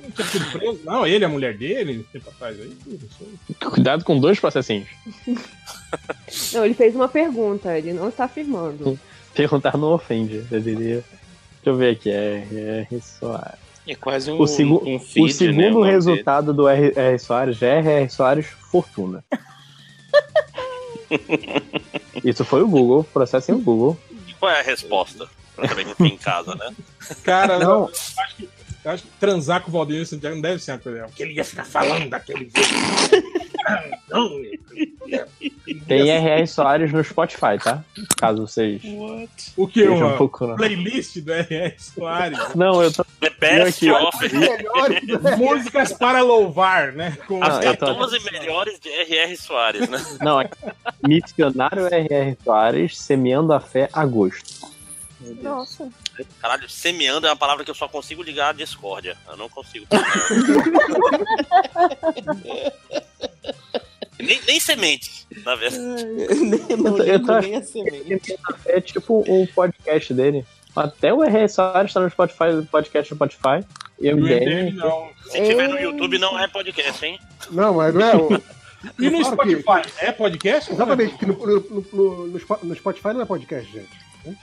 Speaker 8: Não tinha sido preso? Não, ele, a mulher dele, um tempo atrás aí, tudo solto.
Speaker 13: Cuidado com dois processinhos.
Speaker 4: Não, ele fez uma pergunta, ele não está afirmando.
Speaker 13: Perguntar não ofende, eu diria. Deixa eu ver aqui. é, R.R. Soares.
Speaker 2: É quase um,
Speaker 13: O, segu-
Speaker 2: um
Speaker 13: o
Speaker 2: feed, né,
Speaker 13: segundo
Speaker 2: nome
Speaker 13: resultado do R.R. Soares já é R.R. Soares Fortuna. Isso foi o Google, o processo em Google.
Speaker 11: E qual é a resposta? pra também não ter em casa, né?
Speaker 8: Cara,
Speaker 11: Não.
Speaker 8: Eu, eu acho que, eu acho que transar com o Valdir Santiago não deve ser uma coisa. Porque ele ia ficar falando daquele jeito. não,
Speaker 13: Tem R.R. Soares no Spotify, tá? Caso vocês.
Speaker 8: O que?
Speaker 13: Veja um
Speaker 8: Uma
Speaker 13: pouco, né?
Speaker 8: playlist do R.R. Soares.
Speaker 13: Não, eu tô.
Speaker 11: best
Speaker 13: eu
Speaker 11: of.
Speaker 8: Músicas para louvar, né? Com
Speaker 13: Não,
Speaker 11: As
Speaker 13: eu tô-
Speaker 11: 14 melhores de R.R. Soares, né?
Speaker 13: Não, é Missionário R.R. Soares, semeando a fé a gosto.
Speaker 9: Nossa.
Speaker 11: Caralho, semeando é uma palavra que eu só consigo ligar a discórdia. Eu não consigo. nem, nem semente, na verdade.
Speaker 13: Eu tô, eu tô achando que é tipo um podcast dele. Até o R.R. Soares tá no Spotify, podcast no Spotify. E o MDM.
Speaker 11: Se tiver no YouTube, não é podcast, hein?
Speaker 1: Não, mas não é. o-
Speaker 8: E no
Speaker 1: Claro que-
Speaker 8: Spotify, é podcast?
Speaker 1: Exatamente, que no, no, no- no Spo- no Spotify não é podcast, gente.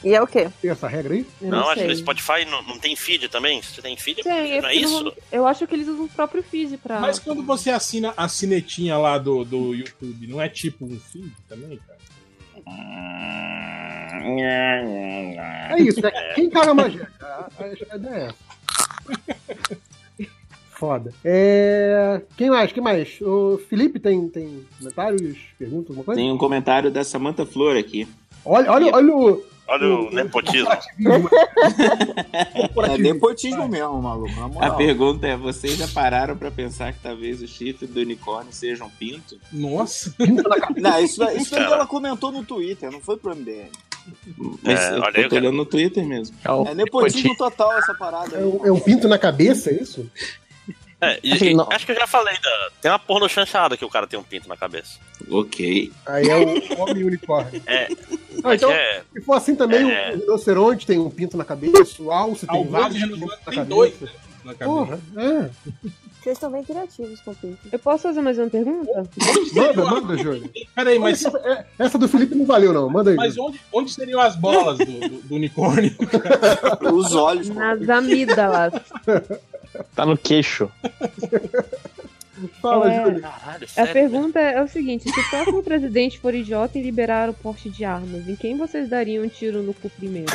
Speaker 9: E é o quê?
Speaker 1: Tem essa regra aí?
Speaker 11: Não, acho que no Spotify não, não tem feed também? Se tem feed,
Speaker 4: Tem, é
Speaker 11: não é
Speaker 4: porque não-
Speaker 11: isso?
Speaker 4: eu acho que eles usam o próprio feed pra.
Speaker 8: Mas quando você assina a cinetinha lá do, do YouTube, não é tipo um feed também, cara?
Speaker 1: É isso, né? Quem caga mais gente? A- a- a ideia é essa. Foda. É... Quem mais? Quem mais? O Felipe tem, tem comentários, perguntas, alguma coisa?
Speaker 2: Tem um comentário da Samantha Flor aqui.
Speaker 1: Olha, olha, olha o.
Speaker 11: Olha o nepotismo.
Speaker 16: É nepotismo mesmo, maluco. Na
Speaker 2: A
Speaker 16: moral.
Speaker 2: pergunta é: vocês já pararam pra pensar que talvez o chifre do unicórnio seja um pinto?
Speaker 8: Nossa!
Speaker 16: Não, isso, daí- isso daí
Speaker 2: Cara.
Speaker 16: ela comentou no Twitter, não foi pro MDM.
Speaker 2: Mas
Speaker 16: É, olha
Speaker 2: eu tô
Speaker 16: aí, cara.
Speaker 2: olhando no Twitter mesmo.
Speaker 1: Tá
Speaker 16: É nepotismo total essa parada.
Speaker 1: É um, é um pinto na cabeça, é isso?
Speaker 11: É, e-
Speaker 13: Assim,
Speaker 11: e- acho que eu já falei da. Tem uma porno chanchada que o cara tem um pinto na cabeça.
Speaker 2: Ok.
Speaker 1: Aí é o homem unicórnio.
Speaker 11: É.
Speaker 1: Ah, então,
Speaker 11: é-
Speaker 1: se for assim também,
Speaker 8: É.
Speaker 1: o rinoceronte tem um pinto na cabeça, o alce tem
Speaker 8: Alvaro
Speaker 1: vários
Speaker 8: de
Speaker 1: pintos na
Speaker 8: Rinoceronte
Speaker 1: cabeça.
Speaker 8: tem dois né? na cabeça.
Speaker 1: Porra, é.
Speaker 9: Vocês estão bem criativos com o Pinto.
Speaker 4: Eu posso fazer mais uma pergunta?
Speaker 1: Manda, manda, Júlio.
Speaker 8: Peraí, mas-
Speaker 1: Essa, é- essa do Felipe não valeu, não. Manda aí.
Speaker 8: Mas onde, onde seriam as bolas do, do, do unicórnio?
Speaker 16: Os olhos.
Speaker 4: Nas amígdalas.
Speaker 13: Tá no queixo.
Speaker 4: É,
Speaker 11: Caralho,
Speaker 4: a
Speaker 11: sério.
Speaker 4: pergunta é o seguinte: se o próximo presidente for idiota e liberar o porte de armas, em quem vocês dariam um tiro no cu primeiro?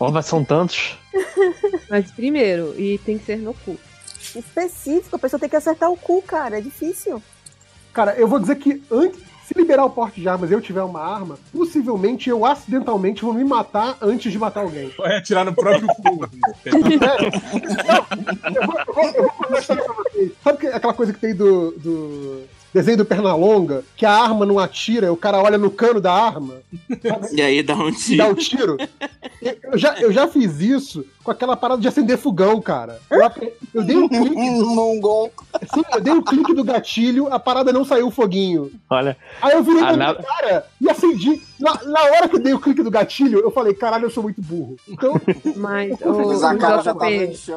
Speaker 13: Ó, mas são tantos.
Speaker 4: Mas primeiro, e tem que ser no cu.
Speaker 9: Específico, a pessoa tem que acertar o cu, cara. É difícil.
Speaker 1: Cara, eu vou dizer que antes, se liberar o porte de armas e eu tiver uma arma, possivelmente eu acidentalmente vou me matar antes de matar alguém.
Speaker 8: Vai atirar no próprio cu. né?
Speaker 1: Sabe que- aquela coisa que tem do, do desenho do Pernalonga, que a arma não atira, o cara olha no cano da arma
Speaker 2: E aí dá um
Speaker 1: e
Speaker 2: tiro.
Speaker 1: dá o tiro? Eu- Eu já, eu já fiz isso com aquela parada de acender fogão, cara. Eu, apre- eu dei um clique. Sim, eu dei um clique do gatilho, a parada não saiu o foguinho.
Speaker 13: Olha.
Speaker 1: Aí eu virei
Speaker 13: a
Speaker 1: pra
Speaker 13: na-
Speaker 1: minha cara e acendi. Na, na hora que eu dei o clique do gatilho, eu falei, caralho, eu sou muito burro. Então.
Speaker 4: Mas,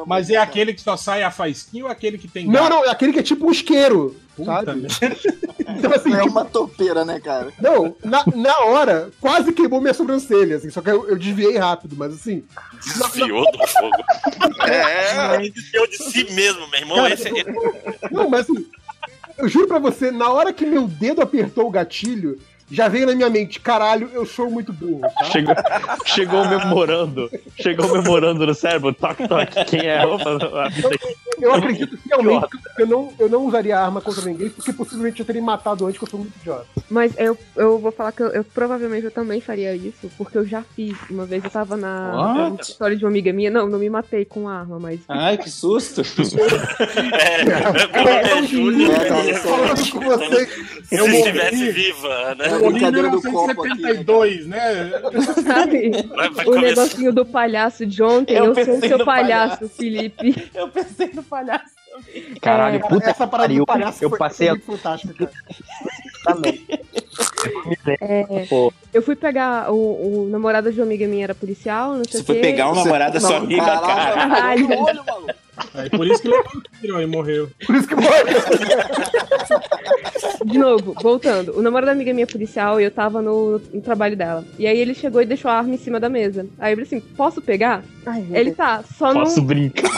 Speaker 8: Mas é aquele que só sai a faísquinha ou aquele que tem.
Speaker 1: Não, não, é aquele que é tipo um isqueiro. sabe? Então, assim,
Speaker 16: É
Speaker 1: tipo,
Speaker 16: uma topeira, né, cara?
Speaker 1: Não, na, na hora, quase queimou minha sobrancelha, assim, só que eu, eu desviei rápido, mas assim.
Speaker 11: Desfiou do fogo. É, ele desfiou de si mesmo, meu irmão.
Speaker 1: Cara,
Speaker 11: Esse,
Speaker 1: Não, mas assim, eu juro pra você, na hora que meu dedo apertou o gatilho, já veio na minha mente, caralho, eu sou muito burro. Tá?
Speaker 13: Chegou, chegou o memorando. Chegou o memorando no cérebro. Toque, toque. Quem é? Opa, a vida aqui.
Speaker 1: Eu acredito realmente que eu não, eu não usaria a arma contra ninguém, porque possivelmente eu teria matado antes, que eu sou muito idiota.
Speaker 4: Mas eu, eu vou falar que eu, eu provavelmente eu também faria isso, porque eu já fiz. Uma vez eu tava na
Speaker 2: What?
Speaker 4: história de uma amiga minha. Não, não me matei com arma, mas.
Speaker 2: Ai, que susto.
Speaker 1: um
Speaker 11: é, Júlia.
Speaker 1: né? Falando com você.
Speaker 11: Se
Speaker 8: Eu
Speaker 11: estivesse viva,
Speaker 1: É
Speaker 11: né?
Speaker 8: Eu morri em 1972, né?
Speaker 4: Sabe?
Speaker 11: Vai- vai
Speaker 4: o
Speaker 11: começar.
Speaker 4: negocinho do palhaço de ontem, eu,
Speaker 11: Eu
Speaker 4: sou o
Speaker 11: pensei
Speaker 4: seu
Speaker 11: no
Speaker 4: palhaço,
Speaker 11: palhaço.
Speaker 4: Felipe.
Speaker 11: Eu pensei no palhaço.
Speaker 13: Caralho,
Speaker 1: Cara,
Speaker 13: puta
Speaker 1: essa
Speaker 13: que
Speaker 1: parada do
Speaker 13: pariu.
Speaker 1: palhaço
Speaker 13: Eu
Speaker 1: foi-
Speaker 13: passei a.
Speaker 1: foi fantástica, cara.
Speaker 4: É,
Speaker 13: Pô.
Speaker 4: eu fui pegar o, o namorado de uma amiga minha era policial, não sei
Speaker 2: Você
Speaker 4: o quê.
Speaker 2: foi pegar uma namorada sua amiga, cara.
Speaker 4: Caralho.
Speaker 8: Aí por isso que levou um tiro e morreu.
Speaker 1: Por isso que morreu.
Speaker 4: De novo, voltando. O namorado da amiga minha é policial e eu tava no, no trabalho dela. E aí ele chegou e deixou a arma em cima da mesa. Aí eu falei assim: posso pegar? ele tá, só não.
Speaker 13: Posso brincar?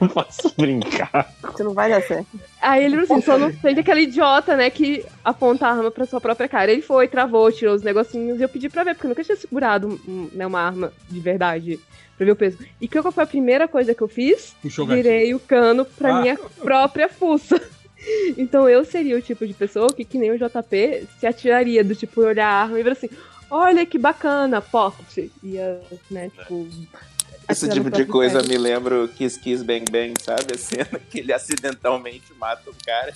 Speaker 13: Eu posso brincar.
Speaker 9: Isso não vai dar certo.
Speaker 4: Aí ele falou assim, só não seja aquele idiota, né, que aponta a arma pra sua própria cara. Ele foi, travou, tirou os negocinhos e eu pedi pra ver, porque eu nunca tinha segurado um, né, uma arma de verdade pra ver o peso. E qual que foi a primeira coisa que eu fiz?
Speaker 8: Puxou o gatilho.
Speaker 4: Virei o cano pra
Speaker 8: Ah.
Speaker 4: minha própria fuça. Então eu seria o tipo de pessoa que, que nem o JP, se atiraria do tipo olhar a arma e ver assim, olha que bacana, pocket. E eu, né, tipo.
Speaker 2: Esse
Speaker 4: atirando
Speaker 2: tipo de
Speaker 4: pra
Speaker 2: coisa
Speaker 4: frente.
Speaker 2: me lembra o Kiss Kiss Bang Bang, sabe? A cena que ele acidentalmente mata um cara.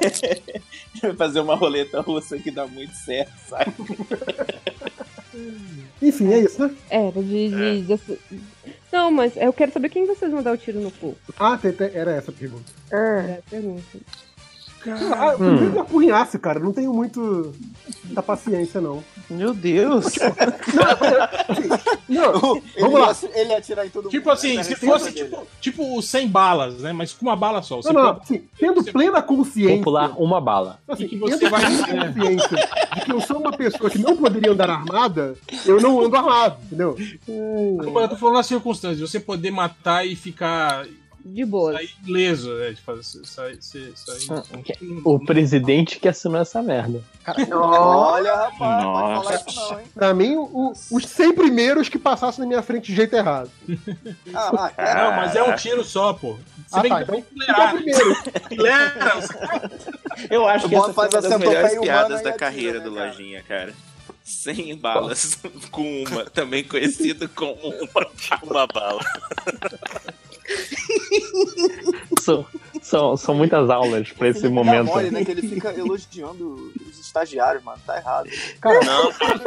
Speaker 2: Vai fazer uma roleta russa que dá muito certo, sabe?
Speaker 1: Enfim, é isso, né?
Speaker 4: Era de.
Speaker 6: É.
Speaker 4: de- de ass- Não, mas eu quero saber quem vocês vão dar o tiro no cu.
Speaker 1: Ah, tem- tem- era essa a pergunta.
Speaker 4: Era a pergunta.
Speaker 1: Ah, eu
Speaker 4: Hum.
Speaker 1: primeiro me apurrinhaço, cara. Não tenho muito da paciência, não.
Speaker 2: Meu Deus!
Speaker 1: não, assim, não, vamos lá.
Speaker 16: Ele ia atirar em todo né?
Speaker 8: Tipo assim, se fosse tipo, tipo os 100 balas, né? Mas com uma bala só.
Speaker 1: Não, não, assim, tendo plena consciência.
Speaker 8: Popular,
Speaker 13: uma bala.
Speaker 1: Assim,
Speaker 8: E que
Speaker 1: tendo
Speaker 8: Tipo você vai-
Speaker 1: plena consciência de que eu sou uma pessoa que não poderia andar armada, eu não ando armado, entendeu?
Speaker 8: Agora, eu tô falando as circunstâncias, você poder matar e ficar.
Speaker 4: De boa.
Speaker 8: Sair ileso, né? Tipo, sa- sa- sa- sair-
Speaker 13: O presidente que assinou essa merda.
Speaker 1: Olha,
Speaker 11: Ah,
Speaker 16: rapaz,
Speaker 13: Nossa.
Speaker 1: Pra mim, o- os 100 primeiros que passassem na minha frente de jeito errado.
Speaker 8: Ah,
Speaker 16: Ah,
Speaker 8: Não, mas é um tiro só, pô. Você
Speaker 1: Ah,
Speaker 8: tem
Speaker 1: tá,
Speaker 8: que
Speaker 1: então.
Speaker 8: filerar. Fileira, os
Speaker 2: Eu acho que
Speaker 8: Bota
Speaker 16: Tá
Speaker 8: faz
Speaker 2: essa foi uma
Speaker 8: a
Speaker 2: das
Speaker 8: centopeia
Speaker 2: melhores
Speaker 8: humana
Speaker 2: piadas
Speaker 16: né,
Speaker 8: e
Speaker 2: da
Speaker 8: atira,
Speaker 2: carreira do Lojinha, cara. Sem balas, com uma, também conhecido como uma, uma bala.
Speaker 13: São, são, são muitas aulas pra esse
Speaker 16: É
Speaker 13: momento.
Speaker 16: mole, né? Que ele fica elogiando os estagiários, mano. Tá errado.
Speaker 11: Não, cara.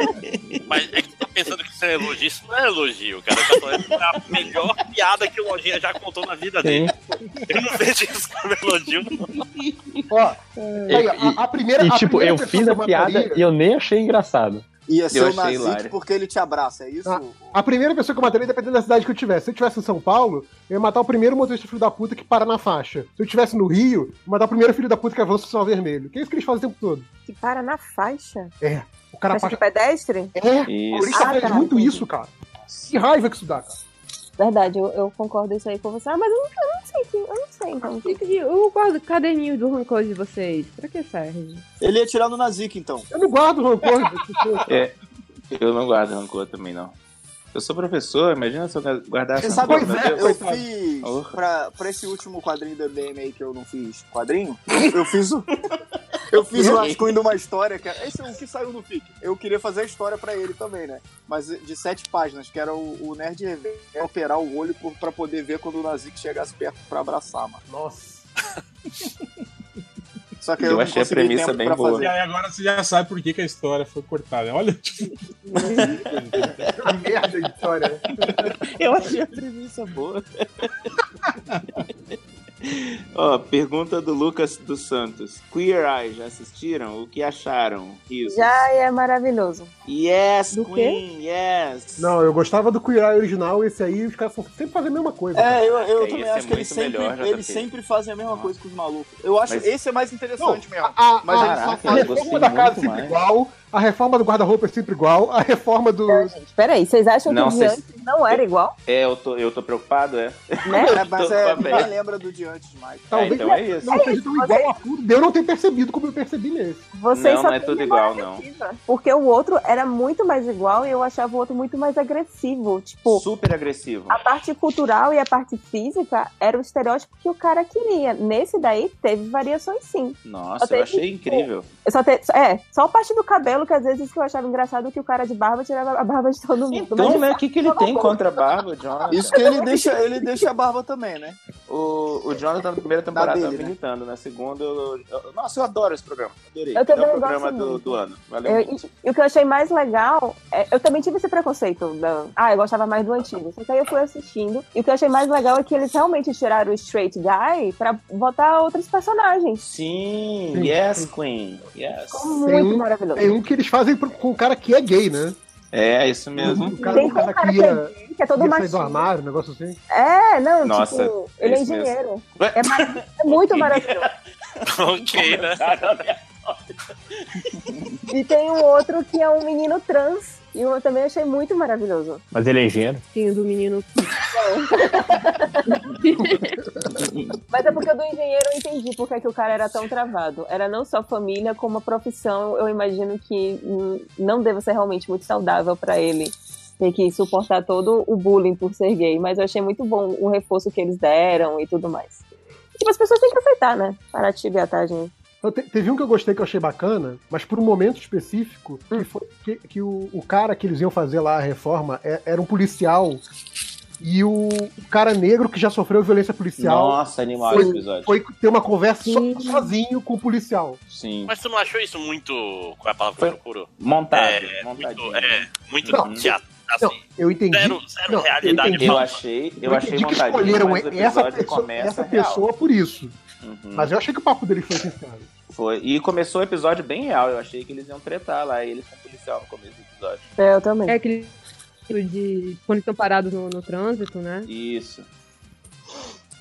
Speaker 11: Mas é que tá pensando que isso é elogio. Isso não é elogio, cara. Eu tô falando que é a melhor piada que o Lojinha já contou na vida dele. Eu não vejo isso como elogio, não.
Speaker 1: Ó, aí, a-
Speaker 13: E-
Speaker 1: a, primeira.
Speaker 13: e
Speaker 1: a
Speaker 13: tipo,
Speaker 1: primeira
Speaker 13: eu
Speaker 1: pessoa
Speaker 13: fiz
Speaker 1: que
Speaker 13: a
Speaker 1: eu
Speaker 13: piada
Speaker 1: mataria-
Speaker 13: e eu nem achei engraçado.
Speaker 16: Ia
Speaker 1: ser Eu o achei
Speaker 16: Nazik porque ele te abraça, é isso?
Speaker 1: Ah, A primeira pessoa que eu mataria, dependendo da cidade que eu tivesse. Se eu tivesse em São Paulo, eu ia matar o primeiro motorista filho da puta que para na faixa. Se eu tivesse no Rio, eu ia matar o primeiro filho da puta que avança o sinal vermelho. Que é isso que eles fazem o tempo todo.
Speaker 9: Que para na faixa.
Speaker 1: É. O cara
Speaker 9: faixa de
Speaker 1: passa.
Speaker 9: pedestre?
Speaker 1: É. O Corinthians
Speaker 9: Ah,
Speaker 1: faz
Speaker 9: tá.
Speaker 1: muito isso, cara. Que raiva que isso dá, cara.
Speaker 9: Verdade, eu, eu concordo isso aí com você. Ah, mas eu não, eu não sei, que- eu não sei. Então.
Speaker 4: Fica de- Eu guardo o caderninho do rancor de vocês. Pra que serve?
Speaker 16: Ele ia tirar no Nazik, então.
Speaker 1: Eu não guardo rancor.
Speaker 2: É, eu não guardo rancor também, não. Eu sou professor, imagina se eu guardar
Speaker 16: Você
Speaker 2: rancor.
Speaker 16: sabe,
Speaker 2: meu
Speaker 16: eu,
Speaker 1: é,
Speaker 2: Deus.
Speaker 16: fiz pra, pra esse último quadrinho do MDM aí que eu não fiz quadrinho, eu fiz o. Eu fiz o rascunho de uma história, que era, esse é o que saiu no FIC. Eu queria fazer a história pra ele também, né? Mas de sete páginas, que era o, o Nerd Rever operar o olho por- pra poder ver quando o Nazik chegasse perto pra abraçar, mano.
Speaker 1: Nossa.
Speaker 16: Só que eu,
Speaker 2: Eu
Speaker 16: não
Speaker 2: achei a
Speaker 16: consegui
Speaker 2: premissa
Speaker 16: tempo
Speaker 2: bem
Speaker 16: pra
Speaker 2: boa.
Speaker 16: fazer.
Speaker 8: E aí agora você já sabe por que, que a história foi cortada. Olha, tipo,
Speaker 1: Que merda de história, né?
Speaker 2: Eu achei a premissa boa. Ó, pergunta do Lucas dos Santos. Queer Eye, já assistiram? O que acharam? Isso.
Speaker 9: Já é maravilhoso.
Speaker 2: Yes,
Speaker 9: Do
Speaker 2: Queen, yes.
Speaker 1: Não, eu gostava do Queer Eye original, esse aí os caras são sempre fazem a mesma coisa.
Speaker 16: É, eu, eu
Speaker 1: Esse
Speaker 16: também
Speaker 1: é
Speaker 16: acho que eles,
Speaker 1: muito
Speaker 16: sempre,
Speaker 1: melhor,
Speaker 16: eles
Speaker 1: JP.
Speaker 16: sempre fazem a mesma coisa que os malucos. Eu acho
Speaker 1: Mas-
Speaker 16: esse é mais interessante
Speaker 1: Não,
Speaker 16: mesmo.
Speaker 1: A,
Speaker 16: mas
Speaker 1: a-
Speaker 16: eles só
Speaker 1: a
Speaker 16: fazem-
Speaker 1: reforma da casa é sempre igual, a reforma do guarda-roupa é sempre igual, a reforma do.
Speaker 9: É, Peraí, vocês acham
Speaker 2: Não,
Speaker 9: que o de
Speaker 2: vocês-
Speaker 9: antes não era igual? Né?
Speaker 2: É, eu tô, eu tô preocupado, é.
Speaker 16: É, mas é,
Speaker 2: Tudo bem.
Speaker 16: ninguém lembra do de antes mais.
Speaker 2: Talvez- então é isso.
Speaker 1: Não seja tão igual a tudo. Eu não tenho percebido como eu percebi nesse.
Speaker 9: Vocês
Speaker 2: não,
Speaker 9: só
Speaker 2: não é
Speaker 9: têm
Speaker 2: tudo
Speaker 9: memória
Speaker 2: igual, não.
Speaker 9: afetiva, Porque o outro era muito mais igual e eu achava o outro muito mais agressivo. Tipo,
Speaker 2: Super agressivo.
Speaker 9: a parte cultural e a parte física era o estereótipo que o cara queria. Nesse daí teve variações sim.
Speaker 2: Nossa,
Speaker 9: Até
Speaker 2: eu achei
Speaker 9: que-
Speaker 2: incrível.
Speaker 9: Eu só te... É, só a parte do cabelo que às vezes que eu achava engraçado que o cara de barba tirava a barba de todo mundo.
Speaker 2: Então,
Speaker 9: Mas é.
Speaker 2: né, o
Speaker 9: isso-
Speaker 2: que, que ele tem contra a barba,
Speaker 6: Ah,
Speaker 2: Jonathan?
Speaker 6: é.
Speaker 16: Isso que ele deixa, ele deixa a barba também, né?
Speaker 2: O, o Jonathan tá na primeira temporada
Speaker 16: dele,
Speaker 2: tava me
Speaker 16: né?
Speaker 2: irritando, na segunda eu, eu- Nossa, eu adoro esse programa. Adorei.
Speaker 9: Eu também
Speaker 2: é o programa
Speaker 9: gosto
Speaker 2: do,
Speaker 9: muito.
Speaker 2: do ano. Valeu.
Speaker 9: Eu- e, e o que eu achei mais legal, é- eu também tive esse preconceito. Da, ah, eu gostava mais do antigo. Só que aí eu fui assistindo. E o que eu achei mais legal é que eles realmente tiraram o straight guy pra botar outros personagens.
Speaker 2: Sim, yes, Queen. Yes.
Speaker 1: Tem um-
Speaker 9: maravilhoso.
Speaker 1: Tem um que eles fazem pro- com o cara que é gay, né?
Speaker 2: É, isso mesmo.
Speaker 1: O cara,
Speaker 9: Tem
Speaker 1: o cara
Speaker 9: um cara
Speaker 1: que
Speaker 9: que é
Speaker 1: ia,
Speaker 9: gay, que é todo
Speaker 1: ia sair do
Speaker 9: machinho.
Speaker 1: armário, um negócio assim.
Speaker 9: É, não,
Speaker 2: Nossa,
Speaker 9: tipo, ele é
Speaker 2: isso mesmo.
Speaker 9: engenheiro. É, mar- é muito maravilhoso.
Speaker 11: ok, né?
Speaker 9: E tem um outro que é um menino trans. E eu também achei muito maravilhoso.
Speaker 13: Mas ele é engenheiro.
Speaker 4: Sim, do menino.
Speaker 9: Mas é porque eu do engenheiro eu entendi porque é que o cara era tão travado. Era não só família, como a profissão, eu imagino que hum, não deva ser realmente muito saudável pra ele ter que suportar todo o bullying por ser gay. Mas eu achei muito bom o reforço que eles deram e tudo mais. Tipo, as pessoas têm que aceitar, né? Parar de chibiar, tá, gente?
Speaker 1: Eu te- Teve um que eu gostei que eu achei bacana, mas por um momento específico, que, foi que, que o, o cara que eles iam fazer lá a reforma é- era um policial. E o, o cara negro que já sofreu violência policial.
Speaker 2: Nossa, animal
Speaker 1: foi,
Speaker 2: esse episódio.
Speaker 1: Foi ter uma conversa so- sozinho com o policial.
Speaker 2: Sim.
Speaker 11: Mas tu não achou isso muito. Qual é a palavra que eu procuro?
Speaker 2: Montado,
Speaker 11: É, muito, é, muito teatro.
Speaker 1: Não, eu entendi.
Speaker 11: Zero, zero
Speaker 1: Não, eu
Speaker 11: realidade.
Speaker 1: entendi.
Speaker 2: Eu achei, eu achei
Speaker 1: entendi que
Speaker 2: montadinho,
Speaker 1: escolheram
Speaker 2: mas o
Speaker 1: essa
Speaker 2: episódio
Speaker 1: pessoa,
Speaker 2: começa
Speaker 1: essa
Speaker 2: real.
Speaker 1: pessoa por isso. Mas eu achei que o papo dele foi sincero.
Speaker 2: Uhum. Foi. E começou o episódio bem real. Eu achei que eles iam tretar lá, eles com o policial no começo do episódio.
Speaker 9: É, eu também.
Speaker 4: É aquele tipo de quando estão parados no, no trânsito, né?
Speaker 2: Isso.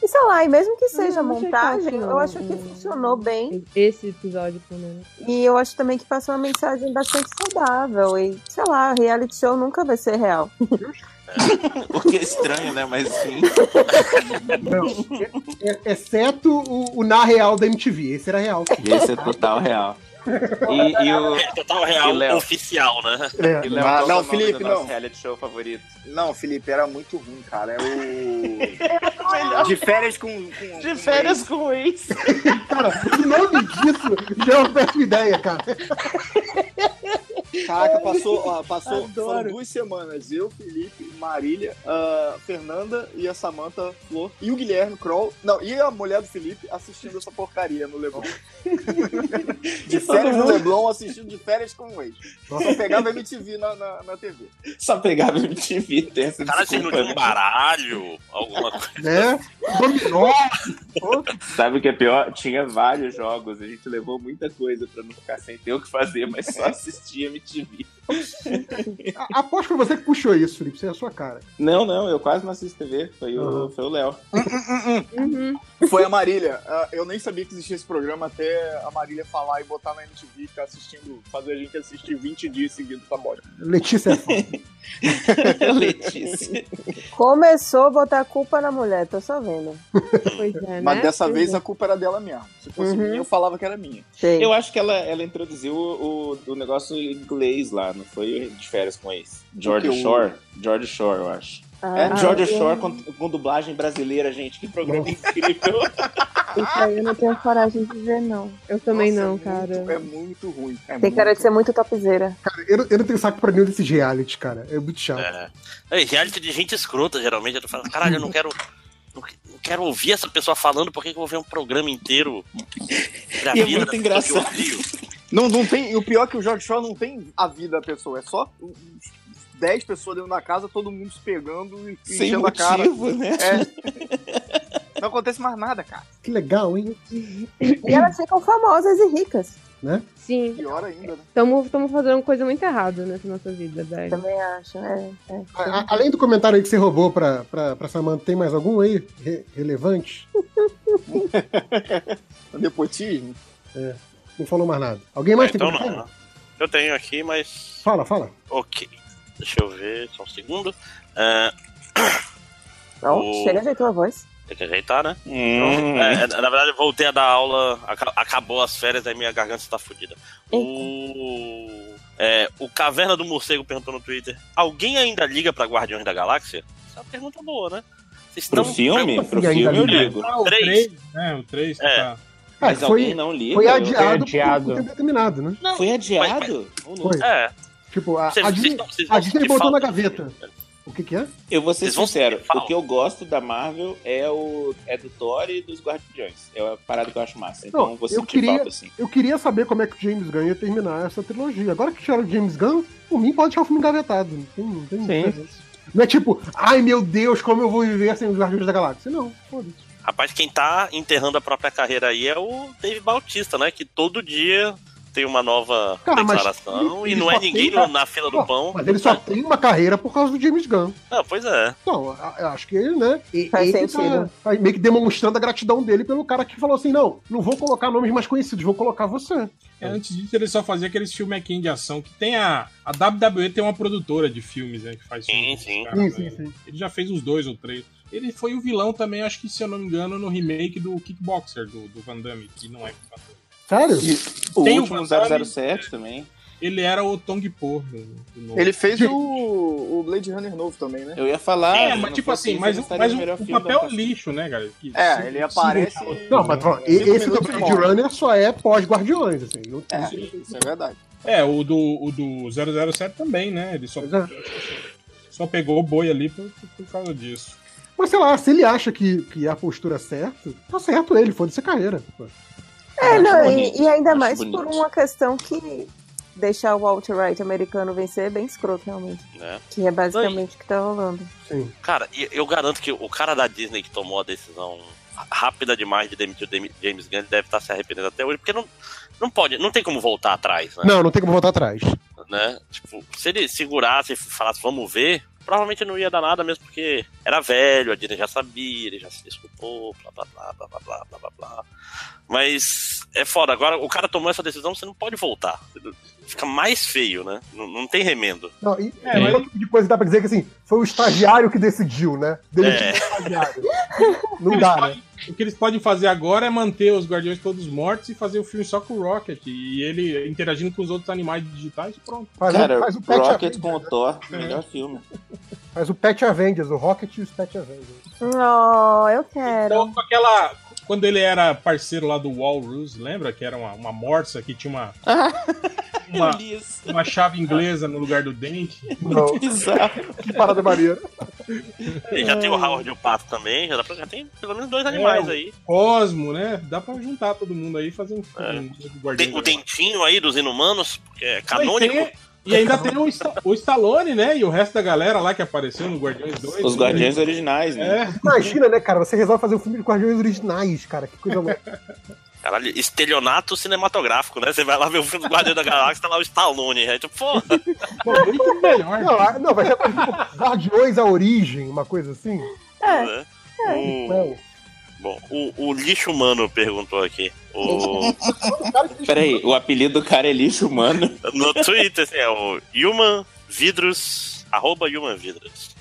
Speaker 9: E sei lá, e mesmo que seja
Speaker 4: não achei tá
Speaker 9: montagem,
Speaker 4: fácil,
Speaker 9: eu
Speaker 4: não.
Speaker 9: acho que funcionou bem.
Speaker 4: Esse episódio, pelo menos.
Speaker 9: E eu acho também que passou uma mensagem bastante saudável. E, sei lá, reality show nunca vai ser real.
Speaker 2: O que é estranho, né? Mas sim.
Speaker 1: Não, e- e- É, exceto o, o na real da MTV. Esse era real.
Speaker 2: Esse é total real. E, e É, o.
Speaker 11: Total real
Speaker 2: e Léo.
Speaker 11: oficial, né?
Speaker 1: É.
Speaker 2: E Léo,
Speaker 6: Ah,
Speaker 2: qual é o
Speaker 6: não,
Speaker 2: nome
Speaker 6: Felipe,
Speaker 2: do nosso
Speaker 6: não.
Speaker 2: reality show favorito.
Speaker 6: Não, Felipe, era muito ruim, cara. É o. De férias com. com
Speaker 2: De férias com o ex.
Speaker 1: Cara, o nome disso já é uma péssima ideia, cara.
Speaker 6: Caraca, passou, ó, passou
Speaker 1: Adoro.
Speaker 6: foram duas semanas. Eu, Felipe, Marília, a Fernanda e a Samanta Flor e o Guilherme Kroll. Não, e a mulher do Felipe assistindo essa porcaria no Leblon. de férias no Leblon, assistindo de férias com o ex. Só pegava MTV na, na, na TV.
Speaker 2: Só pegava MTV, tem essa
Speaker 11: Cara, vocês não
Speaker 2: desculpa,
Speaker 11: tinham um
Speaker 2: né?
Speaker 11: baralho? Alguma coisa.
Speaker 1: Né? Dominó.
Speaker 2: Sabe o que é pior? Tinha vários jogos, a gente levou muita coisa pra não ficar sem ter o que fazer, mas só assistia MTV.
Speaker 1: A- Aposto pra você que puxou isso, Felipe. Isso é a sua cara.
Speaker 2: Não, não, eu quase não assisto TV, foi o
Speaker 1: Uhum.
Speaker 2: foi o Léo.
Speaker 6: Foi a Marília. Ah, Eu nem sabia que existia esse programa até a Marília falar e botar na MTV e ficar tá assistindo, fazer a gente assistir 20 dias seguidos da morte.
Speaker 1: Letícia é foda.
Speaker 2: Letícia.
Speaker 9: Começou a botar a culpa na mulher, tô só vendo.
Speaker 4: Pois é,
Speaker 6: Mas dessa vez a culpa era dela mesmo. Se fosse
Speaker 9: Uhum.
Speaker 6: minha, eu falava que era minha.
Speaker 2: Eu acho que ela, ela introduziu o, o negócio em inglês lá, não foi de férias com ex. George
Speaker 6: O que o-
Speaker 2: Shore? George Shore, eu acho.
Speaker 9: Ah,
Speaker 2: é, George
Speaker 9: eu-
Speaker 2: Shore com, com dublagem brasileira, gente. Que programa incrível.
Speaker 9: Isso aí eu não tenho coragem de ver, não.
Speaker 4: Eu também
Speaker 9: Nossa,
Speaker 4: não,
Speaker 9: é
Speaker 4: cara.
Speaker 6: É muito ruim. É
Speaker 9: Tem cara de ser muito topzeira.
Speaker 1: Cara, eu, não- eu não tenho saco pra nenhum desses reality, cara. É muito chato.
Speaker 11: É, reality de gente escrota, geralmente. Eu falo, caralho, eu não quero. Não que- não quero ouvir essa pessoa falando, por que que eu vou ver um programa inteiro da
Speaker 6: E é
Speaker 11: vida da
Speaker 6: muito
Speaker 11: pessoa que eu
Speaker 6: engraçado.
Speaker 11: odeio?
Speaker 6: Não, não tem. E o pior é que o George Shaw não tem a vida da pessoa, é só 10 pessoas dentro da casa, todo mundo se pegando e
Speaker 2: Sem
Speaker 6: enchendo a
Speaker 2: motivo,
Speaker 6: cara.
Speaker 2: né?
Speaker 6: É. Não acontece mais nada, cara.
Speaker 1: Que legal, hein?
Speaker 9: E elas ficam famosas e ricas.
Speaker 1: Né?
Speaker 4: Sim.
Speaker 6: Pior ainda, né?
Speaker 4: Estamos fazendo uma coisa muito errada nessa nossa vida, velho.
Speaker 9: Também acho, é.
Speaker 1: A- a- além do comentário aí que você roubou pra, pra, pra Samanta, tem mais algum aí re- relevante?
Speaker 6: Nepotismo?
Speaker 1: É. Não falou mais nada. Alguém
Speaker 2: É,
Speaker 1: mais tem
Speaker 11: Então
Speaker 1: comentário?
Speaker 11: não. Eu tenho aqui, mas.
Speaker 1: Fala, fala.
Speaker 11: Ok. Deixa eu ver, só um segundo. Ah, o-
Speaker 9: Chega a ajeitar a voz.
Speaker 11: Tem que ajeitar, né?
Speaker 2: Hum.
Speaker 11: Então, é, é, na verdade, eu voltei a dar aula, aca- acabou as férias, aí minha garganta está fodida. O, é, o Caverna do Morcego perguntou no Twitter: Alguém ainda liga pra Guardiões da Galáxia? Essa é uma pergunta boa, né? Vocês
Speaker 2: Pro
Speaker 11: estão
Speaker 2: filme? Pro filme eu ligo.
Speaker 8: Ah, o
Speaker 11: Três.
Speaker 8: 3, né? O 3
Speaker 11: É.
Speaker 8: tá.
Speaker 2: Mas
Speaker 1: Cara,
Speaker 2: alguém não liga?
Speaker 1: Ah, Foi
Speaker 2: Eu-
Speaker 1: adiado, por um tempo determinado, né?
Speaker 2: Foi adiado?
Speaker 1: Foi.
Speaker 11: É.
Speaker 1: Tipo, a,
Speaker 2: Vocês-
Speaker 1: a Disney,
Speaker 2: vocês não- vocês
Speaker 1: a
Speaker 2: não
Speaker 1: Disney
Speaker 2: se
Speaker 1: botou
Speaker 2: falam
Speaker 1: na gaveta. O que que é?
Speaker 2: Eu vou ser
Speaker 11: Vocês vão
Speaker 2: sincero,
Speaker 11: se falar.
Speaker 2: o que eu gosto da Marvel é, o, é do Thor e dos Guardiões. É a parada que eu acho massa. Então
Speaker 1: Não,
Speaker 2: vou
Speaker 1: eu
Speaker 2: sentir
Speaker 1: queria,
Speaker 2: falta, assim.
Speaker 1: eu queria saber como é que o James Gunn ia terminar essa trilogia. Agora que tiraram o James Gunn, por mim pode deixar o filme engavetado. Não tem, não tem diferença. Não é tipo, ai meu Deus, como eu vou viver sem os Guardiões da Galáxia. Não, foda-se.
Speaker 11: Rapaz, quem tá enterrando a própria carreira aí é o Dave Bautista, né? Que todo dia tem uma nova
Speaker 1: Cara, mas
Speaker 11: declaração
Speaker 1: ele-
Speaker 11: e
Speaker 1: ele
Speaker 11: não é
Speaker 1: só
Speaker 11: ninguém
Speaker 1: tem a-
Speaker 11: na fila do pão.
Speaker 1: Mas ele só tem uma carreira por causa do James Gunn.
Speaker 11: Ah, pois é.
Speaker 1: Então, a- eu acho que ele, né? e-
Speaker 11: Faz
Speaker 1: ele
Speaker 11: sentido.
Speaker 1: Tá, tá meio que demonstrando a gratidão dele pelo cara que falou assim: não, não vou colocar nomes mais conhecidos, vou colocar você.
Speaker 8: É, Antes disso, ele só fazia aqueles filmequinhos de ação que tem a. A WWE tem uma produtora de filmes, né? Que faz sim, sim.
Speaker 1: Sim, sim, sim.
Speaker 8: né. Ele já fez uns dois ou três. Ele foi o vilão também, acho que, se eu não me engano, no remake do Kickboxer, do, do Van Damme, que não é Van Damme.
Speaker 1: Sério?
Speaker 2: o
Speaker 8: Tem o
Speaker 2: último
Speaker 8: Van Damme. é,
Speaker 2: 007 também.
Speaker 8: Ele era o Tong Po. do- do novo.
Speaker 6: Ele fez o, o Blade Runner novo também, né?
Speaker 2: Eu ia falar.
Speaker 8: É, mas tipo assim, mas, mas o, o papel lixo, né, cara? Que
Speaker 6: É,
Speaker 8: se-
Speaker 6: ele
Speaker 8: se
Speaker 6: aparece-
Speaker 8: botar-
Speaker 1: Não, mas pronto, e- esse do Blade Runner só é pós-Guardiões, assim. não tem-
Speaker 6: Isso é verdade.
Speaker 8: É, o do, o do 007 também, né? Ele só,
Speaker 1: é.
Speaker 8: só pegou o boi ali por, por- por causa disso.
Speaker 1: Mas sei lá, se ele acha que, que é a postura certa, tá certo ele, foda-se a carreira. pô.
Speaker 17: É,
Speaker 1: Acho
Speaker 17: não, e-
Speaker 1: bonito,
Speaker 17: e, ainda
Speaker 1: acho
Speaker 17: mais
Speaker 1: bonito.
Speaker 17: por uma questão que deixar o alt-right americano vencer é bem escroto, realmente.
Speaker 11: Né?
Speaker 17: Que é basicamente o que tá rolando.
Speaker 1: Sim.
Speaker 11: Cara, e- eu garanto que o cara da Disney que tomou a decisão rápida demais de demitir o Demi- James Gunn ele deve estar se arrependendo até hoje, porque não, não pode, não tem como voltar atrás, né?
Speaker 1: Não, não tem como voltar atrás.
Speaker 11: né? Tipo, se ele segurasse e falasse, vamos ver, provavelmente não ia dar nada mesmo, porque era velho, a Disney já sabia, ele já se desculpou, blá blá blá blá blá blá blá blá blá. Mas é foda, agora o cara tomou essa decisão, você não pode voltar. Fica mais feio, né? Não, não tem remendo.
Speaker 1: Não, e é, o tipo de coisa que dá pra dizer que assim, foi o estagiário que decidiu, né? Demitir
Speaker 11: É.
Speaker 1: o estagiário. Não dá, né?
Speaker 8: O que eles podem fazer agora é manter os Guardiões todos mortos e fazer o filme só com o Rocket e ele interagindo com os outros animais digitais pronto.
Speaker 1: um-
Speaker 2: Cara, Rocket
Speaker 1: Avengers,
Speaker 2: com o Thor, melhor
Speaker 1: É.
Speaker 2: filme.
Speaker 1: Faz o Pet Avengers, o Rocket e os Pet Avengers.
Speaker 17: Oh, eu quero.
Speaker 8: Então, com aquela. Quando ele era parceiro lá do Walrus, lembra? Que era uma, uma morsa que tinha uma. uma, uma chave inglesa no lugar do dente.
Speaker 1: Não.
Speaker 2: Bizarro.
Speaker 1: Que parada maneira.
Speaker 11: Ele já tem o Howard e o Pato também, já, dá pra, já tem pelo menos dois animais
Speaker 8: É, o
Speaker 11: aí.
Speaker 8: Cosmo, né? Dá pra juntar todo mundo aí e fazer um filme do Guardiões
Speaker 11: Tem o dentinho aí dos inumanos, que é
Speaker 8: da Galáxia.
Speaker 11: canônico.
Speaker 8: E tem- E ainda tem o, Sta- o Stallone, né? E o resto da galera lá que apareceu no Guardiões É. 2.
Speaker 2: Os Guardiões originais,
Speaker 11: É.
Speaker 2: né?
Speaker 1: Imagina, né, cara? Você resolve fazer um filme de Guardiões originais, cara. Que coisa louca.
Speaker 11: Caralho, estelionato cinematográfico, né? Você vai lá ver o filme do Guardião da Galáxia, tá lá o Stallone. Aí tu, porra,
Speaker 8: Muito melhor.
Speaker 1: Não, ah, não vai ser tipo, Guardiões à origem, uma coisa assim.
Speaker 9: É.
Speaker 11: né?
Speaker 4: É.
Speaker 11: O... Bom, o, o lixo humano perguntou aqui. O...
Speaker 2: Peraí, o apelido do cara é lixo humano.
Speaker 11: No Twitter, assim, é o Human Vidros, arroba Human Vidros.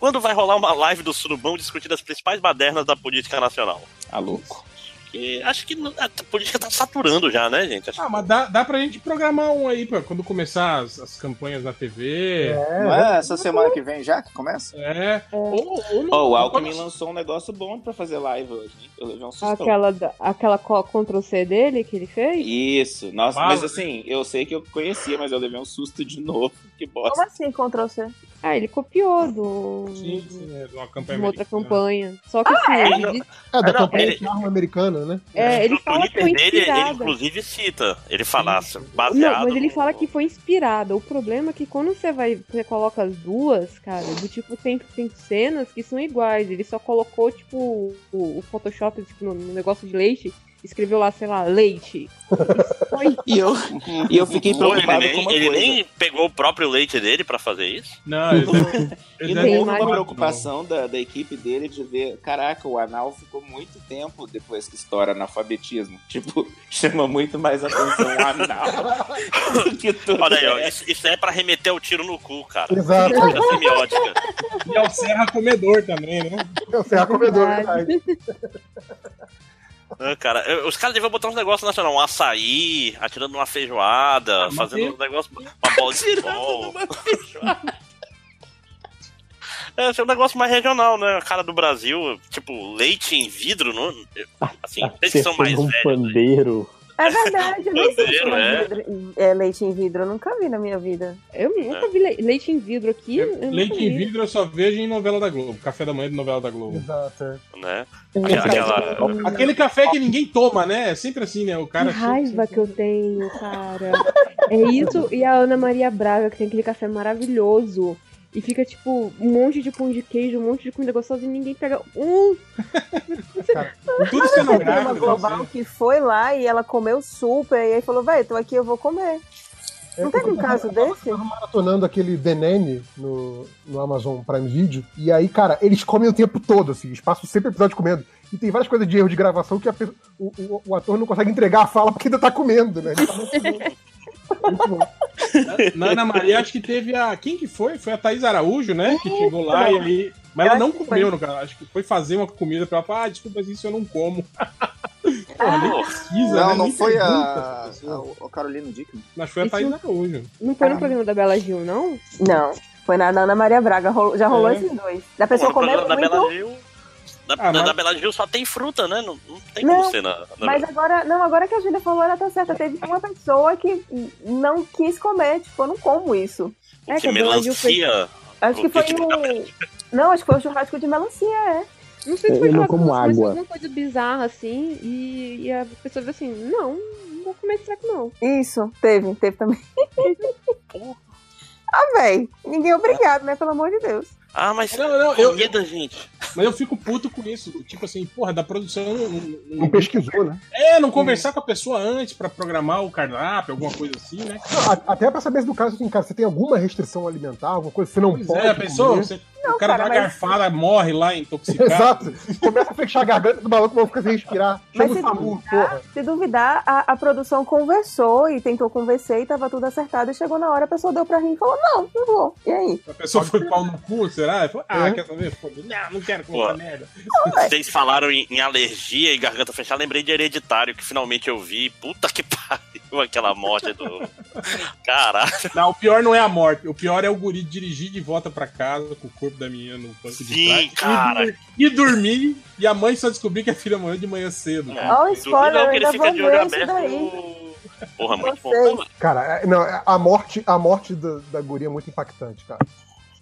Speaker 11: Quando vai rolar uma live do Surubão discutindo as principais badernas da política nacional?
Speaker 2: Tá louco?
Speaker 11: Porque acho que não- a política tá saturando já, né, gente? Acho
Speaker 8: Ah, mas dá, dá pra gente programar um aí pra quando começar as, as campanhas na TV.
Speaker 6: Não é essa semana que vem já que começa?
Speaker 8: É.
Speaker 2: Ó, o Alckmin lançou um negócio bom pra fazer live hoje. hein? Eu levei um sustão.
Speaker 4: Aquela, da- aquela co- Ctrl C dele que ele fez?
Speaker 2: Isso, nossa,
Speaker 4: Fala.
Speaker 2: mas assim, eu sei que eu conhecia, mas eu levei um susto de novo. Que bosta.
Speaker 4: Como assim Ctrl C? Ah, ele copiou do.
Speaker 8: uma
Speaker 4: de
Speaker 8: campanha
Speaker 4: uma outra campanha. Só que assim,
Speaker 11: é?
Speaker 4: ele, diz-
Speaker 1: É, da
Speaker 11: Ah, não,
Speaker 1: campanha
Speaker 11: ele-
Speaker 1: de arma americana, né?
Speaker 4: é, ele fala que
Speaker 11: que
Speaker 4: foi
Speaker 11: o dele, ele
Speaker 4: inspirado.
Speaker 11: inclusive cita. Ele fala assim,
Speaker 4: Não,
Speaker 11: baseado.
Speaker 4: mas ele fala que foi inspirado. O problema é que quando você vai, você coloca as duas, cara, do tipo, tem, tem cenas que são iguais. Ele só colocou, tipo, o, o Photoshop tipo, no, no negócio de leite, escreveu lá, sei lá, leite.
Speaker 2: E eu,
Speaker 4: assim?
Speaker 2: e eu fiquei
Speaker 11: Pô, ele
Speaker 2: preocupado com
Speaker 11: nem,
Speaker 2: uma
Speaker 11: né? ele
Speaker 2: coisa.
Speaker 11: nem pegou o próprio leite dele pra fazer isso?
Speaker 2: Ah,
Speaker 8: Não, ele
Speaker 11: deve
Speaker 2: E não houve
Speaker 11: ter
Speaker 2: uma
Speaker 11: mais-
Speaker 2: preocupação da, da equipe dele de ver, caraca, o anal ficou muito tempo depois que estoura analfabetismo. Tipo, chama muito mais atenção o anal.
Speaker 11: Olha aí, ó, isso, isso é pra remeter o tiro no cu, cara.
Speaker 1: Exato.
Speaker 11: Política semiótica.
Speaker 8: E é o Serra Comedor também, né?
Speaker 1: É o Serra Comedor, verdade.
Speaker 11: Ah, cara, eu- os caras deviam botar uns negócios nacional, um açaí, atirando uma feijoada,
Speaker 8: mas
Speaker 11: fazendo
Speaker 8: eu-
Speaker 11: um negócio, uma bola de futebol. É, esse é um negócio mais regional, né? A cara do Brasil, tipo, leite em vidro, não? eu- assim, eles que são mais
Speaker 13: um
Speaker 11: velhos.
Speaker 13: pandeiro.
Speaker 17: É verdade, eu nem sei se
Speaker 11: Pandeiro, é.
Speaker 17: é leite em vidro, eu nunca vi na minha vida.
Speaker 4: Eu nunca vi le- leite em vidro aqui. eu nunca
Speaker 8: Leite
Speaker 4: vi.
Speaker 8: em vidro eu só vejo em novela da Globo. Café da manhã de novela da Globo.
Speaker 1: Exato. é.
Speaker 11: Né?
Speaker 4: Aquela-
Speaker 11: aquela-
Speaker 8: Aquele café que ninguém toma, né? É sempre assim, né? O cara.
Speaker 4: que raiva que eu tenho, cara. É isso e a Ana Maria Braga, que tem aquele café maravilhoso. E fica, tipo, um monte de pão de queijo, um monte de comida gostosa e ninguém pega um.
Speaker 8: Tudo
Speaker 9: Uma global que foi lá e ela comeu super e aí falou, vai, tô aqui, eu vou comer.
Speaker 1: É,
Speaker 9: Não teve um caso desse?
Speaker 1: maratonando aquele The Nanny no, no Amazon Prime Video. E aí, cara, eles comem o tempo todo, assim. Eles passam sempre o episódio comendo. E tem várias coisas de erro de gravação que a pe- o, o- o ator não consegue entregar a fala porque ainda tá comendo, né? Ele tá muito bom. Muito bom.
Speaker 8: Na Ana Maria, acho que teve a. Quem que foi? Foi a Thaís Araújo, né? Que chegou lá e aí. Mas ela não comeu, no cara. Acho que foi fazer uma comida pra ela falar, ah, desculpa, mas isso eu não como. Porra, nem precisa,
Speaker 6: não,
Speaker 8: né?
Speaker 6: não
Speaker 8: Nem
Speaker 6: foi a,
Speaker 8: pergunta.
Speaker 6: a, a Carolina Dickman.
Speaker 8: Mas foi a Thaís Araújo.
Speaker 4: Não
Speaker 17: Ah.
Speaker 4: foi no programa da Bela Gil, não?
Speaker 9: Não. Foi na Ana Maria Braga, rolo- já rolou
Speaker 4: É.
Speaker 9: esses dois. Da pessoa
Speaker 11: Pô, no
Speaker 9: comendo
Speaker 11: programa da Bela
Speaker 9: muito.
Speaker 11: Gil. Da, da-
Speaker 9: Ah, mas-
Speaker 11: da Bela Gil só tem fruta, né? Não, não tem
Speaker 9: Não,
Speaker 11: como ser na. na-
Speaker 9: Mas agora, não, agora que a Júlia falou, ela tá certa. Teve uma pessoa que não quis comer, tipo, eu não como isso. É,
Speaker 11: que
Speaker 9: a Bela Gil fez-
Speaker 11: melancia.
Speaker 9: Acho que
Speaker 11: o
Speaker 9: foi
Speaker 11: tipo-
Speaker 9: no. Não, acho que foi um churrasco de melancia, é.
Speaker 4: Não sei se
Speaker 19: Eu
Speaker 4: foi
Speaker 19: não
Speaker 4: uma
Speaker 19: como água.
Speaker 4: alguma coisa bizarra, assim, e, e a pessoa diz assim, não, não vou comer esse saco, não.
Speaker 9: Isso, teve, teve também. ah, véi, ninguém é obrigado, né? Pelo amor de Deus.
Speaker 11: Ah, mas.
Speaker 8: Não, não, eu,
Speaker 11: comida, gente.
Speaker 8: Mas eu fico puto com isso. Tipo assim, porra, da produção. Não, não-
Speaker 1: Não pesquisou, né?
Speaker 8: É, não conversar com a pessoa antes pra programar o cardápio, alguma coisa assim, né?
Speaker 1: Não, a- até pra saber se no caso, assim, cara, você tem alguma restrição alimentar, alguma coisa que você não pode.
Speaker 8: É, a pessoa,
Speaker 1: comer?
Speaker 8: você- o cara, dá uma garfada, morre lá intoxicado.
Speaker 1: Exato. Começa a fechar a garganta do maluco, o maluco fica sem respirar.
Speaker 9: Mas
Speaker 1: Chama
Speaker 9: se
Speaker 1: o SAMU,
Speaker 9: duvidar,
Speaker 1: porra.
Speaker 9: se duvidar, a, a produção conversou e tentou convencer e tava tudo acertado. E chegou na hora, a pessoa deu pra rir e falou: Não, não vou. E aí?
Speaker 8: A pessoa foi pau no cu, será? Falou,
Speaker 9: É.
Speaker 8: ah, quer saber? Foda-se. Não, não quero comer
Speaker 11: Pô.
Speaker 8: essa merda.
Speaker 11: Vocês falaram em, em alergia e garganta fechada, lembrei de hereditário que finalmente eu vi. Puta que pariu, aquela morte do. Caralho.
Speaker 8: Não, o pior não é a morte. O pior é o guri dirigir de volta pra casa com o corpo da menina no banco de
Speaker 11: Sim,
Speaker 8: trás. e
Speaker 11: cara.
Speaker 8: dur- E, dormir. E a mãe só descobriu que a filha morreu de manhã cedo.
Speaker 9: Ó, o spoiler,
Speaker 11: É, não, que ele
Speaker 9: ainda
Speaker 11: fica
Speaker 9: vou
Speaker 11: de olho
Speaker 9: ver isso
Speaker 11: aberto.
Speaker 9: daí.
Speaker 11: Porra, muito bom.
Speaker 1: Cara, é- não, a morte, a morte da, da guria é muito impactante, cara.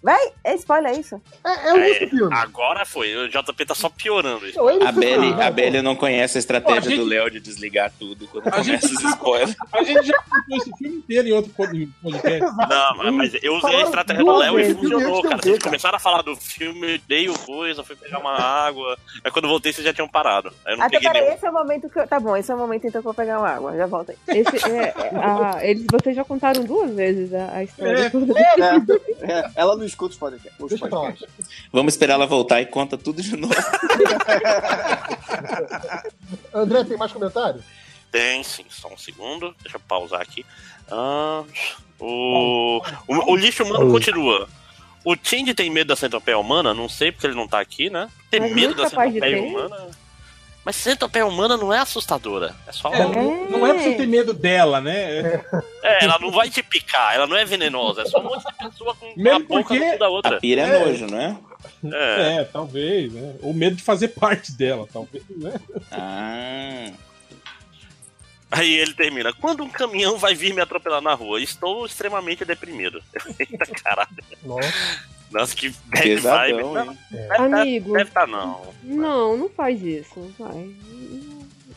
Speaker 9: Vai, é spoiler isso?
Speaker 1: É,
Speaker 11: É, agora foi. O JP tá só piorando isso.
Speaker 2: A Belly, a Belly não conhece a estratégia
Speaker 8: Pô, a gente-
Speaker 2: do Léo de desligar tudo quando
Speaker 8: A gente
Speaker 2: começa os spoilers.
Speaker 8: A gente já contou esse filme inteiro em outro pod- podcast.
Speaker 11: Não, mas- mas eu usei a
Speaker 8: Falaram
Speaker 11: estratégia do
Speaker 8: duas
Speaker 11: Léo e
Speaker 8: vezes,
Speaker 11: funcionou,
Speaker 8: antes de eu
Speaker 11: cara.
Speaker 8: ver,
Speaker 11: Vocês começaram a falar do filme, eu dei o coisa, fui pegar uma água. Aí quando eu voltei, vocês já tinham parado. Aí eu não
Speaker 9: Até
Speaker 11: peguei
Speaker 9: peraí,
Speaker 11: nenhum.
Speaker 9: esse é o momento que eu. Tá bom, esse é o momento então que eu vou pegar uma água. Já volto aí.
Speaker 4: Esse, é, é, a- eles, vocês já contaram duas vezes a, a história.
Speaker 1: né?
Speaker 6: É, é, ela não escuta os podcasts. os podcasts.
Speaker 2: Vamos esperar ela voltar e conta tudo de novo.
Speaker 1: André, tem mais comentário?
Speaker 11: Tem sim, só um segundo. Deixa eu pausar aqui. Ah, o, o, o lixo humano continua. O Tindy tem medo da centopeia humana? Não sei, porque ele não tá aqui, né? Tem
Speaker 4: Mas
Speaker 11: medo
Speaker 4: muito
Speaker 11: da
Speaker 4: capaz de
Speaker 11: centopeia
Speaker 4: ter.
Speaker 11: humana? Mas centopeia humana não é assustadora. É só.
Speaker 8: É, não- Não é pra você ter medo dela, né?
Speaker 11: É, ela não vai te picar, ela não é venenosa. É só um monte de pessoa com a
Speaker 8: Mesmo
Speaker 11: boca no
Speaker 8: porque
Speaker 11: cu da outra. né?
Speaker 2: não é?
Speaker 8: É, talvez, né? Ou medo de fazer parte dela, talvez, né?
Speaker 11: Aí ele termina. Quando um caminhão vai vir me atropelar na rua? Estou extremamente deprimido. Eita caralho.
Speaker 1: Nossa.
Speaker 11: Nossa, que bad vibe.
Speaker 2: Pesadão, hein?
Speaker 4: Amigo.
Speaker 11: Deve tá não.
Speaker 4: Não, não faz isso, vai.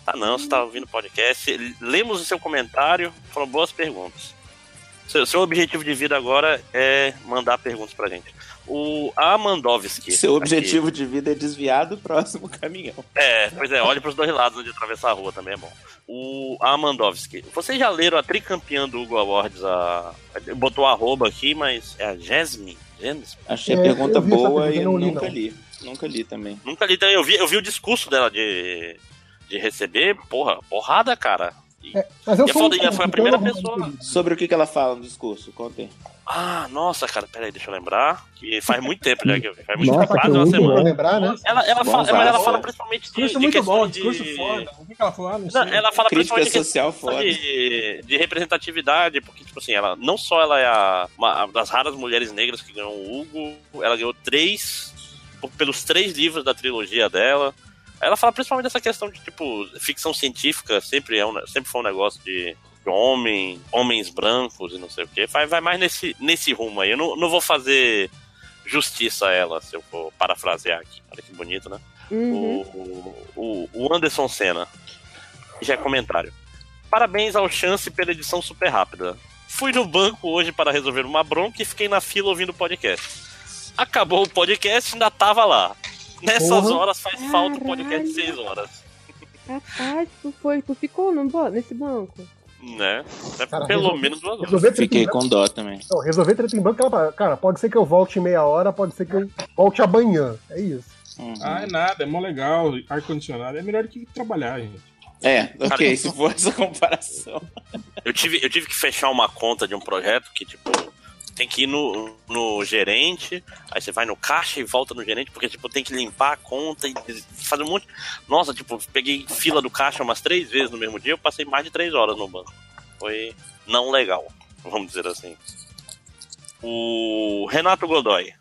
Speaker 11: Tá não, você tá ouvindo o podcast. Lemos o seu comentário, foram boas perguntas. Seu, seu objetivo de vida agora é mandar perguntas pra gente. O Amandovski.
Speaker 2: Seu
Speaker 11: aqui.
Speaker 2: objetivo de vida é desviar do próximo caminhão.
Speaker 11: É, pois é, olhe pros dois lados onde atravessar a rua também é bom. O Amandovski. Vocês já leram a tricampeã do Google Awards? A... Botou arroba aqui, mas é a Jasmine? Jasmine?
Speaker 2: Achei a pergunta boa e eu nunca
Speaker 11: li.
Speaker 2: li. Nunca li também.
Speaker 11: Nunca li, também. eu vi, eu vi o discurso dela de, de receber, porra, porrada, cara.
Speaker 1: Mas
Speaker 11: eu E sou- a foda- e foi a primeira pessoa.
Speaker 2: Sobre o que que ela fala no discurso? Contem.
Speaker 11: Ah, nossa, cara, peraí, deixa eu lembrar. Que faz muito tempo já que eu vi, faz É muito
Speaker 2: Nossa,
Speaker 11: tempo, quase
Speaker 2: que
Speaker 11: uma
Speaker 2: eu não vou
Speaker 11: semana.
Speaker 1: lembrar, né?
Speaker 11: Ela, ela,
Speaker 2: Bom,
Speaker 11: fala,
Speaker 2: cara,
Speaker 11: mas ela
Speaker 2: foda.
Speaker 11: fala principalmente de,
Speaker 8: Discurso
Speaker 11: de
Speaker 8: muito bom,
Speaker 11: questão
Speaker 8: discurso
Speaker 11: de...
Speaker 8: foda. O que que ela falou? Ah, não
Speaker 11: Não,
Speaker 8: sei.
Speaker 11: ela fala
Speaker 8: Crítica
Speaker 11: principalmente
Speaker 8: social
Speaker 11: questão de, de representatividade, porque, tipo assim, ela não só ela é a, uma a das raras mulheres negras que ganhou o Hugo, ela ganhou três, por- pelos três livros da trilogia dela. Ela fala principalmente dessa questão de, tipo, ficção científica sempre, é um- sempre foi um negócio de, de homem, homens brancos e não sei o quê. Vai, vai mais nesse, nesse rumo aí. Eu não, não vou fazer justiça a ela, se eu for parafrasear aqui. Olha que bonito, né?
Speaker 4: Uhum.
Speaker 11: O, o Anderson Senna. Já é comentário. Parabéns ao Chance pela edição super rápida. Fui no banco hoje para resolver uma bronca e fiquei na fila ouvindo o podcast. Acabou o podcast, ainda tava lá. Nessas
Speaker 4: Porra.
Speaker 11: horas faz falta o podcast de 6 horas.
Speaker 4: Rapaz, tu foi, tu ficou no ba- nesse banco.
Speaker 11: Né? É
Speaker 1: Cara,
Speaker 11: pelo
Speaker 1: resol-
Speaker 11: menos duas
Speaker 1: resolver
Speaker 11: horas.
Speaker 1: tudo Fiquei com
Speaker 2: dó também.
Speaker 1: Não, resolver treta em banco, ela- cara, pode ser que eu volte em meia hora, pode ser que eu volte amanhã. É isso.
Speaker 8: Ah, é nada, é mó legal, ar-condicionado. É melhor que trabalhar, gente.
Speaker 2: É,
Speaker 11: Cara,
Speaker 2: ok, se for essa comparação.
Speaker 11: Eu tive, eu tive que fechar uma conta de um projeto que, tipo, tem que ir no, no gerente, aí você vai no caixa e volta no gerente, porque, tipo, tem que limpar a conta e fazer um monte. Nossa, tipo, peguei fila do caixa umas três vezes no mesmo dia, eu passei mais de três horas no banco. Foi não legal, vamos dizer assim. O Renato Godoy.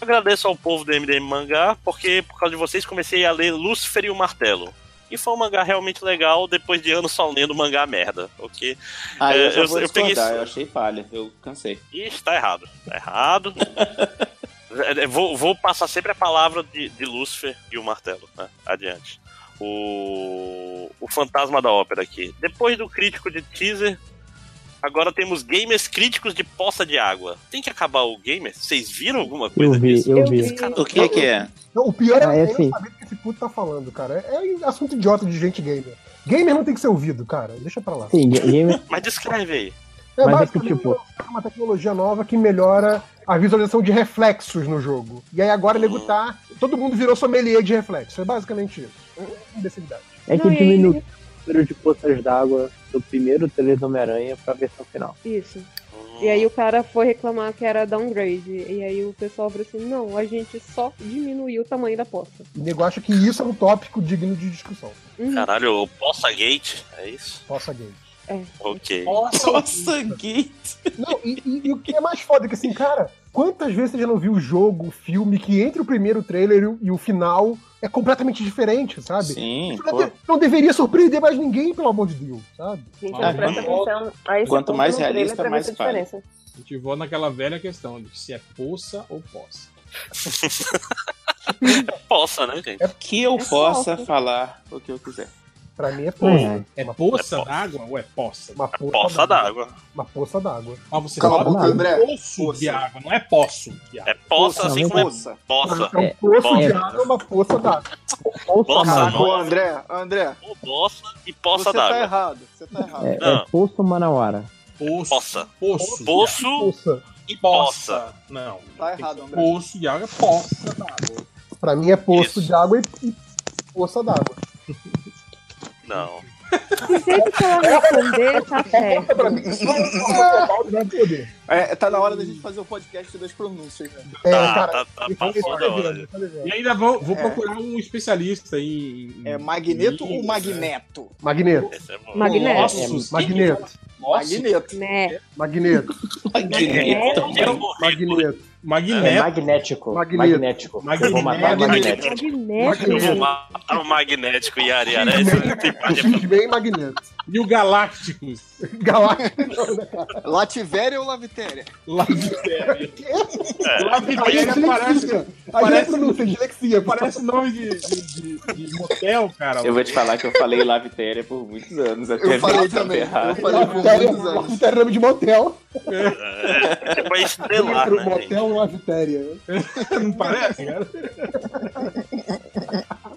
Speaker 11: Agradeço ao povo do MDM Mangá, porque por causa de vocês comecei a ler Lúcifer e o Martelo. E foi um mangá realmente legal, depois de anos só lendo mangá merda, ok?
Speaker 2: Ah,
Speaker 11: É,
Speaker 2: eu, já vou discordar,
Speaker 11: isso-
Speaker 2: eu achei palha, eu cansei.
Speaker 11: Ixi, tá errado. Tá errado. É, é, vou, vou passar sempre a palavra de, de Lúcifer e o martelo, né? Adiante. O, o fantasma da ópera aqui. Depois do crítico de teaser, agora temos gamers críticos de poça de água. Tem que acabar o gamer? Vocês viram alguma coisa
Speaker 13: vi,
Speaker 11: disso?
Speaker 13: eu vi.
Speaker 11: O que que é?
Speaker 1: Não, o pior é,
Speaker 13: Ah, é
Speaker 1: eu não
Speaker 13: assim.
Speaker 1: saber o que esse puto tá falando, cara. É é assunto idiota de gente gamer. Gamer não tem que ser ouvido, cara. Deixa pra lá.
Speaker 13: Sim, ga- gamer-
Speaker 11: Mas descreve aí.
Speaker 1: É
Speaker 13: Mas é que,
Speaker 1: basicamente
Speaker 13: tipo,
Speaker 1: uma tecnologia nova que melhora a visualização de reflexos no jogo. E aí agora nego tá. Todo mundo virou sommelier de reflexos. É basicamente isso. É uma Imbecilidade.
Speaker 13: é que diminui o número de poças d'água do primeiro trailer do Homem-Aranha pra versão final.
Speaker 4: Isso. E aí o cara foi reclamar que era downgrade. E aí o pessoal falou assim: não, a gente só diminuiu o tamanho da poça.
Speaker 1: O nego acha que isso é um tópico digno de discussão.
Speaker 11: Caralho, o Poça Gate, é isso?
Speaker 1: Poça Gate.
Speaker 4: É.
Speaker 11: Ok.
Speaker 1: Gate! Não, e, e- e o que é mais foda é que assim, cara, quantas vezes você já não viu o jogo, o filme, que entre o primeiro trailer e o, e o final é completamente diferente, sabe?
Speaker 2: Sim,
Speaker 1: Isso
Speaker 2: pô.
Speaker 1: não, de- não deveria surpreender mais ninguém, pelo amor de Deus, sabe?
Speaker 17: Gente,
Speaker 8: Ah,
Speaker 17: presta
Speaker 8: quanto-
Speaker 17: atenção um- a esse
Speaker 8: quanto
Speaker 17: ponto
Speaker 8: mais
Speaker 17: no trailer
Speaker 8: realista,
Speaker 17: pra ver
Speaker 8: mais
Speaker 17: essa
Speaker 8: vale.
Speaker 17: diferença.
Speaker 8: A gente volta naquela velha questão de se é poça ou poça.
Speaker 11: Poça, né, gente?
Speaker 2: Que eu
Speaker 8: É
Speaker 2: possa
Speaker 8: poça.
Speaker 2: falar o que eu quiser.
Speaker 1: Pra mim é
Speaker 8: Poça.
Speaker 1: poça.
Speaker 8: É poça d'água ou é poça?
Speaker 1: Uma poça,
Speaker 11: Poça d'água.
Speaker 1: Uma poça d'água.
Speaker 8: Mas você
Speaker 1: Cala a
Speaker 8: fala
Speaker 1: boca, André.
Speaker 8: poço de água, não é poço de água.
Speaker 11: É poça, assim como é
Speaker 8: Poça.
Speaker 11: poça.
Speaker 1: É um poço de água, é uma poça d'água.
Speaker 11: Poça
Speaker 6: Pô,
Speaker 11: nova,
Speaker 6: André, André.
Speaker 11: poça e poça
Speaker 6: Você tá
Speaker 11: d'água.
Speaker 6: errado, você tá errado.
Speaker 7: É,
Speaker 11: Não.
Speaker 7: é Poço Manauara.
Speaker 11: Poça.
Speaker 8: Poço.
Speaker 11: Poço e poça.
Speaker 8: Não.
Speaker 6: Tá errado, André.
Speaker 8: Poço de água é poça d'água.
Speaker 1: Pra mim é poço de água e, e poça d'água.
Speaker 11: Não.
Speaker 4: Do jeito que ela responder, tá certo.
Speaker 6: É, tá na hora da gente fazer o podcast das pronúncias, né?
Speaker 1: É,
Speaker 8: Tá,
Speaker 1: cara,
Speaker 8: tá, tá,
Speaker 1: ele
Speaker 8: passou
Speaker 1: tá
Speaker 8: da hora,
Speaker 1: devendo, tá devendo.
Speaker 8: E ainda vou, vou
Speaker 6: É.
Speaker 8: procurar um especialista em. né?
Speaker 6: É magneto ou magneto?
Speaker 1: Magneto.
Speaker 8: é Magneto.
Speaker 1: Nossa, Magneto.
Speaker 6: Magneto.
Speaker 1: Magneto.
Speaker 8: Magneto.
Speaker 1: Magneto.
Speaker 8: Magneto.
Speaker 13: É magnético. Magnético.
Speaker 1: Magneto.
Speaker 13: Eu vou matar o magnético.
Speaker 11: Eu vou matar o um magnético né? e a Ariara.
Speaker 1: Bem magneto.
Speaker 8: E o Galácticos.
Speaker 1: Galáctico.
Speaker 6: Lativéria ou Lavitéria?
Speaker 8: Lavitéria. É.
Speaker 1: Lavitéria parece- parece-
Speaker 8: Parece nome de, de, de- de motel, cara.
Speaker 2: Eu vou te falar que eu falei Lavitéria por muitos anos. Até
Speaker 8: Eu falei
Speaker 2: ver essa
Speaker 8: também,
Speaker 2: berrar.
Speaker 8: eu falei por
Speaker 1: Lavitéria Lavitéria tá é nome de motel.
Speaker 11: É, pra estrelar,
Speaker 1: Pro
Speaker 11: né?
Speaker 1: motel Lavitéria.
Speaker 8: Não parece, cara?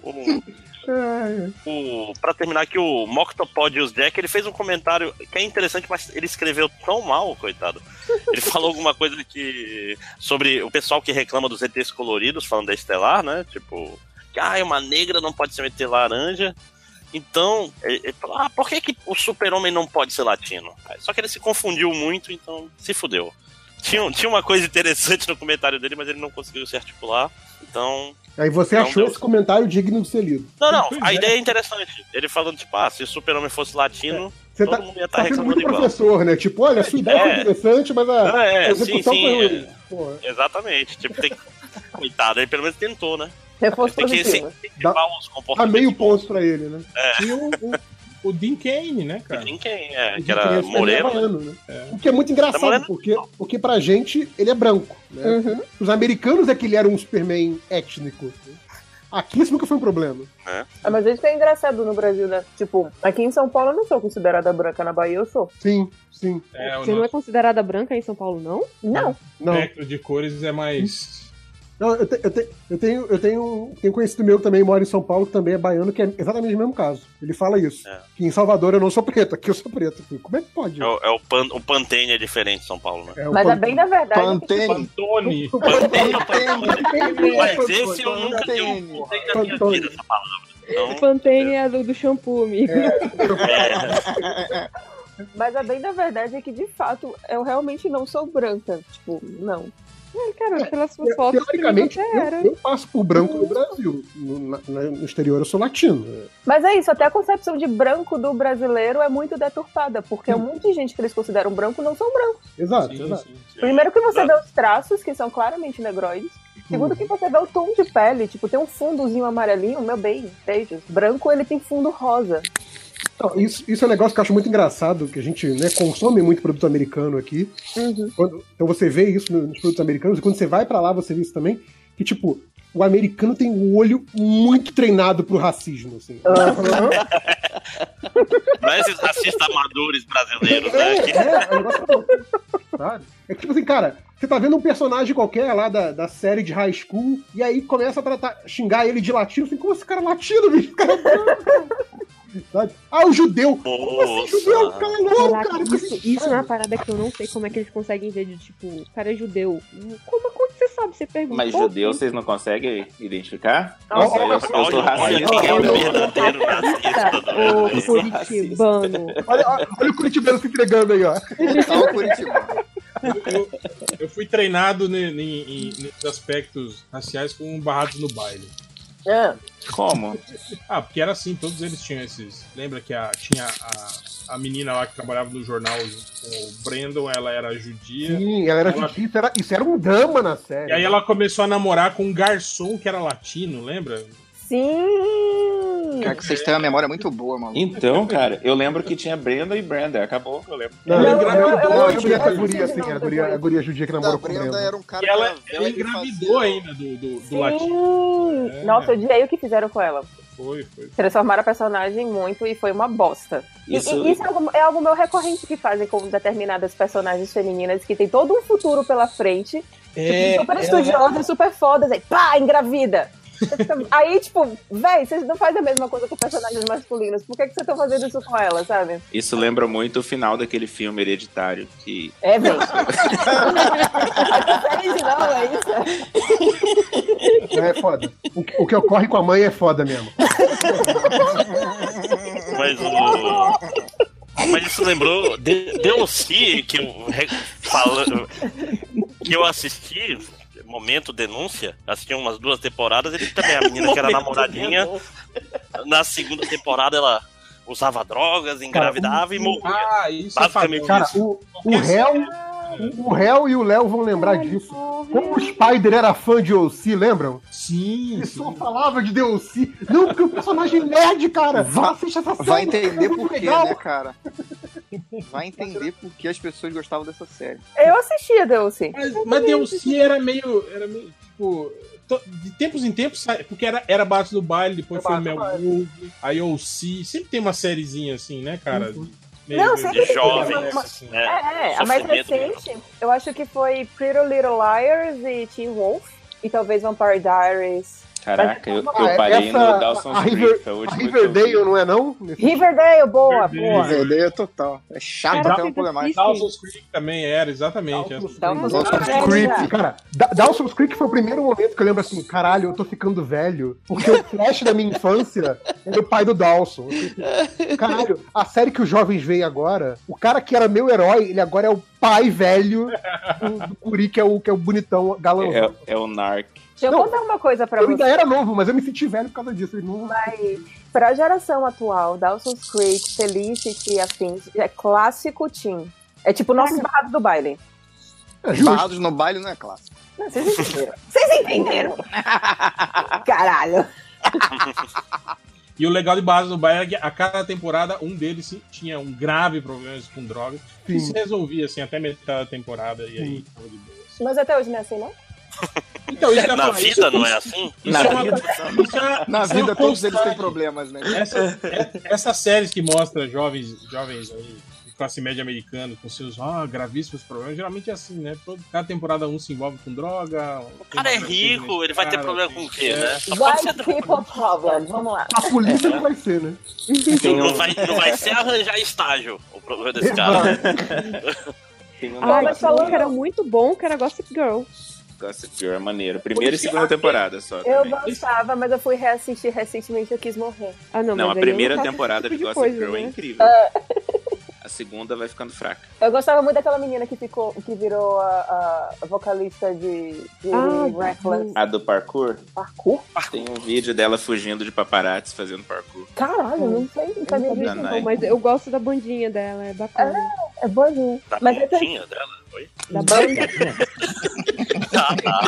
Speaker 11: um O, pra terminar aqui, o Moctopod e os Jack, ele fez um comentário que é interessante, mas ele escreveu tão mal, coitado. Ele falou alguma coisa que. sobre o pessoal que reclama dos ETs coloridos, falando da Estelar, né? Tipo, que ah, uma negra não pode ser um ET laranja. Então, ele, ele falou, ah, por que, que o super-homem não pode ser latino? Aí, Só que ele se confundiu muito, então se fudeu. Tinha, um- tinha uma coisa interessante no comentário dele, mas ele não conseguiu se articular. Então,
Speaker 1: Aí você
Speaker 11: Não
Speaker 1: achou
Speaker 11: deu.
Speaker 1: esse comentário digno de ser lido.
Speaker 11: não, não, a ideia é interessante. Ele falando, tipo, ah, se o super-homem fosse latino,
Speaker 1: Você
Speaker 11: todo
Speaker 1: tá,
Speaker 11: mundo ia estar
Speaker 1: tá sendo
Speaker 11: reclamando
Speaker 1: muito
Speaker 11: igual.
Speaker 1: professor, né? Tipo, olha, sua ideia foi
Speaker 11: É.
Speaker 1: interessante, mas a,
Speaker 11: Não, é,
Speaker 1: a
Speaker 11: sim,
Speaker 1: execução
Speaker 11: sim.
Speaker 1: foi ruim.
Speaker 11: é. Exatamente. Tipo, tem que- Coitado, ele pelo menos tentou, né?
Speaker 17: Reforço
Speaker 11: Tem que
Speaker 17: positivo.
Speaker 11: incentivar os
Speaker 1: Dá
Speaker 11: comportamentos.
Speaker 1: meio ponto pra ele, né?
Speaker 11: É.
Speaker 8: Tinha o, o, o Dean Kane, né, cara?
Speaker 11: Quem, quem é? Que
Speaker 1: Ele
Speaker 11: era
Speaker 1: é
Speaker 11: moreno.
Speaker 1: havaiano, né? O que é muito engraçado,
Speaker 11: Era moreno?
Speaker 1: porque, porque pra gente ele é branco. né?
Speaker 11: Uhum.
Speaker 1: Os americanos é que ele era um Superman étnico. né? Aqui isso nunca foi um problema.
Speaker 11: Né?
Speaker 17: Ah, mas
Speaker 9: tá
Speaker 17: isso que é engraçado no Brasil, né? Tipo, aqui em São Paulo eu não sou considerada branca, na Bahia eu sou.
Speaker 1: Sim, sim.
Speaker 8: É, o
Speaker 4: Você não é considerada branca em São Paulo, não?
Speaker 17: Não.
Speaker 8: espectro de cores é mais
Speaker 1: Não, eu, te- eu te- eu tenho, eu tenho, tenho conhecido meu que também mora em São Paulo, que também é baiano, que é exatamente o mesmo caso. Ele fala isso. Que em Salvador eu não sou preto, aqui eu sou preto. Eu falei, Como é que pode?
Speaker 11: É o, é o, pan, o Pantene é diferente de São Paulo, né?
Speaker 1: É
Speaker 9: Mas é bem da verdade.
Speaker 1: Pantene.
Speaker 8: Pantone.
Speaker 11: Pantene ou Pantone?
Speaker 9: Pantene.
Speaker 11: Mas esse
Speaker 8: é um
Speaker 11: eu nunca tenho sei na minha vida essa palavra. Então,
Speaker 4: Pantene é a do, do shampoo, amigo.
Speaker 1: É.
Speaker 11: É.
Speaker 9: Mas a bem da verdade é que, de fato, eu realmente não sou branca. Tipo, não.
Speaker 4: Cara, pelas suas fotos,
Speaker 1: É, Teoricamente,
Speaker 4: primeiro
Speaker 1: eu,
Speaker 4: até
Speaker 1: eu passo por branco no Brasil. No, na- na- no exterior eu sou latino.
Speaker 9: Mas é isso, até a concepção de branco do brasileiro é muito deturpada, porque um monte de gente que eles consideram branco não são brancos.
Speaker 1: Exato, exato. Tá.
Speaker 9: Primeiro que você vê os traços, que são claramente negroides. Segundo que você vê o tom de pele, tipo, tem um fundozinho amarelinho, meu bem, beijos. Branco, ele tem fundo rosa.
Speaker 1: Então, isso, isso é um negócio que eu acho muito engraçado, que a gente né, consome muito produto americano aqui. Quando- então você vê isso no- nos produtos americanos, e quando você vai pra lá, você vê isso também, que tipo, o americano tem o olho muito treinado pro racismo, assim.
Speaker 11: não é esses racistas amadores brasileiros, né?
Speaker 1: É,
Speaker 11: Que-
Speaker 1: é, é um negócio louco, sabe? É que tipo assim, cara, você tá vendo um personagem qualquer lá da, da série de high school, e aí começa a tratar, xingar ele de latino, assim, como esse cara é latino, bicho? O cara é branco. Sabe? Ah, o judeu! Como assim, judeu? O cara é louco,
Speaker 4: Caraca,
Speaker 1: cara!
Speaker 4: isso, isso é uma parada que eu não sei como é que eles conseguem ver de tipo, o cara é judeu. Como, como que você sabe? Você pergunta.
Speaker 2: Mas
Speaker 4: "Pô,
Speaker 2: judeu vocês não conseguem identificar?
Speaker 4: Não,
Speaker 2: Nossa,
Speaker 4: olha
Speaker 2: eu,
Speaker 4: só,
Speaker 2: eu sou
Speaker 4: olha,
Speaker 2: raiz.
Speaker 4: olha, olha, olha,
Speaker 11: é verdadeiro né?
Speaker 4: o curitibano.
Speaker 1: Olha, olha, olha o Curitibano tipo, se entregando aí, ó. Tá,
Speaker 8: Eu fui treinado ne- ne- em- nesses aspectos raciais com barrados no baile.
Speaker 11: é,
Speaker 2: Como?
Speaker 8: Ah, porque era assim, todos eles tinham esses. Lembra que a, tinha a, a menina lá que trabalhava no jornal com o Brandon, ela era judia.
Speaker 1: Sim, ela era judia, isso era, isso era um drama na série.
Speaker 8: E aí ela começou a namorar com um garçom que era latino, lembra?
Speaker 9: Sim!
Speaker 20: Cara, que vocês têm uma memória muito boa, mano.
Speaker 2: Então, cara, eu lembro que tinha Brenda e Brenda. Acabou que eu lembro.
Speaker 1: Não, eu lembro- eu lembro- eu lembro dessa
Speaker 2: eu
Speaker 1: guria, assim, a guria, a guria judia que namorou com o Brenda.
Speaker 6: era um
Speaker 8: cara ela, ela engravidou ainda do, do, do latino. É.
Speaker 9: Sim! Nossa, eu odiei o que fizeram com ela.
Speaker 8: Foi, foi.
Speaker 9: Transformaram a personagem muito e foi uma bosta. E-
Speaker 8: Isso-
Speaker 9: e- isso é, algo, é algo meu recorrente que fazem com determinadas personagens femininas que tem todo um futuro pela frente.
Speaker 8: É,
Speaker 9: tipo, super
Speaker 8: é.
Speaker 9: estudiosas, super fodas, aí pá, engravida. Você fica- aí, tipo, véi, vocês não fazem a mesma coisa com personagens masculinos. Por que, que vocês estão fazendo isso com ela, sabe?
Speaker 2: Isso lembra muito o final daquele filme hereditário que.
Speaker 9: É, véi. original, é isso?
Speaker 1: É foda. O, que- o que ocorre com a mãe é foda mesmo.
Speaker 11: Mas o. Mas isso lembrou. De- Denuncie que eu re- fala- que eu assisti. Momento denúncia, assisti umas duas temporadas, ele também, a menina que era
Speaker 5: Momento
Speaker 11: namoradinha, na segunda temporada ela usava drogas, engravidava e morria.
Speaker 8: Ah,
Speaker 1: é
Speaker 8: isso assim,
Speaker 11: Basicamente
Speaker 1: Cara,
Speaker 11: isso.
Speaker 1: o, o réu. O réu e o Léo vão lembrar disso. Como o Spider era fã de OC, lembram?
Speaker 8: Sim.
Speaker 1: Ele só falava de DLC. Não, porque o personagem é nerd, cara. Assiste essa série.
Speaker 6: Vai entender
Speaker 1: é muito
Speaker 6: por quê,
Speaker 1: legal.
Speaker 6: né, cara? Vai entender por que as pessoas gostavam dessa série.
Speaker 9: Eu assisti a Dulce. É,
Speaker 8: Mas, mas DLC era meio. Era meio tipo. to- De tempos em tempos, sai- porque era, era Bate do Baile, depois foi Mel Groove, aí OC. Sempre tem uma sériezinha assim, né, cara? De- meio-
Speaker 9: Uhum. Não,
Speaker 8: meio-
Speaker 9: sempre tem uma- uma-
Speaker 8: assim.
Speaker 9: É, a mais recente, eu acho que foi Pretty Little Liars e Teen Wolf. E talvez Vampire Diaries.
Speaker 2: Caraca, eu, eu
Speaker 1: Ah, é-
Speaker 2: parei
Speaker 1: essa-
Speaker 2: no Dawson's
Speaker 1: a River-
Speaker 2: Creek, foi o
Speaker 1: A
Speaker 2: último. que eu vi.
Speaker 1: Riverdale, não é não?
Speaker 9: Riverdale, boa, boa.
Speaker 6: Riverdale total. É chato
Speaker 1: então,
Speaker 8: Cara,
Speaker 6: até um problema mais.
Speaker 8: Dawson's Creek também era, exatamente.
Speaker 1: Dawson's Creek, cara. Da Dawson's Creek foi o primeiro momento que eu lembro assim, caralho, eu tô ficando velho, porque o Flash da minha infância era o pai do Dawson. Caralho, a série que os jovens veem agora, o cara que era meu herói, ele agora é o pai velho do, do Curi, que é o, que é o bonitão galãozão.
Speaker 2: É, é o Narc.
Speaker 9: Deixa eu contar uma coisa pra
Speaker 1: Eu
Speaker 9: vocês.
Speaker 1: ainda era novo, mas eu me senti velho por causa disso. eu não-
Speaker 9: Mas pra geração atual, Dawson's Creek, Felicity e afins, é clássico teen. É tipo nossos barrados do baile.
Speaker 6: Barrados no baile não é clássico.
Speaker 9: Não, vocês entenderam. Vocês entenderam? Caralho.
Speaker 8: E o legal de base do Bayern é que a cada temporada um deles se- tinha um grave problema com drogas e
Speaker 1: Sim.
Speaker 8: se resolvia assim até metade da temporada e aí tava de boa.
Speaker 9: Mas até hoje não é assim, não?
Speaker 8: Então, isso que eu
Speaker 11: Na
Speaker 8: ia falar,
Speaker 11: vida
Speaker 8: isso-
Speaker 11: não é
Speaker 8: isso-
Speaker 11: assim?
Speaker 8: isso
Speaker 11: Na
Speaker 8: é uma-
Speaker 11: vida.
Speaker 8: isso é-
Speaker 6: Na
Speaker 8: isso é uma
Speaker 6: vida todos eles têm
Speaker 8: constante.
Speaker 6: problemas, né?
Speaker 8: Essas, é- essas séries que mostram jovens, jovens aí classe média americano com seus ah, gravíssimos problemas, geralmente é assim, né? Todo- Cada temporada um se envolve com droga. O
Speaker 11: cara é rico, ele vai ter problema com o quê, né? Só pode
Speaker 9: White people problem, vamos lá.
Speaker 1: A polícia não vai ser, né?
Speaker 11: Não, não vai, não vai ser arranjar estágio o problema desse cara.
Speaker 9: tá
Speaker 4: Ah, mas falou que era muito bom, que era Gossip Girl.
Speaker 2: Gossip Girl é maneiro. Primeira e segunda temporada só.
Speaker 9: Eu
Speaker 2: também.
Speaker 9: gostava, mas eu fui reassistir recentemente e eu quis morrer.
Speaker 4: Ah,
Speaker 2: Não, a primeira temporada de Gossip Girl é incrível. A segunda vai ficando fraca.
Speaker 9: Ah, Eu gostava muito daquela menina que ficou, que virou a, a vocalista de, de
Speaker 2: Ah,
Speaker 9: Reckless.
Speaker 2: A do parkour?
Speaker 9: Parkour?
Speaker 2: Tem um vídeo dela fugindo de paparazzi fazendo parkour.
Speaker 9: Caralho, eu não sei, não sabia
Speaker 4: Eu não
Speaker 9: disso.
Speaker 4: vi,
Speaker 2: Danai.
Speaker 4: não, mas eu gosto da bandinha dela, é bacana.
Speaker 9: É boazinha.
Speaker 11: Da
Speaker 9: Mas eu
Speaker 11: pontinha dela? Oi?
Speaker 4: Da banda.
Speaker 11: Tá, tá.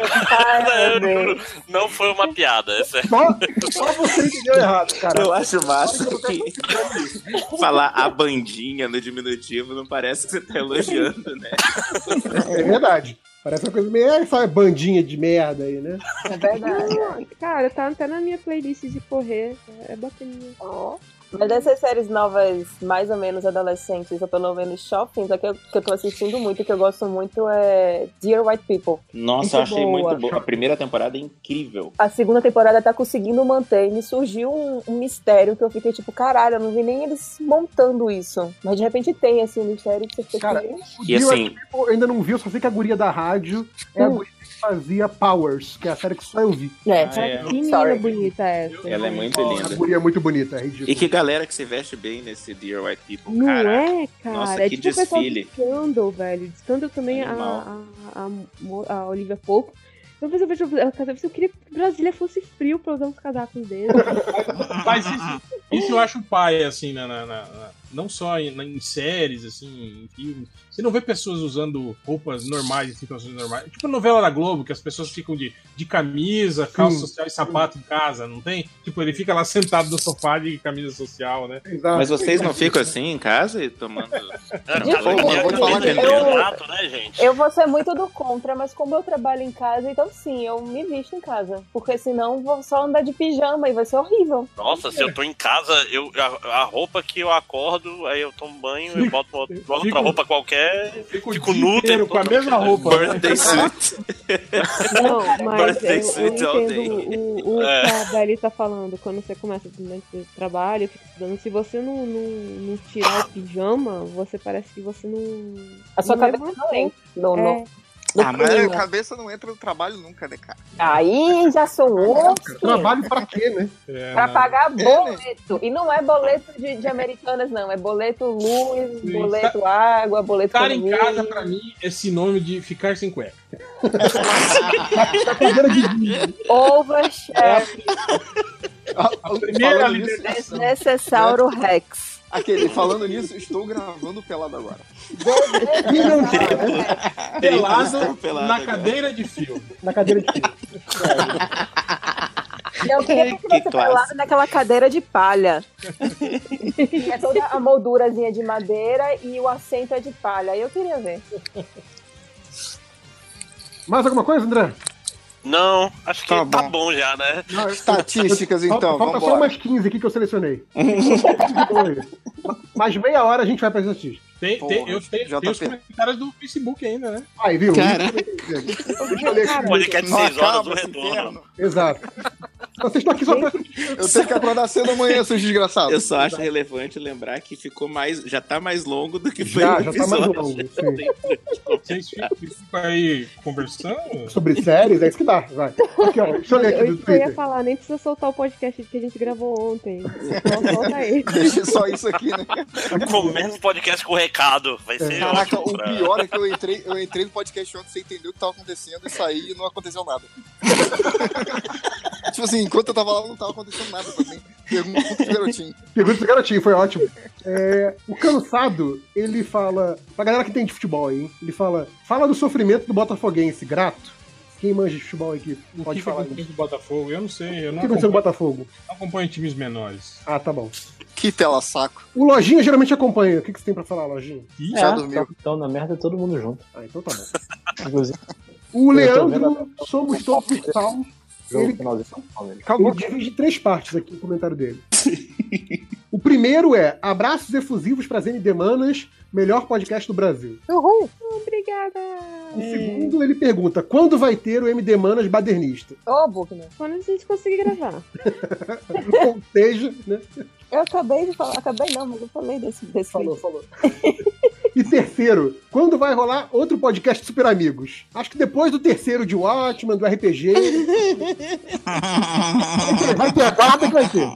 Speaker 9: Ai,
Speaker 11: não, não foi uma piada, é sério.
Speaker 6: Só você que deu errado, cara.
Speaker 2: Eu acho massa que falar a bandinha no diminutivo não parece que você tá elogiando, né?
Speaker 1: É verdade. Parece uma coisa meio essa bandinha de merda aí, né?
Speaker 9: É verdade.
Speaker 4: Cara, tá até na minha playlist de correr. É é bacaninha.
Speaker 9: Mas dessas séries novas, mais ou menos adolescentes, ou pelo menos shoppings, a que eu, que eu tô assistindo muito e que eu gosto muito é Dear White People.
Speaker 2: Nossa, eu
Speaker 9: Muito
Speaker 2: achei muito boa. A primeira temporada é incrível.
Speaker 9: A segunda temporada tá conseguindo manter e me surgiu um, um mistério que eu fiquei tipo, caralho, eu não vi nem eles montando isso. Mas de repente tem esse mistério que você fica
Speaker 1: Cara,
Speaker 9: tipo,
Speaker 1: O
Speaker 2: E
Speaker 1: Dio,
Speaker 2: assim-
Speaker 1: é, tipo, eu ainda não vi, eu só sei que a guria da rádio é a guria que fazia Powers, que é a série que só eu vi.
Speaker 9: Hum. É,
Speaker 2: Ah, é.
Speaker 4: Que menina
Speaker 9: Sorry.
Speaker 4: bonita essa.
Speaker 2: Ela é muito
Speaker 1: A
Speaker 2: linda.
Speaker 1: guria é muito bonita, é ridículo.
Speaker 2: E que galera que se veste bem nesse Dear White People,
Speaker 4: Não
Speaker 2: cara.
Speaker 4: é, cara?
Speaker 2: Nossa,
Speaker 4: é
Speaker 2: que
Speaker 4: tipo o pessoal
Speaker 2: desfile.
Speaker 4: de Scandal, velho. De Scandal também, a, a, a, mo- a Olivia Pope. Eu pensei, eu, pensei, eu pensei, eu queria que Brasília fosse frio pra usar uns casacos dele.
Speaker 8: Mas isso, isso eu acho pai, assim, na, na- na- na- não só em, na- em séries, assim, em filmes. Você não vê pessoas usando roupas normais em situações normais. Tipo novela da Globo, que as pessoas ficam de, de camisa, calça
Speaker 1: Sim.
Speaker 8: social e sapato em casa, não tem? Tipo, ele fica lá sentado no sofá de camisa social, né?
Speaker 2: Mas vocês não ficam assim em casa e tomando.
Speaker 9: Desculpa,
Speaker 2: Vou- vou- vou
Speaker 9: gente,
Speaker 2: falar que é
Speaker 9: eu-
Speaker 2: verdade.
Speaker 11: né, gente?
Speaker 9: Eu vou ser muito do contra, mas como eu trabalho em casa, então sim, eu me visto em casa. Porque senão vou só andar de pijama e vai ser horrível.
Speaker 11: Nossa, se eu tô em casa, eu, a, a roupa que eu acordo, aí eu tomo banho, eu boto uma, uma outra
Speaker 8: fico-
Speaker 11: roupa qualquer,
Speaker 8: fico,
Speaker 11: nu.
Speaker 8: Inteiro, com a mesma roupa. né?
Speaker 2: Birthday suit.
Speaker 4: Não, mas eu,
Speaker 2: Birthday
Speaker 4: eu
Speaker 2: suit all day.
Speaker 4: entendo o, o
Speaker 2: É.
Speaker 4: que a Beli tá falando. Quando você começa durante o trabalho, fica estudando, se você não, não, não tirar o pijama, você parece que você não...
Speaker 9: A sua
Speaker 4: não
Speaker 9: cabeça não entra. Não,
Speaker 4: É.
Speaker 9: não.
Speaker 21: Ah, mas a
Speaker 9: clima.
Speaker 21: cabeça não entra no trabalho nunca, né, cara?
Speaker 9: Aí já sou
Speaker 8: Hum?
Speaker 9: outro.
Speaker 1: Trabalho pra quê, né?
Speaker 2: É.
Speaker 1: É,
Speaker 9: Pra
Speaker 8: É,
Speaker 9: pagar
Speaker 8: né?
Speaker 9: boleto. E não é boleto de, de americanas, não. É boleto luz,
Speaker 8: Sim.
Speaker 9: boleto água, boleto.
Speaker 8: Estar em
Speaker 9: comida.
Speaker 8: casa, pra mim, é sinônimo de ficar sem cueca. Tá
Speaker 9: Overshare.
Speaker 8: É. Primeira
Speaker 6: Falando nisso-
Speaker 9: Desnecessauro Rex.
Speaker 6: Aquele, falando nisso, estou gravando pelado agora.
Speaker 2: tá
Speaker 8: Pelado
Speaker 6: Pelado
Speaker 8: na
Speaker 6: agora.
Speaker 8: cadeira de fio.
Speaker 1: Na cadeira de fio.
Speaker 9: Eu queria que
Speaker 1: É, Que
Speaker 9: você pelado
Speaker 1: classe.
Speaker 9: naquela cadeira de palha. E é toda a moldurazinha de madeira e o assento é de palha. Aí eu queria ver.
Speaker 1: Mais alguma coisa, André?
Speaker 11: Não, acho que tá
Speaker 1: Tá
Speaker 11: bom,
Speaker 1: bom.
Speaker 11: já, né?
Speaker 1: Estatísticas,
Speaker 11: então,
Speaker 1: Falta só
Speaker 11: vambora.
Speaker 1: umas 15 aqui que eu selecionei. Então, aí. Mais meia hora a gente vai pra estatística.
Speaker 8: Tem, tem- eu tenho,
Speaker 1: JP.
Speaker 6: tá
Speaker 8: tem os comentários do Facebook ainda, né?
Speaker 1: Aí, viu?
Speaker 8: Cara.
Speaker 1: Deixa eu ler aqui.
Speaker 6: assim,
Speaker 11: Podcast de
Speaker 1: Não
Speaker 11: seis horas
Speaker 1: acaba
Speaker 11: do
Speaker 1: esse
Speaker 11: retorno.
Speaker 1: Exato. Vocês estão aqui só pra.
Speaker 6: Eu tenho que acordar cedo amanhã, seus desgraçados.
Speaker 2: Eu só acho relevante lembrar que ficou mais. Já tá mais longo do que foi
Speaker 1: Já,
Speaker 2: o
Speaker 1: já tá mais
Speaker 2: episódio.
Speaker 1: longo,
Speaker 8: Vocês ficam ficam aí conversando?
Speaker 1: Sobre séries, é isso que dá. Vai. Aqui, ó. Deixa eu ler aqui
Speaker 4: Eu,
Speaker 1: do
Speaker 4: eu ia
Speaker 1: Twitter.
Speaker 4: falar, nem precisa soltar o podcast que a gente gravou ontem. Só solta aí.
Speaker 6: Só isso aqui, né?
Speaker 11: Começa o um podcast com recado. Vai ser
Speaker 6: Caraca,
Speaker 11: ótimo
Speaker 6: o
Speaker 11: pra-
Speaker 6: pior é que eu entrei, eu entrei no podcast ontem sem entender o que tava acontecendo e saí e não aconteceu nada. tipo assim, enquanto eu tava lá, não tava acontecendo nada também. Pergunta pro garotinho.
Speaker 1: Pergunta pro garotinho, foi ótimo. É, o cansado, ele fala. Pra galera que tem de futebol aí, hein? Ele fala. Fala do sofrimento do Botafoguense, grato. Quem manja de futebol aqui
Speaker 8: O
Speaker 1: pode
Speaker 8: que
Speaker 1: falar.
Speaker 8: falar do Botafogo? Eu não sei, eu
Speaker 1: O
Speaker 8: não
Speaker 1: que aconteceu com o
Speaker 8: acompanho,
Speaker 1: Botafogo?
Speaker 8: não acompanho times menores.
Speaker 1: Ah, tá bom.
Speaker 6: Que tela saco.
Speaker 1: O Lojinha geralmente acompanha. O que, que você tem pra falar, Lojinha?
Speaker 11: É.
Speaker 9: É.
Speaker 5: Já dormiu. Então na merda todo mundo junto.
Speaker 1: Ah, então tá bom.
Speaker 5: Inclusive,
Speaker 1: O
Speaker 5: eu tô
Speaker 1: Leandro,
Speaker 5: vendo
Speaker 1: somos todos salvos.
Speaker 5: a- jogo
Speaker 1: Ele-
Speaker 5: finalzinho São Paulo.
Speaker 1: Calma, ele divide em três partes aqui o comentário dele. O primeiro é Abraços Efusivos para as Demanas, melhor podcast do Brasil.
Speaker 17: Uhul! Obrigada!
Speaker 1: O Um
Speaker 4: Hum. É.
Speaker 1: segundo, ele pergunta: quando vai ter o MD Manas badernista?
Speaker 17: Ô, Buckner.
Speaker 4: Quando a gente conseguir gravar.
Speaker 1: Ou seja, né?
Speaker 17: Eu acabei de falar, acabei não, mas eu falei desse, desse
Speaker 1: Falou, falou. E terceiro, quando vai rolar outro podcast Super Amigos? Acho que depois do terceiro de Watchman, do RPG. vai ter a quarta que vai ter.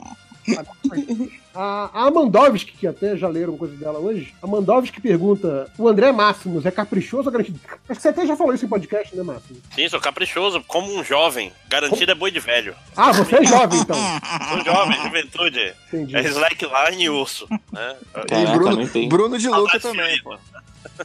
Speaker 1: A, a Amandovski, que até já leram coisa dela hoje, a Amandovski pergunta: o André Máximos é caprichoso ou garantido? Acho que você até já falou isso em podcast, né, Máximo?
Speaker 11: Sim, sou caprichoso, como um jovem. Garantido é boi de velho.
Speaker 1: Ah, você é jovem, então.
Speaker 11: Sou jovem, juventude.
Speaker 1: Entendi.
Speaker 11: É slackline e urso. Né? Tá
Speaker 1: Caraca, Bruno- nem tem. Bruno de Luca
Speaker 11: Saudades
Speaker 1: também,
Speaker 11: de
Speaker 1: pô.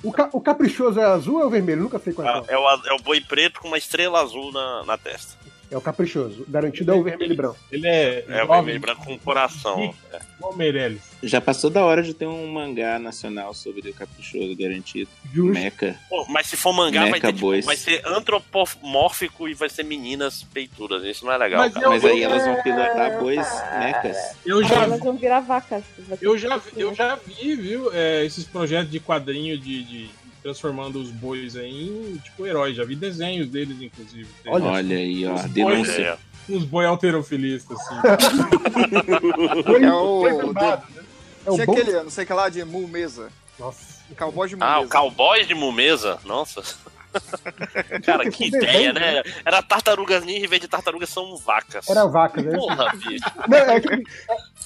Speaker 1: O, ca- o caprichoso é azul ou vermelho? Nunca sei qual é.
Speaker 11: Ah,
Speaker 1: qual.
Speaker 11: É o, a- é o boi preto com uma estrela azul na, na testa.
Speaker 1: É o caprichoso. O Garantido é o vermelho e branco.
Speaker 8: Ele é.
Speaker 11: É o vermelho branco com um coração. É.
Speaker 8: Igual o Meirelles.
Speaker 2: Já passou da hora de ter um mangá nacional sobre o caprichoso garantido. Meca.
Speaker 11: Pô, mas se for mangá, vai,
Speaker 2: Meca
Speaker 11: ter, tipo,
Speaker 2: boys.
Speaker 11: vai ser antropomórfico e vai ser meninas peituras. Isso não é legal.
Speaker 8: Mas
Speaker 11: cara.
Speaker 8: eu- Mas aí elas
Speaker 2: vão pilotar bois mecas.
Speaker 8: Eu já
Speaker 4: Nós vamos gravar, cara.
Speaker 8: Eu já, vi- eu já vi, viu, é, esses projetos de quadrinho de, de transformando os bois aí em tipo heróis. Já vi desenhos deles, inclusive.
Speaker 2: Olha, aí, ó.
Speaker 8: Os
Speaker 2: Denúncia.
Speaker 8: Uns boi alterofilistas, assim.
Speaker 6: É o.
Speaker 8: É o
Speaker 6: Tinha
Speaker 8: bom-
Speaker 6: aquele, não sei o que lá, de Mu Mesa.
Speaker 1: Nossa.
Speaker 6: Cowboy de Mu
Speaker 11: Ah, o
Speaker 6: Mesa.
Speaker 11: cowboy de Mumeza? Nossa. Cara, que ideia, né? Era tartarugas ninja em vez de tartarugas são vacas.
Speaker 1: Era vaca,
Speaker 8: é
Speaker 1: né?
Speaker 11: Porra, bicho.
Speaker 1: Não, é que-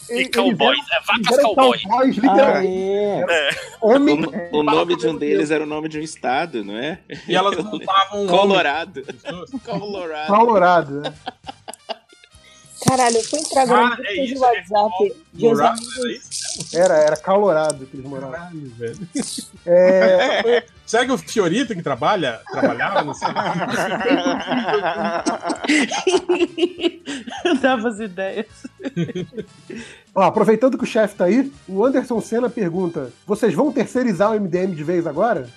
Speaker 11: E cowboys,
Speaker 1: eles
Speaker 11: é vacas
Speaker 1: eram
Speaker 11: cowboy.
Speaker 1: cowboys, literalmente.
Speaker 11: É.
Speaker 1: Homem-
Speaker 2: O, o nome de um deles era o nome de um estado, não é?
Speaker 8: E elas um lutavam
Speaker 2: Colorado. Colorado.
Speaker 1: Colorado, né?
Speaker 17: Caralho, eu fui entrar agora no
Speaker 1: Ah, é
Speaker 17: grupo de WhatsApp. de uns
Speaker 1: Colorado,
Speaker 17: amigos.
Speaker 1: Era, era Colorado que eles moravam.
Speaker 8: é Caralho, velho.
Speaker 1: É.
Speaker 8: Será que o Fiorito que trabalha, trabalhava no
Speaker 13: Eu dava as ideias.
Speaker 1: Ó, aproveitando que o chefe tá aí, o Anderson Senna pergunta: vocês vão terceirizar o MDM de vez agora?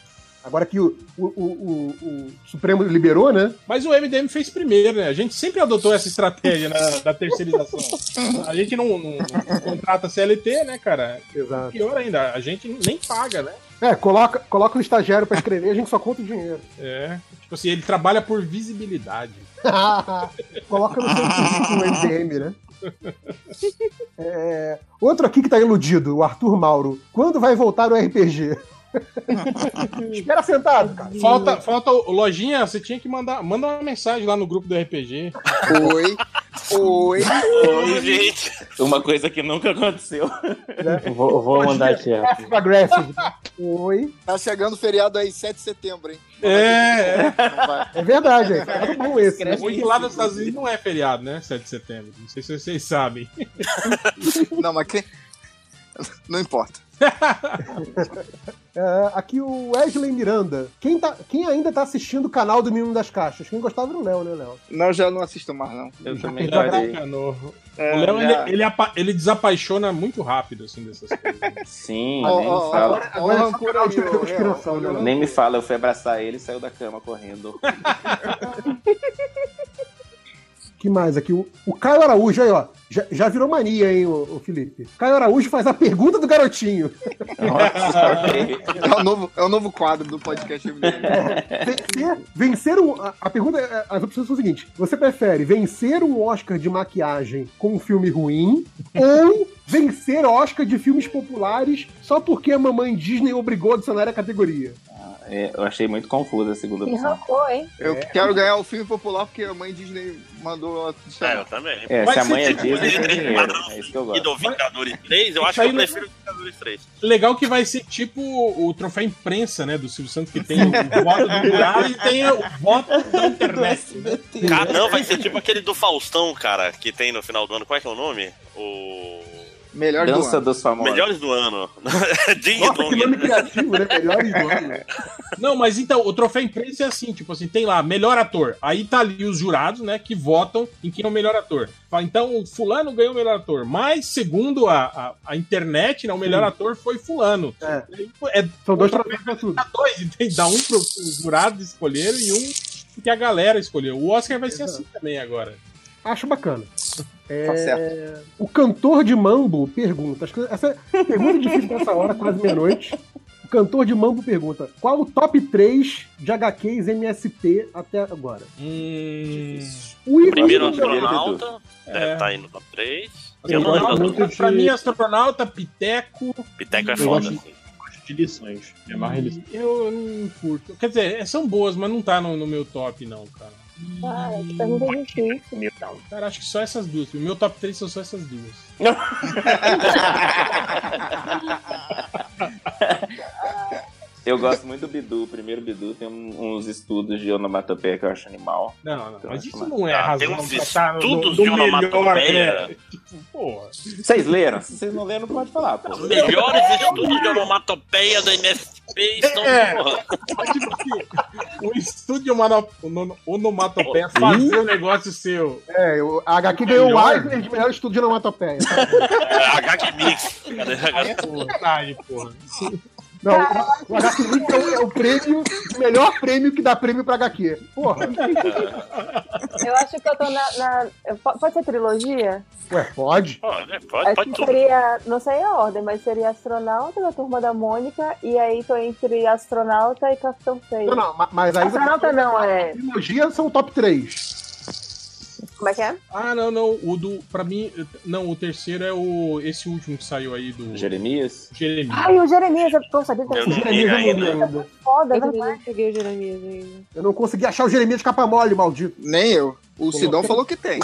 Speaker 1: Agora que o, o, o, o- o Supremo liberou, né?
Speaker 8: Mas o MDM fez primeiro, né? A gente sempre adotou essa estratégia na- da terceirização. A gente não, não- não contrata CLT, né, cara?
Speaker 1: Exato.
Speaker 8: Pior ainda, a gente nem paga, né?
Speaker 1: É, coloca, coloca o estagiário pra escrever, a gente só conta o dinheiro.
Speaker 8: É. Tipo assim, ele trabalha por visibilidade.
Speaker 1: coloca no seu currículo o MDM, né? É, Outro aqui que tá iludido, o Arthur Mauro. Quando vai voltar o RPG? Espera sentado, cara.
Speaker 8: Falta, falta o lojinha, você tinha que mandar, manda uma mensagem lá no grupo do RPG.
Speaker 6: Oi. Oi.
Speaker 11: Oi, gente.
Speaker 2: Uma coisa que nunca aconteceu.
Speaker 13: Vou, vou mandar aqui, ó.
Speaker 1: Aggressive. Oi.
Speaker 6: Tá chegando o feriado aí, 7 de setembro, hein?
Speaker 8: É,
Speaker 1: É verdade, é. Tá bom esse. né?
Speaker 8: Muito lá nos Estados Unidos não é feriado, né? 7 de setembro. Não sei se vocês sabem.
Speaker 6: Não, mas quem. Não importa.
Speaker 1: É, aqui o Wesley Miranda. Quem, tá, quem ainda tá assistindo o canal do Menino das Caixas? Quem gostava era o Léo, né, Léo?
Speaker 6: Não, já não assisto mais, não. Eu
Speaker 2: também
Speaker 8: Já desencanou.
Speaker 6: É,
Speaker 8: tá o Léo,
Speaker 6: já.
Speaker 8: ele, ele, apa- ele desapaixona muito rápido, assim, dessas coisas.
Speaker 2: Sim,
Speaker 6: Ó,
Speaker 2: nem
Speaker 6: ó,
Speaker 2: me fala.
Speaker 6: agora- agora Olha o rancor aí, ó,
Speaker 1: conspiração, né, Léo?
Speaker 2: Nem me fala, eu fui abraçar ele e saiu da cama correndo.
Speaker 1: que mais aqui? O, o Caio Araújo, aí, ó. Já, já virou mania, hein, o, Felipe? Caio Araújo faz a pergunta do garotinho.
Speaker 6: É o novo, é o novo quadro do podcast MDM.
Speaker 1: Vencer- vencer um. A, a pergunta, é- as opções são o seguinte: você prefere vencer um Oscar de maquiagem com um filme ruim ou vencer Oscar de filmes populares só porque a mamãe Disney obrigou a adicionar a categoria?
Speaker 2: É, eu achei muito confusa a segunda
Speaker 17: Que
Speaker 2: opção.
Speaker 17: rancor, hein?
Speaker 6: Eu
Speaker 1: É.
Speaker 6: quero ganhar o filme popular porque a mãe Disney mandou.
Speaker 11: É, eu também.
Speaker 2: É, se a mãe é Disney, tem dinheiro.
Speaker 11: Padrão
Speaker 2: É isso que eu
Speaker 11: E
Speaker 2: gosto.
Speaker 11: do Vingadores 3, eu
Speaker 8: Isso
Speaker 11: acho que
Speaker 8: aí
Speaker 11: eu
Speaker 8: não-
Speaker 11: prefiro Vingadores 3.
Speaker 8: Legal que vai ser tipo o troféu imprensa, né? Do Silvio Santos, que tem o voto do Muralha e tem o voto da internet. né?
Speaker 11: Cara, não, vai ser tipo aquele do Faustão, cara, que tem no final do ano. Qual é que é o nome? O.
Speaker 6: Melhor
Speaker 2: Dança
Speaker 6: do ano.
Speaker 2: dos famosos.
Speaker 11: Melhores do ano. Ding Dong.
Speaker 8: né? Não, mas então, o troféu imprensa é assim, tipo assim, tem lá, melhor ator. Aí tá ali os jurados, né, que votam em quem é o melhor ator. Fala, Então, o fulano ganhou o melhor ator. Mas, segundo a, a, a internet, né, o melhor ator foi fulano. Aí, pô, É.
Speaker 1: São dois
Speaker 8: troféus pra tudo. Dois, entende? Dá um pro os jurados escolheram e um que a galera escolheu. O Oscar vai ser assim também agora.
Speaker 1: Acho bacana. É,
Speaker 6: Tá certo.
Speaker 1: O cantor de mambo pergunta. Acho que essa pergunta é difícil nessa hora, quase meia-noite. O cantor de mambo pergunta: qual o top 3 de HQs MST até agora? O Igor
Speaker 11: Primeiro
Speaker 1: respondeu.
Speaker 11: astronauta, deve estar aí no top 3. Eu não lembro. as
Speaker 8: Astronauta,
Speaker 11: outras.
Speaker 8: pra mim, astronauta, Piteco.
Speaker 11: Piteco é
Speaker 8: Eu
Speaker 11: foda.
Speaker 8: gosto-
Speaker 11: assim.
Speaker 8: gosto de lições. É Me amarra em
Speaker 11: Hum.
Speaker 8: lições. Eu não curto. Quer dizer, é- são boas, mas não tá no, no meu top, não, cara.
Speaker 9: Cara, que pergunta
Speaker 8: Hum,
Speaker 9: difícil.
Speaker 8: Cara, acho que só essas duas. O meu top 3 são só essas duas.
Speaker 2: Eu gosto muito do Bidu. O primeiro Bidu tem um- uns estudos de onomatopeia que eu acho animal.
Speaker 8: Não, não,
Speaker 2: Então,
Speaker 8: mas
Speaker 2: acho
Speaker 8: isso
Speaker 2: mais-
Speaker 8: não é
Speaker 2: Ah,
Speaker 8: razão
Speaker 2: tem uns
Speaker 8: pra tá no-
Speaker 2: estudos
Speaker 8: no
Speaker 2: de
Speaker 8: melhor,
Speaker 2: onomatopeia.
Speaker 8: é. Porra.
Speaker 2: Vocês leram? Se vocês não leram, não pode falar. Pô.
Speaker 11: Os melhores estudos de onomatopeia da MSP estão.
Speaker 8: É.
Speaker 11: Porra.
Speaker 8: O estúdio de onono- onono- onomatopeia fazer o negócio seu.
Speaker 1: É, o a HQ ganhou o
Speaker 8: Melhor.
Speaker 1: Eisner de melhor estudo de onomatopeia.
Speaker 8: é, Aí é sacanagem, porra.
Speaker 1: Não, o HQ Mix é o- é o prêmio, o melhor prêmio que dá prêmio pra HQ. Porra.
Speaker 9: Eu acho que eu tô na. na- eu- po- Pode ser trilogia?
Speaker 1: Ué, pode?
Speaker 11: Pode,
Speaker 9: Acho
Speaker 11: pode, pode
Speaker 9: que
Speaker 11: tudo.
Speaker 9: seria. Não sei a ordem, mas seria astronauta da turma da Mônica. E aí tô entre astronauta e Capitão Feio.
Speaker 1: Não, não, ma- mas aí-
Speaker 9: Astronauta não, é.
Speaker 1: Trilogia são o top 3.
Speaker 9: Como é que é?
Speaker 8: Ah, não, não. O do. Pra mim. Não, o terceiro é o. Esse último que saiu aí do.
Speaker 2: Jeremias?
Speaker 8: Jeremias.
Speaker 9: Ai, o Jeremias, eu tô sabendo que
Speaker 8: Eu
Speaker 9: eu
Speaker 8: não vi ainda.
Speaker 9: foda,
Speaker 4: Eu
Speaker 9: né?
Speaker 4: também não peguei o Jeremias ainda.
Speaker 1: Eu não consegui achar o Jeremias de capa mole, maldito.
Speaker 6: Nem eu. O
Speaker 1: Sidão
Speaker 6: falou que tem.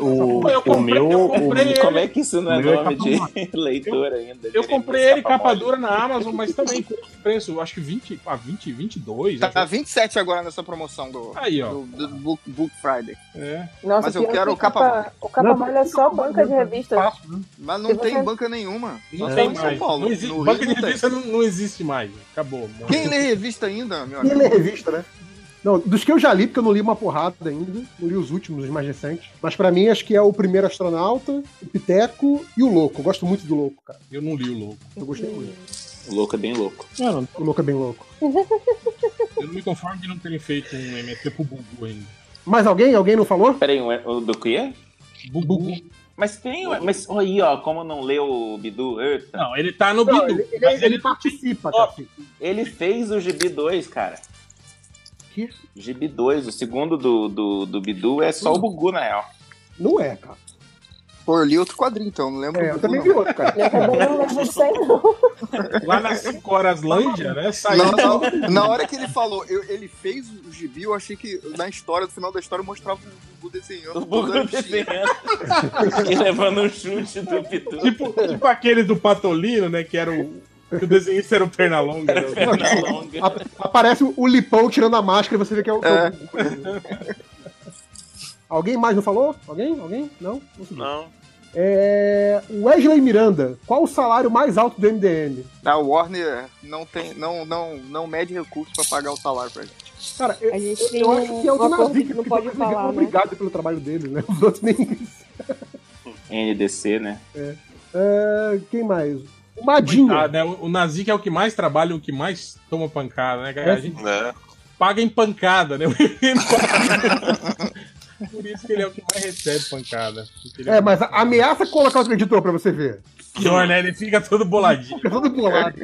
Speaker 2: O,
Speaker 8: Eu comprei-
Speaker 2: o meu,
Speaker 8: eu comprei
Speaker 2: o-
Speaker 8: ele.
Speaker 2: como é que isso não é
Speaker 8: O meu é
Speaker 2: nome
Speaker 8: capa
Speaker 2: de leitor ainda?
Speaker 8: Eu comprei ele
Speaker 2: capa
Speaker 8: capa
Speaker 2: mole.
Speaker 8: dura na Amazon, mas também com um preço, acho que 20, ah, 20, 22.
Speaker 6: Tá
Speaker 8: acho.
Speaker 6: tá 27 agora nessa promoção do,
Speaker 8: Aí, ó.
Speaker 6: do, do Book, Book Friday.
Speaker 8: É.
Speaker 9: Nossa,
Speaker 6: Mas eu
Speaker 9: pior
Speaker 6: quero
Speaker 9: que
Speaker 17: tá
Speaker 6: o capa.
Speaker 9: O capa mole é só banca de revista.
Speaker 1: né?
Speaker 6: Mas não
Speaker 9: Se
Speaker 6: tem
Speaker 9: você-
Speaker 6: banca nenhuma.
Speaker 8: Não
Speaker 6: Só
Speaker 8: tem
Speaker 6: tem em São
Speaker 8: mais.
Speaker 6: Paulo.
Speaker 8: Não existe,
Speaker 6: No
Speaker 8: banco
Speaker 6: Rio
Speaker 8: de
Speaker 6: não tem.
Speaker 8: revista não, não existe mais. Acabou. mano.
Speaker 6: Quem lê revista ainda, meu
Speaker 1: Quem
Speaker 6: amigo?
Speaker 1: lê revista, né? Não, dos que eu já li, porque eu não li uma porrada ainda, não li os últimos, os mais recentes. Mas pra mim, acho que é o primeiro astronauta, o Piteco e o Louco. Eu gosto muito do Louco, cara.
Speaker 8: Eu não li o louco.
Speaker 1: Eu gostei muito.
Speaker 2: O louco é bem louco.
Speaker 9: Ah,
Speaker 1: O Louco é bem louco.
Speaker 8: Eu não me conformo de não terem feito um MSP pro Bubu ainda.
Speaker 1: Mais alguém? Alguém não falou?
Speaker 2: Peraí, o- o do quê?
Speaker 8: Bubu.
Speaker 2: Mas tem, ué, mas olha aí, ó, como não leu o Bidu, eita.
Speaker 8: Não, ele tá no
Speaker 1: Não,
Speaker 8: Bidu.
Speaker 1: ele- ele-
Speaker 8: mas ele,
Speaker 1: ele participa,
Speaker 2: Ele fez o Gibi 2, cara.
Speaker 1: Que?
Speaker 2: Gibi 2, o segundo do, do, do Bidu é só o Bugu, na real.
Speaker 1: Não é, cara.
Speaker 6: Pô, eu li outro quadrinho, então. Não lembro.
Speaker 1: É,
Speaker 6: do
Speaker 1: eu
Speaker 6: Book,
Speaker 1: também
Speaker 6: não.
Speaker 1: vi outro, cara.
Speaker 9: Eu também não lembro disso aí, não.
Speaker 8: lá nas 5 horas Lândia, né? Saiu.
Speaker 6: Na, na- na hora que ele falou, eu- ele fez o gibi, eu achei que na história, no final da história, eu mostrava o Gugu desenhando.
Speaker 2: O Bugu
Speaker 6: dando
Speaker 2: desenhando.
Speaker 6: tiro.
Speaker 2: e levando um chute do Bidu.
Speaker 8: Tipo, tipo aquele do Patolino, né? Que era o. Que o desenhista era o Pernalonga. né?
Speaker 1: A- Aparece o Lipão tirando a máscara e você vê que é o. que é o- Alguém mais não falou? Alguém? Alguém? Não? Consegui.
Speaker 11: Não.
Speaker 1: É... Wesley Miranda, qual o salário mais alto do MDM?
Speaker 6: A Warner não, tem, não, não, não mede recursos pra pagar o salário pra gente.
Speaker 1: Cara, eu,
Speaker 4: A gente
Speaker 1: eu-
Speaker 4: tem
Speaker 1: eu acho que é o
Speaker 4: uma
Speaker 1: do
Speaker 4: coisa
Speaker 1: Nazik,
Speaker 4: que não
Speaker 1: porque
Speaker 4: pode
Speaker 1: o Nazik é
Speaker 4: falar, né?
Speaker 1: Obrigado pelo trabalho dele, né? Os outros nem isso.
Speaker 2: NDC, né?
Speaker 1: É. É, Quem mais? O Madinho.
Speaker 8: Coitado, né? O o Nazik é o que mais trabalha, e o que mais toma pancada, né? cara? A gente
Speaker 2: É.
Speaker 8: paga em pancada, né? Por isso que ele é o que mais recebe pancada. Porque ele
Speaker 1: É, mas a- ameaça colocar o editor pra você ver.
Speaker 8: pior, né? Ele fica todo boladinho.
Speaker 1: Fica todo bolado.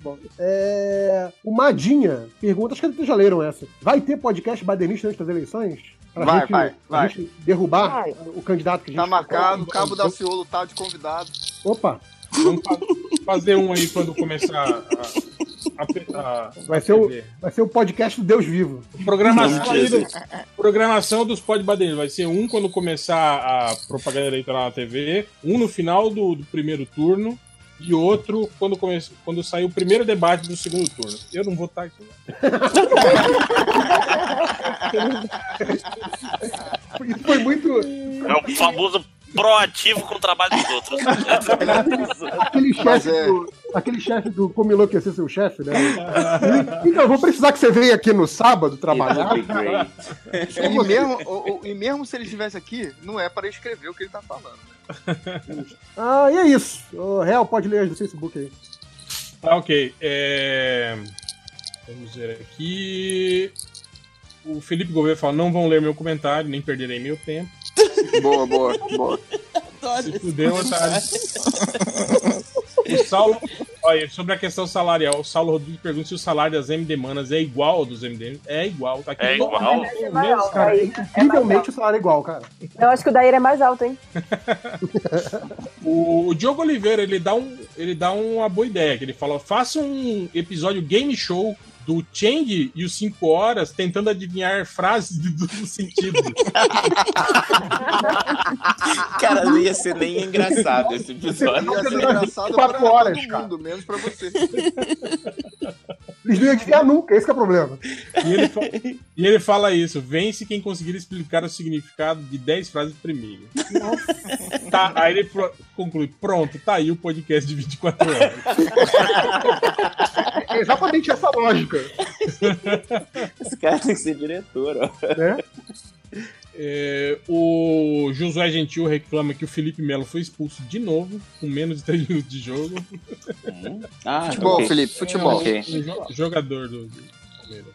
Speaker 1: Bom, é, O Madinha pergunta, acho que vocês já leram essa. Vai ter podcast badenista antes das eleições?
Speaker 6: Vai, vai,
Speaker 1: pra
Speaker 6: vai.
Speaker 1: gente derrubar
Speaker 9: Vai.
Speaker 1: o candidato que a gente...
Speaker 6: Tá marcado, o Cabo da Ciolo tá de convidado.
Speaker 1: Opa,
Speaker 8: Vamos fa- fazer um aí quando começar a. a- a-
Speaker 1: vai ser, o, vai ser o podcast do Deus Vivo.
Speaker 8: Programação, aí do- programação dos pod badeiros. Vai ser um quando começar a propaganda eleitoral na TV, um no final do, do primeiro turno e outro quando, come, quando sair o primeiro debate do segundo turno. Eu não vou estar aqui. né?
Speaker 1: Isso foi muito...
Speaker 11: É o famoso proativo com o trabalho dos outros.
Speaker 1: Aquele
Speaker 6: Mas
Speaker 1: chefe
Speaker 6: é.
Speaker 1: do... Aquele chefe do Como Enlouquecer Seu Chefe, né? Então, eu vou precisar que você venha aqui no sábado trabalhar.
Speaker 2: It would be great.
Speaker 6: E mesmo, o- o- e mesmo se ele estivesse aqui, não é para escrever o que ele tá falando.
Speaker 1: Ah, e é isso. O Real, pode ler as do Facebook aí.
Speaker 8: Tá, ok. É, Vamos ver aqui. O Felipe Gouveia fala: não vão ler meu comentário, nem perderei meu tempo.
Speaker 7: Boa, boa, boa.
Speaker 8: Se fudeu, um otário. O Saulo. Olha, sobre a questão salarial, o Saulo Rodrigues pergunta se o salário das MDManas é igual ao dos MDM. É igual, tá aqui.
Speaker 11: É igual?
Speaker 1: Meu Deus, cara, é incrivelmente o salário é igual, cara.
Speaker 17: Eu acho que o da Ira é mais alto, hein?
Speaker 8: O, o Diogo Oliveira, ele dá, um, ele dá uma boa ideia, que ele fala, faça um episódio game show do Chang e os 5 horas tentando adivinhar frases de duplo sentido.
Speaker 2: Cara, não ia ser nem engraçado esse tipo. episódio.
Speaker 6: Ia ser engraçado
Speaker 1: Quatro
Speaker 6: pra
Speaker 1: horas,
Speaker 6: todo
Speaker 1: cara.
Speaker 6: mundo, menos pra você.
Speaker 1: Eles não iam adivinhar nunca, esse que é o problema.
Speaker 8: E ele, fa- e ele fala isso: vence quem conseguir explicar o significado de 10 frases primeiro. Tá, aí ele pro- conclui: pronto, tá aí o podcast de 24 horas.
Speaker 1: É exatamente essa lógica.
Speaker 2: Esse cara tem que ser diretor, ó.
Speaker 8: É, o Josué Gentil reclama que o Felipe Melo foi expulso de novo, com menos de 3 minutos de jogo.
Speaker 2: Ah,
Speaker 7: Futebol, ok. Felipe, futebol.
Speaker 8: É, um jo- Jogador do do Palmeiras.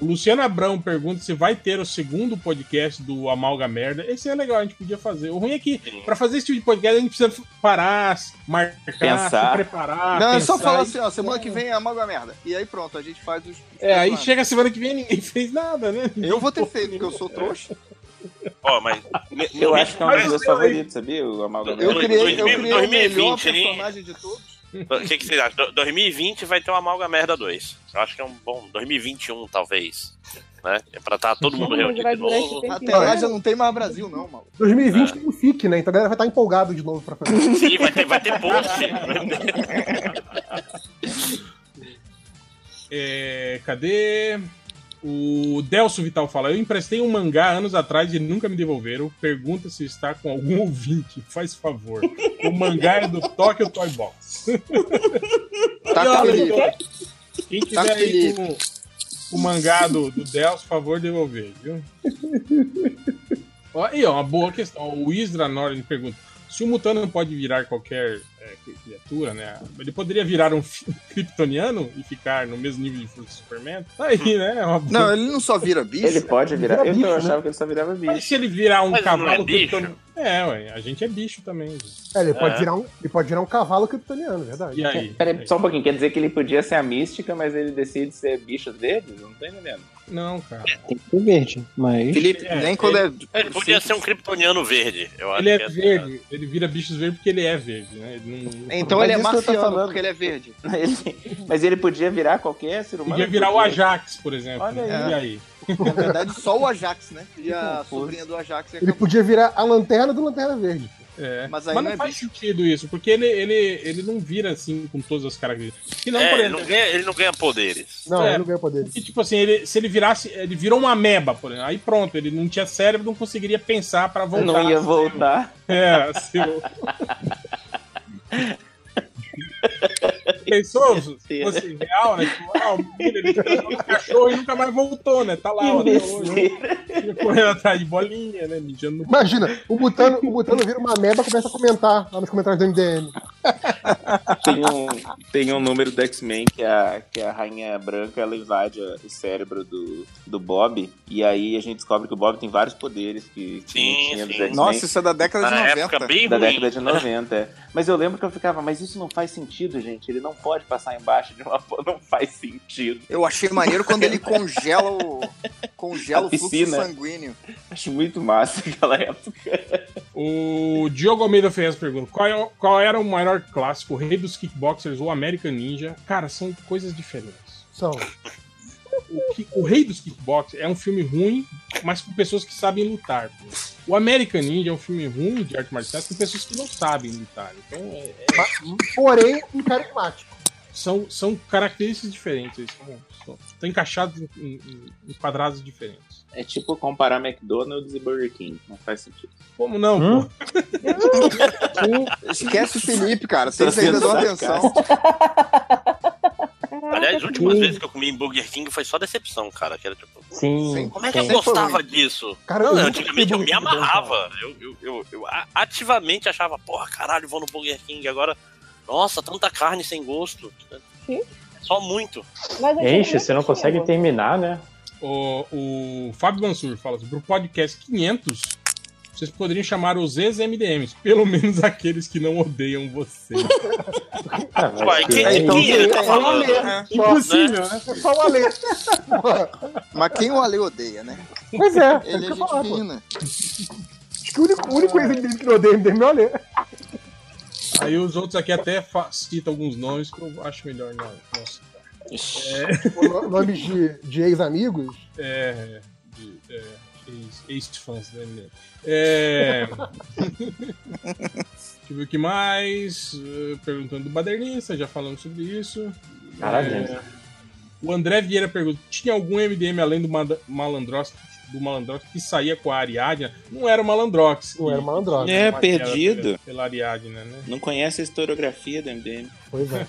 Speaker 8: O Luciano Abrão pergunta se vai ter o segundo podcast do Amalga Merda. Esse é legal, a gente podia fazer. O ruim é que, pra fazer esse tipo de podcast, a gente precisa parar, marcar,
Speaker 6: Pensar.
Speaker 8: se preparar.
Speaker 6: não, é só
Speaker 8: pensar
Speaker 6: falar
Speaker 8: e-
Speaker 6: assim, ó, semana que vem é a Mago Merda. E aí pronto, a gente faz os.
Speaker 8: É, aí chega a semana que vem e ninguém fez nada, né?
Speaker 6: Eu vou ter feito, porque eu sou trouxa.
Speaker 11: Ó, mas.
Speaker 2: Eu acho que é um dos meus
Speaker 11: Mas-
Speaker 2: favoritos, sabia? O Amalgama.
Speaker 11: Eu criei- eu criei o melhor
Speaker 6: personagem de todos.
Speaker 11: O que, que vocês acham? Do- 2020 vai ter uma Amalga Merda 2. Eu acho que é um bom. 2021, talvez. Né? É pra estar todo mundo reunido de novo.
Speaker 6: Até lá já não tem mais Brasil, não, mano.
Speaker 1: 2020 tem o FIC, né? Então a galera vai estar empolgado de novo pra fazer.
Speaker 11: Sim, vai ter, vai ter post.
Speaker 8: É, cadê? O Delcio Vital fala: Eu emprestei um mangá anos atrás e nunca me devolveram. Pergunta se está com algum ouvinte, faz favor. O mangá é do Tokyo Toy Box.
Speaker 6: Tá
Speaker 8: E olha,
Speaker 6: Felipe.
Speaker 8: Quem
Speaker 6: Tá
Speaker 8: tiver aí
Speaker 6: Felipe.
Speaker 8: com o mangá do, do Delcio, por favor, devolver, viu? Ó, E ó, uma boa questão. O Isra Norin pergunta: se o mutano não pode virar qualquer é, cri- criatura, né? Ele poderia virar um fi- kryptoniano e ficar no mesmo nível de força do Superman? Tá Aí, né? Uma boa-
Speaker 6: Não, ele não só vira bicho. né?
Speaker 2: Ele pode virar.
Speaker 8: Vira
Speaker 2: eu
Speaker 8: bicho,
Speaker 2: eu achava
Speaker 8: né?
Speaker 2: que ele só virava bicho.
Speaker 8: Mas se ele virar um
Speaker 2: Mas não
Speaker 8: cavalo
Speaker 2: é bicho?
Speaker 8: kryptoniano- É, ué, a gente é bicho também. gente.
Speaker 1: É, ele,
Speaker 2: É.
Speaker 1: Pode virar um, ele pode virar um cavalo kryptoniano, é verdade.
Speaker 2: Peraí, só um pouquinho. Quer dizer que ele podia ser a mística, mas ele decide ser bicho dele? Não tô entendendo.
Speaker 8: Não, cara.
Speaker 19: Tem que ser verde, mas.
Speaker 6: Felipe,
Speaker 8: nem quando é-
Speaker 11: Ele podia ser um kryptoniano verde, eu acho.
Speaker 8: Ele
Speaker 11: que
Speaker 8: é verde, ele vira bichos verdes porque ele é verde, né? Ele não...
Speaker 6: Então
Speaker 8: Mas
Speaker 6: ele é
Speaker 8: isso que eu tô
Speaker 6: marciano,
Speaker 8: falando.
Speaker 6: porque ele é verde.
Speaker 2: Mas ele podia virar qualquer ser humano?
Speaker 8: Podia virar o Ajax, por exemplo.
Speaker 2: Olha
Speaker 8: né?
Speaker 2: aí.
Speaker 8: E aí?
Speaker 6: Na verdade, só o Ajax, né? E a sobrinha do Ajax é
Speaker 1: Ele podia virar a lanterna do Lanterna Verde.
Speaker 8: É.
Speaker 6: Mas
Speaker 8: Mas,
Speaker 6: aí
Speaker 8: não,
Speaker 6: não é
Speaker 8: faz sentido isso, porque ele, ele, ele não vira assim com todas as características. Que não,
Speaker 11: É,
Speaker 8: por
Speaker 11: ele,
Speaker 8: exemplo,
Speaker 11: não ganha, ele não ganha poderes.
Speaker 1: Não,
Speaker 8: É.
Speaker 1: ele não ganha poder.
Speaker 8: que, tipo assim, ele, se ele virasse, ele virou uma ameba, por exemplo. Aí pronto, ele não tinha cérebro, não conseguiria pensar pra voltar.
Speaker 2: Não ia voltar.
Speaker 8: É, se eu... Pensou? Fosse real, né? Tipo, ah, o menino, ele pegou um cachorro e nunca mais voltou, né? Tá lá, ó, até hoje. Fica Correndo atrás de bolinha, né? Mijando no
Speaker 1: Imagina, o Mutano, o Mutano vira uma meba e começa a comentar lá nos comentários do MDM.
Speaker 2: Tem um, tem um número do X-Men que a, que a Rainha Branca ela invade a- o cérebro do, do Bob. E aí a gente descobre que o Bob tem vários poderes que tinha, tinha dos X-Men.
Speaker 6: Nossa, isso é da década de
Speaker 2: Na
Speaker 6: 90.
Speaker 2: época bem Da década de 90, é. Mas eu lembro que eu ficava, mas isso não faz sentido, gente. Ele não pode passar embaixo de uma porta, não faz sentido.
Speaker 6: Eu achei maneiro quando ele congela o.
Speaker 2: A
Speaker 6: congela o fluxo
Speaker 2: piscina.
Speaker 6: sanguíneo.
Speaker 2: Acho muito massa aquela época.
Speaker 8: O Diogo Almeida Ferraz pergunta: qual, é o- qual era o maior clássico, o Rei dos Kickboxers ou American Ninja? Cara, são coisas diferentes.
Speaker 1: São.
Speaker 8: O, Ki- o Rei dos Kickboxers é um filme ruim, mas com pessoas que sabem lutar. pô. O American Ninja é um filme ruim de arte marcial com pessoas que não sabem lutar. Então, é- é-
Speaker 1: Porém, um carismático.
Speaker 8: são, são características diferentes. Eles são, são- estão encaixados em, em- em quadrados diferentes.
Speaker 2: É tipo comparar McDonald's e Burger King. Não faz sentido.
Speaker 8: Como não?
Speaker 13: Hum?
Speaker 8: pô?
Speaker 6: Esquece o Felipe, cara.
Speaker 2: Tá
Speaker 6: Vocês ainda
Speaker 2: sendo
Speaker 6: dão
Speaker 2: sarcástico.
Speaker 6: atenção.
Speaker 11: Aliás, a última vez que eu comi em Burger King foi só decepção, cara. Que era tipo.
Speaker 19: Sim.
Speaker 11: Como é que eu
Speaker 19: sim.
Speaker 11: gostava disso?
Speaker 19: Cara,
Speaker 11: Não,
Speaker 19: eu nunca
Speaker 11: antigamente eu
Speaker 19: comi
Speaker 11: me
Speaker 19: Burger King,
Speaker 11: amarrava. Eu, eu, eu, eu a- ativamente achava, porra, caralho, vou no Burger King agora. Nossa, tanta carne sem gosto. Só muito.
Speaker 13: Enche, você não consegue
Speaker 5: Ah,
Speaker 13: terminar, né?
Speaker 8: assim, O, o Fábio Mansur fala sobre o podcast 500. Vocês poderiam chamar os ex-MDMs, pelo menos aqueles que não odeiam você.
Speaker 11: Uai, quem- quem ele tá falando, né?
Speaker 6: Impossível,
Speaker 1: né?
Speaker 6: Só o Ale. Mas quem o Ale odeia, né?
Speaker 1: Pois é, é o
Speaker 6: Ele
Speaker 1: que
Speaker 6: é
Speaker 1: eu
Speaker 6: gente
Speaker 1: falava.
Speaker 6: fina.
Speaker 1: Acho que o único, o único ex-MDM que não odeia MDM é o Ale.
Speaker 8: Aí os outros aqui até fa- citam alguns nomes que eu acho melhor não, não citar.
Speaker 1: O no- Nomes de, de ex-amigos.
Speaker 8: É. é, de- é, ex- Ex-fãs do MDM. É. Deixa eu ver o que mais. Eh, Perguntando do Badernista, já falamos sobre isso. É.
Speaker 2: Caralho.
Speaker 8: O André Vieira pergunta: tinha algum MDM além do Mada- Malandrox? Do Malandrox que saía com a Ariadna, não era o Malandrox.
Speaker 1: Não era o Malandrox.
Speaker 2: É,
Speaker 8: Era
Speaker 2: perdido.
Speaker 8: Pela, né? pela Ariadna, né?
Speaker 2: Não conhece a historiografia do MDM.
Speaker 1: Pois é.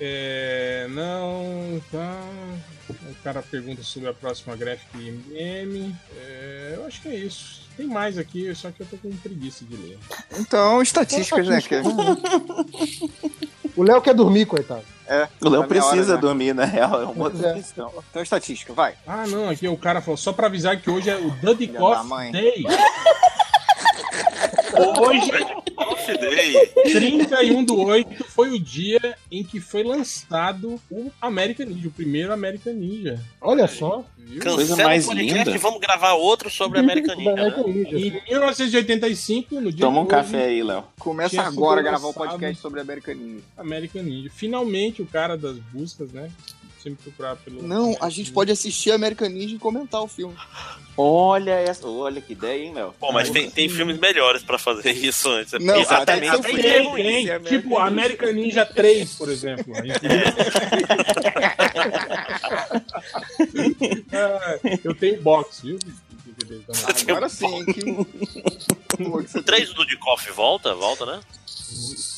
Speaker 8: É, não, tá. O cara pergunta sobre a próxima Graphic MM. É, eu acho que é isso. Tem mais aqui, só que eu tô com preguiça de ler.
Speaker 6: Então, estatísticas, né, cara?
Speaker 1: O Léo quer dormir, coitado.
Speaker 6: É.
Speaker 2: O Léo
Speaker 6: tá na
Speaker 2: precisa
Speaker 6: hora, né?
Speaker 2: dormir, na real, é uma
Speaker 1: Pois
Speaker 2: outra
Speaker 1: é.
Speaker 2: questão.
Speaker 6: Então, estatística, vai.
Speaker 8: Ah, não, aqui o cara falou, só pra avisar que hoje é o Duddy
Speaker 6: da
Speaker 8: Coffee
Speaker 6: mãe.
Speaker 8: Day. Hoje, 31 do 8, foi o dia em que foi lançado o American Ninja, o primeiro American Ninja.
Speaker 1: Olha só.
Speaker 8: Coisa
Speaker 11: Cancela
Speaker 8: mais
Speaker 11: o podcast
Speaker 8: linda.
Speaker 11: e vamos gravar outro sobre American Ninja. né?
Speaker 8: Em 1985, no dia
Speaker 2: Toma um
Speaker 8: de hoje,
Speaker 2: café aí, Léo.
Speaker 6: Começa
Speaker 8: Tinha sido
Speaker 6: agora a gravar o
Speaker 8: lançado.
Speaker 6: podcast sobre American Ninja.
Speaker 8: American Ninja. Finalmente o cara das buscas, né? Sempre procurar pelo.
Speaker 6: Não, a gente pode assistir American Ninja e comentar o filme.
Speaker 2: Olha essa. Olha que ideia, hein, Léo?
Speaker 11: Pô, mas tem, tem filmes melhores pra fazer isso antes. É
Speaker 2: Não,
Speaker 11: Exatamente.
Speaker 2: até-
Speaker 11: Tem
Speaker 2: até-
Speaker 11: erro.
Speaker 8: Tem, tipo American Ninja 3, por exemplo. Aí- Ah, eu tenho box, viu?
Speaker 6: Agora sim,
Speaker 11: O 3 do Dudikoff volta? Volta, né?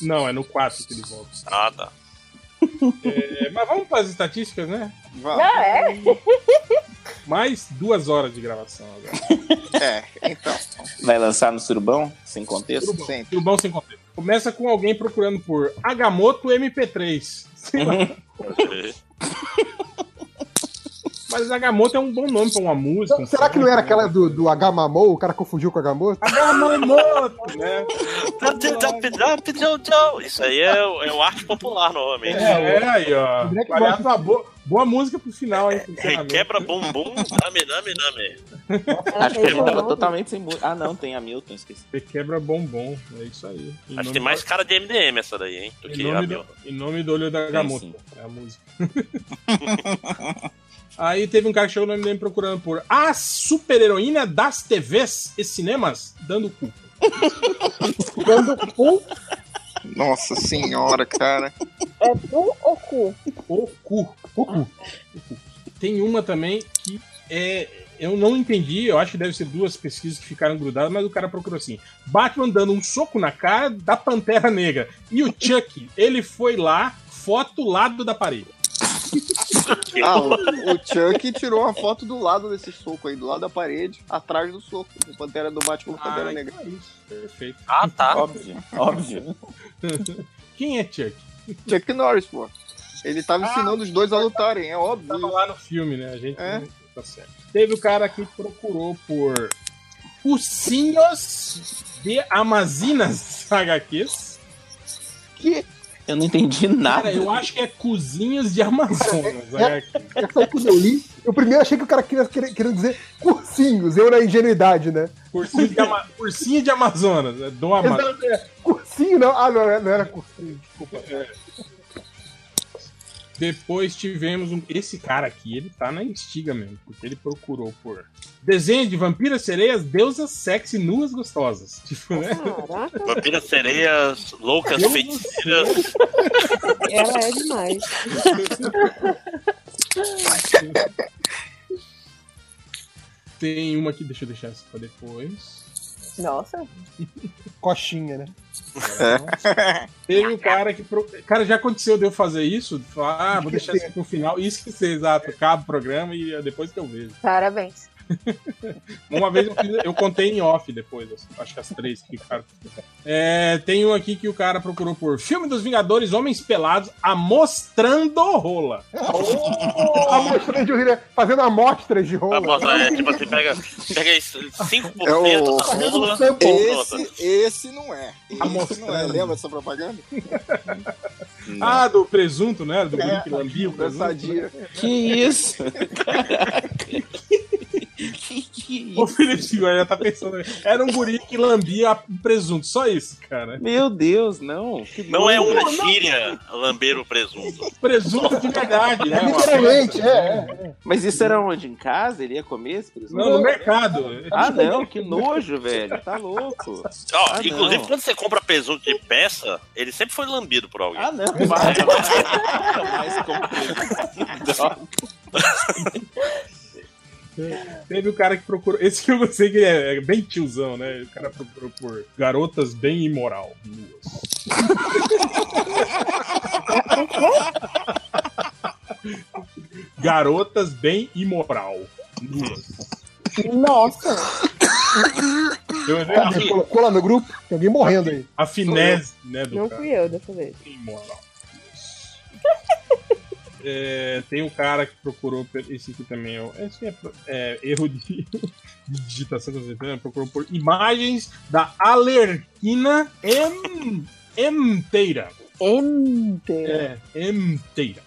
Speaker 8: Não, é no 4 que ele volta.
Speaker 11: Ah, tá.
Speaker 8: É, mas vamos para as estatísticas, né?
Speaker 6: Não,
Speaker 9: é?
Speaker 8: Mais duas horas de gravação agora.
Speaker 6: É, então.
Speaker 2: Vai lançar no surubão? Sem contexto?
Speaker 8: Tudo bom, tudo bom sem contexto. Começa com alguém procurando por Agamotto MP3. Sei
Speaker 11: Uhum.
Speaker 8: lá. Mas Agamotto é um bom nome pra uma música. um
Speaker 1: Será que não
Speaker 8: filme,
Speaker 1: era
Speaker 8: né?
Speaker 1: aquela do, do Agamamou? O cara confundiu com o Agamotto?
Speaker 8: Agamotto, né?
Speaker 11: Isso aí é, o- é o arte popular, novamente.
Speaker 8: É, é aí, ó.
Speaker 11: Black
Speaker 8: Aliás,
Speaker 11: Box.
Speaker 8: uma boa, boa música pro final, hein?
Speaker 11: Requebra bumbum, dame, dame, dame.
Speaker 2: Acho
Speaker 8: é
Speaker 2: que ele tava totalmente sem música. Ah, não, tem a Milton, esqueci.
Speaker 8: Requebra bombom, é isso aí.
Speaker 11: Acho
Speaker 8: Em nome
Speaker 11: que tem mais cara de MDM essa daí, hein? Do
Speaker 8: Em
Speaker 11: que a
Speaker 8: nome,
Speaker 11: meu.
Speaker 8: do, em nome do olho da Gamoto.
Speaker 11: sim.
Speaker 8: É a música. Aí teve um cara que chegou no MDM procurando por a super-heroína das TVs e cinemas, dando cu.
Speaker 9: Dando cu?
Speaker 6: Nossa senhora, cara.
Speaker 9: É cu ou cu?
Speaker 8: O cu. O cu. Tem uma também que é. Eu não entendi, eu acho que deve ser duas pesquisas que ficaram grudadas, mas o cara procurou assim: Batman dando um soco na cara da Pantera Negra. E o Chuck, ele foi lá, foto lado da parede.
Speaker 6: Ah, o, o Chuck tirou uma foto do lado desse soco aí, do lado da parede, atrás do soco. Do Pantera do Batman Pantera
Speaker 8: Ah,
Speaker 6: Negra.
Speaker 8: então é isso, perfeito.
Speaker 11: Ah, tá.
Speaker 6: Óbvio, óbvio.
Speaker 8: Quem é Chuck?
Speaker 6: Chuck Norris, pô. Ele tava ensinando os dois a lutarem, é óbvio.
Speaker 8: Tava lá no filme, né? A gente
Speaker 6: É.
Speaker 8: não tá certo. Teve o cara que procurou por Ursinhos de Amazinas HQs.
Speaker 6: Que?
Speaker 2: Eu não entendi nada.
Speaker 8: Cara, eu acho que é Cozinhos de Amazonas.
Speaker 1: É,
Speaker 8: HQ.
Speaker 1: Essa aí quando eu li, eu primeiro achei que o cara queria, queria, queria dizer cursinhos, eu na ingenuidade, né?
Speaker 8: Ursinho de, Ama- Ursinho de Amazonas. é Do Amazonas.
Speaker 1: Cursinho não? Ah, não, era- não era cursinho, desculpa.
Speaker 8: é. Depois tivemos um- esse cara aqui, ele tá na instiga mesmo, porque ele procurou por desenho de vampiras sereias, deusas sexy, nuas gostosas. Tipo, né?
Speaker 11: Vampiras sereias, loucas,
Speaker 8: Eu não
Speaker 11: feiticeiras.
Speaker 4: Ela é demais.
Speaker 8: Tem uma aqui, deixa eu deixar essa pra depois.
Speaker 9: Nossa.
Speaker 1: Coxinha, né?
Speaker 2: É.
Speaker 8: Teve um cara que. Pro... Cara, já aconteceu de eu fazer isso? Falar, ah, vou deixar isso pro final e esquecer, exato. Acaba o programa e é depois que eu vejo.
Speaker 9: Parabéns.
Speaker 8: Uma vez eu, fiz- eu contei em off depois, assim, acho que as três que ficaram. É, tem um aqui que o cara procurou por Filme dos Vingadores, Homens Pelados, Amostrando Rola.
Speaker 1: Amostrando de rola, fazendo amostras de rola.
Speaker 11: Mostra, é, tipo assim, pega, pega isso, 5%
Speaker 1: É o-
Speaker 11: da rola.
Speaker 6: Esse, esse não é. Esse não é.
Speaker 8: Tá mostrando.
Speaker 6: Lembra dessa propaganda?
Speaker 8: Ah, do presunto, né? Do
Speaker 6: É,
Speaker 8: é, que lambia o presunto.
Speaker 6: sadia.
Speaker 8: né?
Speaker 6: Que isso?
Speaker 8: O Felipe Silva já tá pensando. Era um guri que lambia o presunto, só isso, cara.
Speaker 6: Meu Deus, não.
Speaker 11: Não é uma
Speaker 8: Não, não.
Speaker 11: gíria lamber o presunto.
Speaker 8: Presunto de verdade,
Speaker 2: É
Speaker 8: né? Uma
Speaker 6: Literalmente,
Speaker 8: coisa.
Speaker 2: Mas isso era onde? Em casa? Ele ia comer esse presunto?
Speaker 8: né? Não, no mercado.
Speaker 2: Ah, não, que nojo, velho. Tá louco.
Speaker 11: Ó,
Speaker 2: Ah,
Speaker 11: inclusive,
Speaker 2: não.
Speaker 11: quando você compra presunto de peça, ele sempre foi lambido por alguém.
Speaker 2: Ah, não.
Speaker 8: Teve o cara que procurou. Esse que eu gostei que ele é é bem tiozão, né? O cara procurou por garotas bem imoral. Garotas bem imoral.
Speaker 9: Nossa!
Speaker 8: Eu,
Speaker 1: Cadê? Colocou lá no grupo? Tem alguém morrendo aí.
Speaker 8: a finesse, né, do
Speaker 4: Não
Speaker 8: cara.
Speaker 4: fui eu dessa vez.
Speaker 8: É, tem um cara que procurou. por- Esse aqui também é, o- esse é, pro- é erro de, de digitação que você tem, Procurou por imagens da Alerquina em, inteira.
Speaker 9: Inteira.
Speaker 8: É, inteira.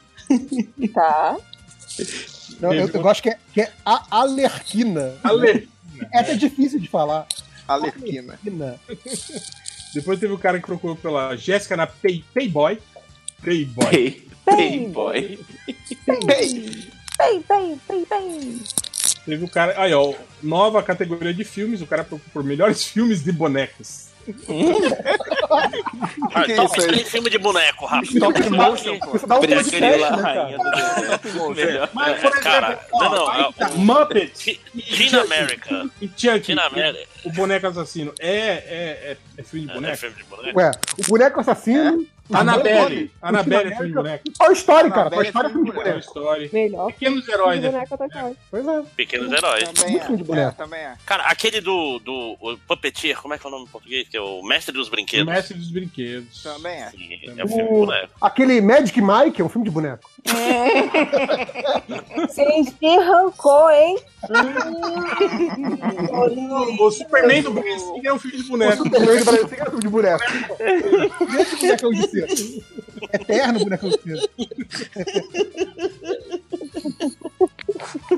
Speaker 9: Tá.
Speaker 1: Não, eu, eu gosto que é, que é a alerquina.
Speaker 8: Alerquina.
Speaker 1: Essa é difícil de falar.
Speaker 6: Alerquina.
Speaker 8: Depois teve o cara que procurou pela Jéssica na Pay, Payboy. Payboy.
Speaker 2: Pay- Payboy.
Speaker 9: Bem, bem, bem, bem.
Speaker 8: Teve o cara. Aí, ó, nova categoria de filmes. O cara procurou por melhores filmes de bonecos.
Speaker 11: Ah,
Speaker 8: Que
Speaker 11: toca
Speaker 8: isso aí?
Speaker 11: aquele filme de boneco, rápido.
Speaker 8: Stop motion, pô. um Parece
Speaker 11: Preferi
Speaker 8: aquele
Speaker 11: lá,
Speaker 8: lá,
Speaker 11: rainha do Melhor.
Speaker 8: um Mas, por
Speaker 11: É, Cara,
Speaker 8: exemplo,
Speaker 11: não,
Speaker 8: ó,
Speaker 11: não.
Speaker 8: aí
Speaker 11: é
Speaker 8: tá,
Speaker 11: o-
Speaker 8: Muppets.
Speaker 11: Ti- Teen America.
Speaker 8: E Chuck,
Speaker 11: Teen America.
Speaker 8: o boneco assassino, é, é, é, é filme de boneco?
Speaker 11: É filme de boneco.
Speaker 1: Ué, o boneco assassino. os
Speaker 8: Anabelle.
Speaker 1: dois-
Speaker 8: Anabelle
Speaker 1: os
Speaker 8: é filme de
Speaker 1: América-
Speaker 8: boneco.
Speaker 1: Olha a história, cara. Olha a
Speaker 8: Anabelle
Speaker 1: história
Speaker 8: é
Speaker 1: é
Speaker 8: filme
Speaker 1: filme
Speaker 8: de
Speaker 1: de
Speaker 8: boneco. Story.
Speaker 9: Melhor.
Speaker 8: Pequenos heróis, né?
Speaker 9: Boneco até cai.
Speaker 1: Pois é.
Speaker 11: Pequenos heróis.
Speaker 1: boneco.
Speaker 6: também é.
Speaker 11: Cara, aquele do, do o Puppeteer, como é que é o nome em português? Que é o Mestre dos Brinquedos.
Speaker 8: O Mestre dos Brinquedos.
Speaker 6: Também é.
Speaker 11: É um filme de boneco.
Speaker 1: Aquele Magic Mike é um filme de boneco.
Speaker 9: Vocês me arrancou, hein?
Speaker 8: O, o Superman do Brasil é um filme de boneco.
Speaker 1: O Superman do Brasil é um filme de boneco. Deixa o bonecão de cera. Eterno bonecão de cera.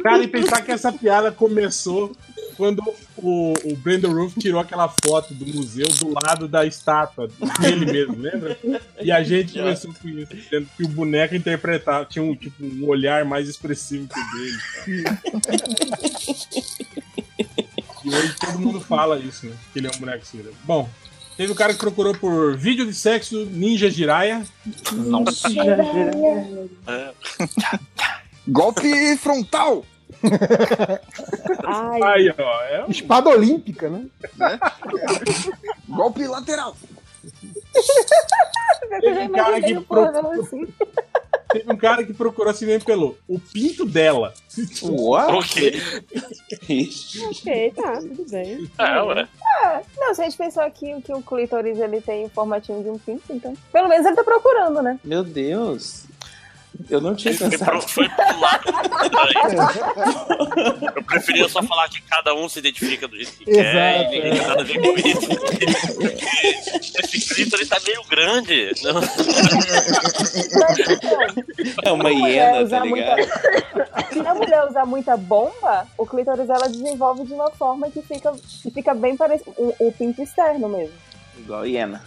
Speaker 8: Cara, e pensar que essa piada começou quando o, o Brandon Roof tirou aquela foto do museu do lado da estátua dele mesmo, lembra? E a gente começou com isso, dizendo que o boneco interpretava, tinha um, tipo, um olhar mais expressivo que o dele. E hoje todo mundo fala isso, né? Que ele é um boneco cera. Bom, teve o cara que procurou por vídeo de sexo Ninja Jiraya.
Speaker 6: Nossa. Golpe frontal.
Speaker 8: Aí, ó. É um...
Speaker 1: Espada olímpica, né?
Speaker 6: é. Golpe lateral.
Speaker 9: Eu já
Speaker 8: Teve um cara
Speaker 9: imaginei
Speaker 8: que
Speaker 9: o programa assim.
Speaker 8: Teve um cara que procurou assim mesmo pelo o pinto dela.
Speaker 2: What?
Speaker 9: Ok, tá, tudo bem.
Speaker 11: Ah, ué.
Speaker 9: Ah, não, se a gente pensou aqui que o clítoris ele tem o formatinho de um pinto, então. Pelo menos ele tá procurando, né?
Speaker 2: Meu Deus. Eu não tinha
Speaker 11: Foi
Speaker 8: um
Speaker 2: pensado.
Speaker 11: pro- foi pro lado. Eu preferia só falar que cada um se identifica do jeito que quer e
Speaker 2: Exato,
Speaker 11: ninguém
Speaker 2: é.
Speaker 11: tem nada a ver com isso. Porque Esse grito ele tá meio grande. Não.
Speaker 2: É uma
Speaker 9: Se a mulher
Speaker 2: hiena,
Speaker 9: usar
Speaker 2: tá
Speaker 9: muita-
Speaker 2: ligado?
Speaker 9: Se a mulher usar muita bomba, o clítoris ela desenvolve de uma forma que fica, que fica bem parecido. O, o pinto externo mesmo.
Speaker 2: Igual hiena.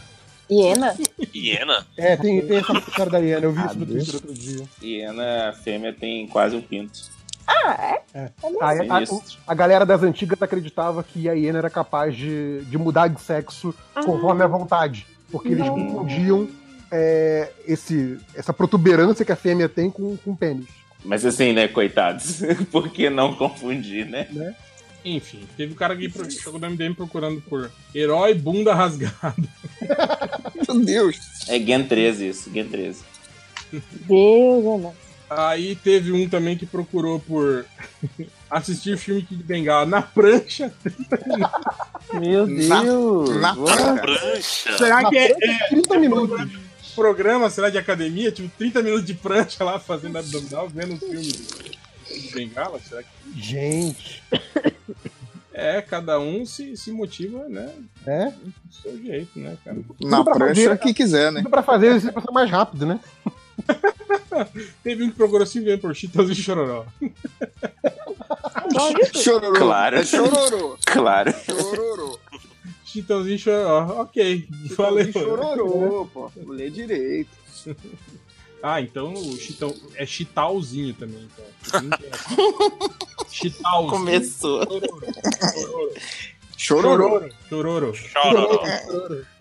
Speaker 9: Hiena?
Speaker 11: Hiena?
Speaker 1: É, tem, tem essa história da Iana. Eu vi isso no Twitter outro dia.
Speaker 2: Hiena fêmea tem quase um pinto.
Speaker 9: Ah,
Speaker 1: é?
Speaker 2: Aí,
Speaker 1: a,
Speaker 2: ah,
Speaker 1: a- a galera das antigas acreditava que a hiena era capaz de, de mudar de sexo
Speaker 8: Ah.
Speaker 1: conforme a vontade. Porque eles
Speaker 9: Não.
Speaker 1: confundiam é, esse, essa protuberância que a fêmea tem com, com o pênis.
Speaker 2: Mas assim, né, coitados? Por que não confundir, né?
Speaker 8: Enfim, teve um cara que pro- chegou no MDM procurando por herói bunda rasgada.
Speaker 2: Meu Deus. É Gen 13 isso, Gen 13.
Speaker 9: Deus, amor.
Speaker 8: Aí teve um também que procurou por assistir filme de Bengala na prancha.
Speaker 13: Meu Deus!
Speaker 8: Na,
Speaker 11: prancha?
Speaker 8: Será que é,
Speaker 1: Na prancha,
Speaker 8: é
Speaker 1: 30 minutos.
Speaker 8: programa, será de academia? Tipo, 30 minutos de prancha lá fazendo abdominal, vendo o filme de, de Bengala? Será que.
Speaker 1: Gente.
Speaker 8: É, cada um se, se motiva, né?
Speaker 1: É?
Speaker 8: Do seu jeito, né, cara?
Speaker 1: Tudo pra fazer-
Speaker 8: né?
Speaker 6: né?
Speaker 1: Tudo pra fazer isso passa mais rápido, né?
Speaker 8: Teve um que procurou se ver por Cheetos e Chororó.
Speaker 6: Chororô.
Speaker 8: Claro.
Speaker 6: É chororô.
Speaker 8: Claro.
Speaker 6: Chororô.
Speaker 8: Cheetos e Chororó. Ok. Valeu.
Speaker 6: Chororô, pô. Lê direito.
Speaker 8: Ah, então o Chitão. É Chitalzinho também, então. Chitalzinho.
Speaker 6: Começou.
Speaker 8: Chororô. Chororô.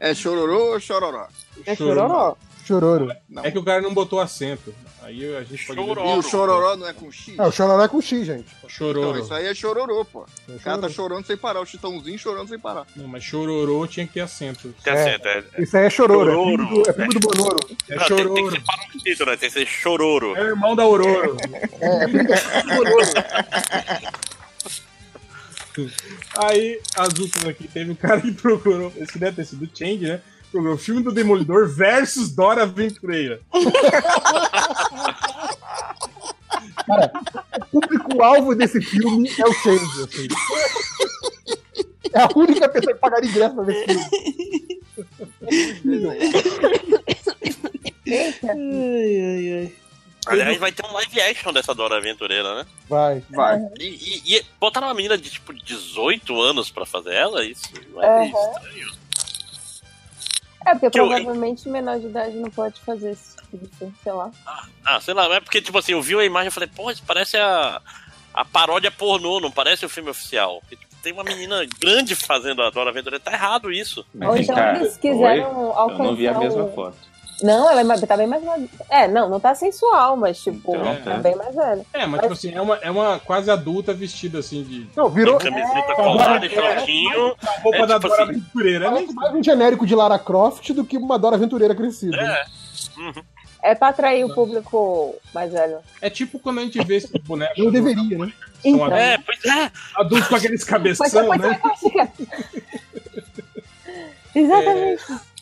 Speaker 6: É chororô ou chororó?
Speaker 8: É chororó.
Speaker 1: Chororo.
Speaker 8: É que o cara não botou acento. Aí a gente pode.
Speaker 6: E o chororó não é com X?
Speaker 1: É, o chororó é com X, gente.
Speaker 8: Chororô.
Speaker 6: Não, isso aí é chororô, pô. O cara tá
Speaker 1: chororô.
Speaker 6: chorando sem parar, o chitãozinho chorando sem parar.
Speaker 8: Não, mas chororô tinha que ter acento.
Speaker 11: Tem acento, é.
Speaker 1: Isso aí é
Speaker 8: né?
Speaker 1: chororo. é
Speaker 11: Chororo.
Speaker 1: primo do- É primo do Bonoro.
Speaker 8: É
Speaker 11: Não, tem, tem
Speaker 8: chororo.
Speaker 11: que ser parecido, né? Tem que ser chororo.
Speaker 8: É o irmão da Aurora.
Speaker 1: É,
Speaker 9: É,
Speaker 8: Aí, as últimas aqui, teve um cara que procurou, esse deve ter sido o Change, né? Procurou o filme do Demolidor versus Dora Ventureira.
Speaker 1: O público-alvo desse filme é o Change, assim. É a única pessoa que pagaria ingresso pra ver esse filme.
Speaker 11: Aliás, vai ter um live action dessa Dora Aventureira, né?
Speaker 1: Vai.
Speaker 6: Vai.
Speaker 11: E, e- e botaram uma menina de tipo 18 anos pra fazer ela? Isso não é
Speaker 9: Aham. É, porque
Speaker 11: Que eu-
Speaker 9: provavelmente menor de idade não pode fazer esse tipo de filme, sei lá.
Speaker 11: Ah, sei lá, é porque, tipo assim, eu vi a imagem e falei, pô, isso parece a, a paródia pornô, não parece o filme oficial. Porque, tipo, tem uma menina grande fazendo a Dora Aventureira, tá errado isso.
Speaker 9: Ou então eles quiseram
Speaker 2: Eu não vi a
Speaker 9: alcançar
Speaker 2: mesma
Speaker 9: o-
Speaker 2: foto.
Speaker 9: Não, ela é ma- tá bem mais velha. É, não, não tá sensual, mas tipo,
Speaker 8: Então,
Speaker 2: né?
Speaker 9: tá
Speaker 8: é.
Speaker 9: bem mais velha.
Speaker 8: É, mas tipo assim, é uma, é uma quase adulta vestida assim de. Tá
Speaker 1: Não, virou-
Speaker 11: Tem camiseta colada e shortinho.
Speaker 8: A tá, roupa
Speaker 11: É,
Speaker 8: da
Speaker 11: tipo
Speaker 8: Dora
Speaker 11: assim,
Speaker 8: Aventureira, né?
Speaker 1: Parece mais um genérico de Lara Croft do que uma Dora Aventureira crescida.
Speaker 11: uhum.
Speaker 9: É pra atrair o público mais velho.
Speaker 8: É tipo quando a gente vê esses bonecos.
Speaker 1: Eu deveria, né?
Speaker 8: São
Speaker 9: Então.
Speaker 11: É, pois é.
Speaker 8: Adultos com aqueles cabeção,
Speaker 9: Pois é, pois é,
Speaker 8: né?
Speaker 9: Exatamente.
Speaker 8: É,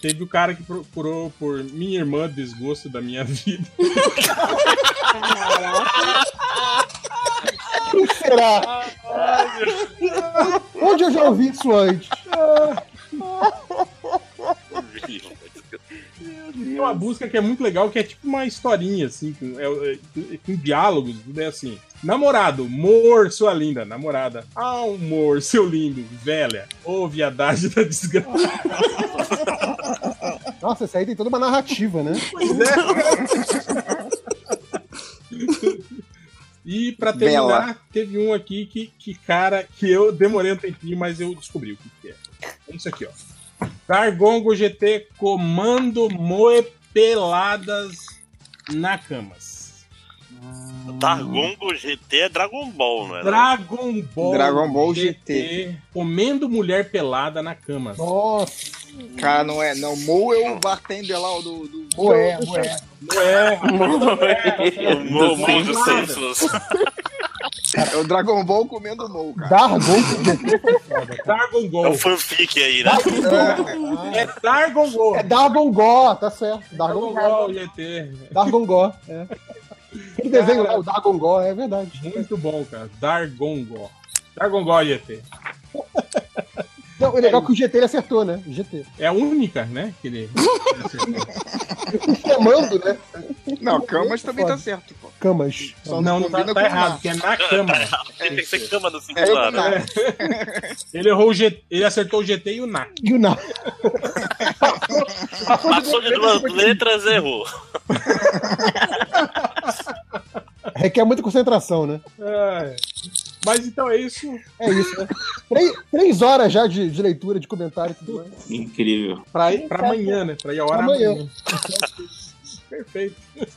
Speaker 8: Teve o cara que procurou por minha irmã, desgosto da minha vida.
Speaker 1: Quem será? Onde eu já ouvi isso antes?
Speaker 8: Tem uma busca que é muito legal, que é tipo uma historinha, assim, com, é- é- com diálogos, tudo é assim. Namorado, mor, sua linda, namorada. Ah, amor, seu lindo, velha. Ô, viadagem da desgraça.
Speaker 1: Nossa, esse aí tem toda uma narrativa, né?
Speaker 8: é. E pra terminar,
Speaker 1: Bela.
Speaker 8: teve um aqui que, que, cara, que eu demorei um tempinho, mas eu descobri o que que é. É isso aqui, ó. Gargongo GT Comando Moe Peladas na Camas.
Speaker 11: Targongo GT é Dragon Ball, não é?
Speaker 8: Dragon Ball,
Speaker 11: Dragon Ball
Speaker 8: Comendo mulher pelada na cama.
Speaker 1: Nossa.
Speaker 6: Cara, não é, não. Mo é o bartender lá o do. do...
Speaker 1: Moé,
Speaker 6: do-
Speaker 1: moé.
Speaker 8: Moé.
Speaker 11: Mo, Mo dos Simpsons.
Speaker 6: É o Dragon Ball comendo Mo, cara.
Speaker 11: É
Speaker 8: Dragon
Speaker 11: um
Speaker 8: Ball.
Speaker 11: fanfic aí, né?
Speaker 8: É Dragon Ball.
Speaker 1: É Dargon Go, tá certo. Dargon Go.
Speaker 8: Dragon GT.
Speaker 1: Dargon Go, é. Aquele desenho lá, o Dargon Go, é verdade.
Speaker 8: Muito bom, cara. Dargongo. Dargongo GT.
Speaker 1: Não, o legal é que o GT ele acertou, né? O GT.
Speaker 8: É a única, né? Que ele...
Speaker 1: Comando, né?
Speaker 6: Não, Camas também tá certo, pô.
Speaker 1: Camas.
Speaker 6: Só
Speaker 8: não,
Speaker 6: não
Speaker 8: tá,
Speaker 6: combina
Speaker 8: tá
Speaker 6: com
Speaker 8: errado,
Speaker 6: nada.
Speaker 8: porque é na cama.
Speaker 11: Tem que ser cama no
Speaker 6: É, eu
Speaker 11: singular,
Speaker 6: com nada.
Speaker 11: né?
Speaker 8: É. Ele errou o GT, ele acertou o GT e o Na.
Speaker 1: E o Na.
Speaker 11: Passou de duas letras, errou.
Speaker 1: Requer muita concentração, né?
Speaker 8: É. Mas então é isso.
Speaker 1: É isso, né? Três, três horas já de, de leitura, de comentário e tudo mais.
Speaker 2: Incrível.
Speaker 8: Pra, ir, pra amanhã, né? Pra ir a hora
Speaker 1: Amanhã.
Speaker 8: amanhã. Perfeito.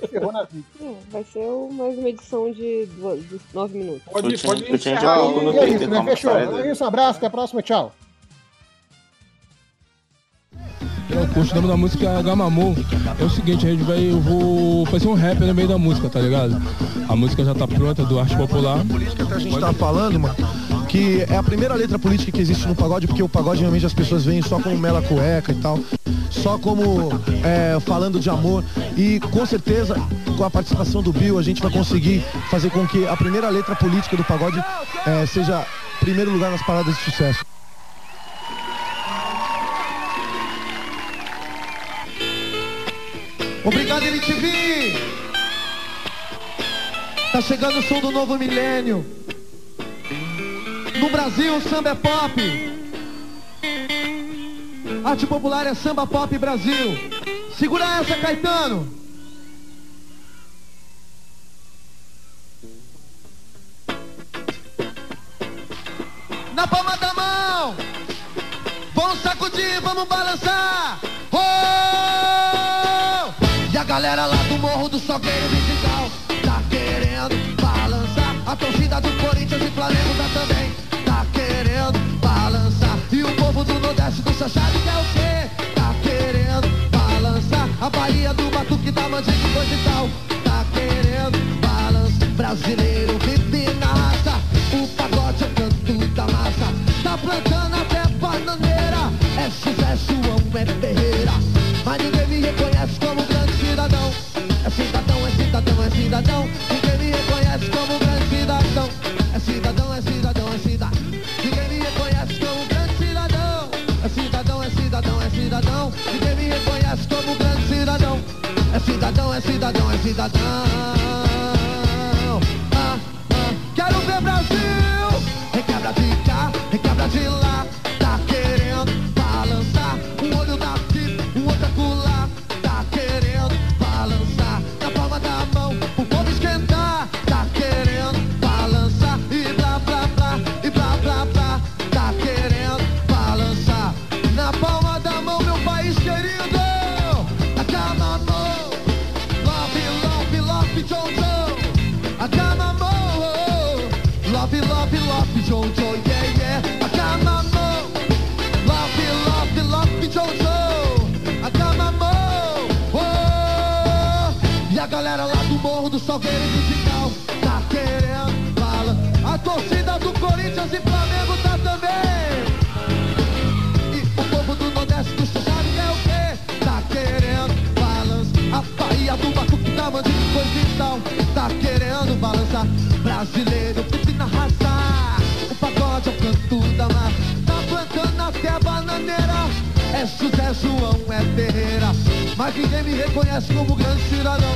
Speaker 1: Ferrou na vida.
Speaker 4: Hum, Vai ser o- mais uma edição de, duas, de nove minutos.
Speaker 8: Pode,
Speaker 2: Tinha-
Speaker 8: pode
Speaker 2: eu tinha
Speaker 8: encerrar.
Speaker 2: diálogo no
Speaker 1: E é isso,
Speaker 2: Twitter
Speaker 1: né?
Speaker 2: como
Speaker 1: Fechou.
Speaker 2: faz,
Speaker 1: É isso, um abraço, até a próxima, tchau.
Speaker 22: O nome da música é Gamamou. É o seguinte, a gente vai, eu vou fazer um rap no meio da música, tá ligado? A música já tá pronta do Arte Popular.
Speaker 18: A gente tá falando, mano, que é a primeira letra política que existe no pagode, porque o pagode realmente as pessoas veem só como mela cueca e tal, só como é, falando de amor. E com certeza, com a participação do Bill, a gente vai conseguir fazer com que a primeira letra política do pagode é, seja primeiro lugar nas paradas de sucesso. Obrigado, MTV! Tá chegando o som do novo milênio. No Brasil, o samba é pop. Arte popular é samba pop Brasil. Segura essa, Caetano. Na palma da mão. Vamos sacudir, vamos balançar. Oh! E a galera lá do Morro do Soqueiro Vidigal tá querendo balançar. A torcida do Corinthians e Flamengo tá também tá querendo balançar. E o povo do Nordeste do Chachado quer o quê? Tá querendo balançar. A Bahia do Batuque da Mandinga e coisa e tal tá querendo balançar. Brasileiro vive na raça, o pagode é o canto da massa. Tá plantando até bananeira, é José João, é Ferreira. Mas ninguém me reconhece como um grande cidadão. É cidadão, é cidadão, é cidadão. Ninguém me reconhece como um grande cidadão. É cidadão, é cidadão, é cidadão. Ninguém me reconhece como um grande cidadão. É cidadão, é cidadão, é cidadão. Ninguém me reconhece como um grande cidadão. É cidadão, é cidadão, é cidadão. Ah, ah. Quero ver Brasil. Requebra de cá, requebra de lá. Tá querendo balançar. Um olho daqui, um outro acolá. Tá querendo balançar. Na palma da mão, o povo esquentar. Tá querendo balançar. E blá blá blá, e blá blá blá. Tá querendo balançar. Na palma da mão, meu país querido. A cama mão. Love, love, love, John John. A cama mão. Love, love, love, John John. Yeah, yeah. A cama mão. Love, love, love, John John. A cama mão. Oh. E a galera lá do Morro do Salgueiro e do Digital tá querendo bala. A torcida do Corinthians e Flamengo tá também. E o povo do Nordeste do Chachado é o quê? Tá querendo balanço. A Bahia do Batuque da Mandinga e coisa e tal. Tá querendo balançar. Brasileiro, vive na raça. O pagode é o canto da mata. Tá plantando até a bananeira. É José João, é Ferreira. Mas ninguém me reconhece como grande cidadão.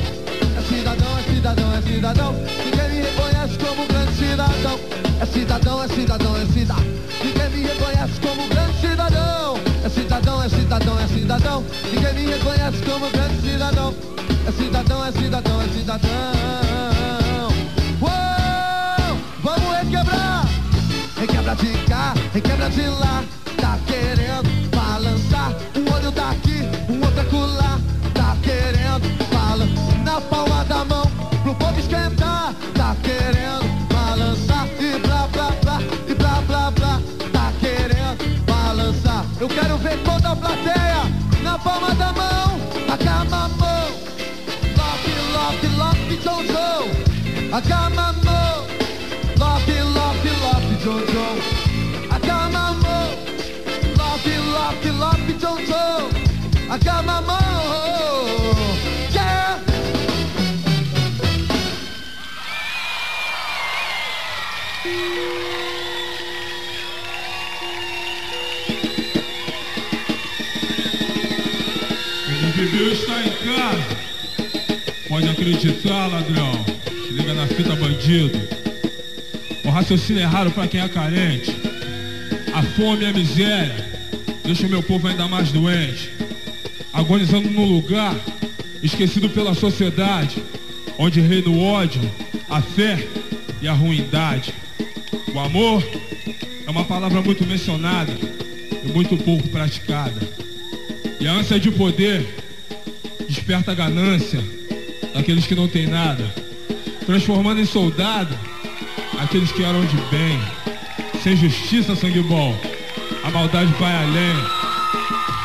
Speaker 18: É cidadão, é cidadão, é cidadão. Ninguém me reconhece como grande cidadão. É cidadão, é cidadão, é cidadão. Ninguém me reconhece como grande cidadão. É cidadão, é cidadão, é cidadão. Ninguém me reconhece como grande cidadão. É cidadão, é cidadão, é cidadão. Uou! Vamos requebrar! Requebra de cá, requebra de lá. Tá querendo balançar. Um olho daqui, um outro acolá. Tá querendo balançar. Na palma da mão, pro povo esquentar. Tá querendo balançar. E blá, blá, blá, e blá, blá, blá. Tá querendo balançar. Eu quero ver toda a plateia na palma da mão. A cama mão. Love, love, love, John John. então, A cama mão. Love, love, love, John John. A cama mão. Love, love, love, John John. A cama mão. Yeah!
Speaker 22: Bibiu está tá em casa. Pode acreditar, ladrão. Se liga na fita, bandido. O raciocínio é raro pra quem é carente. A fome e a miséria deixam o meu povo ainda mais doente. Agonizando num lugar esquecido pela sociedade, onde reina o ódio, a fé e a ruindade. O amor é uma palavra muito mencionada e muito pouco praticada. E a ânsia de poder desperta a ganância daqueles que não têm nada, transformando em soldado aqueles que eram de bem. Sem justiça, sangue bom, a maldade vai além.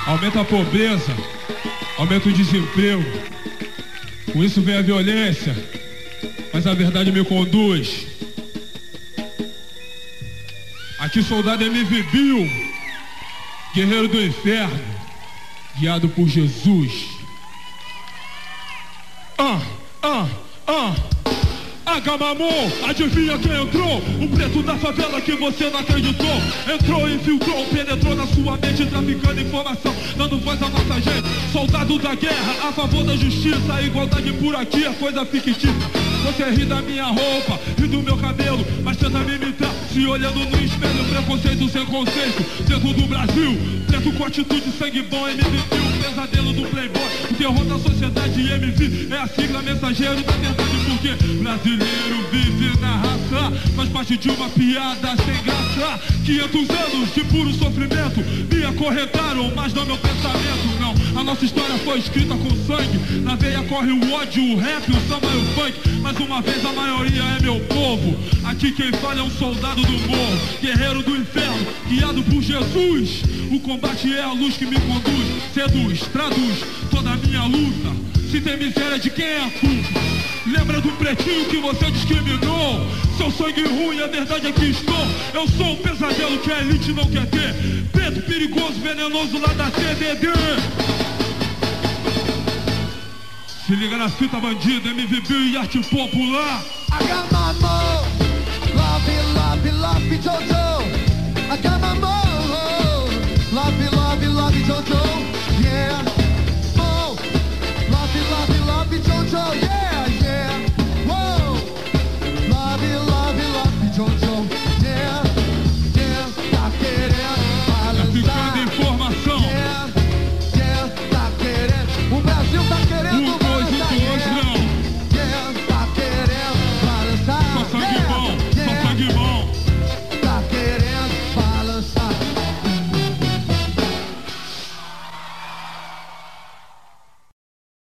Speaker 22: aumenta a pobreza, aumenta o desemprego. Com isso vem a violência, mas a verdade me conduz. Aqui soldado MV Bill, guerreiro do inferno, guiado por Jesus. Ah, ah, ah. Agamamon, adivinha quem entrou? O preto da favela que você não acreditou Entrou, infiltrou, penetrou na sua mente Traficando informação, dando voz à nossa gente Soldado da guerra, a favor da justiça a Igualdade por aqui é coisa fictícia Você ri da minha roupa, ri do meu cabelo Mas tenta me imitar, se olhando no espelho Preconceito sem conceito, dentro do Brasil Preto com atitude, sangue bom, MVP O É um pesadelo do playboy, o terror da sociedade MV é a sigla mensageiro da verdade Porque brasileiro vive na raça Faz parte de uma piada sem graça 500 anos de puro sofrimento Me acorrentaram, mas não meu pensamento Não, a nossa história foi escrita com sangue Na veia corre o ódio, o rap, o samba e o funk Mais uma vez a maioria é meu povo Aqui quem fala é um soldado do morro Guerreiro do inferno, guiado por Jesus O combate é a luz que me conduz Seduz, traduz toda a minha luta se tem miséria de quem é a culpa? Lembra do pretinho que você discriminou? Seu sangue ruim, a verdade é que estou. Eu sou um pesadelo que a elite não quer ter. Preto perigoso, venenoso lá da CDD. Se liga na fita bandida, MVB e arte popular.
Speaker 18: Agamamon, Tá Tá